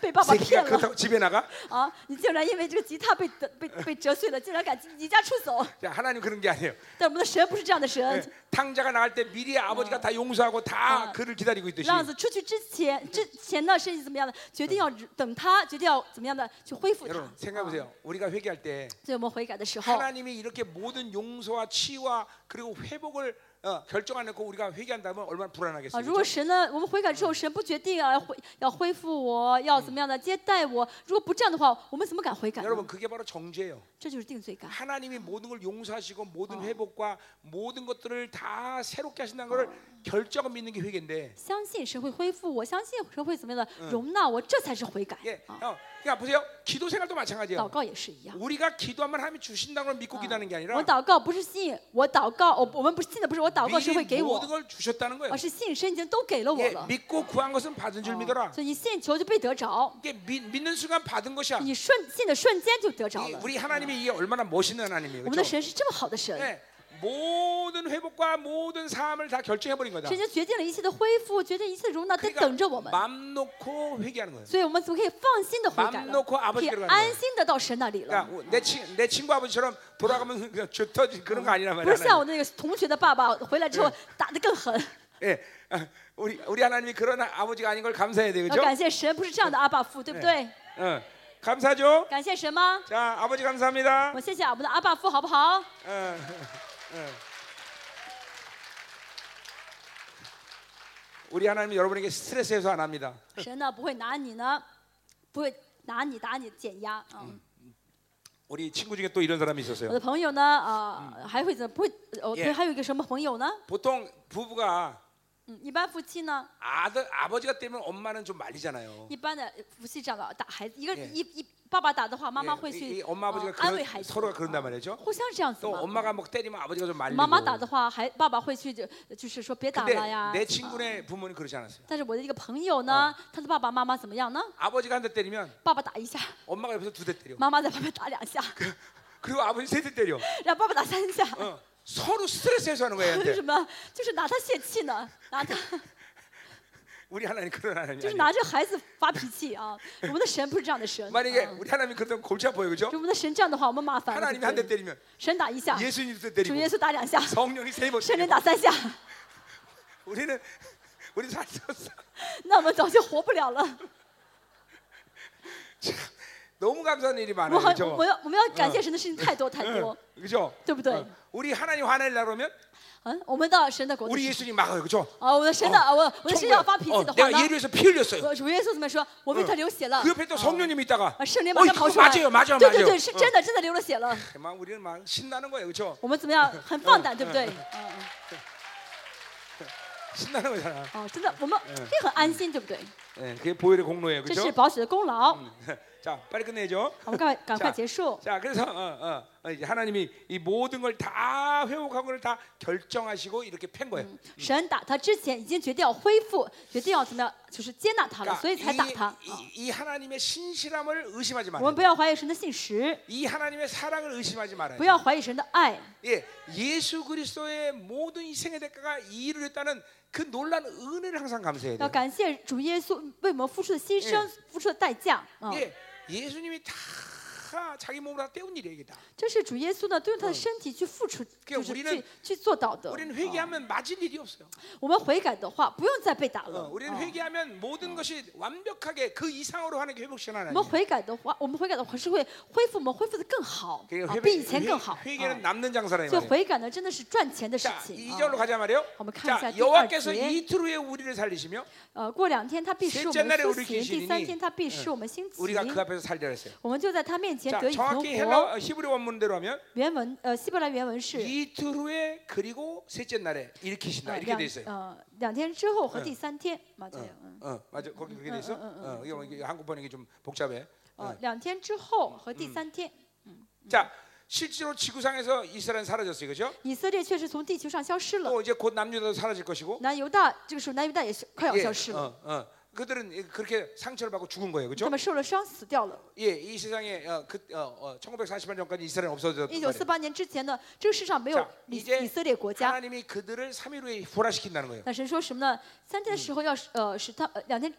Speaker 2: 被爸爸骗
Speaker 1: 새끼가
Speaker 2: 了。
Speaker 1: 그렇다고 집에 나가?
Speaker 2: 啊，你竟然因为这个吉他被得被被折碎了，竟然敢离家出走！
Speaker 1: 야, 하나님 그런 게 아니에요.
Speaker 2: 但我们的神不是这样的神，
Speaker 1: 예, 탕자가 나갈 때 미리 아버지가 다 용서하고 다
Speaker 2: 어.
Speaker 1: 그를 기다리고 있듯이
Speaker 2: 浪子出去之前之前呢，神是怎么样的？决定要等他，决定要怎么样的去恢复他。
Speaker 1: 여러분 생각해
Speaker 2: 啊
Speaker 1: 보세요. 우리가 회개할 때
Speaker 2: 所以我们悔改的时候，
Speaker 1: 하나님이 이렇게 모든 용서와 치유와 그리고 회복을 어, 결정 안 했고 우리가 회개한다면 얼마나
Speaker 2: 啊，
Speaker 1: 불안하겠어요.
Speaker 2: 如果神呢，我们悔改之后，神不决定啊，恢要恢复我，要怎么样的接待我？如果不这样的话，我们怎么敢悔改
Speaker 1: 그렇죠?
Speaker 2: 呢？
Speaker 1: 여러분 그게 바로 정죄예요.
Speaker 2: 这就是定罪感。
Speaker 1: 하나님이 모든 걸 용서하시고 모든 회복과 모든 것들을 다 새롭게 하신다는 걸 결정을 믿는 게 회개인데.
Speaker 2: 相信神会恢复我，相信神会怎么样的容纳我，这才是悔改
Speaker 1: 예,
Speaker 2: 啊！
Speaker 1: 어, 그러니까 보세요. 기도 생활도
Speaker 2: 祷
Speaker 1: 마찬가지예요.
Speaker 2: 告也是一样。
Speaker 1: 우리가 기도하면 하나님이 주신다는 걸 믿고 기도하는 게
Speaker 2: 我
Speaker 1: 아, 아니라
Speaker 2: 祷告不是信，我祷告，我我们不是信的不是我祷告神会
Speaker 1: 미리
Speaker 2: 给
Speaker 1: 모든
Speaker 2: 我，
Speaker 1: 걸 주셨다는 거예요.
Speaker 2: 而是信神已经都给了我
Speaker 1: 예,
Speaker 2: 了。
Speaker 1: 믿고 구한 것은 받은 줄
Speaker 2: 哦
Speaker 1: 믿어라.
Speaker 2: 所以你信求就被得着，
Speaker 1: 이게 믿, 믿는 순간 받은 것이야.
Speaker 2: 你瞬信的瞬间就得着
Speaker 1: 이-
Speaker 2: 了。
Speaker 1: 우리 하나님이 이게 얼마나 멋있는 하나님이에요.
Speaker 2: 我们的
Speaker 1: 그렇죠?
Speaker 2: 神是这么好的神，
Speaker 1: 예, 모든 회복과 모든 삶을 다 결정해 버린 거다.
Speaker 2: 神已经决定了一切的恢复，决定一切的容纳，在
Speaker 1: 그러니까
Speaker 2: 等着我们。
Speaker 1: 맘 놓고 회개하는 거예요.
Speaker 2: 所以我们怎么可以放心的悔改
Speaker 1: 맘놓고아버지
Speaker 2: 了？可以
Speaker 1: 께로가는거야
Speaker 2: 安心的到神那里了。
Speaker 1: 그러니까 내, 친, 내 친구 아버지처럼 돌아가면 그냥 쥐터지 그런 거 아니란
Speaker 2: 不是像
Speaker 1: 말이야.
Speaker 2: 我那个同学的爸爸回来之后打得更狠，
Speaker 1: 예, 아, 우리 우리 하나님이 그런 아버지가 아닌 걸 감사해야 돼요.
Speaker 2: 要
Speaker 1: 그렇죠?
Speaker 2: 感谢神，不是这样的阿爸父，对不对？
Speaker 1: 어, 감사죠.
Speaker 2: 感谢神吗？
Speaker 1: 자 아버지 감사합니다.
Speaker 2: 我谢谢我们的阿爸父，好不好？
Speaker 1: 어, 어. 우리 하나님 여러분에게 스트레스 해소 안 합니다.
Speaker 2: 嗯神呢不会拿你呢，不会拿你打你减压啊。
Speaker 1: 우리 친구 중에 또 이런 사람이
Speaker 2: 我
Speaker 1: 있었어요.
Speaker 2: 的朋友呢，啊、还会怎么不会？呃我对
Speaker 1: Yeah
Speaker 2: 还有一个什么朋友呢？
Speaker 1: 보통 부부가
Speaker 2: 嗯，一般夫妻呢，
Speaker 1: 아들 아버지가 때면 엄마는 좀 말리잖아요.
Speaker 2: 一般的夫妻这样的打孩子，一个
Speaker 1: Yeah
Speaker 2: 一一爸爸打的话，妈妈
Speaker 1: 예,
Speaker 2: 会
Speaker 1: 이- 이
Speaker 2: 去
Speaker 1: 엄마
Speaker 2: 呃
Speaker 1: 아버지가
Speaker 2: 安
Speaker 1: 그런-
Speaker 2: 慰孩子，
Speaker 1: 서로가 그런단 말이죠.
Speaker 2: 互相这样子
Speaker 1: 또
Speaker 2: 嘛。
Speaker 1: 엄마가 막 때리면 아버지가 좀 말리고.
Speaker 2: 妈妈打的话，还爸爸会去就就是说别打了
Speaker 1: 근데
Speaker 2: 呀。
Speaker 1: 내
Speaker 2: 啊
Speaker 1: 친구네 부모는 그러지 않았어요.
Speaker 2: 但是我的一个朋友呢，他的爸爸妈妈怎么样呢？
Speaker 1: 아버지가 한 대 때리면
Speaker 2: 爸爸打一下，
Speaker 1: 엄마가 옆에서 두 대 때려.
Speaker 2: 妈妈在旁边打两 下，
Speaker 1: 그리고 아버지 세 대 때려.
Speaker 2: 让爸爸打三下。
Speaker 1: 어. 서로 스트레스 해소하는 거예요.
Speaker 2: 为什
Speaker 1: 얘한테.
Speaker 2: 么？就是拿他泄气呢，拿他
Speaker 1: 우리 하나님 그런 하나님이
Speaker 2: 就是
Speaker 1: 아니에요.
Speaker 2: 拿这孩子发脾气啊！ 我们的神不是这样的神。
Speaker 1: 만약에
Speaker 2: 啊
Speaker 1: 우리 하나님이 그렇다면 골치 아파요. 그죠?
Speaker 2: 就我们的神这样的话，我们麻烦
Speaker 1: 어.
Speaker 2: 了。对
Speaker 1: 하나님이
Speaker 2: 不
Speaker 1: 한 대
Speaker 2: 对
Speaker 1: 때리면
Speaker 2: 神打一下，
Speaker 1: 아. 예수님도
Speaker 2: 主
Speaker 1: 때리고
Speaker 2: 耶稣打两下，
Speaker 1: 성령이 세번
Speaker 2: 圣灵
Speaker 1: 때리고
Speaker 2: 打三下，
Speaker 1: 우리는 우리 살았어.
Speaker 2: 那我们早就活不了了。
Speaker 1: 너무 감사한 일이
Speaker 2: 我
Speaker 1: 많아요.
Speaker 2: 好，我
Speaker 1: 그죠?
Speaker 2: 要我们嗯要感谢神的事情太多太
Speaker 1: 뭐.
Speaker 2: 多。
Speaker 1: 그죠?
Speaker 2: 또부터.
Speaker 1: 어. 우리 하나님 화내려 그러면
Speaker 2: 嗯，我们到神的国度
Speaker 1: 우리
Speaker 2: 去。
Speaker 1: 예수님 막아요. 그죠?
Speaker 2: 啊，我的神的，啊我我的神要
Speaker 1: 청구해요.
Speaker 2: 发脾气
Speaker 1: 어,
Speaker 2: 的话
Speaker 1: 내가
Speaker 2: 呢，
Speaker 1: 예루에서 피 흘렸어요.
Speaker 2: 我主耶稣嗯怎么说？我为他流血了。
Speaker 1: 그 옆에 또 성령님이 있다가
Speaker 2: 啊，圣灵马
Speaker 1: 어,
Speaker 2: 上跑
Speaker 1: 이거
Speaker 2: 出来。
Speaker 1: 맞아요. 맞아요.
Speaker 2: 对对对，
Speaker 1: 맞아요.
Speaker 2: 是真的，真的流了血了。
Speaker 1: 어, 막 우리는 막 신나는 거예요. 그죠?
Speaker 2: 我们怎么样？很放胆，对不对？嗯
Speaker 1: 신나는 거잖아.
Speaker 2: 嗯，哦，真的，我们这很安心，对不对？
Speaker 1: 예, 그게 보혈의 공로예요.
Speaker 2: 这是
Speaker 1: 그죠?
Speaker 2: 保险的功劳。好
Speaker 1: 자, 빨리 끝내죠.
Speaker 2: 我们赶快赶快
Speaker 1: 자
Speaker 2: 结束。
Speaker 1: 자, 그래서 어, 어, 어, 이제 하나님이 이 모든 걸 다 회복하고 그걸 다 결정하시고 이렇게 팬 거예요.
Speaker 2: 神打他之前已经决定要恢复，决定要怎么样，就是接纳他了，所以才打他啊
Speaker 1: 그러니까 。 이, 이, 이 하나님의 신실함을 의심하지
Speaker 2: 我们
Speaker 1: 말아요.
Speaker 2: 不要怀疑神的信实，
Speaker 1: 이 하나님의 사랑을 의심하지 말아요.
Speaker 2: 不要怀疑神的爱。
Speaker 1: 예, 예수 그리스도의 모든 이 생애 대가가 이 일을 했다는 그 놀란 은혜를 항상 감사해야
Speaker 2: 要
Speaker 1: 돼요.
Speaker 2: 感谢主耶稣为我们付出的牺牲、付出的代价啊！
Speaker 1: 예, 예수님이 다 자기 몸으로 다 때운 일이에요, 이게 다.
Speaker 2: 这是主耶稣呢，对用他的身体去付出，就是
Speaker 1: 우리는
Speaker 2: 去去做到的。
Speaker 1: 우리는
Speaker 2: 啊
Speaker 1: 회개하면 맞을 일이 없어요.
Speaker 2: 我们悔改的话，不用再被打
Speaker 1: 어,
Speaker 2: 了。
Speaker 1: 우리는
Speaker 2: 啊
Speaker 1: 회개하면 모든 것이 완벽하게 그 이상으로 하는 게뭐 회복시키는
Speaker 2: 我们
Speaker 1: 하나님.
Speaker 2: 悔改的话，我们悔改的话是会恢复，我们恢复的更好，啊
Speaker 1: 그러니까
Speaker 2: 比以前更好。
Speaker 1: 회, 개는
Speaker 2: 啊
Speaker 1: 남는 장사라 이
Speaker 2: 所以
Speaker 1: 말이에요.
Speaker 2: 悔改呢，真的是赚钱的事
Speaker 1: 자
Speaker 2: 情。
Speaker 1: 2절로
Speaker 2: 啊
Speaker 1: 가자 말이에요.
Speaker 2: 한번 가자,
Speaker 1: 자,
Speaker 2: 또
Speaker 1: 여호와께서
Speaker 2: 알지.
Speaker 1: 이틀 후에 우리를 살리시며
Speaker 2: 呃，过两天他必使我
Speaker 1: 셋째
Speaker 2: 们
Speaker 1: 날에
Speaker 2: 苏
Speaker 1: 우리를
Speaker 2: 醒，第三
Speaker 1: 기시리니
Speaker 2: 天他必使我们兴起。
Speaker 1: 嗯 우리가 그 앞에서 살리라 했어요.
Speaker 2: 我们就在他面前
Speaker 1: 자,
Speaker 2: 得以存
Speaker 1: 정확히
Speaker 2: 活。
Speaker 1: 헬라 어, 히브리 원문대로 하면
Speaker 2: 原文呃，希伯来原文是
Speaker 1: 이틀 후에 그리고 셋째 날에 일으키신다
Speaker 2: 呃
Speaker 1: 이렇게
Speaker 2: 两
Speaker 1: 돼 있어요.
Speaker 2: 呃两天之后和
Speaker 1: 嗯
Speaker 2: 第三天，맞아요，嗯
Speaker 1: 아, 어, 어, 맞아. 거기 그렇게 돼 있어.
Speaker 2: 응, 응, 응,
Speaker 1: 어, 이게 뭐 이게 한국 번역이 좀 복잡해.
Speaker 2: 呃
Speaker 1: 어.
Speaker 2: 两天之后和
Speaker 1: 嗯
Speaker 2: 第三天，
Speaker 1: 자, 실제로 지구상에서 이스라엘 사라졌어요, 그죠
Speaker 2: 以色列确实从地球上消失了，
Speaker 1: 또 이제 곧 남유다도 사라질 것이고.
Speaker 2: 南犹大这个时候南犹大也是快要
Speaker 1: 예,
Speaker 2: 消失了，
Speaker 1: 어, 어. 그들은 그렇게 상처를 받고 죽은 거예요, 그죠
Speaker 2: 他们受了伤死掉了。
Speaker 1: 예, 이 세상에 어, 그, 어, 어, 1948년 전까지 이스라엘 없어졌단
Speaker 2: 一九四
Speaker 1: 말이에요.
Speaker 2: 八年之前呢，这个世上没有
Speaker 1: 嗯 자
Speaker 2: 以
Speaker 1: 이제
Speaker 2: 以色列国家。
Speaker 1: 하나님이 그들을 3일 후에 부활시킨다는 거예요.
Speaker 2: 那神说什么呢？三天的时候要是呃使他呃两天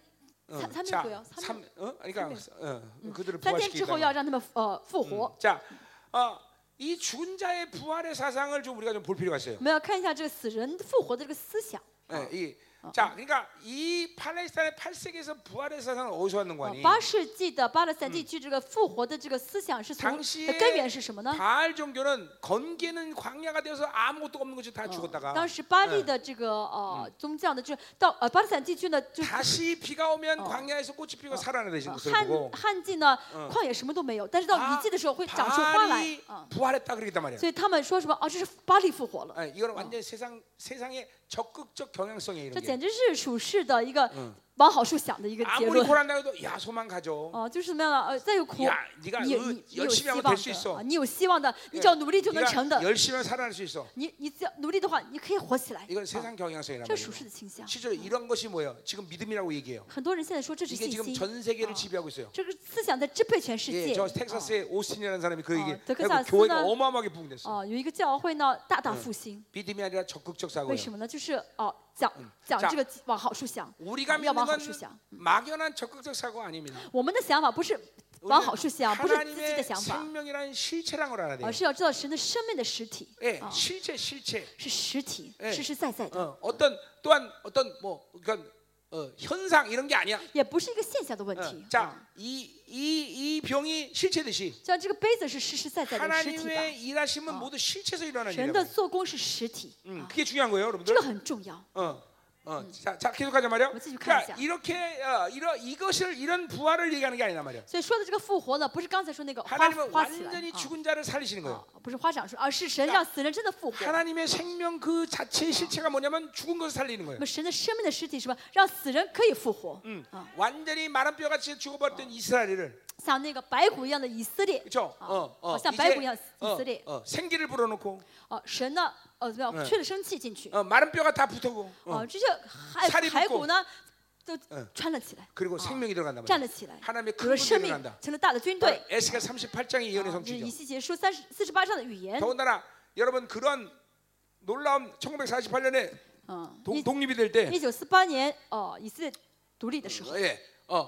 Speaker 1: 어,
Speaker 2: 三三天
Speaker 1: 嗯 자,
Speaker 2: 左右，三
Speaker 1: 삼- 어? 그러니까 어, 그들을
Speaker 2: 三天之后
Speaker 1: 부활시킨다는 거예요.
Speaker 2: 要让他们呃复活。
Speaker 1: 자, 어, 이 죽은 자의 부활의 사상을 좀 우리가 좀 볼 필요가 있어요.
Speaker 2: 我们要看一下这个死人复活的这个思想。
Speaker 1: 예, 이, 자, 그러니까 이 팔레스타인의 8세기에서 부활의 사상은 어디서 왔는
Speaker 2: 啊
Speaker 1: 거니?
Speaker 2: 八世纪的巴勒斯坦地区这个复活的这个思想是从
Speaker 1: 당시에
Speaker 2: 的根源是什么呢？
Speaker 1: 바알 종교는 건개는 광야가 되어서 그러니까 아무것도 없는 것이 다
Speaker 2: 当
Speaker 1: 죽었다가
Speaker 2: 时巴
Speaker 1: 嗯
Speaker 2: 利的这个呃宗教呢，就是到呃巴勒斯坦地区呢，就是
Speaker 1: 다시 비가 오면
Speaker 2: 어.
Speaker 1: 광야에서 꽃이 피고 살아나되신
Speaker 2: 呃
Speaker 1: 것을
Speaker 2: 旱
Speaker 1: 보고
Speaker 2: 旱季呢
Speaker 1: 嗯，
Speaker 2: 旷野什么都没有，但是到雨季的时候会长出花来
Speaker 1: 바알이
Speaker 2: 啊。
Speaker 1: 부활했다 그러겠단 말이에요.
Speaker 2: 所以他们说什么啊？这是巴利复活了，
Speaker 1: 예, 이거는 완전 히 세상 세상의 적극적 경향성이 이런
Speaker 2: 这
Speaker 1: 게.
Speaker 2: 简直是属实的一个
Speaker 1: 嗯
Speaker 2: 往好处想的一个结
Speaker 1: 아무리
Speaker 2: 论。
Speaker 1: 고난당해도 야 소망 가져.
Speaker 2: 哦，就是怎么样呢？呃，再有苦，
Speaker 1: 야, 네가
Speaker 2: 你有
Speaker 1: 의-
Speaker 2: 你你有
Speaker 1: 열심히
Speaker 2: 希
Speaker 1: 하면
Speaker 2: 望
Speaker 1: 될 수
Speaker 2: 的
Speaker 1: 있어.
Speaker 2: 啊，你有希望的，你
Speaker 1: 예
Speaker 2: 只要努力就能成
Speaker 1: 네가
Speaker 2: 的。
Speaker 1: 열심히 하면 살아날 수 있어.
Speaker 2: 你你只要努力的话，你可以活起来。
Speaker 1: 이건
Speaker 2: 啊
Speaker 1: 세상 경향성이란
Speaker 2: 这是属
Speaker 1: 말이에요.
Speaker 2: 实的倾向。
Speaker 1: 실제로 이런 것이 뭐예요? 지금 믿음이라고 얘기해요.
Speaker 2: 很多人现在说这是
Speaker 1: 이게
Speaker 2: 信
Speaker 1: 지금
Speaker 2: 心，
Speaker 1: 전 세계를
Speaker 2: 어.
Speaker 1: 지배하고 있어요.
Speaker 2: 这个思想在支配全世
Speaker 1: 예,
Speaker 2: 界。
Speaker 1: 저 텍사스의 오스틴이라는 사람이 그 얘기.
Speaker 2: 어, 텍사스는-
Speaker 1: 그래서 교회가 어마어마하게 부흥됐어.
Speaker 2: 哦，有一个教会呢，大大复兴。
Speaker 1: 믿음이 아니라 적극적 사고예요.
Speaker 2: 为什么呢？就是哦，讲讲
Speaker 1: 자
Speaker 2: 这个往好处想，
Speaker 1: 우리가
Speaker 2: 要
Speaker 1: 믿는
Speaker 2: 往好
Speaker 1: 건
Speaker 2: 处想。
Speaker 1: 막연한 적극적 사고 아닙니다.
Speaker 2: 我们的想法不是往好处
Speaker 1: 우리는
Speaker 2: 想，不是自己的
Speaker 1: 하나님의
Speaker 2: 想法，
Speaker 1: 생명이라는 실체라는 걸 알아야
Speaker 2: 而
Speaker 1: 돼요.
Speaker 2: 是要知道神的生命的实体
Speaker 1: 예,
Speaker 2: 啊，
Speaker 1: 실체 실체.
Speaker 2: 是实体，
Speaker 1: 哎
Speaker 2: 实实在在的，
Speaker 1: 어, 어떤 또한 어떤 뭐 그러니까 어, 현상 이런 게 아니야.
Speaker 2: 也不是一个现象的问
Speaker 1: 어,
Speaker 2: 题。啊
Speaker 1: 자, 이 이 이 병이 실체듯이
Speaker 2: 就像这个杯子是实实在在
Speaker 1: 그러니까
Speaker 2: 的实体吧，
Speaker 1: 하나님의 일하심은
Speaker 2: 어.
Speaker 1: 모두 실체에서 일어나는
Speaker 2: 神的
Speaker 1: 일이야.
Speaker 2: 做工是实体，
Speaker 1: 음,
Speaker 2: 啊，
Speaker 1: 그게 중요한 거예요,
Speaker 2: 这
Speaker 1: 여러분들.
Speaker 2: 个很重要。
Speaker 1: 어, 어, 자, 자 계속하자 말이야.
Speaker 2: 한번 쭉
Speaker 1: 그러니까
Speaker 2: 가보자.
Speaker 1: 이렇게 어, 이러 이것을 이런 부활을 얘기하는 게 아니란 말이야.
Speaker 2: 所以说的这个复活呢，不是刚才说那个花
Speaker 1: 하나님은
Speaker 2: 花起来
Speaker 1: 완전히
Speaker 2: 啊
Speaker 1: 죽은 자를 살리시는
Speaker 2: 啊
Speaker 1: 거예요. ，
Speaker 2: 不是花长说，而是啊神让死人真的复活。
Speaker 1: 하나님의 생명 그 자체의 실체가 뭐냐면 죽은 것을 살리는
Speaker 2: 那
Speaker 1: 거예요.
Speaker 2: 么神的生命的实体是吧，让死人可以复活。
Speaker 1: 음,
Speaker 2: 啊，
Speaker 1: 완전히 마른 뼈같이 죽어버렸던 이스라엘을
Speaker 2: 像那个白骨一样的以色列，
Speaker 1: 그렇죠?
Speaker 2: 啊
Speaker 1: 어,
Speaker 2: 好
Speaker 1: 어,
Speaker 2: 像
Speaker 1: 이제,
Speaker 2: 白骨一样的
Speaker 1: 어,
Speaker 2: 以嗯色列。
Speaker 1: 어, 생기를 불어넣고
Speaker 2: 哦，神呢，呃，怎么
Speaker 1: 嗯
Speaker 2: 样，去了生气进去。
Speaker 1: 어, 마른 뼈가 다 붙어고
Speaker 2: 哦，
Speaker 1: 어,
Speaker 2: 这些骸
Speaker 1: 살이붙고
Speaker 2: 骸骨呢，就
Speaker 1: 嗯
Speaker 2: 穿了起来，
Speaker 1: 그리고 생명이 들어간단 네.
Speaker 2: 站了
Speaker 1: 말이야.
Speaker 2: 起来，
Speaker 1: 하나님의 큰
Speaker 2: 有了生
Speaker 1: 군대가
Speaker 2: 命
Speaker 1: 일어난다. ，
Speaker 2: 成了大的嗯军队。
Speaker 1: 에스겔 38장의 예언의
Speaker 2: 啊这是以
Speaker 1: 성취죠.
Speaker 2: 西结书三十四十八章的语言。
Speaker 1: 더군다나 여러분 그런 놀라운 1948년에
Speaker 2: 嗯，
Speaker 1: 동,
Speaker 2: 一
Speaker 1: 독립이 될 때,
Speaker 2: 一九四八年哦，以色列独立的时候，
Speaker 1: 예, 어,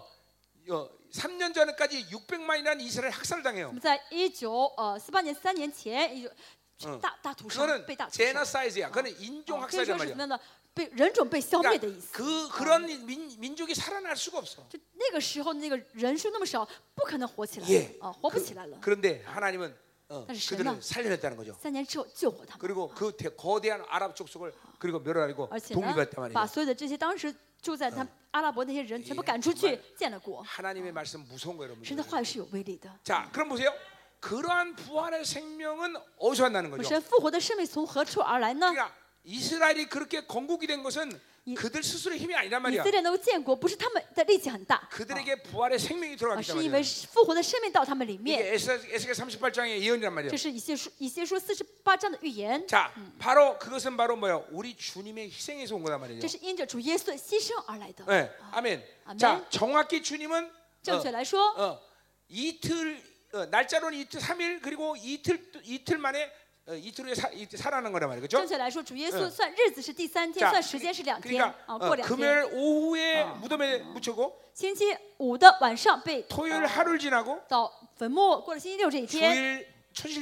Speaker 1: 어, 3년 전까지 600만이라는 이스라엘 학살당해요.
Speaker 2: 我们在一九呃四八年三年前，一
Speaker 1: 嗯
Speaker 2: 九大大屠杀
Speaker 1: 그거는
Speaker 2: 被大屠杀，
Speaker 1: 제너사이즈야. 어, 그거는
Speaker 2: 啊可以
Speaker 1: 인종학살이란
Speaker 2: 说是什
Speaker 1: 말이야.
Speaker 2: 么呢？被人种被消灭的意
Speaker 1: 그러니까
Speaker 2: 思。哦
Speaker 1: 그 그런 민, 민족이 살아날 수가 없어.
Speaker 2: 就那个时候那个人数那么少，不可能活起来
Speaker 1: 예 ，
Speaker 2: 啊，活不起来了。
Speaker 1: 그런데 하나님은 어,
Speaker 2: 다시
Speaker 1: 그들을
Speaker 2: 신나.
Speaker 1: 살려냈다는 거죠.
Speaker 2: 三年之后救活他们，
Speaker 1: 그리고 그 대- 거대한 아랍 족속을 그리고 멸하고
Speaker 2: 而且呢
Speaker 1: 독립했단 ， 말이에요.
Speaker 2: 把所有的这些当时住在他阿拉伯那些人全部赶出
Speaker 1: 예
Speaker 2: 去，建了国。
Speaker 1: 하나님의 말씀 무서운 거예요,
Speaker 2: 神的
Speaker 1: 여러분.
Speaker 2: 话语是有威力的。
Speaker 1: 자, 그럼 보세요. 그러한 부활의 생명은 어디서 왔다는
Speaker 2: 我
Speaker 1: 거죠?
Speaker 2: 神复活的生命从何处而来呢？
Speaker 1: 그러니까 이스라엘이 그렇게 건국이 된 것은
Speaker 2: 이-
Speaker 1: 그들 스스로의 힘이 아니란
Speaker 2: 以
Speaker 1: 말이야.
Speaker 2: 色列能够建国，不是他们的力气很大，
Speaker 1: 그들에게 부활의 생명이
Speaker 2: 而
Speaker 1: 들어갔기
Speaker 2: 啊是因为
Speaker 1: 때문에
Speaker 2: 复活的生命到他们里
Speaker 1: 이게
Speaker 2: 面。
Speaker 1: 에스겔 38장의 예언이란 말이야.
Speaker 2: 这是以些书以些书四十八章的预言，
Speaker 1: 자, 바로 그것은 바로 뭐요? 우리 주님의 희생에서 온 거란
Speaker 2: 这
Speaker 1: 말이죠.
Speaker 2: 是因着主耶稣的牺牲而来的。
Speaker 1: 네, 아멘.
Speaker 2: 아멘.
Speaker 1: 자, 정확히 주님은
Speaker 2: 正
Speaker 1: 어,
Speaker 2: 确来说，
Speaker 1: 어, 이틀 어, 날짜로는 이틀 3일 그리고 이틀 이틀 만에 어, 이틀 후에 사, 이틀 살아난 거란 말이죠.
Speaker 2: 正确来说，主耶稣
Speaker 1: 嗯
Speaker 2: 算日子是第三天，
Speaker 1: 자,
Speaker 2: 算时间是两天
Speaker 1: 그러니까
Speaker 2: 啊，
Speaker 1: 어,
Speaker 2: 过两天。
Speaker 1: 금요일 오후에
Speaker 2: 어.
Speaker 1: 무덤에 묻히고
Speaker 2: 星期五的晚上被
Speaker 1: 토요일
Speaker 2: 呃
Speaker 1: 하루를 지나고
Speaker 2: 到坟墓，过了星期六这一天，
Speaker 1: 주일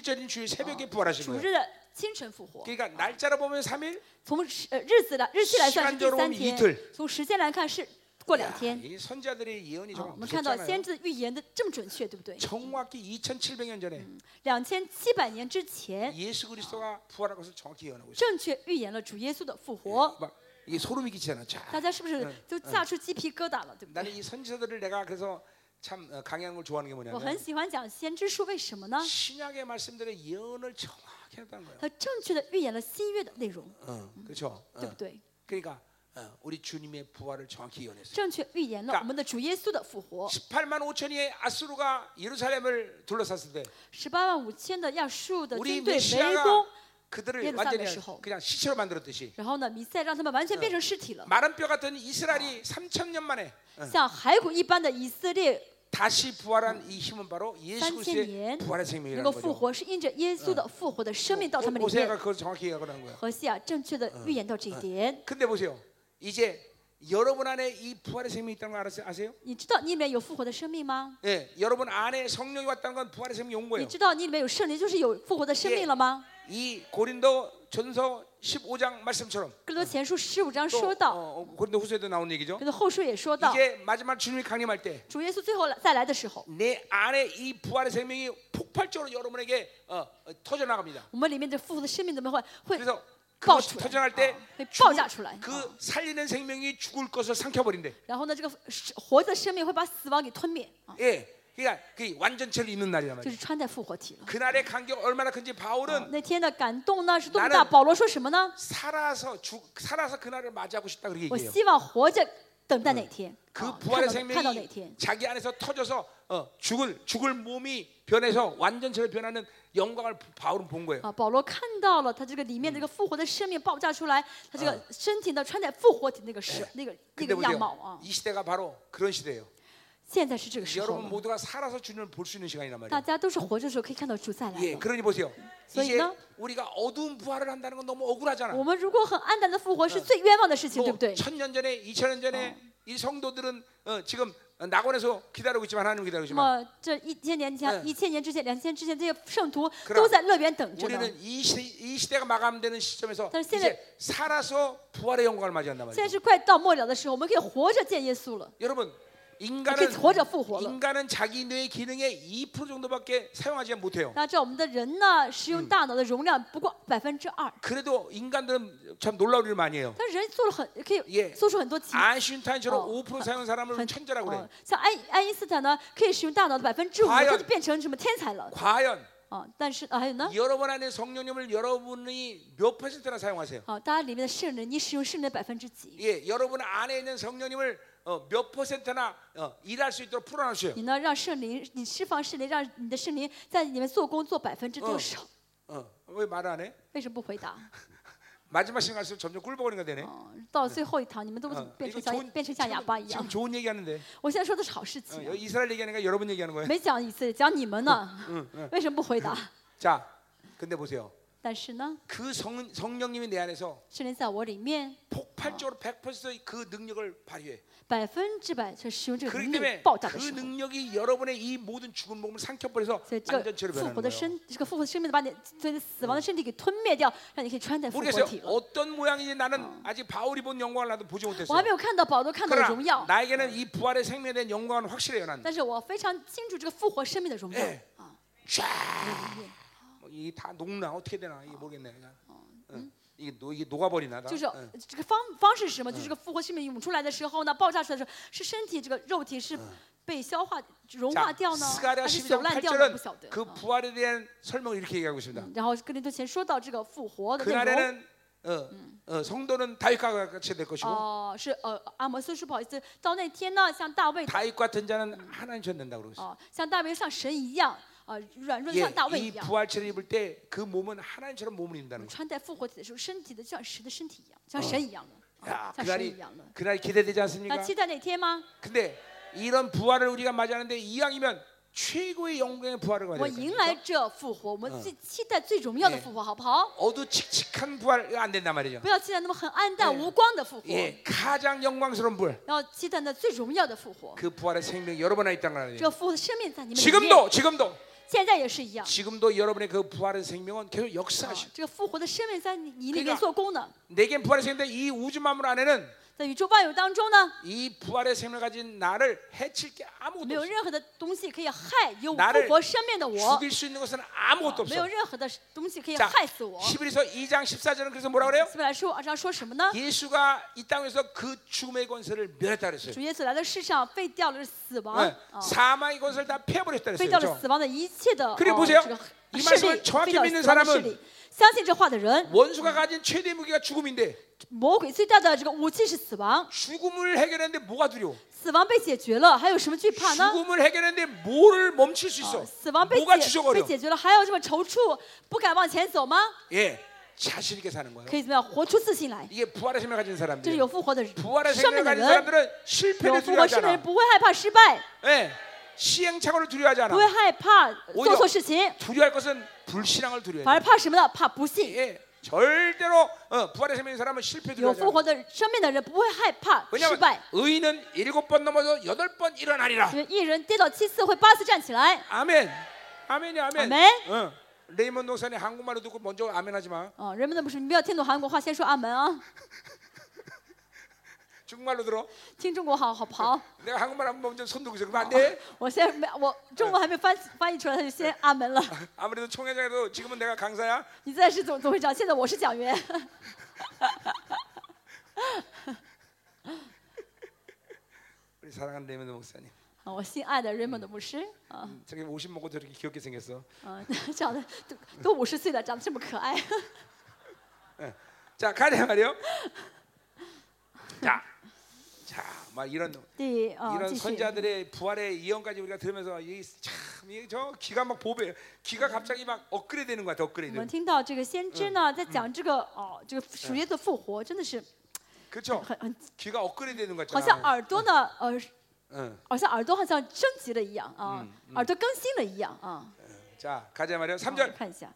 Speaker 1: 초실절인 어. 주일 새벽에 부활하신
Speaker 2: 主
Speaker 1: 거예요.
Speaker 2: 日的清晨复活。
Speaker 1: 그러니까 날짜로 보면 3일,
Speaker 2: 从时呃日子来日期来算是第三
Speaker 1: 时间就是一
Speaker 2: 天，从时间来看是过两天。
Speaker 1: 아, 이 선자들의 어, 뭐 예언이
Speaker 2: 啊，
Speaker 1: 정말
Speaker 2: 我们看到
Speaker 1: 무섭잖아요.
Speaker 2: 先知的预言的这么准确，对不对？
Speaker 1: 정확히 2,700년 전에
Speaker 2: 两千七百年之前，
Speaker 1: 예수 그리스도가 부활한 것을 정확히 예언하고 있어요.
Speaker 2: 正确预言了主耶稣的复活。
Speaker 1: 막 이게 소름이 끼치잖아. 자,
Speaker 2: 大家是不是就吓出鸡皮疙瘩了，对不
Speaker 1: 나는
Speaker 2: 对？
Speaker 1: 이 선지자들을 내가 그래서 참 어, 강의하는 걸 좋아하는 게
Speaker 2: 我很
Speaker 1: 뭐냐면
Speaker 2: 喜欢讲先知书，为什么呢？
Speaker 1: 신약의 말씀들의 예언을 정확히 했다는 거예요.
Speaker 2: 他正确的预言了新约的内容，
Speaker 1: 어, 그렇죠.
Speaker 2: 对不
Speaker 1: 어,
Speaker 2: 对？
Speaker 1: 그러니까 어, 우리 주님의 부활을 정확히 예언했어요.
Speaker 2: 正确预言了
Speaker 1: 干
Speaker 2: 我们的主耶稣的复活。
Speaker 1: 18만 5천이 아수르가 예루살렘을 둘러쌌을 때
Speaker 2: 十八万五千的亚述的
Speaker 1: 우리
Speaker 2: 军队围攻
Speaker 1: 메시아가 ， 그들을
Speaker 2: 예루살렘의
Speaker 1: 완전히
Speaker 2: 시호.
Speaker 1: 그냥 시체로 만들었듯이
Speaker 2: 然后呢，弥赛让他们完全变成尸体了，
Speaker 1: 마른 뼈 같은 이스라엘이 3천 년 만에
Speaker 2: 像骸骨一般的以色列
Speaker 1: 다시 부활한 이 힘은 바로 예수
Speaker 2: 三千
Speaker 1: 그리스도의
Speaker 2: 年
Speaker 1: 부활의
Speaker 2: 能
Speaker 1: 생명이라는
Speaker 2: 够复
Speaker 1: 거죠.
Speaker 2: 活，是因着耶稣的复活的生命到他们里
Speaker 1: 오세가
Speaker 2: 面。
Speaker 1: 그걸 정확히 얘기하고 는 거예요.
Speaker 2: 何西啊，正确的预言到这一点。
Speaker 1: 근데 보세요. 이제 여러분 안에 이 부활의 생명이 있다는 거 알았어요? 아세요?
Speaker 2: 你知道你里面有复活的生命吗？
Speaker 1: 예, 여러분 안에 성령이 왔다는 건 부활의 생명이 온
Speaker 2: 你
Speaker 1: 거예요.
Speaker 2: 知道你里面有圣灵，就是有复活的生命了吗？
Speaker 1: 이 고린도 전서 15장 말씀처럼
Speaker 2: 哥罗前书十五章
Speaker 1: 또
Speaker 2: 说到，
Speaker 1: 어, 고린도 후서에도 나온 얘기죠.
Speaker 2: 跟着后书也说到，
Speaker 1: 이제 마지막 주님이 강림할 때
Speaker 2: 主耶稣最后来再来的时候，
Speaker 1: 내 안에 이 부활의 생명이 폭발적으로 여러분에게 어, 어, 터져 나갑니다.
Speaker 2: 我们里面的复活的生命怎么会会
Speaker 1: 그래서
Speaker 2: 爆
Speaker 1: 그것이
Speaker 2: 出
Speaker 1: 터져날
Speaker 2: 来？
Speaker 1: 때
Speaker 2: 啊会爆炸出来。啊
Speaker 1: 그 살리는 생명이 죽을 것을 삼켜버린대.
Speaker 2: 然后呢，这个是活的生命会把死亡给吞灭啊，
Speaker 1: 예, 그러니까 그 완전체를 입는 날이란
Speaker 2: 就
Speaker 1: 말이에요.
Speaker 2: 是穿戴复活体了。
Speaker 1: 그날의 간격 얼마나 큰지 바울은
Speaker 2: 啊那天的感动呢是多么
Speaker 1: 나는
Speaker 2: 大！保罗说什么呢？
Speaker 1: 살아서 죽 살아서 그날을 맞이하고 싶다 그렇게
Speaker 2: 我
Speaker 1: 얘기해요.
Speaker 2: 希望活着等待哪天，
Speaker 1: 그
Speaker 2: 啊
Speaker 1: 부활의
Speaker 2: 看到看到哪天
Speaker 1: 생명이 。 자기 안에서 터져서 어, 죽을 죽을 몸이 변해서 완전체로 변하는 영광을 바울은 본 거예요.
Speaker 2: 啊，保罗看到了他这个里面这个复活的生命爆炸出来，他这个身体呢穿戴复活体那个
Speaker 1: 네.
Speaker 2: 时那个那
Speaker 1: 근데
Speaker 2: 个样貌
Speaker 1: 보세요,
Speaker 2: 啊，
Speaker 1: 이 시대가 바로 그런 시대예요.
Speaker 2: 现在是这个时候
Speaker 1: 여러분
Speaker 2: 了，
Speaker 1: 모두가 살아서 주님을 볼 수 있는 시간이란
Speaker 2: 大
Speaker 1: 말이에요.
Speaker 2: 家都是活着的时候可以看到主再来
Speaker 1: 예,
Speaker 2: 了。
Speaker 1: 그러니 보세요. 이제
Speaker 2: 그러니까
Speaker 1: 우리가 어두운 부활을 한다는 건 너무
Speaker 2: 我
Speaker 1: 억울하잖아.
Speaker 2: 们如果很黯淡的复活，是最冤枉的事情，对不对
Speaker 1: 또 ？ 천년 전에, 이천 년 전에 이 성도들은 어, 지금 낙원에서 기다리고 있지만 하나님 기다리고
Speaker 2: 那
Speaker 1: 있지만
Speaker 2: 么这一千年前、
Speaker 1: 嗯
Speaker 2: 一千年之前、两千之前，这些圣徒
Speaker 1: 그럼
Speaker 2: 都在乐园等着呢。
Speaker 1: 우리는 이, 시대, 이 시대가 마감되는 시점에서
Speaker 2: 자, 시대-
Speaker 1: 이제 살아서 부활의 영광을 맞이한단
Speaker 2: 现在
Speaker 1: 말이에요.
Speaker 2: 是快到末了的时候，我们可以活着见耶稣了。
Speaker 1: 여러분
Speaker 2: 可以
Speaker 1: 인간은
Speaker 2: 活着复活了。
Speaker 1: 인간은 자기 뇌의 기능의 2% 정도밖에 사용하지 못해요.
Speaker 2: 那这我们的人呢，使用大脑的容量不过百分之二，
Speaker 1: 그래도 인간들은 참 놀라운 일을 많이 해요.
Speaker 2: 但是人做了很可
Speaker 1: 예
Speaker 2: 以做出很多奇。
Speaker 1: 아인슈타인처럼
Speaker 2: 어,
Speaker 1: 5% 사용한 사람을
Speaker 2: 한-
Speaker 1: 천재라고 그래요.
Speaker 2: 哦，像爱爱因斯坦呢，可以使用大脑的百分之五，
Speaker 1: 과연
Speaker 2: 他就变成什么天才了
Speaker 1: 과연
Speaker 2: 啊！但是啊，还有呢，
Speaker 1: 여러분 안에 성령님을 여러분이 몇 퍼센트나 사용하세요?
Speaker 2: 啊，大家里面的圣人，你使用圣人的百分之几？
Speaker 1: 예, 여러분 안에 있는 성령님을 어, 몇 퍼센트나 어, 일할 수 있도록 풀어놓으세요.
Speaker 2: 你呢，让圣灵，你释放圣灵，让你的圣灵在里面做工，做百分之多少？
Speaker 1: 어, 왜 말을 안 해?
Speaker 2: 为什么不回答？
Speaker 1: 마지막 시간 갈수록 점점 꿀벅거리는 거 되네.
Speaker 2: 哦，到最嗯后一堂，你们都
Speaker 1: 어,
Speaker 2: 变
Speaker 1: 이거
Speaker 2: 成像
Speaker 1: 좋은,
Speaker 2: 变成像哑巴一
Speaker 1: 지금,
Speaker 2: 样
Speaker 1: 지금 。 좋은 얘기하는데
Speaker 2: 我现在说的是好事
Speaker 1: 어,
Speaker 2: 情啊，啊
Speaker 1: 여기 이스라엘 얘기하는 거야 여러분 얘기하는 거예요.
Speaker 2: 没讲以色列，讲你们呢， 为什么不回答？
Speaker 1: 자, 근데 보세요.
Speaker 2: 但是呢，
Speaker 1: 그 성, 성령님이 내 안에서
Speaker 2: 圣灵在我里面
Speaker 1: 폭발적으로 100%그 능력을 발휘해.
Speaker 2: 百分之百去使用这个
Speaker 1: 그렇기
Speaker 2: 能力
Speaker 1: 때문에
Speaker 2: 爆炸
Speaker 1: 그
Speaker 2: 的时候。
Speaker 1: 능력이 여러분의 이 모든 죽은 몸을 삼켜버려서
Speaker 2: 所以这个
Speaker 1: 완전체로
Speaker 2: 复
Speaker 1: 변하는
Speaker 2: 活的
Speaker 1: 거예요.
Speaker 2: 身，这个复活的生命把你所以死亡的身体给吞灭掉，让你可以穿戴复活
Speaker 1: 모르겠어요.
Speaker 2: 体了。
Speaker 1: 어떤 모양인지 나는 아직 바울이 본 영광을 나도 보지
Speaker 2: 我还
Speaker 1: 못했어요.
Speaker 2: 没有看到保罗看到的
Speaker 1: 그러나
Speaker 2: 荣耀，
Speaker 1: 나에게는 이 부활의 생명에 대한 영광은 확실해요. 난. 어.
Speaker 2: 但是我非常清楚这个复活生命的荣耀嗯
Speaker 1: 哎
Speaker 2: 啊。
Speaker 1: 뭐 이다 녹나 어떻게 되나 이게 모르겠네. 그냥. 어, 응. 이게 녹 이게 녹아버리나. 나.
Speaker 2: 就是
Speaker 1: 응.
Speaker 2: 这个方方式是什么？就是这个复活生命涌出来的时候呢，爆炸出来的时候，是身体这个肉体是被消化融化
Speaker 1: 자,
Speaker 2: 掉呢，还
Speaker 1: 스가랴
Speaker 2: 是朽
Speaker 1: 12장
Speaker 2: 烂掉呢？不晓
Speaker 1: 8절은
Speaker 2: 得。
Speaker 1: 그
Speaker 2: 啊
Speaker 1: 부활에 대한 설명을 이렇게 얘기하고 있습니다.
Speaker 2: 然后格林多前说到这个复活的内容。
Speaker 1: 그날에는 어, 어, 성도는 다윗과 같이 될 것이고
Speaker 2: 哦，是呃，阿摩斯说不好意思，到那天呢，像大卫
Speaker 1: 다윗 같은 자는 하나님처럼 된다고 그러고 있어요.
Speaker 2: 哦，像大卫像神一样，啊，软弱的
Speaker 1: 예,
Speaker 2: 像大卫
Speaker 1: 이
Speaker 2: 一样。
Speaker 1: 부활체를 입을 때 그 몸은 하나님처럼 몸을 입는다는 거예요.
Speaker 2: 穿戴复活体的时候，身体的就像神的身体一样，像神一样的，
Speaker 1: 야,
Speaker 2: 啊像神一
Speaker 1: 그날이
Speaker 2: 样的。
Speaker 1: 그날 기대되지
Speaker 2: 那
Speaker 1: 않습니까?
Speaker 2: 期待哪天吗？
Speaker 1: 근데 이런 부활을 우리가 맞이하는데 이왕이면 최고의 영광의 부활을
Speaker 2: 我
Speaker 1: 뭐, 맞이해야
Speaker 2: 迎
Speaker 1: 돼요.
Speaker 2: 来这复活，我们最期待最荣耀的复活，好不好？
Speaker 1: 어두칙칙한 부활이 안 된단 말이죠.
Speaker 2: 不要期待那么很暗淡
Speaker 1: 예
Speaker 2: 无光的复活，
Speaker 1: 예, 가장 영광스러운 부활,
Speaker 2: 要期待那最荣耀的复活。
Speaker 1: 그 부활의 생명이 여러 번이나 있다는
Speaker 2: 这
Speaker 1: 거예요.
Speaker 2: 个复活的生命在你们里面，
Speaker 1: 지금도 지금도
Speaker 2: 现在也是一样。
Speaker 1: 지금도 여러분의 그 부활의 생명은 계속
Speaker 2: 啊
Speaker 1: 역사하시.
Speaker 2: 这个复活的生命在你你里
Speaker 1: 그러니
Speaker 2: 面
Speaker 1: 까
Speaker 2: 做工呢，
Speaker 1: 내겐 부활의 생명인데 이 우주 만물 안에는
Speaker 2: 在宇宙万有当中呢，
Speaker 1: 이 부활의 생명을 가진 나를 해칠 게
Speaker 2: 没
Speaker 1: 아무것도
Speaker 2: 有
Speaker 1: 없어.
Speaker 2: 任何的东西可以害有
Speaker 1: 그 나를
Speaker 2: 复活生命的我，
Speaker 1: 죽일 수 있는 것은 아무것도
Speaker 2: 没有
Speaker 1: 없어.
Speaker 2: 任何的东西可以
Speaker 1: 자,
Speaker 2: 害死我。
Speaker 1: 11에서 2장 14절은 그래서 뭐라 그래요?
Speaker 2: 希伯来书二章说什么
Speaker 1: 아,
Speaker 2: 呢？
Speaker 1: 예수가 이 땅에서 그 죽음의 권세를 멸했다 그랬어요.
Speaker 2: 主耶稣来到世上，废掉了死亡，
Speaker 1: 네,
Speaker 2: 啊，
Speaker 1: 사망의 권세를 다 패버렸다
Speaker 2: 废
Speaker 1: 그랬어요.
Speaker 2: 掉了
Speaker 1: 그렇죠?
Speaker 2: 死亡的一切的、
Speaker 1: 그리고
Speaker 2: 어
Speaker 1: 보세요
Speaker 2: 这个
Speaker 1: 이
Speaker 2: 势
Speaker 1: 말씀을
Speaker 2: 力，
Speaker 1: 정확히
Speaker 2: 废掉
Speaker 1: 믿는
Speaker 2: 死亡的
Speaker 1: 사람은
Speaker 2: 势力。相信这话的人，
Speaker 1: 원수가 가진 최대 무기가 죽음인데
Speaker 2: 魔鬼最大的这个武器是死亡，
Speaker 1: 죽음을 해결했는데 뭐가 두려워?
Speaker 2: 死亡被解决了，还有什么惧怕呢？
Speaker 1: 죽음을 해결했는데 뭐를 멈출 수 있어?
Speaker 2: 啊死亡被
Speaker 1: 뭐가
Speaker 2: 解被
Speaker 1: 주저거려?
Speaker 2: 解决了，还要这么踌躇，不敢往前走吗？
Speaker 1: 예, 자신 있게 사는 거예요.
Speaker 2: 可以怎么样，活出自信来？
Speaker 1: 이게 부활의 생명 가진
Speaker 2: 这是
Speaker 1: 사람들.
Speaker 2: 有复活的人，
Speaker 1: 부활의
Speaker 2: 生
Speaker 1: 생명
Speaker 2: 命的
Speaker 1: 가진
Speaker 2: 人，
Speaker 1: 사람들은
Speaker 2: 有
Speaker 1: 실패를
Speaker 2: 复活生
Speaker 1: 두려워하잖아.
Speaker 2: 命的人不会害怕失败，
Speaker 1: 예, 시행착오를 두려워하지
Speaker 2: 不会
Speaker 1: 않아.
Speaker 2: 害怕
Speaker 1: 오히려
Speaker 2: 做错事情，
Speaker 1: 두려워할 것은 불신앙을 두려워해.
Speaker 2: 反而怕什么呢？怕不信。
Speaker 1: 예, 절대로 어, 부활의 생명인 사람은 실패
Speaker 2: 有
Speaker 1: 두려워하지
Speaker 2: 复
Speaker 1: 않아.
Speaker 2: 活的生命的人不会害怕失
Speaker 1: 왜냐하면
Speaker 2: 败，
Speaker 1: 의인은 일곱 번 넘어도 여덟 번 일어나리라.
Speaker 2: 因为一人跌倒七次会八次站起来。
Speaker 1: 아멘. 아멘이 아멘.
Speaker 2: 아멘?
Speaker 1: 어. 레이먼 동산이 한국말로 듣고 먼저 아멘하지 마.
Speaker 2: 啊，人们的不是你们要听懂韩国话，先说阿门啊，
Speaker 1: 중국말로 들어.
Speaker 2: 听中国好好不 好？
Speaker 1: 내가 한국말 하면 먼저 손 들고 있어. 그럼 안 돼.
Speaker 2: 我先没我中文还没翻翻译出来，他就先阿门了。
Speaker 1: 아무래도 총회장에도 지금은 내가 강사야.
Speaker 2: 你现在是总总会长，现在我是讲员，
Speaker 1: 우리 사랑하는 레이먼 목사님.
Speaker 2: 啊我心爱的 Raymond 牧师啊
Speaker 1: 저기 50 먹고 저렇게 귀엽게 생겼어.
Speaker 2: 啊，长得都都五十岁了，长得这么可爱。
Speaker 1: 자 가자 말이요. 자, 자, 막 이런
Speaker 2: 对啊，
Speaker 1: 이런
Speaker 2: 继续。
Speaker 1: 선자들의 부활의 예언까지 우리가 들으면서 이참이저 귀가 막 보배, 귀가 갑자기 막 업그레이드되는 거야, 더
Speaker 2: 我
Speaker 1: 업그레이드.
Speaker 2: 们听到这个嗯先知呢，在讲这个哦，这个属耶稣的复活，真的是
Speaker 1: 그렇죠?
Speaker 2: 很很，
Speaker 1: 귀가 업그레이드되는 거
Speaker 2: 好像
Speaker 1: 같잖아.
Speaker 2: 耳朵呢，呃，
Speaker 1: 응.
Speaker 2: 好像耳朵好像升级了一样啊，耳朵更新了一样啊。
Speaker 1: 자, 가자 말이요.
Speaker 2: 我
Speaker 1: 3절.
Speaker 2: 看一下，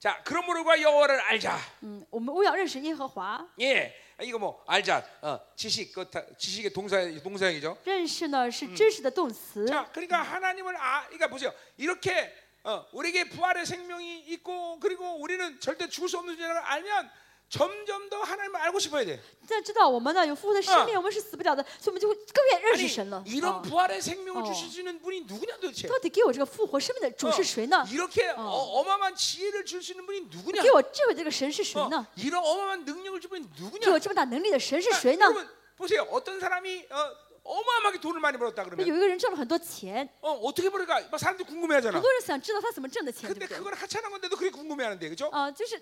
Speaker 1: 자, 그러므로가 여호와를 알자.
Speaker 2: 嗯，我们务要认识耶和华，
Speaker 1: 예. 이거 뭐 알자. 어, 지식 그 다- 지식의 동사 동사형이죠.
Speaker 2: 认识呢是知识的动词。
Speaker 1: 자, 그러니까 하나님을 아, 그러니까 보세요. 이렇게 어, 우리에게 부활의 생명이 있고 그리고 우리는 절대 죽을 수 없는 존재라는 걸 알면 점점 더 하나님을 알고 살고 싶어야 돼.
Speaker 2: 但知道我们呢有复活的生
Speaker 1: 嗯
Speaker 2: 命，我们是死不了的，所以我们就会更愿意认识神了。
Speaker 1: 이런
Speaker 2: 啊
Speaker 1: 부활의 생명을
Speaker 2: 어.
Speaker 1: 주실 수 있는 분이 누구냐 도대체?
Speaker 2: 到底给我这个复活生命的主是谁呢？
Speaker 1: 이렇게
Speaker 2: 어.
Speaker 1: 어. 마어마한 지혜를 줄 수 있는 분이 누구냐?
Speaker 2: 给我智慧的这个神是谁
Speaker 1: 어,
Speaker 2: 呢？
Speaker 1: 이런 어마어마한 능력을 주는 분이 누구냐?
Speaker 2: 给我这么大能力的神是
Speaker 1: 아,
Speaker 2: 谁呢？
Speaker 1: 여러분 보세요. 어떤 사람이 어, 마어마하게 돈을 많이 벌었다
Speaker 2: 有
Speaker 1: 그러면
Speaker 2: 一个人挣了很多钱，
Speaker 1: 어, 어떻게 벌을까? 막 사람들이 궁금해하잖아.
Speaker 2: 很多人想知道他怎么挣的钱，
Speaker 1: 근데
Speaker 2: 对不对？
Speaker 1: 그걸 하찮은 건데도 그게 궁금해하는데 그죠?
Speaker 2: 啊，就是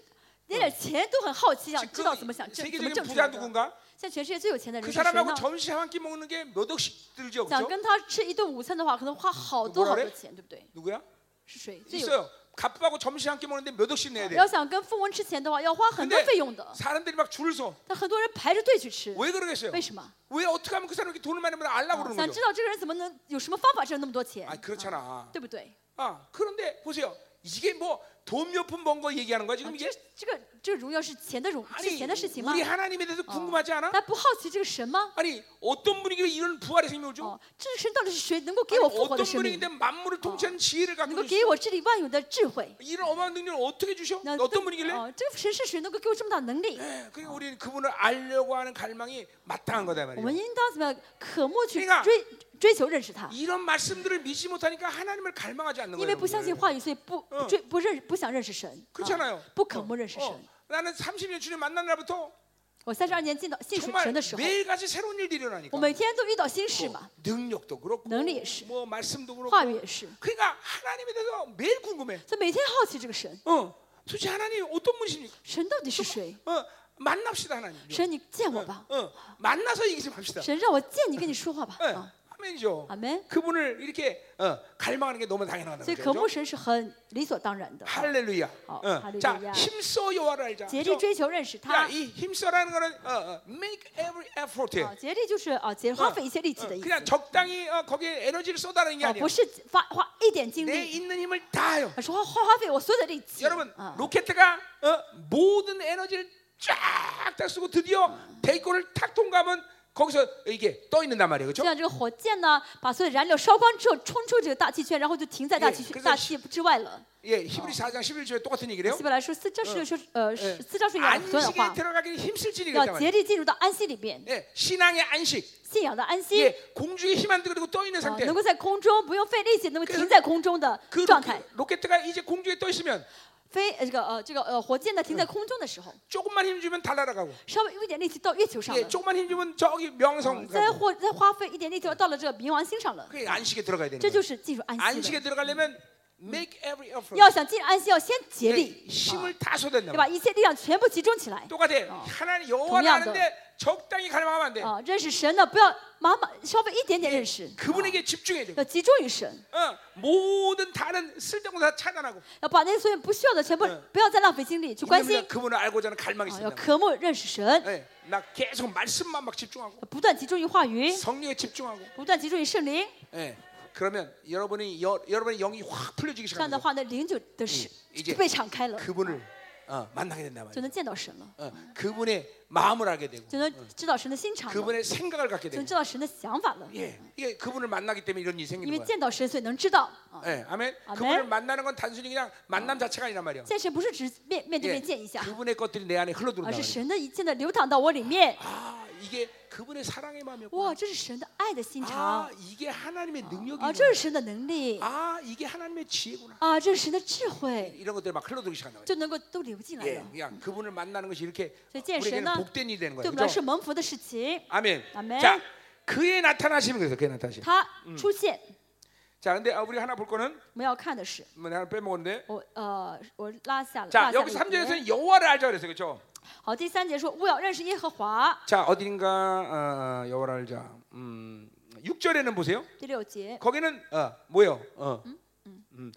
Speaker 2: 连点钱都很好奇，想知道怎么想挣，怎么
Speaker 1: 세계적인
Speaker 2: 挣出
Speaker 1: 부자
Speaker 2: 来的。
Speaker 1: 누군가?
Speaker 2: 像全世界最有钱的人
Speaker 1: 그
Speaker 2: 是谁呢
Speaker 1: 사람하고 ？ 점심 한 끼 먹는 게 몇 억씩 들죠,
Speaker 2: 想
Speaker 1: 그죠?
Speaker 2: 跟他吃一顿午餐的话，可能花好多
Speaker 1: 뭐라
Speaker 2: 好
Speaker 1: 그래
Speaker 2: 多钱，对不对？
Speaker 1: 누구야?
Speaker 2: 是谁最有？
Speaker 1: 네, 있어요. 갑부하고 점심 한 끼 먹는데 몇 억씩 내야 돼.
Speaker 2: 要想跟富翁吃钱的话，要花很多
Speaker 1: 근데
Speaker 2: 费用的。
Speaker 1: 사람들이 막 줄을 서.
Speaker 2: 但很多人排着队去吃，
Speaker 1: 왜 그러겠어요?
Speaker 2: 为什么？
Speaker 1: 왜 어떻게 하면 그 사람이 이렇게 돈을 많이 벌어 알라고
Speaker 2: 啊
Speaker 1: 그러는
Speaker 2: 想
Speaker 1: 거죠?
Speaker 2: 知道这个人怎么能有什么方法挣那么多钱？
Speaker 1: 아
Speaker 2: 啊
Speaker 1: 그렇잖아.
Speaker 2: 对不对？
Speaker 1: 아 그런데 보세요. 이게 뭐 돈 몇 푼 번 거 얘기하는 거야 아,
Speaker 2: 啊
Speaker 1: 지금
Speaker 2: 这
Speaker 1: 이게?
Speaker 2: 这个这个荣耀是钱的荣是
Speaker 1: 아니
Speaker 2: 钱的事情吗？
Speaker 1: 우리 어. 하나님에 대해서 궁금하지 않아?
Speaker 2: 大家不好奇这个神吗？
Speaker 1: 아니 어떤 분이길래 이런 부활의 생명을 줘?
Speaker 2: 哦，这个神到底是谁？能够
Speaker 1: 아니,
Speaker 2: 哎给我复活
Speaker 1: 어떤
Speaker 2: 的生命
Speaker 1: 분이길래 ， 만물을 통치하는 지혜를
Speaker 2: 能
Speaker 1: 갖고
Speaker 2: 够
Speaker 1: 계시-
Speaker 2: 给我治理万有的智慧。
Speaker 1: 이런 어마어마한 능력을 어떻게 주셔?
Speaker 2: 那
Speaker 1: 어떤 분이길래?
Speaker 2: 哦，这个神是谁？能够给我这么大能力？
Speaker 1: 예, 그러니까 우리는 그분을 알려고 하는 갈망이 마땅한 거다
Speaker 2: 我们
Speaker 1: 말이에요.
Speaker 2: 应当怎么样？渴慕去
Speaker 1: 그러니까
Speaker 2: 追追求认识他，
Speaker 1: 이런 말씀들을 믿지 못하니까 하나님을 갈망하지 않는
Speaker 2: 因
Speaker 1: 거예요.
Speaker 2: 为不相信
Speaker 1: 여러분들.
Speaker 2: 话语，所以不
Speaker 1: 嗯
Speaker 2: 追不认不想认识神，啊
Speaker 1: 그렇잖아요.
Speaker 2: 不渴慕认识
Speaker 1: 어,
Speaker 2: 神。
Speaker 1: 나는 30년 주님 만난 날부터
Speaker 2: 我三十二年进到信神
Speaker 1: 정말
Speaker 2: 的时候，
Speaker 1: 매일같이 새로운 일들이 일어나니까
Speaker 2: 我每天都遇到新事
Speaker 1: 어,
Speaker 2: 嘛，
Speaker 1: 능력도 그렇고
Speaker 2: 능력이 있어.
Speaker 1: 뭐 말씀도 그렇고
Speaker 2: 话语也是，
Speaker 1: 그러니까 하나님에 대해서 매일 궁금해.
Speaker 2: 所以每天好奇这个神，
Speaker 1: 어, 도대체 하나님 어떤 분이십니까?
Speaker 2: 神到底是谁？
Speaker 1: 어, 만납시다 하나님.
Speaker 2: 神，你见我吧，
Speaker 1: 어, 만나서 얘기 좀 합시다.
Speaker 2: 神让我见你，跟你说话吧，
Speaker 1: 예,
Speaker 2: 啊，
Speaker 1: 아멘이죠.
Speaker 2: 아멘
Speaker 1: 그분을 이렇게 어, 갈망하는 게 너무 당연하다는
Speaker 2: 所以
Speaker 1: 거죠.
Speaker 2: 渴
Speaker 1: 그죠?
Speaker 2: 慕神是很理所当然的，
Speaker 1: 할렐루야.
Speaker 2: 어,
Speaker 1: 어,
Speaker 2: 할렐루야.
Speaker 1: 자, 힘써 여호와를 알자.
Speaker 2: 竭
Speaker 1: 그죠?
Speaker 2: 力追求认识他
Speaker 1: 야 ，이 힘써라는 거는 어, 어, make every effort.
Speaker 2: 啊，竭力就是啊，竭花费一切力气
Speaker 1: 어,
Speaker 2: 的意思，
Speaker 1: 그냥 적당히 어, 거기에 에너지를 쏟아내는 게
Speaker 2: 啊，
Speaker 1: 아니야.
Speaker 2: 不是花花一点精
Speaker 1: 내
Speaker 2: 力，
Speaker 1: 있는 힘을 다요.
Speaker 2: 而是花花花费我所有的力气，
Speaker 1: 여러분
Speaker 2: 啊，
Speaker 1: 로켓트가 어, 모든 에너지를 쫙 다 쓰고 드디어 대기권을 탁 통과하면 거기서 이게 떠 있는단 말이에요, 그렇죠?
Speaker 2: 就像这个火箭呢，把所有燃料烧光之后，冲出这个大气圈，然后就停在大气
Speaker 1: 예
Speaker 2: 圈
Speaker 1: 그래서
Speaker 2: 大气之外了。
Speaker 1: 예, 히브리 4장 11절에 똑같은 얘기를 해요.
Speaker 2: 希伯来说四章十六说，呃，
Speaker 1: 예
Speaker 2: 四章十六说的
Speaker 1: 안식에
Speaker 2: 话，
Speaker 1: 들어가기 힘쓸지니
Speaker 2: 要
Speaker 1: 그랬단
Speaker 2: 竭
Speaker 1: 말이에요.
Speaker 2: 力进入到安息里面，
Speaker 1: 예, 신앙의 안식,
Speaker 2: 信仰的安息，
Speaker 1: 예, 공중에 힘 안 들고 떠 있는
Speaker 2: 啊
Speaker 1: 상태.
Speaker 2: 能够在空中不用费力气，能够
Speaker 1: 그
Speaker 2: 停在空中的
Speaker 1: 그
Speaker 2: 状态。
Speaker 1: 로켓, 트가 이제 공중에 떠 있으면
Speaker 2: 飞呃这个呃这个呃火箭呢停在空中的时候，
Speaker 1: 조금만 힘 주면 달날아가고,
Speaker 2: 稍微用一点力气到月球上
Speaker 1: 예,
Speaker 2: 了，
Speaker 1: 조금만 힘 주면 저기 명성
Speaker 2: 再
Speaker 1: 가고.
Speaker 2: 或再花费一点力气到了这个冥王星上了，
Speaker 1: 그게 안식에 들어가야 되는
Speaker 2: 这
Speaker 1: 거예요.
Speaker 2: 就是进入安息
Speaker 1: 안식에
Speaker 2: 了。
Speaker 1: 들어가려면 make every effort.
Speaker 2: 要想进入安息，要先竭
Speaker 1: 예,
Speaker 2: 力，
Speaker 1: 힘을 다 쏟았나
Speaker 2: 对
Speaker 1: 봐
Speaker 2: 吧？一切力量全部集中起来。
Speaker 1: 똑같아.
Speaker 2: 어.
Speaker 1: 하나님 여호와를
Speaker 2: 동의한다. 어.
Speaker 1: 아는데 적당히 갈망하면 안 돼.
Speaker 2: 啊，认识神呢，不要马马稍微一点点认识，啊
Speaker 1: 그분에게 집중해야 돼.
Speaker 2: 要集中于神，
Speaker 1: 어, 모든 다른 쓸데없는 거 다 차단하고
Speaker 2: 要把那些所有不需要的全部
Speaker 1: 嗯
Speaker 2: 不要再浪费精力去关
Speaker 1: 왜냐면
Speaker 2: 心，
Speaker 1: 그분을 알고자 하는 갈망이
Speaker 2: 啊，要
Speaker 1: 있습니다.
Speaker 2: 渴慕认识神，
Speaker 1: 예, 나 계속 말씀만 막 집중하고
Speaker 2: 不断集中于话语，
Speaker 1: 성령에 집중하고
Speaker 2: 不断集中于圣灵，
Speaker 1: 예, 그러면 여러분이 여, 여러분의 영이 확 풀려지기
Speaker 2: 这样的
Speaker 1: 시작합니다.
Speaker 2: 话呢，灵就的是
Speaker 1: 嗯理解
Speaker 2: 就被敞开了，
Speaker 1: 그분을 어, 만나게 된다
Speaker 2: 就
Speaker 1: 말이에요.
Speaker 2: 能见到神了，
Speaker 1: 어, 그분의 마음을 알게 되고
Speaker 2: 就能知道神的心肠了，
Speaker 1: 그분의 생각을 갖게
Speaker 2: 就能
Speaker 1: 되고
Speaker 2: 知道神的想法了。
Speaker 1: 예, 이게 그분을 만나기 때문에 이런 일이
Speaker 2: 因
Speaker 1: 생기는
Speaker 2: 为
Speaker 1: 거예요.
Speaker 2: 见到神，所以能知道啊。
Speaker 1: 예, 아멘.
Speaker 2: 아멘.
Speaker 1: 그분을 만나는 건 단순히 그냥 만남 자체가 아니란 말이에요.
Speaker 2: 见神不是只面面对
Speaker 1: 예,
Speaker 2: 面见一下，
Speaker 1: 그분의 것들이 내 안에
Speaker 2: 而
Speaker 1: 흘러들어온다.
Speaker 2: 是神的一切呢流淌到我里面。
Speaker 1: 아 이게 그분의 사랑의 마음이었고,
Speaker 2: 哇，这是神的爱的心肠
Speaker 1: 아 이게 하나님의 능력이구나.
Speaker 2: 啊，这是神的能力。
Speaker 1: 아 이게 하나님의 지혜구나.
Speaker 2: 啊，这是神的智慧，
Speaker 1: 이런 것들이 막 흘러들기 시작한다. 말이에요.
Speaker 2: 就能够都流进来
Speaker 1: 예,
Speaker 2: 了。
Speaker 1: 그냥 그분을 만나는 것이 이렇게
Speaker 2: 저 이제
Speaker 1: 우리에게는
Speaker 2: 죄는
Speaker 1: 복된 일이 되는
Speaker 2: 对
Speaker 1: 거예요.
Speaker 2: 我们来
Speaker 1: 그죠?
Speaker 2: 是蒙福的事情。
Speaker 1: 아멘.
Speaker 2: 아멘.
Speaker 1: 자, 그의 나타나심이 그래서 그의 나타나심.
Speaker 2: 他
Speaker 1: 嗯
Speaker 2: 出现，
Speaker 1: 자, 근데 아, 우리 하나 볼 거는
Speaker 2: 我们要看的是
Speaker 1: 뭐 내가 빼먹었는데.
Speaker 2: 我呃，我拉下了。
Speaker 1: 자
Speaker 2: 落下了
Speaker 1: 여기서
Speaker 2: 一节
Speaker 1: 3절에서는 여호와를 알자 그랬어요, 그렇죠?
Speaker 2: 好，第三节说，我要认识耶和华。
Speaker 1: 자 어딘가 어, 여호와를 알자. 음, 6절에는 보세요.
Speaker 2: 第六节
Speaker 1: 거기는 어, 뭐요? 어, 음,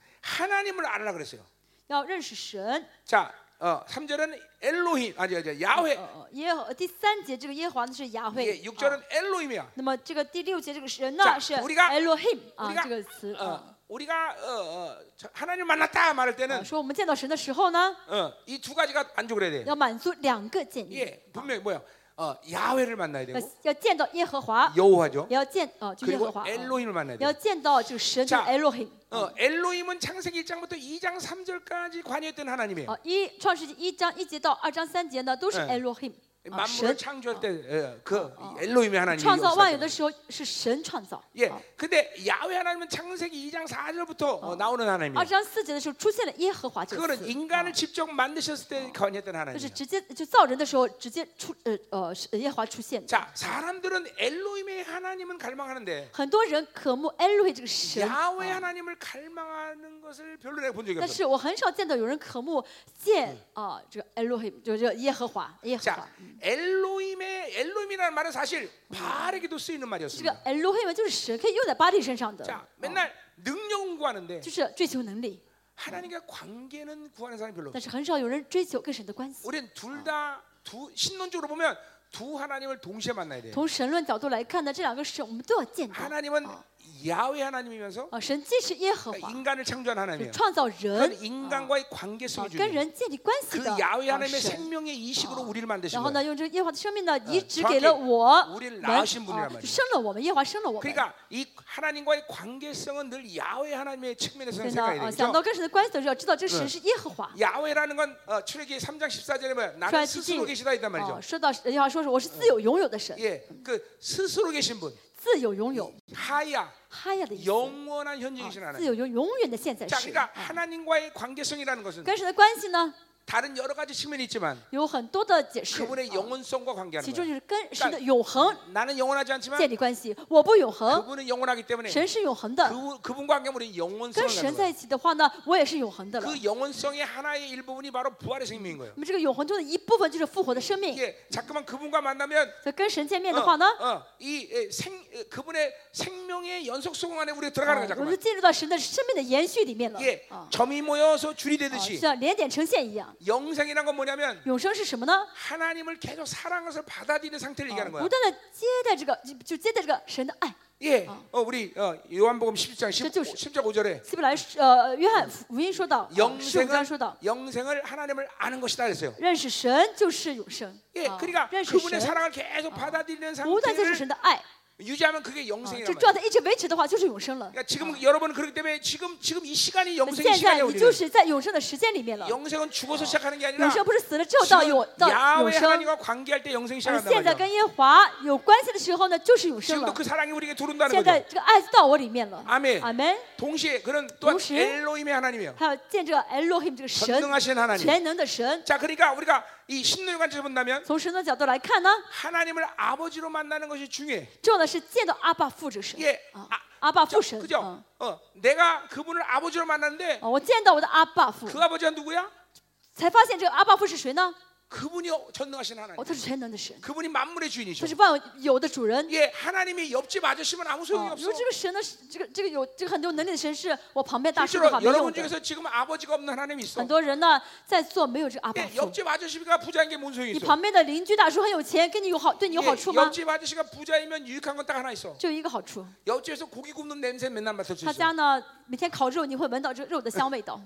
Speaker 1: 하나님을 알라 그랬어요.
Speaker 2: 要认识神。
Speaker 1: 자, 어, 3절은 엘로힘 아니 아니 야훼.
Speaker 2: 呃，呃耶和第三节这个耶和华呢是雅慧
Speaker 1: 이게 。
Speaker 2: 啊
Speaker 1: 6절은 엘로힘이야.
Speaker 2: 那么这个第六节这个神
Speaker 1: 자
Speaker 2: 呢是
Speaker 1: 우리가
Speaker 2: Elohim
Speaker 1: 우리 가
Speaker 2: 啊这个词啊，
Speaker 1: 어, 우리가 어, 어, 저- 하나님 만났다 말할
Speaker 2: 啊
Speaker 1: 때는
Speaker 2: 说我们见到神的时候呢，
Speaker 1: 어, 이 두 가지가 만족을 해야 돼.
Speaker 2: 要满足两个建议，
Speaker 1: 예, 분명히 뭐야? 어, 야훼를 만나야
Speaker 2: 要
Speaker 1: 되고
Speaker 2: 要见到耶和华，
Speaker 1: 여호와죠. 어.
Speaker 2: 也要见啊就耶和
Speaker 1: 그리고
Speaker 2: 华，啊
Speaker 1: 엘로힘을 만나야
Speaker 2: 也要
Speaker 1: 돼.
Speaker 2: 见到这个神就
Speaker 1: 자
Speaker 2: 是 Elohim。
Speaker 1: 어, 엘로힘은 창세기 1장부터 2장
Speaker 2: 哦
Speaker 1: 3절까지 관여했던 하나님이에요.
Speaker 2: 啊，一创世纪一章一节到二章三节呢，都是
Speaker 1: 哎
Speaker 2: Elohim，
Speaker 1: 만물을
Speaker 2: 신.
Speaker 1: 창조할 때 그 엘로힘의 하나님이
Speaker 2: 创造万有
Speaker 1: 역사하는
Speaker 2: 的时候是神创造。
Speaker 1: 예,
Speaker 2: 啊
Speaker 1: 근데 야훼 하나님은 창세기 2장 4절부터 어, 나오는
Speaker 2: 二
Speaker 1: 하나님이에요.
Speaker 2: 章四节的时候出现了耶和华这个
Speaker 1: 그거는
Speaker 2: 词，哦
Speaker 1: 인간을 직접 만드셨을 때 건했던
Speaker 2: 就是
Speaker 1: 하나님이에요.
Speaker 2: 直接就造人的时候直接出呃呃是耶和华出现的。
Speaker 1: 자, 사람들은 엘로힘의 하나님은 갈망하는데
Speaker 2: 很多人渴慕 Elohim 这个神，哦
Speaker 1: 야훼 하나님을 갈망하는 것을 별로 내가 본 적이
Speaker 2: 但
Speaker 1: 없어요.
Speaker 2: 是我很少见到有人渴慕见啊这个 Elohim，就是这个耶和华，耶和
Speaker 1: 자,
Speaker 2: 华。
Speaker 1: 엘로힘의 엘로힘이라는 말은 사실 바알에게도 쓰이는
Speaker 2: 这个
Speaker 1: 말이었습니다.
Speaker 2: Elohim 就是神，可以用在巴蒂身上的，
Speaker 1: 자,
Speaker 2: 啊
Speaker 1: 맨날 능력은 구하는데
Speaker 2: 就是追求能力，
Speaker 1: 하나님과 관계는 구하는 사람이 별로 없어요.
Speaker 2: 但是很少有人追求跟神的关系。
Speaker 1: 우리는 둘다두 신론적으로 보면 두 하나님을 동시에 만나야 돼요.
Speaker 2: 从神论角度来看呢，这两个神我们都要见到。
Speaker 1: 하나님은 야훼 하나님이면서
Speaker 2: 啊，神既是耶和
Speaker 1: 그러니까
Speaker 2: 华，
Speaker 1: 인간을 창조한
Speaker 2: 是
Speaker 1: 하나님이에요.
Speaker 2: 创造
Speaker 1: 아, 그
Speaker 2: 人，
Speaker 1: 인간과의 관계 아.
Speaker 2: 啊
Speaker 1: 속에
Speaker 2: 跟
Speaker 1: 주는
Speaker 2: 人建立关系
Speaker 1: 그
Speaker 2: 的
Speaker 1: 야훼
Speaker 2: 啊
Speaker 1: 하나님의
Speaker 2: 神。啊
Speaker 1: 생명의 이식으로 우리를 만드신
Speaker 2: 然后
Speaker 1: 거예요.
Speaker 2: 呢，用这个耶和华的生命呢，移植
Speaker 1: 정확히
Speaker 2: 给了我
Speaker 1: 우리를
Speaker 2: 们，
Speaker 1: 낳으신분이란
Speaker 2: 啊
Speaker 1: 말이에요
Speaker 2: 生了我们，耶和华生了我们。
Speaker 1: 그러니까 이 하나님과의 관계성은 늘 야훼 하나님의 측면에서 어,
Speaker 2: 所以呢，
Speaker 1: 생각해야
Speaker 2: 呃，想到
Speaker 1: 되죠.
Speaker 2: 跟神的关系的时候，知道这个神是耶和华。
Speaker 1: 야훼라는 건 어, 출애기 3장 14절에 뭐야? 나는
Speaker 2: 출애굽기
Speaker 1: 스스로 계시다 했단
Speaker 2: 哦、
Speaker 1: 말이죠.
Speaker 2: 说到耶和华说是我是自有永有的神，
Speaker 1: 예, 그 스스로 계신 분,
Speaker 2: 自有永有，
Speaker 1: 아, 하야
Speaker 2: 哈
Speaker 1: 네,
Speaker 2: 亚的意思，
Speaker 1: 영원한 현재이신
Speaker 2: 啊自
Speaker 1: 하나님.
Speaker 2: 有永永远的现在
Speaker 1: 자
Speaker 2: 时。
Speaker 1: 그러니까 하나님과의 관계성이라는 것은
Speaker 2: 跟神的关系呢，
Speaker 1: 다른 여러 가지 측면이 있지만
Speaker 2: 有很多的解释，
Speaker 1: 그분의 어.
Speaker 2: 啊
Speaker 1: 영원성과 관계하는
Speaker 2: 其中
Speaker 1: 거예요.
Speaker 2: 就是跟神的永恒
Speaker 1: 나는 영원하지 않지만
Speaker 2: 建立关系。我不永恒，
Speaker 1: 그분은 영원하기 때문에
Speaker 2: 神是永恒的，
Speaker 1: 그, 그분과 함께 우리는
Speaker 2: 跟
Speaker 1: 영원성을
Speaker 2: 神
Speaker 1: 갖는
Speaker 2: 在
Speaker 1: 거예요.
Speaker 2: 一起的话呢，我也是永恒的了。
Speaker 1: 그 영원성의 하나의 일부분이 바로 부활의 생명인 거예요.
Speaker 2: 那么这个永恒中的一部分就是复活的生命。
Speaker 1: 이게 자꾸만 그분과 만나면
Speaker 2: 所以跟神见面
Speaker 1: 어,
Speaker 2: 的话呢，
Speaker 1: 어, 이 에, 생, 에, 그분의 생명의 연속 소공 안에 우리가 들어가는
Speaker 2: 啊
Speaker 1: 거예요.
Speaker 2: 我们
Speaker 1: 자꾸만.
Speaker 2: 进入到神的生命的延续里面了。
Speaker 1: 예,
Speaker 2: 啊，
Speaker 1: 점이 모여서 줄이
Speaker 2: 啊
Speaker 1: 되듯이
Speaker 2: 像连点成线一样。
Speaker 1: 영생이란 건 뭐냐면
Speaker 2: 永生是什么呢？
Speaker 1: 하나님을 계속 사랑한 것을 받아들이는 상태를
Speaker 2: 啊
Speaker 1: 얘기하는
Speaker 2: 不
Speaker 1: 거야.
Speaker 2: 断的接待这个，就就接待这个神的爱。
Speaker 1: 예, 어, 그렇죠, 우리 어, 요한복음 10장 10,
Speaker 2: 저쪽으로.
Speaker 1: 10장 5절에
Speaker 2: 希伯来呃，约翰福音说
Speaker 1: 어,
Speaker 2: 到，十五
Speaker 1: 영생은
Speaker 2: 章说到，
Speaker 1: 영생을 하나님을 아는 것이다 그랬어요.
Speaker 2: 认识神就是永生。
Speaker 1: 예,
Speaker 2: 啊
Speaker 1: 그러니까
Speaker 2: 认识
Speaker 1: 그분의
Speaker 2: 神，
Speaker 1: 사랑을 계속 받아들이는
Speaker 2: 不断接受神
Speaker 1: 상태를
Speaker 2: 的爱，啊
Speaker 1: 유지하면 그게
Speaker 2: 这
Speaker 1: 영생이란
Speaker 2: 状
Speaker 1: 말이에요.
Speaker 2: 态一直维持的话，就是永生了。
Speaker 1: 그러니까 지금 여러분은 그렇기 때문에 지금 지금 이 시간이
Speaker 2: 那
Speaker 1: 영생의
Speaker 2: 现在
Speaker 1: 시간이에요.
Speaker 2: 你就
Speaker 1: 우리는.
Speaker 2: 是在永生的时间里面了。
Speaker 1: 영생은 죽어서 시작하는 게
Speaker 2: 永
Speaker 1: 아니라
Speaker 2: 生不是死了之后到
Speaker 1: 지금
Speaker 2: 永到
Speaker 1: 야외
Speaker 2: 永生，
Speaker 1: 하나님과 관계할 때 영생이
Speaker 2: 而
Speaker 1: 시작한단
Speaker 2: 现在
Speaker 1: 말이에요.
Speaker 2: 跟耶和华有关系的时候呢，就是永生
Speaker 1: 지금도
Speaker 2: 了
Speaker 1: 그 。 사랑이 우리에게 들어온다는
Speaker 2: 现在
Speaker 1: 거죠.
Speaker 2: 这个爱就到我里面了。
Speaker 1: 阿门
Speaker 2: 阿门。
Speaker 1: 동시에 그런 또한
Speaker 2: 동시에
Speaker 1: 엘로힘의 하나님이에요.
Speaker 2: 还有见这个 Elohim 这个神，
Speaker 1: 전능하신 하나님.
Speaker 2: 全能的神。
Speaker 1: 자, 그러니까 우리가 이 신론의 관점에서 본다면
Speaker 2: 从神的角度来看呢，
Speaker 1: 하나님을 아버지로 만나는 것이 중요해.
Speaker 2: 重要的是见到阿爸父这个神。
Speaker 1: 예,
Speaker 2: 啊
Speaker 1: 아, ，
Speaker 2: 阿爸
Speaker 1: 저,
Speaker 2: 父神。
Speaker 1: 그죠?
Speaker 2: 啊
Speaker 1: 어, 내가 그분을 아버지로 만났는데
Speaker 2: 啊我见到我的阿爸父，
Speaker 1: 그 아버지가 누구야?
Speaker 2: 才发现这个阿爸父是谁呢？
Speaker 1: 그분이 전능하신 하나님.
Speaker 2: 哦，他是全能的神，
Speaker 1: 그분이 만물의
Speaker 2: 他
Speaker 1: 주인이죠.
Speaker 2: 是万有的主人。
Speaker 1: 예, 하나님이 옆집 아저씨면 아무
Speaker 2: 啊
Speaker 1: 소용이
Speaker 2: 如
Speaker 1: 없어. 그렇죠?
Speaker 2: 果这个神呢，是这个这个有这个很有能力的神是我旁边大叔的话
Speaker 1: 실제로
Speaker 2: 没用
Speaker 1: 여러분
Speaker 2: 的。
Speaker 1: 중에서 지금 아버지가 없는 하나님이 있어.
Speaker 2: 很多人呢在做没有这个阿爸
Speaker 1: 예,
Speaker 2: 父。
Speaker 1: 옆집 아저씨가 부자인 게 뭔 소용이
Speaker 2: 你
Speaker 1: 있어?
Speaker 2: 旁边的邻居大叔很有钱，跟你有好对你有
Speaker 1: 예,
Speaker 2: 好处吗？
Speaker 1: 옆집 아저씨가 부자이면 유익한 건 딱 하나 있어.
Speaker 2: 就一个好处，
Speaker 1: 옆집에서 고기 굽는 냄새 맨날 맡을 수
Speaker 2: 他
Speaker 1: 있어.
Speaker 2: 家呢每天烤肉，你会闻到这个肉的香味 道，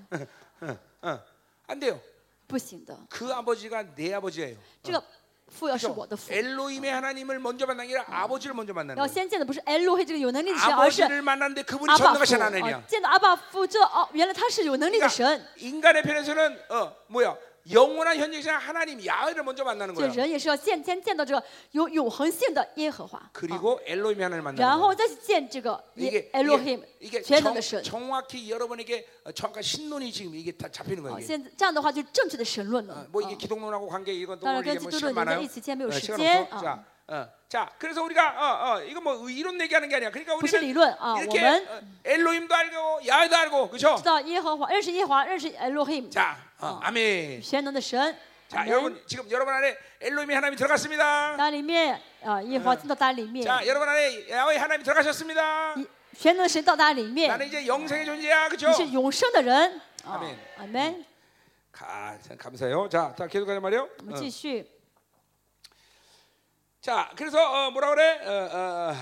Speaker 1: 어, 안 돼요.
Speaker 2: 不行的。
Speaker 1: 그 아버지가 내 아버지예요.
Speaker 2: 这个父要是
Speaker 1: 그죠?
Speaker 2: 我的父，
Speaker 1: 엘로힘의 하나님을 먼저 만난 게 아니라 아버지를 먼저 만나는
Speaker 2: 要
Speaker 1: 거예요.
Speaker 2: 先见的不是 Elohim 这个有能力的神，而是
Speaker 1: 아버지를 만났는데 그분이
Speaker 2: 阿爸
Speaker 1: 전능하신
Speaker 2: 父。
Speaker 1: 하나님이야. 그러니까
Speaker 2: 啊，见到阿爸父，知道哦，原来他是有能力的神。
Speaker 1: 인간의 편에서는 어 뭐야 영원한 현재이신 하나님 야훼를 먼저 만나는
Speaker 2: 这
Speaker 1: 거야.
Speaker 2: 人也是要见先见到这个有永恒性的耶和华，啊
Speaker 1: 그리고 엘로힘 하나님 만나는
Speaker 2: 然
Speaker 1: 거야.
Speaker 2: 后再去见这个耶
Speaker 1: 이게
Speaker 2: Elohim
Speaker 1: 이게, 이게
Speaker 2: 全能的
Speaker 1: 정,
Speaker 2: 神。
Speaker 1: 정확히 여러분에게 어, 정확한 신론이 지금 이게 다 잡히는
Speaker 2: 啊，
Speaker 1: 거예요. 이게.
Speaker 2: 现在这样的话就是正确的神论
Speaker 1: 어,
Speaker 2: 了。
Speaker 1: 뭐
Speaker 2: 啊
Speaker 1: 이게 기독론하고 관계 이건 또
Speaker 2: 따라
Speaker 1: 오늘 이게
Speaker 2: 그래서
Speaker 1: 뭐 시간
Speaker 2: 기독론이
Speaker 1: 많아요.
Speaker 2: 이제 있지, 재미없을
Speaker 1: 시간
Speaker 2: 시제.
Speaker 1: 없어.
Speaker 2: 어.
Speaker 1: 자, 어, 자, 그래서 우리가 어, 어, 이거 뭐 이론 얘기하는 게 아니야. 그러니까
Speaker 2: 不是
Speaker 1: 우리는
Speaker 2: 理论啊，我
Speaker 1: 이렇게
Speaker 2: 们
Speaker 1: 어, 엘로힘도 알고 야훼도 알고 그죠?
Speaker 2: 知道耶和华，认识耶和华，认识 Elohim，
Speaker 1: 자, 어, 아멘.
Speaker 2: 全能的神。
Speaker 1: 자,
Speaker 2: 我们
Speaker 1: 여러분 지금 여러분 안에 엘로힘 하나님이 들어갔습니다.
Speaker 2: 那里面啊，耶和华进到大家里面，
Speaker 1: 자, 여러분 안에 야훼 하나님이 들어가셨습니다.
Speaker 2: 一全能的神到大家里面，
Speaker 1: 나는 이제 예. 영생의 존재야, 그죠?
Speaker 2: 你是永生的人。
Speaker 1: 阿
Speaker 2: 啊
Speaker 1: 门，
Speaker 2: 阿门。
Speaker 1: 가, 참 감사해요. 자, 자 계속 가자 말이요. 어.
Speaker 2: 我们继续，
Speaker 1: 자, 그래서 어, 뭐라 그래? 어, 어,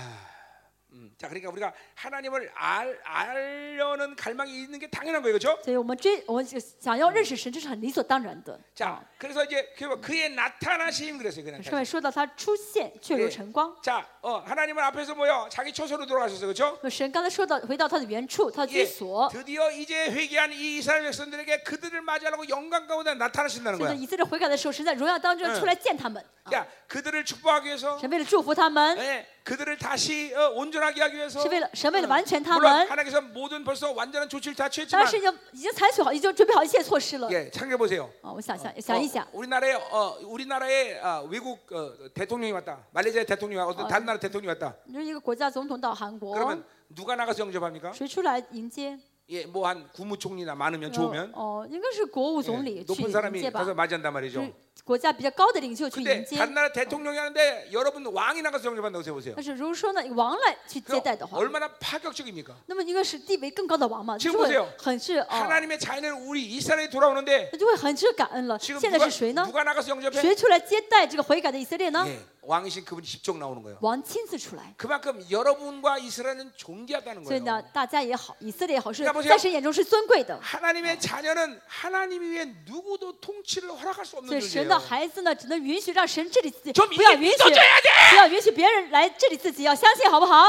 Speaker 1: 음. 자, 그러니까 우리가 하나님을 알, 알려는 갈망이 있는 게 당연한 거예요, 그렇죠?
Speaker 2: 所以我们追，我们想要认识神，这是很理所当然的。
Speaker 1: 자, 그래서 이제 그- 그의 나타나심 그랬어요, 어. 그냥.
Speaker 2: 上面说到他出现却如晨光，
Speaker 1: 자, 어, 하나님은 앞에서 뭐요? 자기 처소로 돌아가셨어요, 그렇죠?
Speaker 2: 那神刚才说到回到他的原处，他的
Speaker 1: 예,
Speaker 2: 居所。
Speaker 1: 드디어 이제 회개한 이 이스라엘 백성들에게 그들을 맞이하려고 영광 가운데 나타나신다는
Speaker 2: 现在
Speaker 1: 거야.
Speaker 2: 以色列悔改的时候，神在荣耀当中
Speaker 1: 嗯
Speaker 2: 出来见他们，啊
Speaker 1: 야, 그들을 축복하기 위해서,
Speaker 2: 神为了祝福他们，
Speaker 1: 예, 그들을 다시 어, 온전하게 하기 위해서,
Speaker 2: 是为了神为了
Speaker 1: 응.
Speaker 2: 完全他
Speaker 1: 물론
Speaker 2: 们。
Speaker 1: 하나님께서 모든 벌써 완전한 조치를 다
Speaker 2: 当
Speaker 1: 취했지만,
Speaker 2: 然是已经已经采取好，已经准备好一切措施了。
Speaker 1: 예, 참겨 보세요.
Speaker 2: 啊，我想想想一想，
Speaker 1: 우리나라에 어, 우리나라에 아, 외국 어, 대통령이 왔다. 말레이시아 대통령이 왔고 어떤 어.
Speaker 2: 어.
Speaker 1: 다른 나라 대통령이 왔다.
Speaker 2: 你说一个国家总统到韩国，
Speaker 1: 그러면 누가 나가서 영접합니까?
Speaker 2: 谁出来迎接？
Speaker 1: 예, 뭐 한 국무총리나 많으면
Speaker 2: 然后
Speaker 1: 좋으면
Speaker 2: 哦，应该是国务
Speaker 1: 예,
Speaker 2: 总理去
Speaker 1: 높은
Speaker 2: 迎接
Speaker 1: 사람이
Speaker 2: 吧
Speaker 1: 가서 ， 맞이한단
Speaker 2: 就
Speaker 1: 말이죠.
Speaker 2: 是国家比较高的领袖去迎
Speaker 1: 근데
Speaker 2: 接。
Speaker 1: 다른 나라 대통령이 하는데 여러분 왕이 나가서 영접한다고 세보세요.
Speaker 2: 但是如果说呢，王来去接待的话，
Speaker 1: 얼마나 파격적입니까?
Speaker 2: 那么应该是地位更高的王嘛，
Speaker 1: 지금
Speaker 2: 就会
Speaker 1: 보세요
Speaker 2: 很是哦，
Speaker 1: 하나님의 자녀는 우리 이스라엘에 돌아오는데
Speaker 2: 那就会很是感恩了。
Speaker 1: 지금
Speaker 2: 现在
Speaker 1: 누가,
Speaker 2: 是谁呢？
Speaker 1: 누가 나가서 영접해?
Speaker 2: 谁出来接待这个悔改的以色列呢？
Speaker 1: 예, 왕이신 그분이 직접 나오는 거예요.
Speaker 2: 王亲自出来，
Speaker 1: 그만큼 여러분과 이스라엘은 존귀하다는
Speaker 2: 所以
Speaker 1: 거예요.
Speaker 2: 呢，大家也好，以色列也好，是
Speaker 1: 那不是
Speaker 2: 在神眼中是尊贵的。
Speaker 1: 하나님의 자녀는 하나님 위에 누구도 통치를 허락할 수
Speaker 2: 所
Speaker 1: 없는
Speaker 2: 以神
Speaker 1: 존재예요.
Speaker 2: 的孩子呢，只能允许让神治理自己，
Speaker 1: 좀
Speaker 2: 不要
Speaker 1: 이게
Speaker 2: 允许，
Speaker 1: 믿어줘야
Speaker 2: 不要允许别人来治理自己，要相信好不好？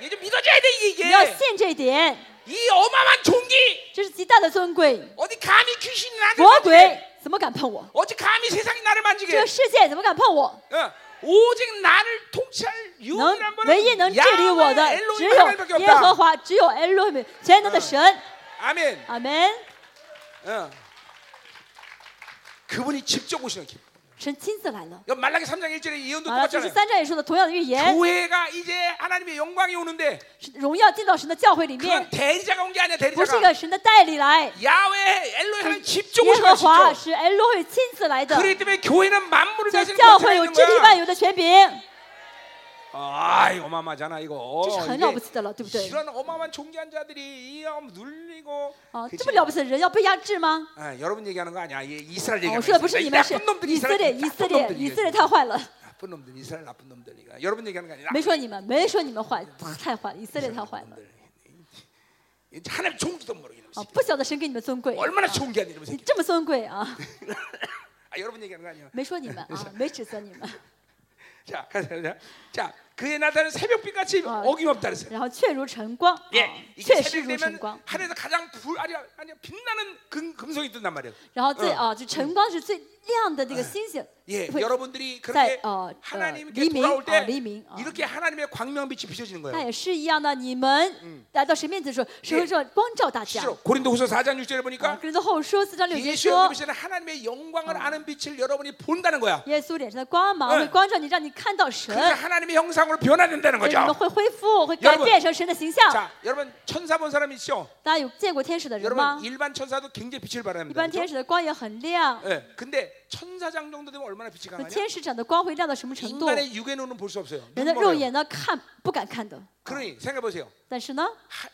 Speaker 1: 이게 좀 믿어줘야 돼 이게.
Speaker 2: 你要信这一点，
Speaker 1: 이 어마어마한 종기
Speaker 2: 这是极大的尊贵。
Speaker 1: 어디 감히 귀신이 나를
Speaker 2: 魔
Speaker 1: 만지게?
Speaker 2: 鬼怎么敢碰我？
Speaker 1: 어디 감히 세상이 나를
Speaker 2: 这
Speaker 1: 만지게?
Speaker 2: 个世界怎么敢碰我？
Speaker 1: 어, 오직 나를 통치할
Speaker 2: 能
Speaker 1: 유일한
Speaker 2: 唯一能治理我的
Speaker 1: 야훼 ，
Speaker 2: 只
Speaker 1: 엘로힘 하나님밖에
Speaker 2: 有耶和
Speaker 1: 없다.
Speaker 2: 华，只有 Elohim 全能的神。
Speaker 1: 아멘.
Speaker 2: 阿门。
Speaker 1: 어. 그분이 직접 오시는 길.
Speaker 2: 神亲自来了。
Speaker 1: 이거 말라기 3장 1절에 예언도
Speaker 2: 马拉基十
Speaker 1: 똑같잖아요.
Speaker 2: 三章也说的同样的预言，
Speaker 1: 교회가 이제 하나님의 영광이 오는데
Speaker 2: 是荣耀进到神的教会里面
Speaker 1: 그건 ， 대리자가 온 게 아니야
Speaker 2: 不是一
Speaker 1: 대리자가. 그
Speaker 2: 个神的代理来，
Speaker 1: 야외 엘로힘 하나님 직접
Speaker 2: 耶
Speaker 1: 오시는
Speaker 2: 和
Speaker 1: 거야
Speaker 2: 华
Speaker 1: 직접.
Speaker 2: 是 Elohim 亲自来的。
Speaker 1: 그렇기 때문에 교회는 만물을
Speaker 2: 所以
Speaker 1: 다스리는
Speaker 2: 教会
Speaker 1: 권세가
Speaker 2: 有
Speaker 1: 있는
Speaker 2: 肢体万
Speaker 1: 거야.
Speaker 2: 有的权柄，
Speaker 1: 아이 어마마잖아 이거. 어,
Speaker 2: 这是很
Speaker 1: 이게
Speaker 2: 了不起的了，对不对？
Speaker 1: 이런 어마마한 종기한 자들이 이엄 눌리고.
Speaker 2: 啊，这
Speaker 1: 그치?
Speaker 2: 么了不起的人要被压制吗？
Speaker 1: 아, 여러분 얘기하는 거 아니야. 이 이스라엘
Speaker 2: 啊我
Speaker 1: 얘기하는
Speaker 2: 说的不是你们，是
Speaker 1: 나쁜 놈들
Speaker 2: 以色列，以色列，以色列太坏了，
Speaker 1: 나쁜 놈들 이스라엘 나쁜 놈들 이거. 여러분 얘기하는 거 아니야.
Speaker 2: 没说你们，没说你们坏，太坏了，以色列太坏了
Speaker 1: 놈들. 이 하나님 종기도 모르게 이러면서.
Speaker 2: 啊！不晓得神给你们尊贵，
Speaker 1: 얼마나 종기한 이러면서.
Speaker 2: 你这么尊贵啊！
Speaker 1: 아, 여러분 얘기하는 거 아니야.
Speaker 2: 没说你们 啊，没指责你们
Speaker 1: 자, 가자. 자. 자, 그의 나타는 새벽빛 같이
Speaker 2: 아,
Speaker 1: 어김없다 그랬어요.
Speaker 2: 然后却如晨光， 啊
Speaker 1: 예, ， 이게
Speaker 2: 确实如
Speaker 1: 새벽
Speaker 2: 晨
Speaker 1: 되면
Speaker 2: 光。
Speaker 1: 하늘에서 가장 불 아니 아니 빛나는 금, 금성이 뜬단 말이에요.
Speaker 2: 然后最
Speaker 1: 嗯
Speaker 2: 啊，就晨光是最亮的这个星星，
Speaker 1: 예,
Speaker 2: 会
Speaker 1: 여러분들이 그렇게
Speaker 2: 쌀, 어, 어,
Speaker 1: 하나님께
Speaker 2: 리밍,
Speaker 1: 돌아올 때
Speaker 2: 어, 리밍, 어.
Speaker 1: 이렇게 하나님의 광명빛이 비춰지는
Speaker 2: 那
Speaker 1: 거예요.
Speaker 2: 也是一样的。你们来到神面前的时候，神会这样光照大家。
Speaker 1: 실제로 고린도후서 4장 6절에
Speaker 2: 啊，
Speaker 1: 보니까
Speaker 2: 格林多后书四章六节
Speaker 1: 예수의
Speaker 2: 说，
Speaker 1: 빛에는 하나님의 영광을 아는 빛을 여러분이 본다는 거야.
Speaker 2: 耶稣脸上的光芒
Speaker 1: 嗯
Speaker 2: 会光照你，让你看到神，
Speaker 1: 그러니까 하나님의 형상으로 변화된다는
Speaker 2: 所以你
Speaker 1: 거죠.
Speaker 2: 们会恢复，会改
Speaker 1: 여러분
Speaker 2: 变成神的形象。
Speaker 1: 자, 여러분 천사 본 사람 있죠?
Speaker 2: 大家有见过天使的人
Speaker 1: 여러분
Speaker 2: 吗？
Speaker 1: 일반 천사도 굉장히 빛을
Speaker 2: 一
Speaker 1: 발합니다.
Speaker 2: 般天
Speaker 1: 그렇죠?
Speaker 2: 使的光也很亮，
Speaker 1: 예, 근데 천사장 정도 되면 얼마나 빛이
Speaker 2: 那
Speaker 1: 강하냐?
Speaker 2: 天使长的光会亮到什么程度？
Speaker 1: 인간의 육에는 볼 수 없어요. 눈
Speaker 2: 人的肉
Speaker 1: 멀어요.
Speaker 2: 眼呢看不敢看的。
Speaker 1: 그러니 생각해 보세요.
Speaker 2: 但是呢，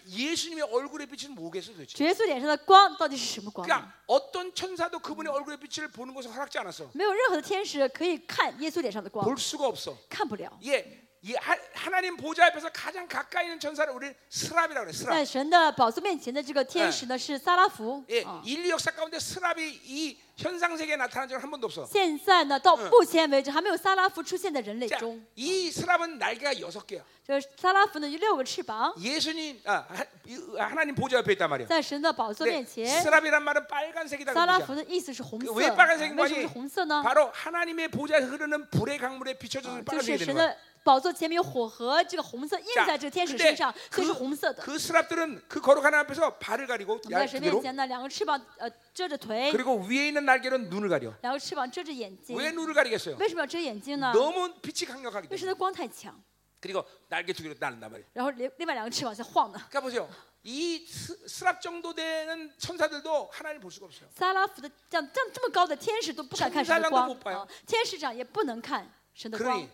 Speaker 1: 예수님의 얼굴의 빛은 뭐겠어 도대체?
Speaker 2: 主耶稣脸上的光到底是什么光呢？
Speaker 1: 그러니까 어떤 천사도 그분의 얼굴의 빛을 보는 것을 허락지 않았어.
Speaker 2: 没有任何的天使可以看耶稣脸上的光
Speaker 1: 볼 ， 수가 없어.
Speaker 2: 看不了。
Speaker 1: 예, 이 하, 하나님 보좌 앞에서 가장 가까이 있는 천사를 우리 스랍이라고 그래.
Speaker 2: 在
Speaker 1: 스랍.
Speaker 2: 神的宝座面前的这个天使呢，是撒拉福
Speaker 1: 예,
Speaker 2: 啊。
Speaker 1: 인류 역사 가운데 스랍이 이 현상 세계에 나타난 적은 한 번도 없어.
Speaker 2: 现在呢，到目前为止还没有撒拉福出现在人类
Speaker 1: 자,
Speaker 2: 中。
Speaker 1: 이 스랍은 날개가 여섯 개야.
Speaker 2: 这撒拉福呢有六个翅膀，
Speaker 1: 예수님, 아, 하, 이- 하나님 보좌 옆에 있단 말이야.
Speaker 2: 在神的宝座面
Speaker 1: 근데
Speaker 2: 前，
Speaker 1: 스랍이란 말은 빨간색이다.
Speaker 2: 撒拉
Speaker 1: 그러죠.
Speaker 2: 福的意思是红色。
Speaker 1: 그
Speaker 2: 啊
Speaker 1: 왜
Speaker 2: 为
Speaker 1: 빨간색인
Speaker 2: 什
Speaker 1: 거지?
Speaker 2: 么是红色呢？
Speaker 1: 바로 하나님의 보좌에 흐르는 불의 강물에 비춰져서
Speaker 2: 就
Speaker 1: 빨간색이
Speaker 2: 是神
Speaker 1: 되는 거야.
Speaker 2: 的宝座前面有火河，这个红色印在这个天使身上，所以是红色的。
Speaker 1: 그 스랍들은 그 거룩한 하나님 앞에서 발을 가리고
Speaker 2: 我们在
Speaker 1: 얇-
Speaker 2: 神面
Speaker 1: 그대로
Speaker 2: 前呢，两个翅膀呃遮着腿，
Speaker 1: 그리고 위에 있는 날개는 눈을 가려.
Speaker 2: 两个翅膀遮着眼睛。
Speaker 1: 왜 눈을 가리겠어요?
Speaker 2: 为什么要遮眼睛呢？
Speaker 1: 너무 빛이 강력하기
Speaker 2: 因为神
Speaker 1: 때문에.
Speaker 2: 的光太强，
Speaker 1: 그리고 날개 두 개로 나눈단 말이에요.
Speaker 2: 然后另另外两个翅膀在晃呢。
Speaker 1: 그러니까 보세요. 이 스- 스랍 정도 되는 천사들도 하나님 볼 수가 없어요.
Speaker 2: 撒拉福的这样这样这么高的天使都不敢看神的光
Speaker 1: 천사장도못봐요
Speaker 2: 啊，天使长也不能看神的光
Speaker 1: 그러니 ，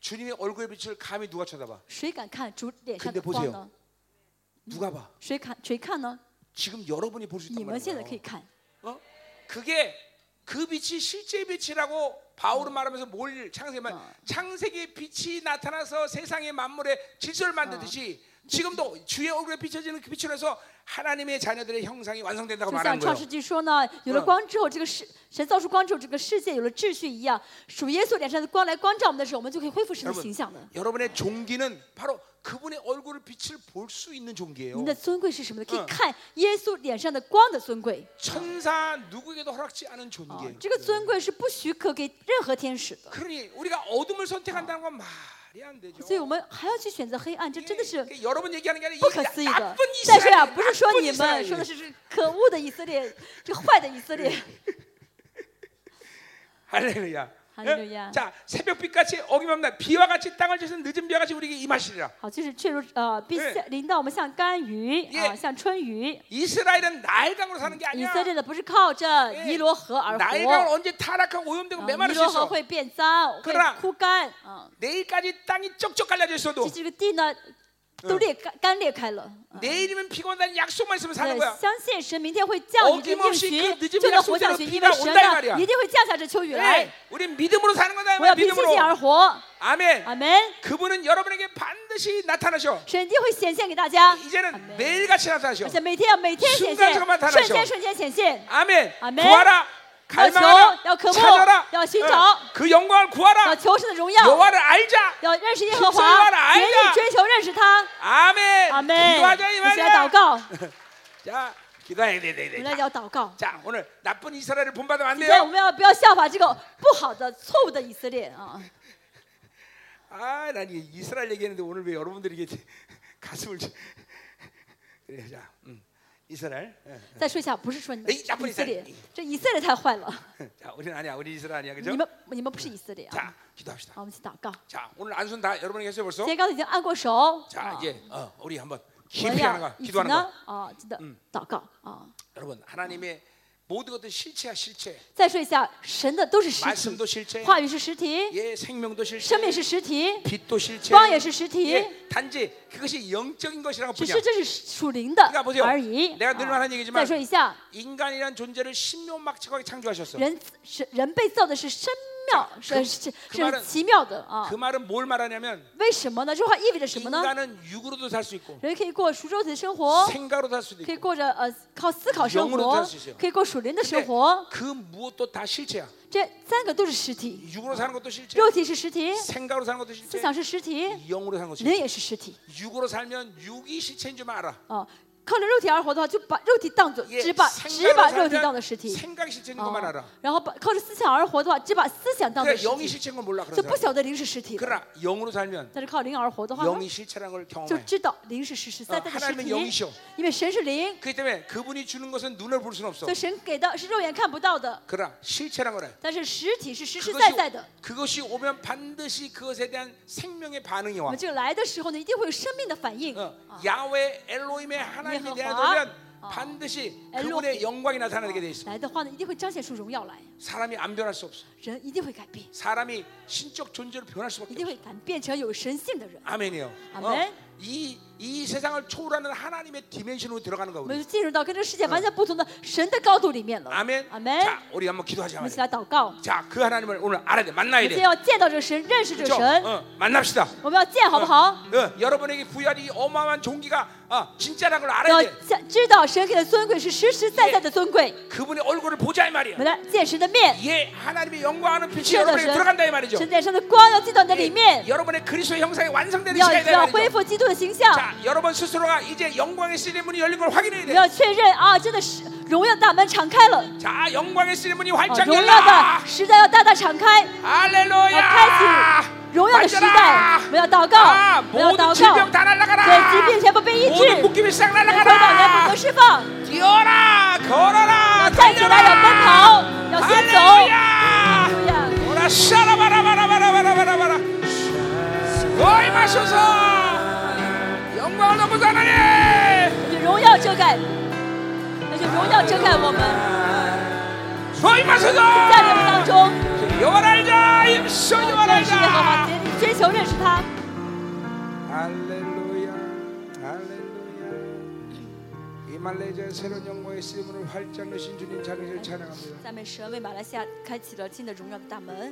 Speaker 1: 주님의 얼굴의 빛을 감히 누가 쳐다봐?
Speaker 2: 谁敢看主脸上
Speaker 1: 근데
Speaker 2: 的光
Speaker 1: 보세요
Speaker 2: 呢？
Speaker 1: 누가 봐?
Speaker 2: 谁看谁看呢？
Speaker 1: 지금 여러분이 볼 수
Speaker 2: 你
Speaker 1: 있단
Speaker 2: 们现在可以
Speaker 1: 말이에요.
Speaker 2: 看，
Speaker 1: 어? 그게 그 빛이 실제 빛이라고 바울은 말하면서 뭘 창세만
Speaker 2: 어.
Speaker 1: 창세기의 빛이 나타나서 세상의 만물의 질서를 만드듯이 지금도 주의 얼굴에 비춰지는 그 빛으로 해서 하나님의 자녀들의 형상이 완성된다고
Speaker 2: 就
Speaker 1: 말하는
Speaker 2: 像创
Speaker 1: 거예요.
Speaker 2: 世纪说呢，有了
Speaker 1: 嗯
Speaker 2: 光之后，这个世神造出光之后，这个世界有了秩序一样。属耶稣脸上的光来光照我们的时候，我们就可以恢复神的形象的。
Speaker 1: 여러분의 종기는 바로 그분의 얼굴을 빛을 볼 수 있는
Speaker 2: 您
Speaker 1: 종기예요.
Speaker 2: 的尊贵是什么呢？可以
Speaker 1: 嗯
Speaker 2: 看耶稣脸上的光的尊贵。
Speaker 1: 천사 누구에게도 허락지 않은
Speaker 2: 啊
Speaker 1: 존재예요.
Speaker 2: 这个尊贵是不许可给任何天使的，
Speaker 1: 그러니 우리가 어둠을 선택한다는 건 말이 안 되죠.
Speaker 2: 所以我们还要去选择黑暗，这
Speaker 1: 이게
Speaker 2: 真的是
Speaker 1: 이게 여러분 얘기하는 게
Speaker 2: 不
Speaker 1: 아니라
Speaker 2: 可思
Speaker 1: 이
Speaker 2: 议的
Speaker 1: 나쁜 。
Speaker 2: 但是啊，
Speaker 1: 이스라엘,
Speaker 2: 不是说
Speaker 1: 나쁜
Speaker 2: 你们，说的
Speaker 1: 이스라엘.
Speaker 2: 是是可恶的以色列，这个坏的以色列。
Speaker 1: 할렐루야.
Speaker 2: 할렐루야.
Speaker 1: 응? 자 새벽빛 같이 어김없는 날, 비와 같이 땅을 씻은 늦은 비와 같이 우리에게 임하시리라.
Speaker 2: 好，就是确如呃，必
Speaker 1: 哎
Speaker 2: 下临到我们像甘雨啊，像春雨。
Speaker 1: 이스라엘은 날강으로 사는 게
Speaker 2: 以
Speaker 1: 아니야.
Speaker 2: 色列的不是靠着
Speaker 1: 哎
Speaker 2: 尼罗河而活，
Speaker 1: 날강은 언제 타락하고
Speaker 2: 啊
Speaker 1: 오염되고
Speaker 2: 尼
Speaker 1: 메마를 수
Speaker 2: 罗
Speaker 1: 있어.
Speaker 2: 河会变脏，
Speaker 1: 可
Speaker 2: 会
Speaker 1: 是啊
Speaker 2: 枯干啊。
Speaker 1: 내일까지 땅이 쩍쩍 갈라져
Speaker 2: 这
Speaker 1: 있어도
Speaker 2: 这个地呢，都裂干干裂开了。
Speaker 1: 어.
Speaker 2: 啊
Speaker 1: 내일이면 피곤한 약속만 있으면 사는
Speaker 2: 对，
Speaker 1: 거야.
Speaker 2: 相信神明天会降你这个应
Speaker 1: 어김없이그늦
Speaker 2: 许，
Speaker 1: 은비
Speaker 2: 就
Speaker 1: 약
Speaker 2: 能
Speaker 1: 속대로
Speaker 2: 活下去，
Speaker 1: 비
Speaker 2: 因
Speaker 1: 가
Speaker 2: 为神
Speaker 1: 온단말이야
Speaker 2: 呢一定会降下这秋雨来
Speaker 1: 네, 。 우린 믿음으로 사는 거다.
Speaker 2: 我要凭信心而
Speaker 1: 믿음으로.
Speaker 2: 活，
Speaker 1: 아멘.
Speaker 2: 阿门。
Speaker 1: 그분은 여러분에게 반드시 나타나셔.
Speaker 2: 神一定会显现给大家，
Speaker 1: 이제는
Speaker 2: 아멘.
Speaker 1: 매일같이 나타나셔.
Speaker 2: 而且每天要每天显现
Speaker 1: 순간적으로만나타나셔 ，
Speaker 2: 瞬间瞬间显现。
Speaker 1: 아멘.
Speaker 2: 아멘.
Speaker 1: 구하라. 갈망하라.
Speaker 2: 야, 거부.
Speaker 1: 찾아라.
Speaker 2: 야,寻找.
Speaker 1: 응. 그 영광을
Speaker 2: 要
Speaker 1: 구하라.
Speaker 2: 求神的荣耀，
Speaker 1: 여호와를 알자.
Speaker 2: 要认识耶和
Speaker 1: 寻求
Speaker 2: 华
Speaker 1: 他的，儿子
Speaker 2: 竭力追求认识他。
Speaker 1: 아멘.
Speaker 2: 阿门。一
Speaker 1: 기도하자 이
Speaker 2: 起来
Speaker 1: 말이야.
Speaker 2: 祷告，我
Speaker 1: 자, 기도해야 네, 돼, 돼,
Speaker 2: 们
Speaker 1: 돼.
Speaker 2: 来
Speaker 1: 자,
Speaker 2: 要祷告。
Speaker 1: 자, 오늘 나쁜 이스라엘을 본받으면 안
Speaker 2: 今天我
Speaker 1: 돼요.
Speaker 2: 们要不要效法这个不好的、错误的以色列啊？
Speaker 1: 아, 난이 이스라엘 얘기했는데 오늘 왜 여러분들이 이게 가슴을 치- 그래, 자, 음, 이스라엘. 예.
Speaker 2: 再说一下，不是说你们
Speaker 1: 哎呀不是
Speaker 2: 以色列
Speaker 1: 以色列，
Speaker 2: 这以色列太坏了，
Speaker 1: 자, 우리는 아니야, 우리 이스라엘 아니야, 그죠?
Speaker 2: 你们你们不是以色列啊
Speaker 1: 자, ！ 기도합시다.
Speaker 2: 好，我们去祷告。
Speaker 1: 자, 오늘 안순 다 여러분에게 했어요 벌써.
Speaker 2: 今天刚才已经按过手，
Speaker 1: 자,
Speaker 2: 啊，
Speaker 1: 이제 어, 우리 한번
Speaker 2: 我
Speaker 1: 깊이
Speaker 2: 们
Speaker 1: 하는
Speaker 2: 要
Speaker 1: 거,
Speaker 2: 一起
Speaker 1: 기도하는
Speaker 2: 呢
Speaker 1: 거. ，
Speaker 2: 啊，真的祷告啊。
Speaker 1: 여러분, 하나님의 모든 것들 실체야, 실체.
Speaker 2: 再说一下，神的都是实
Speaker 1: 말씀도실
Speaker 2: 体
Speaker 1: 체 ，
Speaker 2: 话语是实体，
Speaker 1: 예, 생명도
Speaker 2: 生命
Speaker 1: 실체.
Speaker 2: 是实体，
Speaker 1: 빛도 실체.
Speaker 2: 光也是实体，
Speaker 1: 예, 단지 그것이 영적인 아. 것이라고
Speaker 2: 只
Speaker 1: 보냐.
Speaker 2: 是这是属灵的
Speaker 1: 그러니까보세요
Speaker 2: 而已。啊
Speaker 1: 내가늘말하는얘기지만
Speaker 2: 再说一下，
Speaker 1: 인간이란 존재를 신묘막측하게 창조하셨어.
Speaker 2: 人是人被造的是深妙，
Speaker 1: 그
Speaker 2: 是是
Speaker 1: 그말은
Speaker 2: 是奇妙的啊
Speaker 1: 그 。 말은 뭘 말하냐면
Speaker 2: 为什么呢？这话意味着什么呢？
Speaker 1: 인간은 육으로도 살 수 있고
Speaker 2: 人可以过属肉体的生活，
Speaker 1: 생각으로도 살 수도
Speaker 2: 可以
Speaker 1: 있고
Speaker 2: 过着呃靠思考生
Speaker 1: 영으로도살
Speaker 2: 活
Speaker 1: 수있어요 ，
Speaker 2: 可以过属灵的生
Speaker 1: 근데
Speaker 2: 活。
Speaker 1: 그 무엇도 다 실체야.
Speaker 2: 这三个都是实体，
Speaker 1: 육으로 사는 것도 실체.
Speaker 2: 肉体是实体，
Speaker 1: 생각으로 사는 것도
Speaker 2: 思
Speaker 1: 실체. 네.
Speaker 2: 想是实体，
Speaker 1: 영으로 사는 것도
Speaker 2: 人
Speaker 1: 실체.
Speaker 2: 也是实体。
Speaker 1: 육으로 살면 육이 실체인 줄만 알아.
Speaker 2: 啊，靠着肉体而活的话，就把肉体当做
Speaker 1: 예,
Speaker 2: 只把只把肉体当
Speaker 1: 살면
Speaker 2: 做实体，
Speaker 1: 생각이 실체인
Speaker 2: 啊
Speaker 1: 것만 알아.
Speaker 2: 然后把靠着思想而活的话，只把思想当做
Speaker 1: 그래
Speaker 2: 实
Speaker 1: 영이
Speaker 2: 体，
Speaker 1: 실체인 걸 몰라 그런
Speaker 2: 就不
Speaker 1: 사람.
Speaker 2: 晓得灵是实体了。
Speaker 1: 그러나 영으로 살면
Speaker 2: 但是靠灵而活的话呢，
Speaker 1: 영이 실체라는 걸
Speaker 2: 就
Speaker 1: 경험해.
Speaker 2: 知道灵是实实在在的
Speaker 1: 하나님은
Speaker 2: 实体
Speaker 1: 영이셔 ，
Speaker 2: 因为神是灵，
Speaker 1: 그렇기 때문에 그분이 주는 것은 눈을 볼 수는 없어.
Speaker 2: 所以神给的是肉眼看不到的，
Speaker 1: 그러나 실체란 걸 해.
Speaker 2: 但是实体是实实在在
Speaker 1: 그것이,
Speaker 2: 的。
Speaker 1: 그것이 오면 반드시 그것에 대한 생명의 반응이
Speaker 2: 我
Speaker 1: 와.
Speaker 2: 们这个来的时候呢，一定会有生命的反应。啊
Speaker 1: 어, 야외 엘로임의 하나님에
Speaker 2: 아. 예호와,
Speaker 1: 대한 오면
Speaker 2: 어,
Speaker 1: 반드시
Speaker 2: 엘로힘.
Speaker 1: 그분의 영광이 나타나게 돼 있어.
Speaker 2: 来的话呢，一定会彰显出荣耀来，
Speaker 1: 사람이 안 변할 수 없어.
Speaker 2: 人一定会改变，
Speaker 1: 사람이 신적 존재로 변할 수밖에 없어.
Speaker 2: 一定会改变成有神性的人。
Speaker 1: 아멘이요. 어,
Speaker 2: 아멘.
Speaker 1: 이, 이 세상을 초월하는 하나님의 디멘션으로 들어가는 거야
Speaker 2: 我们
Speaker 1: 우리.
Speaker 2: 就进入到跟这个世界完全不同的神的高度里面了。
Speaker 1: 아멘.
Speaker 2: 阿门。
Speaker 1: 자, 우리 한번 기도하자
Speaker 2: 我们一起
Speaker 1: 말이야.
Speaker 2: 来祷告，我
Speaker 1: 자, 그 하나님을 오늘 알아야 돼.
Speaker 2: 们
Speaker 1: 만나야
Speaker 2: 今天
Speaker 1: 돼.
Speaker 2: 要见到这个神，认识这个
Speaker 1: 그렇죠?
Speaker 2: 神，
Speaker 1: 어, 만납시다.
Speaker 2: 我们要见好不好？
Speaker 1: 어, 여러분에게 부여한 이 어마어마한 종기가 아, 진짜라는 걸
Speaker 2: 要
Speaker 1: 알아야 돼.
Speaker 2: 见知道神给的尊贵是实实在在的尊贵，
Speaker 1: 그분의 얼굴을 보자 이 말이야.
Speaker 2: 我们来见神的面，
Speaker 1: 예, 하나님의 영광하는 빛이
Speaker 2: 见到
Speaker 1: 여러분에게
Speaker 2: 神
Speaker 1: 들어간다 이 말이죠.
Speaker 2: 神在上的光要进到你的
Speaker 1: 예,
Speaker 2: 里面，
Speaker 1: 여러분의 그리스도의 형상이 완성되는
Speaker 2: 要
Speaker 1: 시간이 되는
Speaker 2: 要恢
Speaker 1: 말이죠.
Speaker 2: 复基督的形象，
Speaker 1: 자, 여러분 스스로가 이제 영광의 시리 문이 열린 걸 확인해야
Speaker 2: 我们要
Speaker 1: 돼.
Speaker 2: 确认啊，真的是荣耀大门敞开了，
Speaker 1: 자, 영광의 시리 문이
Speaker 2: 啊
Speaker 1: 활짝
Speaker 2: 荣耀
Speaker 1: 열라.
Speaker 2: 的时代要大大敞开，
Speaker 1: 할렐루야.
Speaker 2: 어, 칼질. 荣耀的时代
Speaker 1: 완전하. ，
Speaker 2: 我们要祷告
Speaker 1: 아, ，
Speaker 2: 我们要
Speaker 1: 모든
Speaker 2: 祷告
Speaker 1: 질병 ，다
Speaker 2: 对疾病
Speaker 1: 날아가라.
Speaker 2: 全部被医治，
Speaker 1: 모든 묶임이 싹
Speaker 2: 回到原本
Speaker 1: 날아가라.
Speaker 2: 的释放。
Speaker 1: 뛰어라, 걸어라,
Speaker 2: 站起来，要奔
Speaker 1: 달려라.
Speaker 2: 跑，要行走。
Speaker 1: 할렐루야.
Speaker 2: 对呀，
Speaker 1: 오라 샤라바라바라바라바라바라 거의 마셔서 영광을 얻고 하나님
Speaker 2: 那就荣耀遮盖，那就荣耀遮盖我们，
Speaker 1: 거의 마셔서
Speaker 2: 在我们当中，
Speaker 1: 영원 알자 임소
Speaker 2: 认识耶和华，追求认识他。
Speaker 1: 할렐루야 할렐루야 이 말레이시아의 새로운 영광의 쓰임을 활짝 내신 주님 자리를 찬양합니다.
Speaker 2: 赞美神为马来西亚开启了新的荣耀的大门。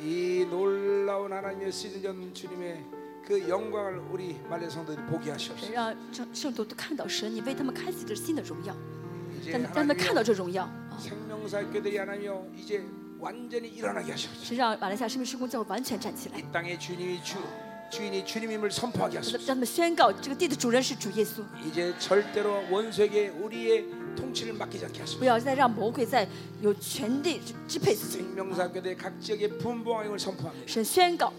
Speaker 1: 이 놀라운 하나님의 시즌 전 주님의 그 영광을 우리 말레 성도들이 보게 하시옵소서.
Speaker 2: 神让圣圣徒都看到神，你为他们开启这新的荣耀，
Speaker 1: 이제
Speaker 2: 让让他们看
Speaker 1: 하나님의
Speaker 2: 到嗯这荣耀啊！
Speaker 1: 생명사 교들이 하나님여 이제 완전히 일어나게 하시옵소서.
Speaker 2: 神让马来西亚生命施工教会完全站起来，
Speaker 1: 이 땅의 주님이 주 주인이 주님임을 선포하게
Speaker 2: 让
Speaker 1: 하소서.
Speaker 2: 让他们宣告这个地的主人是主耶稣，
Speaker 1: 이제 절대로 원수에게 우리의 통치를 맡기지 않게 하소서.
Speaker 2: 不要再让魔鬼再有权地支支配自己。
Speaker 1: 생명사 교대 각 지역에 분봉하임을 선포합니다.
Speaker 2: 神宣告，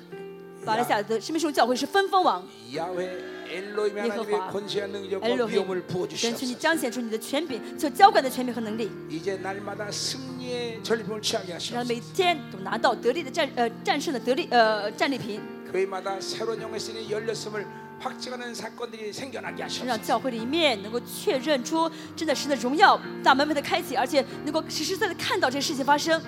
Speaker 2: 马来西亚的生命施工教会是分封王，
Speaker 1: 야훼 엘로힘 하나님의
Speaker 2: 예호와
Speaker 1: 권세와 능력과
Speaker 2: 엘로힘.
Speaker 1: 위엄을 부어
Speaker 2: 神求你
Speaker 1: 주시옵소서.
Speaker 2: 彰显出你的权柄，求浇灌的权柄和能力，
Speaker 1: 이제 날마다 승리의 전리품을 취하게
Speaker 2: 让
Speaker 1: 하시옵소서.
Speaker 2: 每天都拿到得力的战呃战胜的得力呃战利品，
Speaker 1: 교회마다 새로운 영의 신이 열렸음을 확증하는 사건들이 생겨나게
Speaker 2: 神让
Speaker 1: 하시옵소서.
Speaker 2: 教会里面能够确认出真的神的荣耀大门被他开启，而且能够实实在在看到这些事情发生。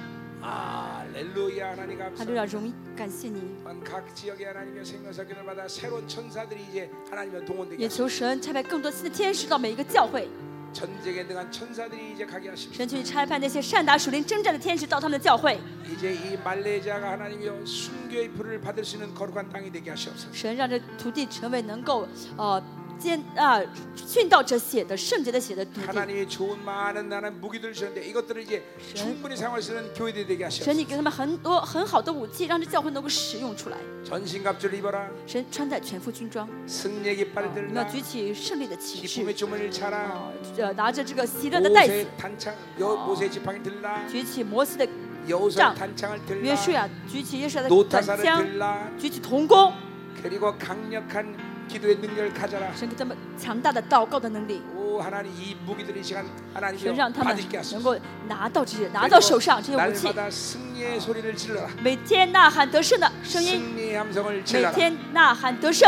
Speaker 1: 아렐루야 하나님
Speaker 2: 他就
Speaker 1: 감사합니다.
Speaker 2: 让荣誉感谢你，
Speaker 1: 각 지역의 하나님의 생명사 교대마다 새로운 천사들이 이제 하나님과 동원되게
Speaker 2: 也
Speaker 1: 하소서.
Speaker 2: 求神差派更多新的天使到每一个教会。
Speaker 1: 전 세계 등한 천사들이 이제 가게 하시옵소서.
Speaker 2: 神求你差派那些善打属灵征战的天使到他们的教会。
Speaker 1: 이제 이 말레이시아가 하나님이여 순교의 불을 받을 수 있는 거룩한 땅이 되게 하시옵소서.
Speaker 2: 神让这土地成为能够呃坚啊殉道者血的圣洁的血的土地。
Speaker 1: 하나님이 좋은 많은 나라 무기들을 주셨는데 이것들을 이제 충분히 사용할 수 있는 교회들이 되게
Speaker 2: 神，
Speaker 1: 하시옵소서.
Speaker 2: 你给他们很多很好的武器，让这教会能够使用出来。
Speaker 1: 전신갑주를 입어라.
Speaker 2: 神穿戴全副军装，
Speaker 1: 승리의 깃발을
Speaker 2: 我们要
Speaker 1: 들라.
Speaker 2: 举起胜利的旗帜
Speaker 1: 기쁨의 ， 어, 주문을 차라.
Speaker 2: 啊，呃，拿着这个喜乐的带子，
Speaker 1: 모세 단창 여 모세 지팡이 들라.
Speaker 2: 举起摩西的杖
Speaker 1: 여호수아 ， 단창을
Speaker 2: 约书
Speaker 1: 들라.
Speaker 2: 亚举起约书亚的短
Speaker 1: 노타사를
Speaker 2: 枪，
Speaker 1: 들라.
Speaker 2: 举起铜弓，
Speaker 1: 그리고 강력한 기도의 능력을 가져라.
Speaker 2: 神给他们强大的祷告的能力，
Speaker 1: 오 하나님 이 무기들이 이 시간
Speaker 2: 神
Speaker 1: 하나님이
Speaker 2: 让他们
Speaker 1: 받을게
Speaker 2: 能
Speaker 1: 하소서.
Speaker 2: 够拿到这些，拿到手上这
Speaker 1: 그리고
Speaker 2: 些武器，
Speaker 1: 날마다 승리의 소리를 질러라.
Speaker 2: 每天呐喊得胜的声音，
Speaker 1: 승리의 함성을
Speaker 2: 每
Speaker 1: 질러라.
Speaker 2: 天呐喊得胜。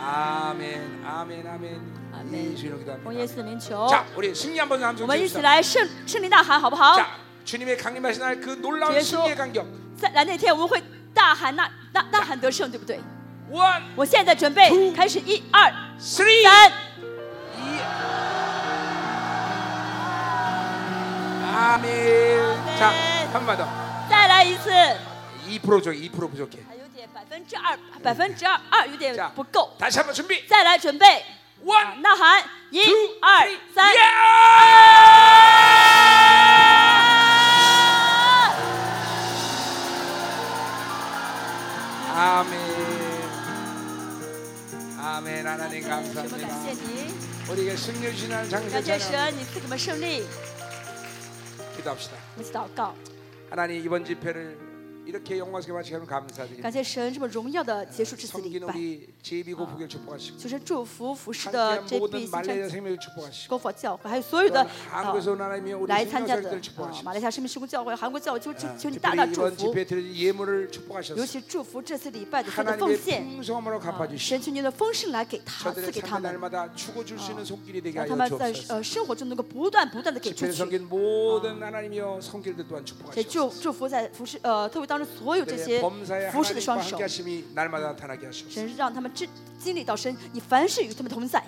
Speaker 1: 아멘, 아멘, 아멘.
Speaker 2: 아멘.
Speaker 1: 예수님으로
Speaker 2: 奉耶
Speaker 1: 기도합니다.
Speaker 2: 稣的名求，
Speaker 1: 자, 우리 승리 한번
Speaker 2: 我
Speaker 1: 함성
Speaker 2: 们一起
Speaker 1: 칩시다.
Speaker 2: 来圣圣灵大喊，好不好？
Speaker 1: 자, 주님의 강림하신 날 그 놀라운
Speaker 2: 예수.
Speaker 1: 승리의 간격.
Speaker 2: 再来那天我们会大喊呐大大喊得胜，对不对？
Speaker 1: 원,
Speaker 2: 我现在准备开始，一二
Speaker 1: 쓰리.
Speaker 2: 三。
Speaker 1: 이. 아멘. 자, 한 번 더.
Speaker 2: 再来一次，
Speaker 1: 2% 부족해, 2% 부족해.
Speaker 2: 还有点百分之二，百分之二二有点不够，
Speaker 1: 다시 한번 준비.
Speaker 2: 再来准备，
Speaker 1: 원,
Speaker 2: 呐喊，一
Speaker 1: 투,
Speaker 2: 二
Speaker 1: 쓰리.
Speaker 2: 三。
Speaker 1: 예! 아멘. 아멘. 하나님
Speaker 2: 我们感
Speaker 1: 감사합니다.
Speaker 2: 谢你，
Speaker 1: 우리에게 승리 주시는
Speaker 2: 感
Speaker 1: 장세
Speaker 2: 谢
Speaker 1: 찬양
Speaker 2: 神，你赐给我们胜利。
Speaker 1: 기도합시다.
Speaker 2: 我们一起祷告，
Speaker 1: 하나님 이번 집회를 이렇게 영광스럽게 마치게 하면
Speaker 2: 感
Speaker 1: 감사드립니다.
Speaker 2: 谢神这么荣耀的结束这次礼
Speaker 1: 성긴
Speaker 2: 拜，
Speaker 1: 우리 제비고 부결 축복하시고
Speaker 2: 求神祝福服饰的
Speaker 1: 함께한 모든
Speaker 2: JB 新
Speaker 1: 말레이아
Speaker 2: 山
Speaker 1: 생명을 축복하시고
Speaker 2: 国法教会，还有所有的
Speaker 1: 또한
Speaker 2: 啊
Speaker 1: 한국에서 온 하나님이 우리
Speaker 2: 来参加的
Speaker 1: 생명사역들을 어,
Speaker 2: 啊
Speaker 1: 축복하시고
Speaker 2: 马来西亚生命施工教会、韩国教会，求求
Speaker 1: 아,
Speaker 2: 求你
Speaker 1: 특별히
Speaker 2: 大大祝
Speaker 1: 이번
Speaker 2: 福
Speaker 1: 집회에 ， 드린 예물을
Speaker 2: 尤
Speaker 1: 축복하셨습니다.
Speaker 2: 其祝福这次礼拜的所有的奉
Speaker 1: 하나님의
Speaker 2: 献。
Speaker 1: 풍성함으로
Speaker 2: 啊
Speaker 1: 갚아주시고
Speaker 2: 神求你的丰盛来给他，赐
Speaker 1: 저들의
Speaker 2: 给他
Speaker 1: 참
Speaker 2: 们，
Speaker 1: 날마다 주고 줄 수 있는 손길이 되게
Speaker 2: 让他
Speaker 1: 하여
Speaker 2: 们在
Speaker 1: 주옵소서 어,
Speaker 2: 呃生活中能够不断不断的给出
Speaker 1: 집회를
Speaker 2: 去。
Speaker 1: 섬긴 모든 하나님이여 성길들 또한
Speaker 2: 也
Speaker 1: 축복하시옵소서
Speaker 2: 祝祝福在服侍呃特会当中所有这
Speaker 1: 그들의
Speaker 2: 些
Speaker 1: 범사에
Speaker 2: 服侍的
Speaker 1: 하나님과
Speaker 2: 双手
Speaker 1: 함께 ， 하심이 날마다 나타나게 하시옵소서
Speaker 2: 神让他们知经历到神，你凡事与他们同在。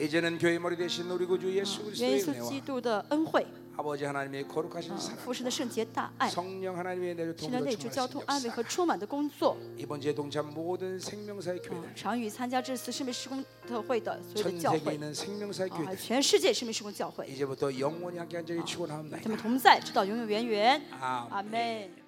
Speaker 1: 이제는 교회 머리 되신 우리 구주 예수
Speaker 2: 愿
Speaker 1: 그리스도의
Speaker 2: 耶稣
Speaker 1: 은혜와
Speaker 2: 基督的恩惠，
Speaker 1: 아버지 하나님의 거룩하신
Speaker 2: 啊
Speaker 1: 사랑
Speaker 2: 父神的圣洁大爱，
Speaker 1: 성령 하나님의 내주
Speaker 2: 神的
Speaker 1: 통로
Speaker 2: 内住交
Speaker 1: 충만하신
Speaker 2: 通安慰和
Speaker 1: 역사
Speaker 2: 充满的工作，
Speaker 1: 이번 주에 동참 모든 생명사의
Speaker 2: 啊
Speaker 1: 교회들
Speaker 2: 常与参加这次生命施工特会的所有的
Speaker 1: 전
Speaker 2: 教
Speaker 1: 세계에 아,
Speaker 2: 会
Speaker 1: 있는 생명사의
Speaker 2: 啊，还有
Speaker 1: 교회들
Speaker 2: 全世界生命施工教会，
Speaker 1: 아, 이제부터 영원히 함께 한 적이 축원하옵나이다
Speaker 2: 他们同在，直到永永远远。
Speaker 1: 아멘.
Speaker 2: 阿门。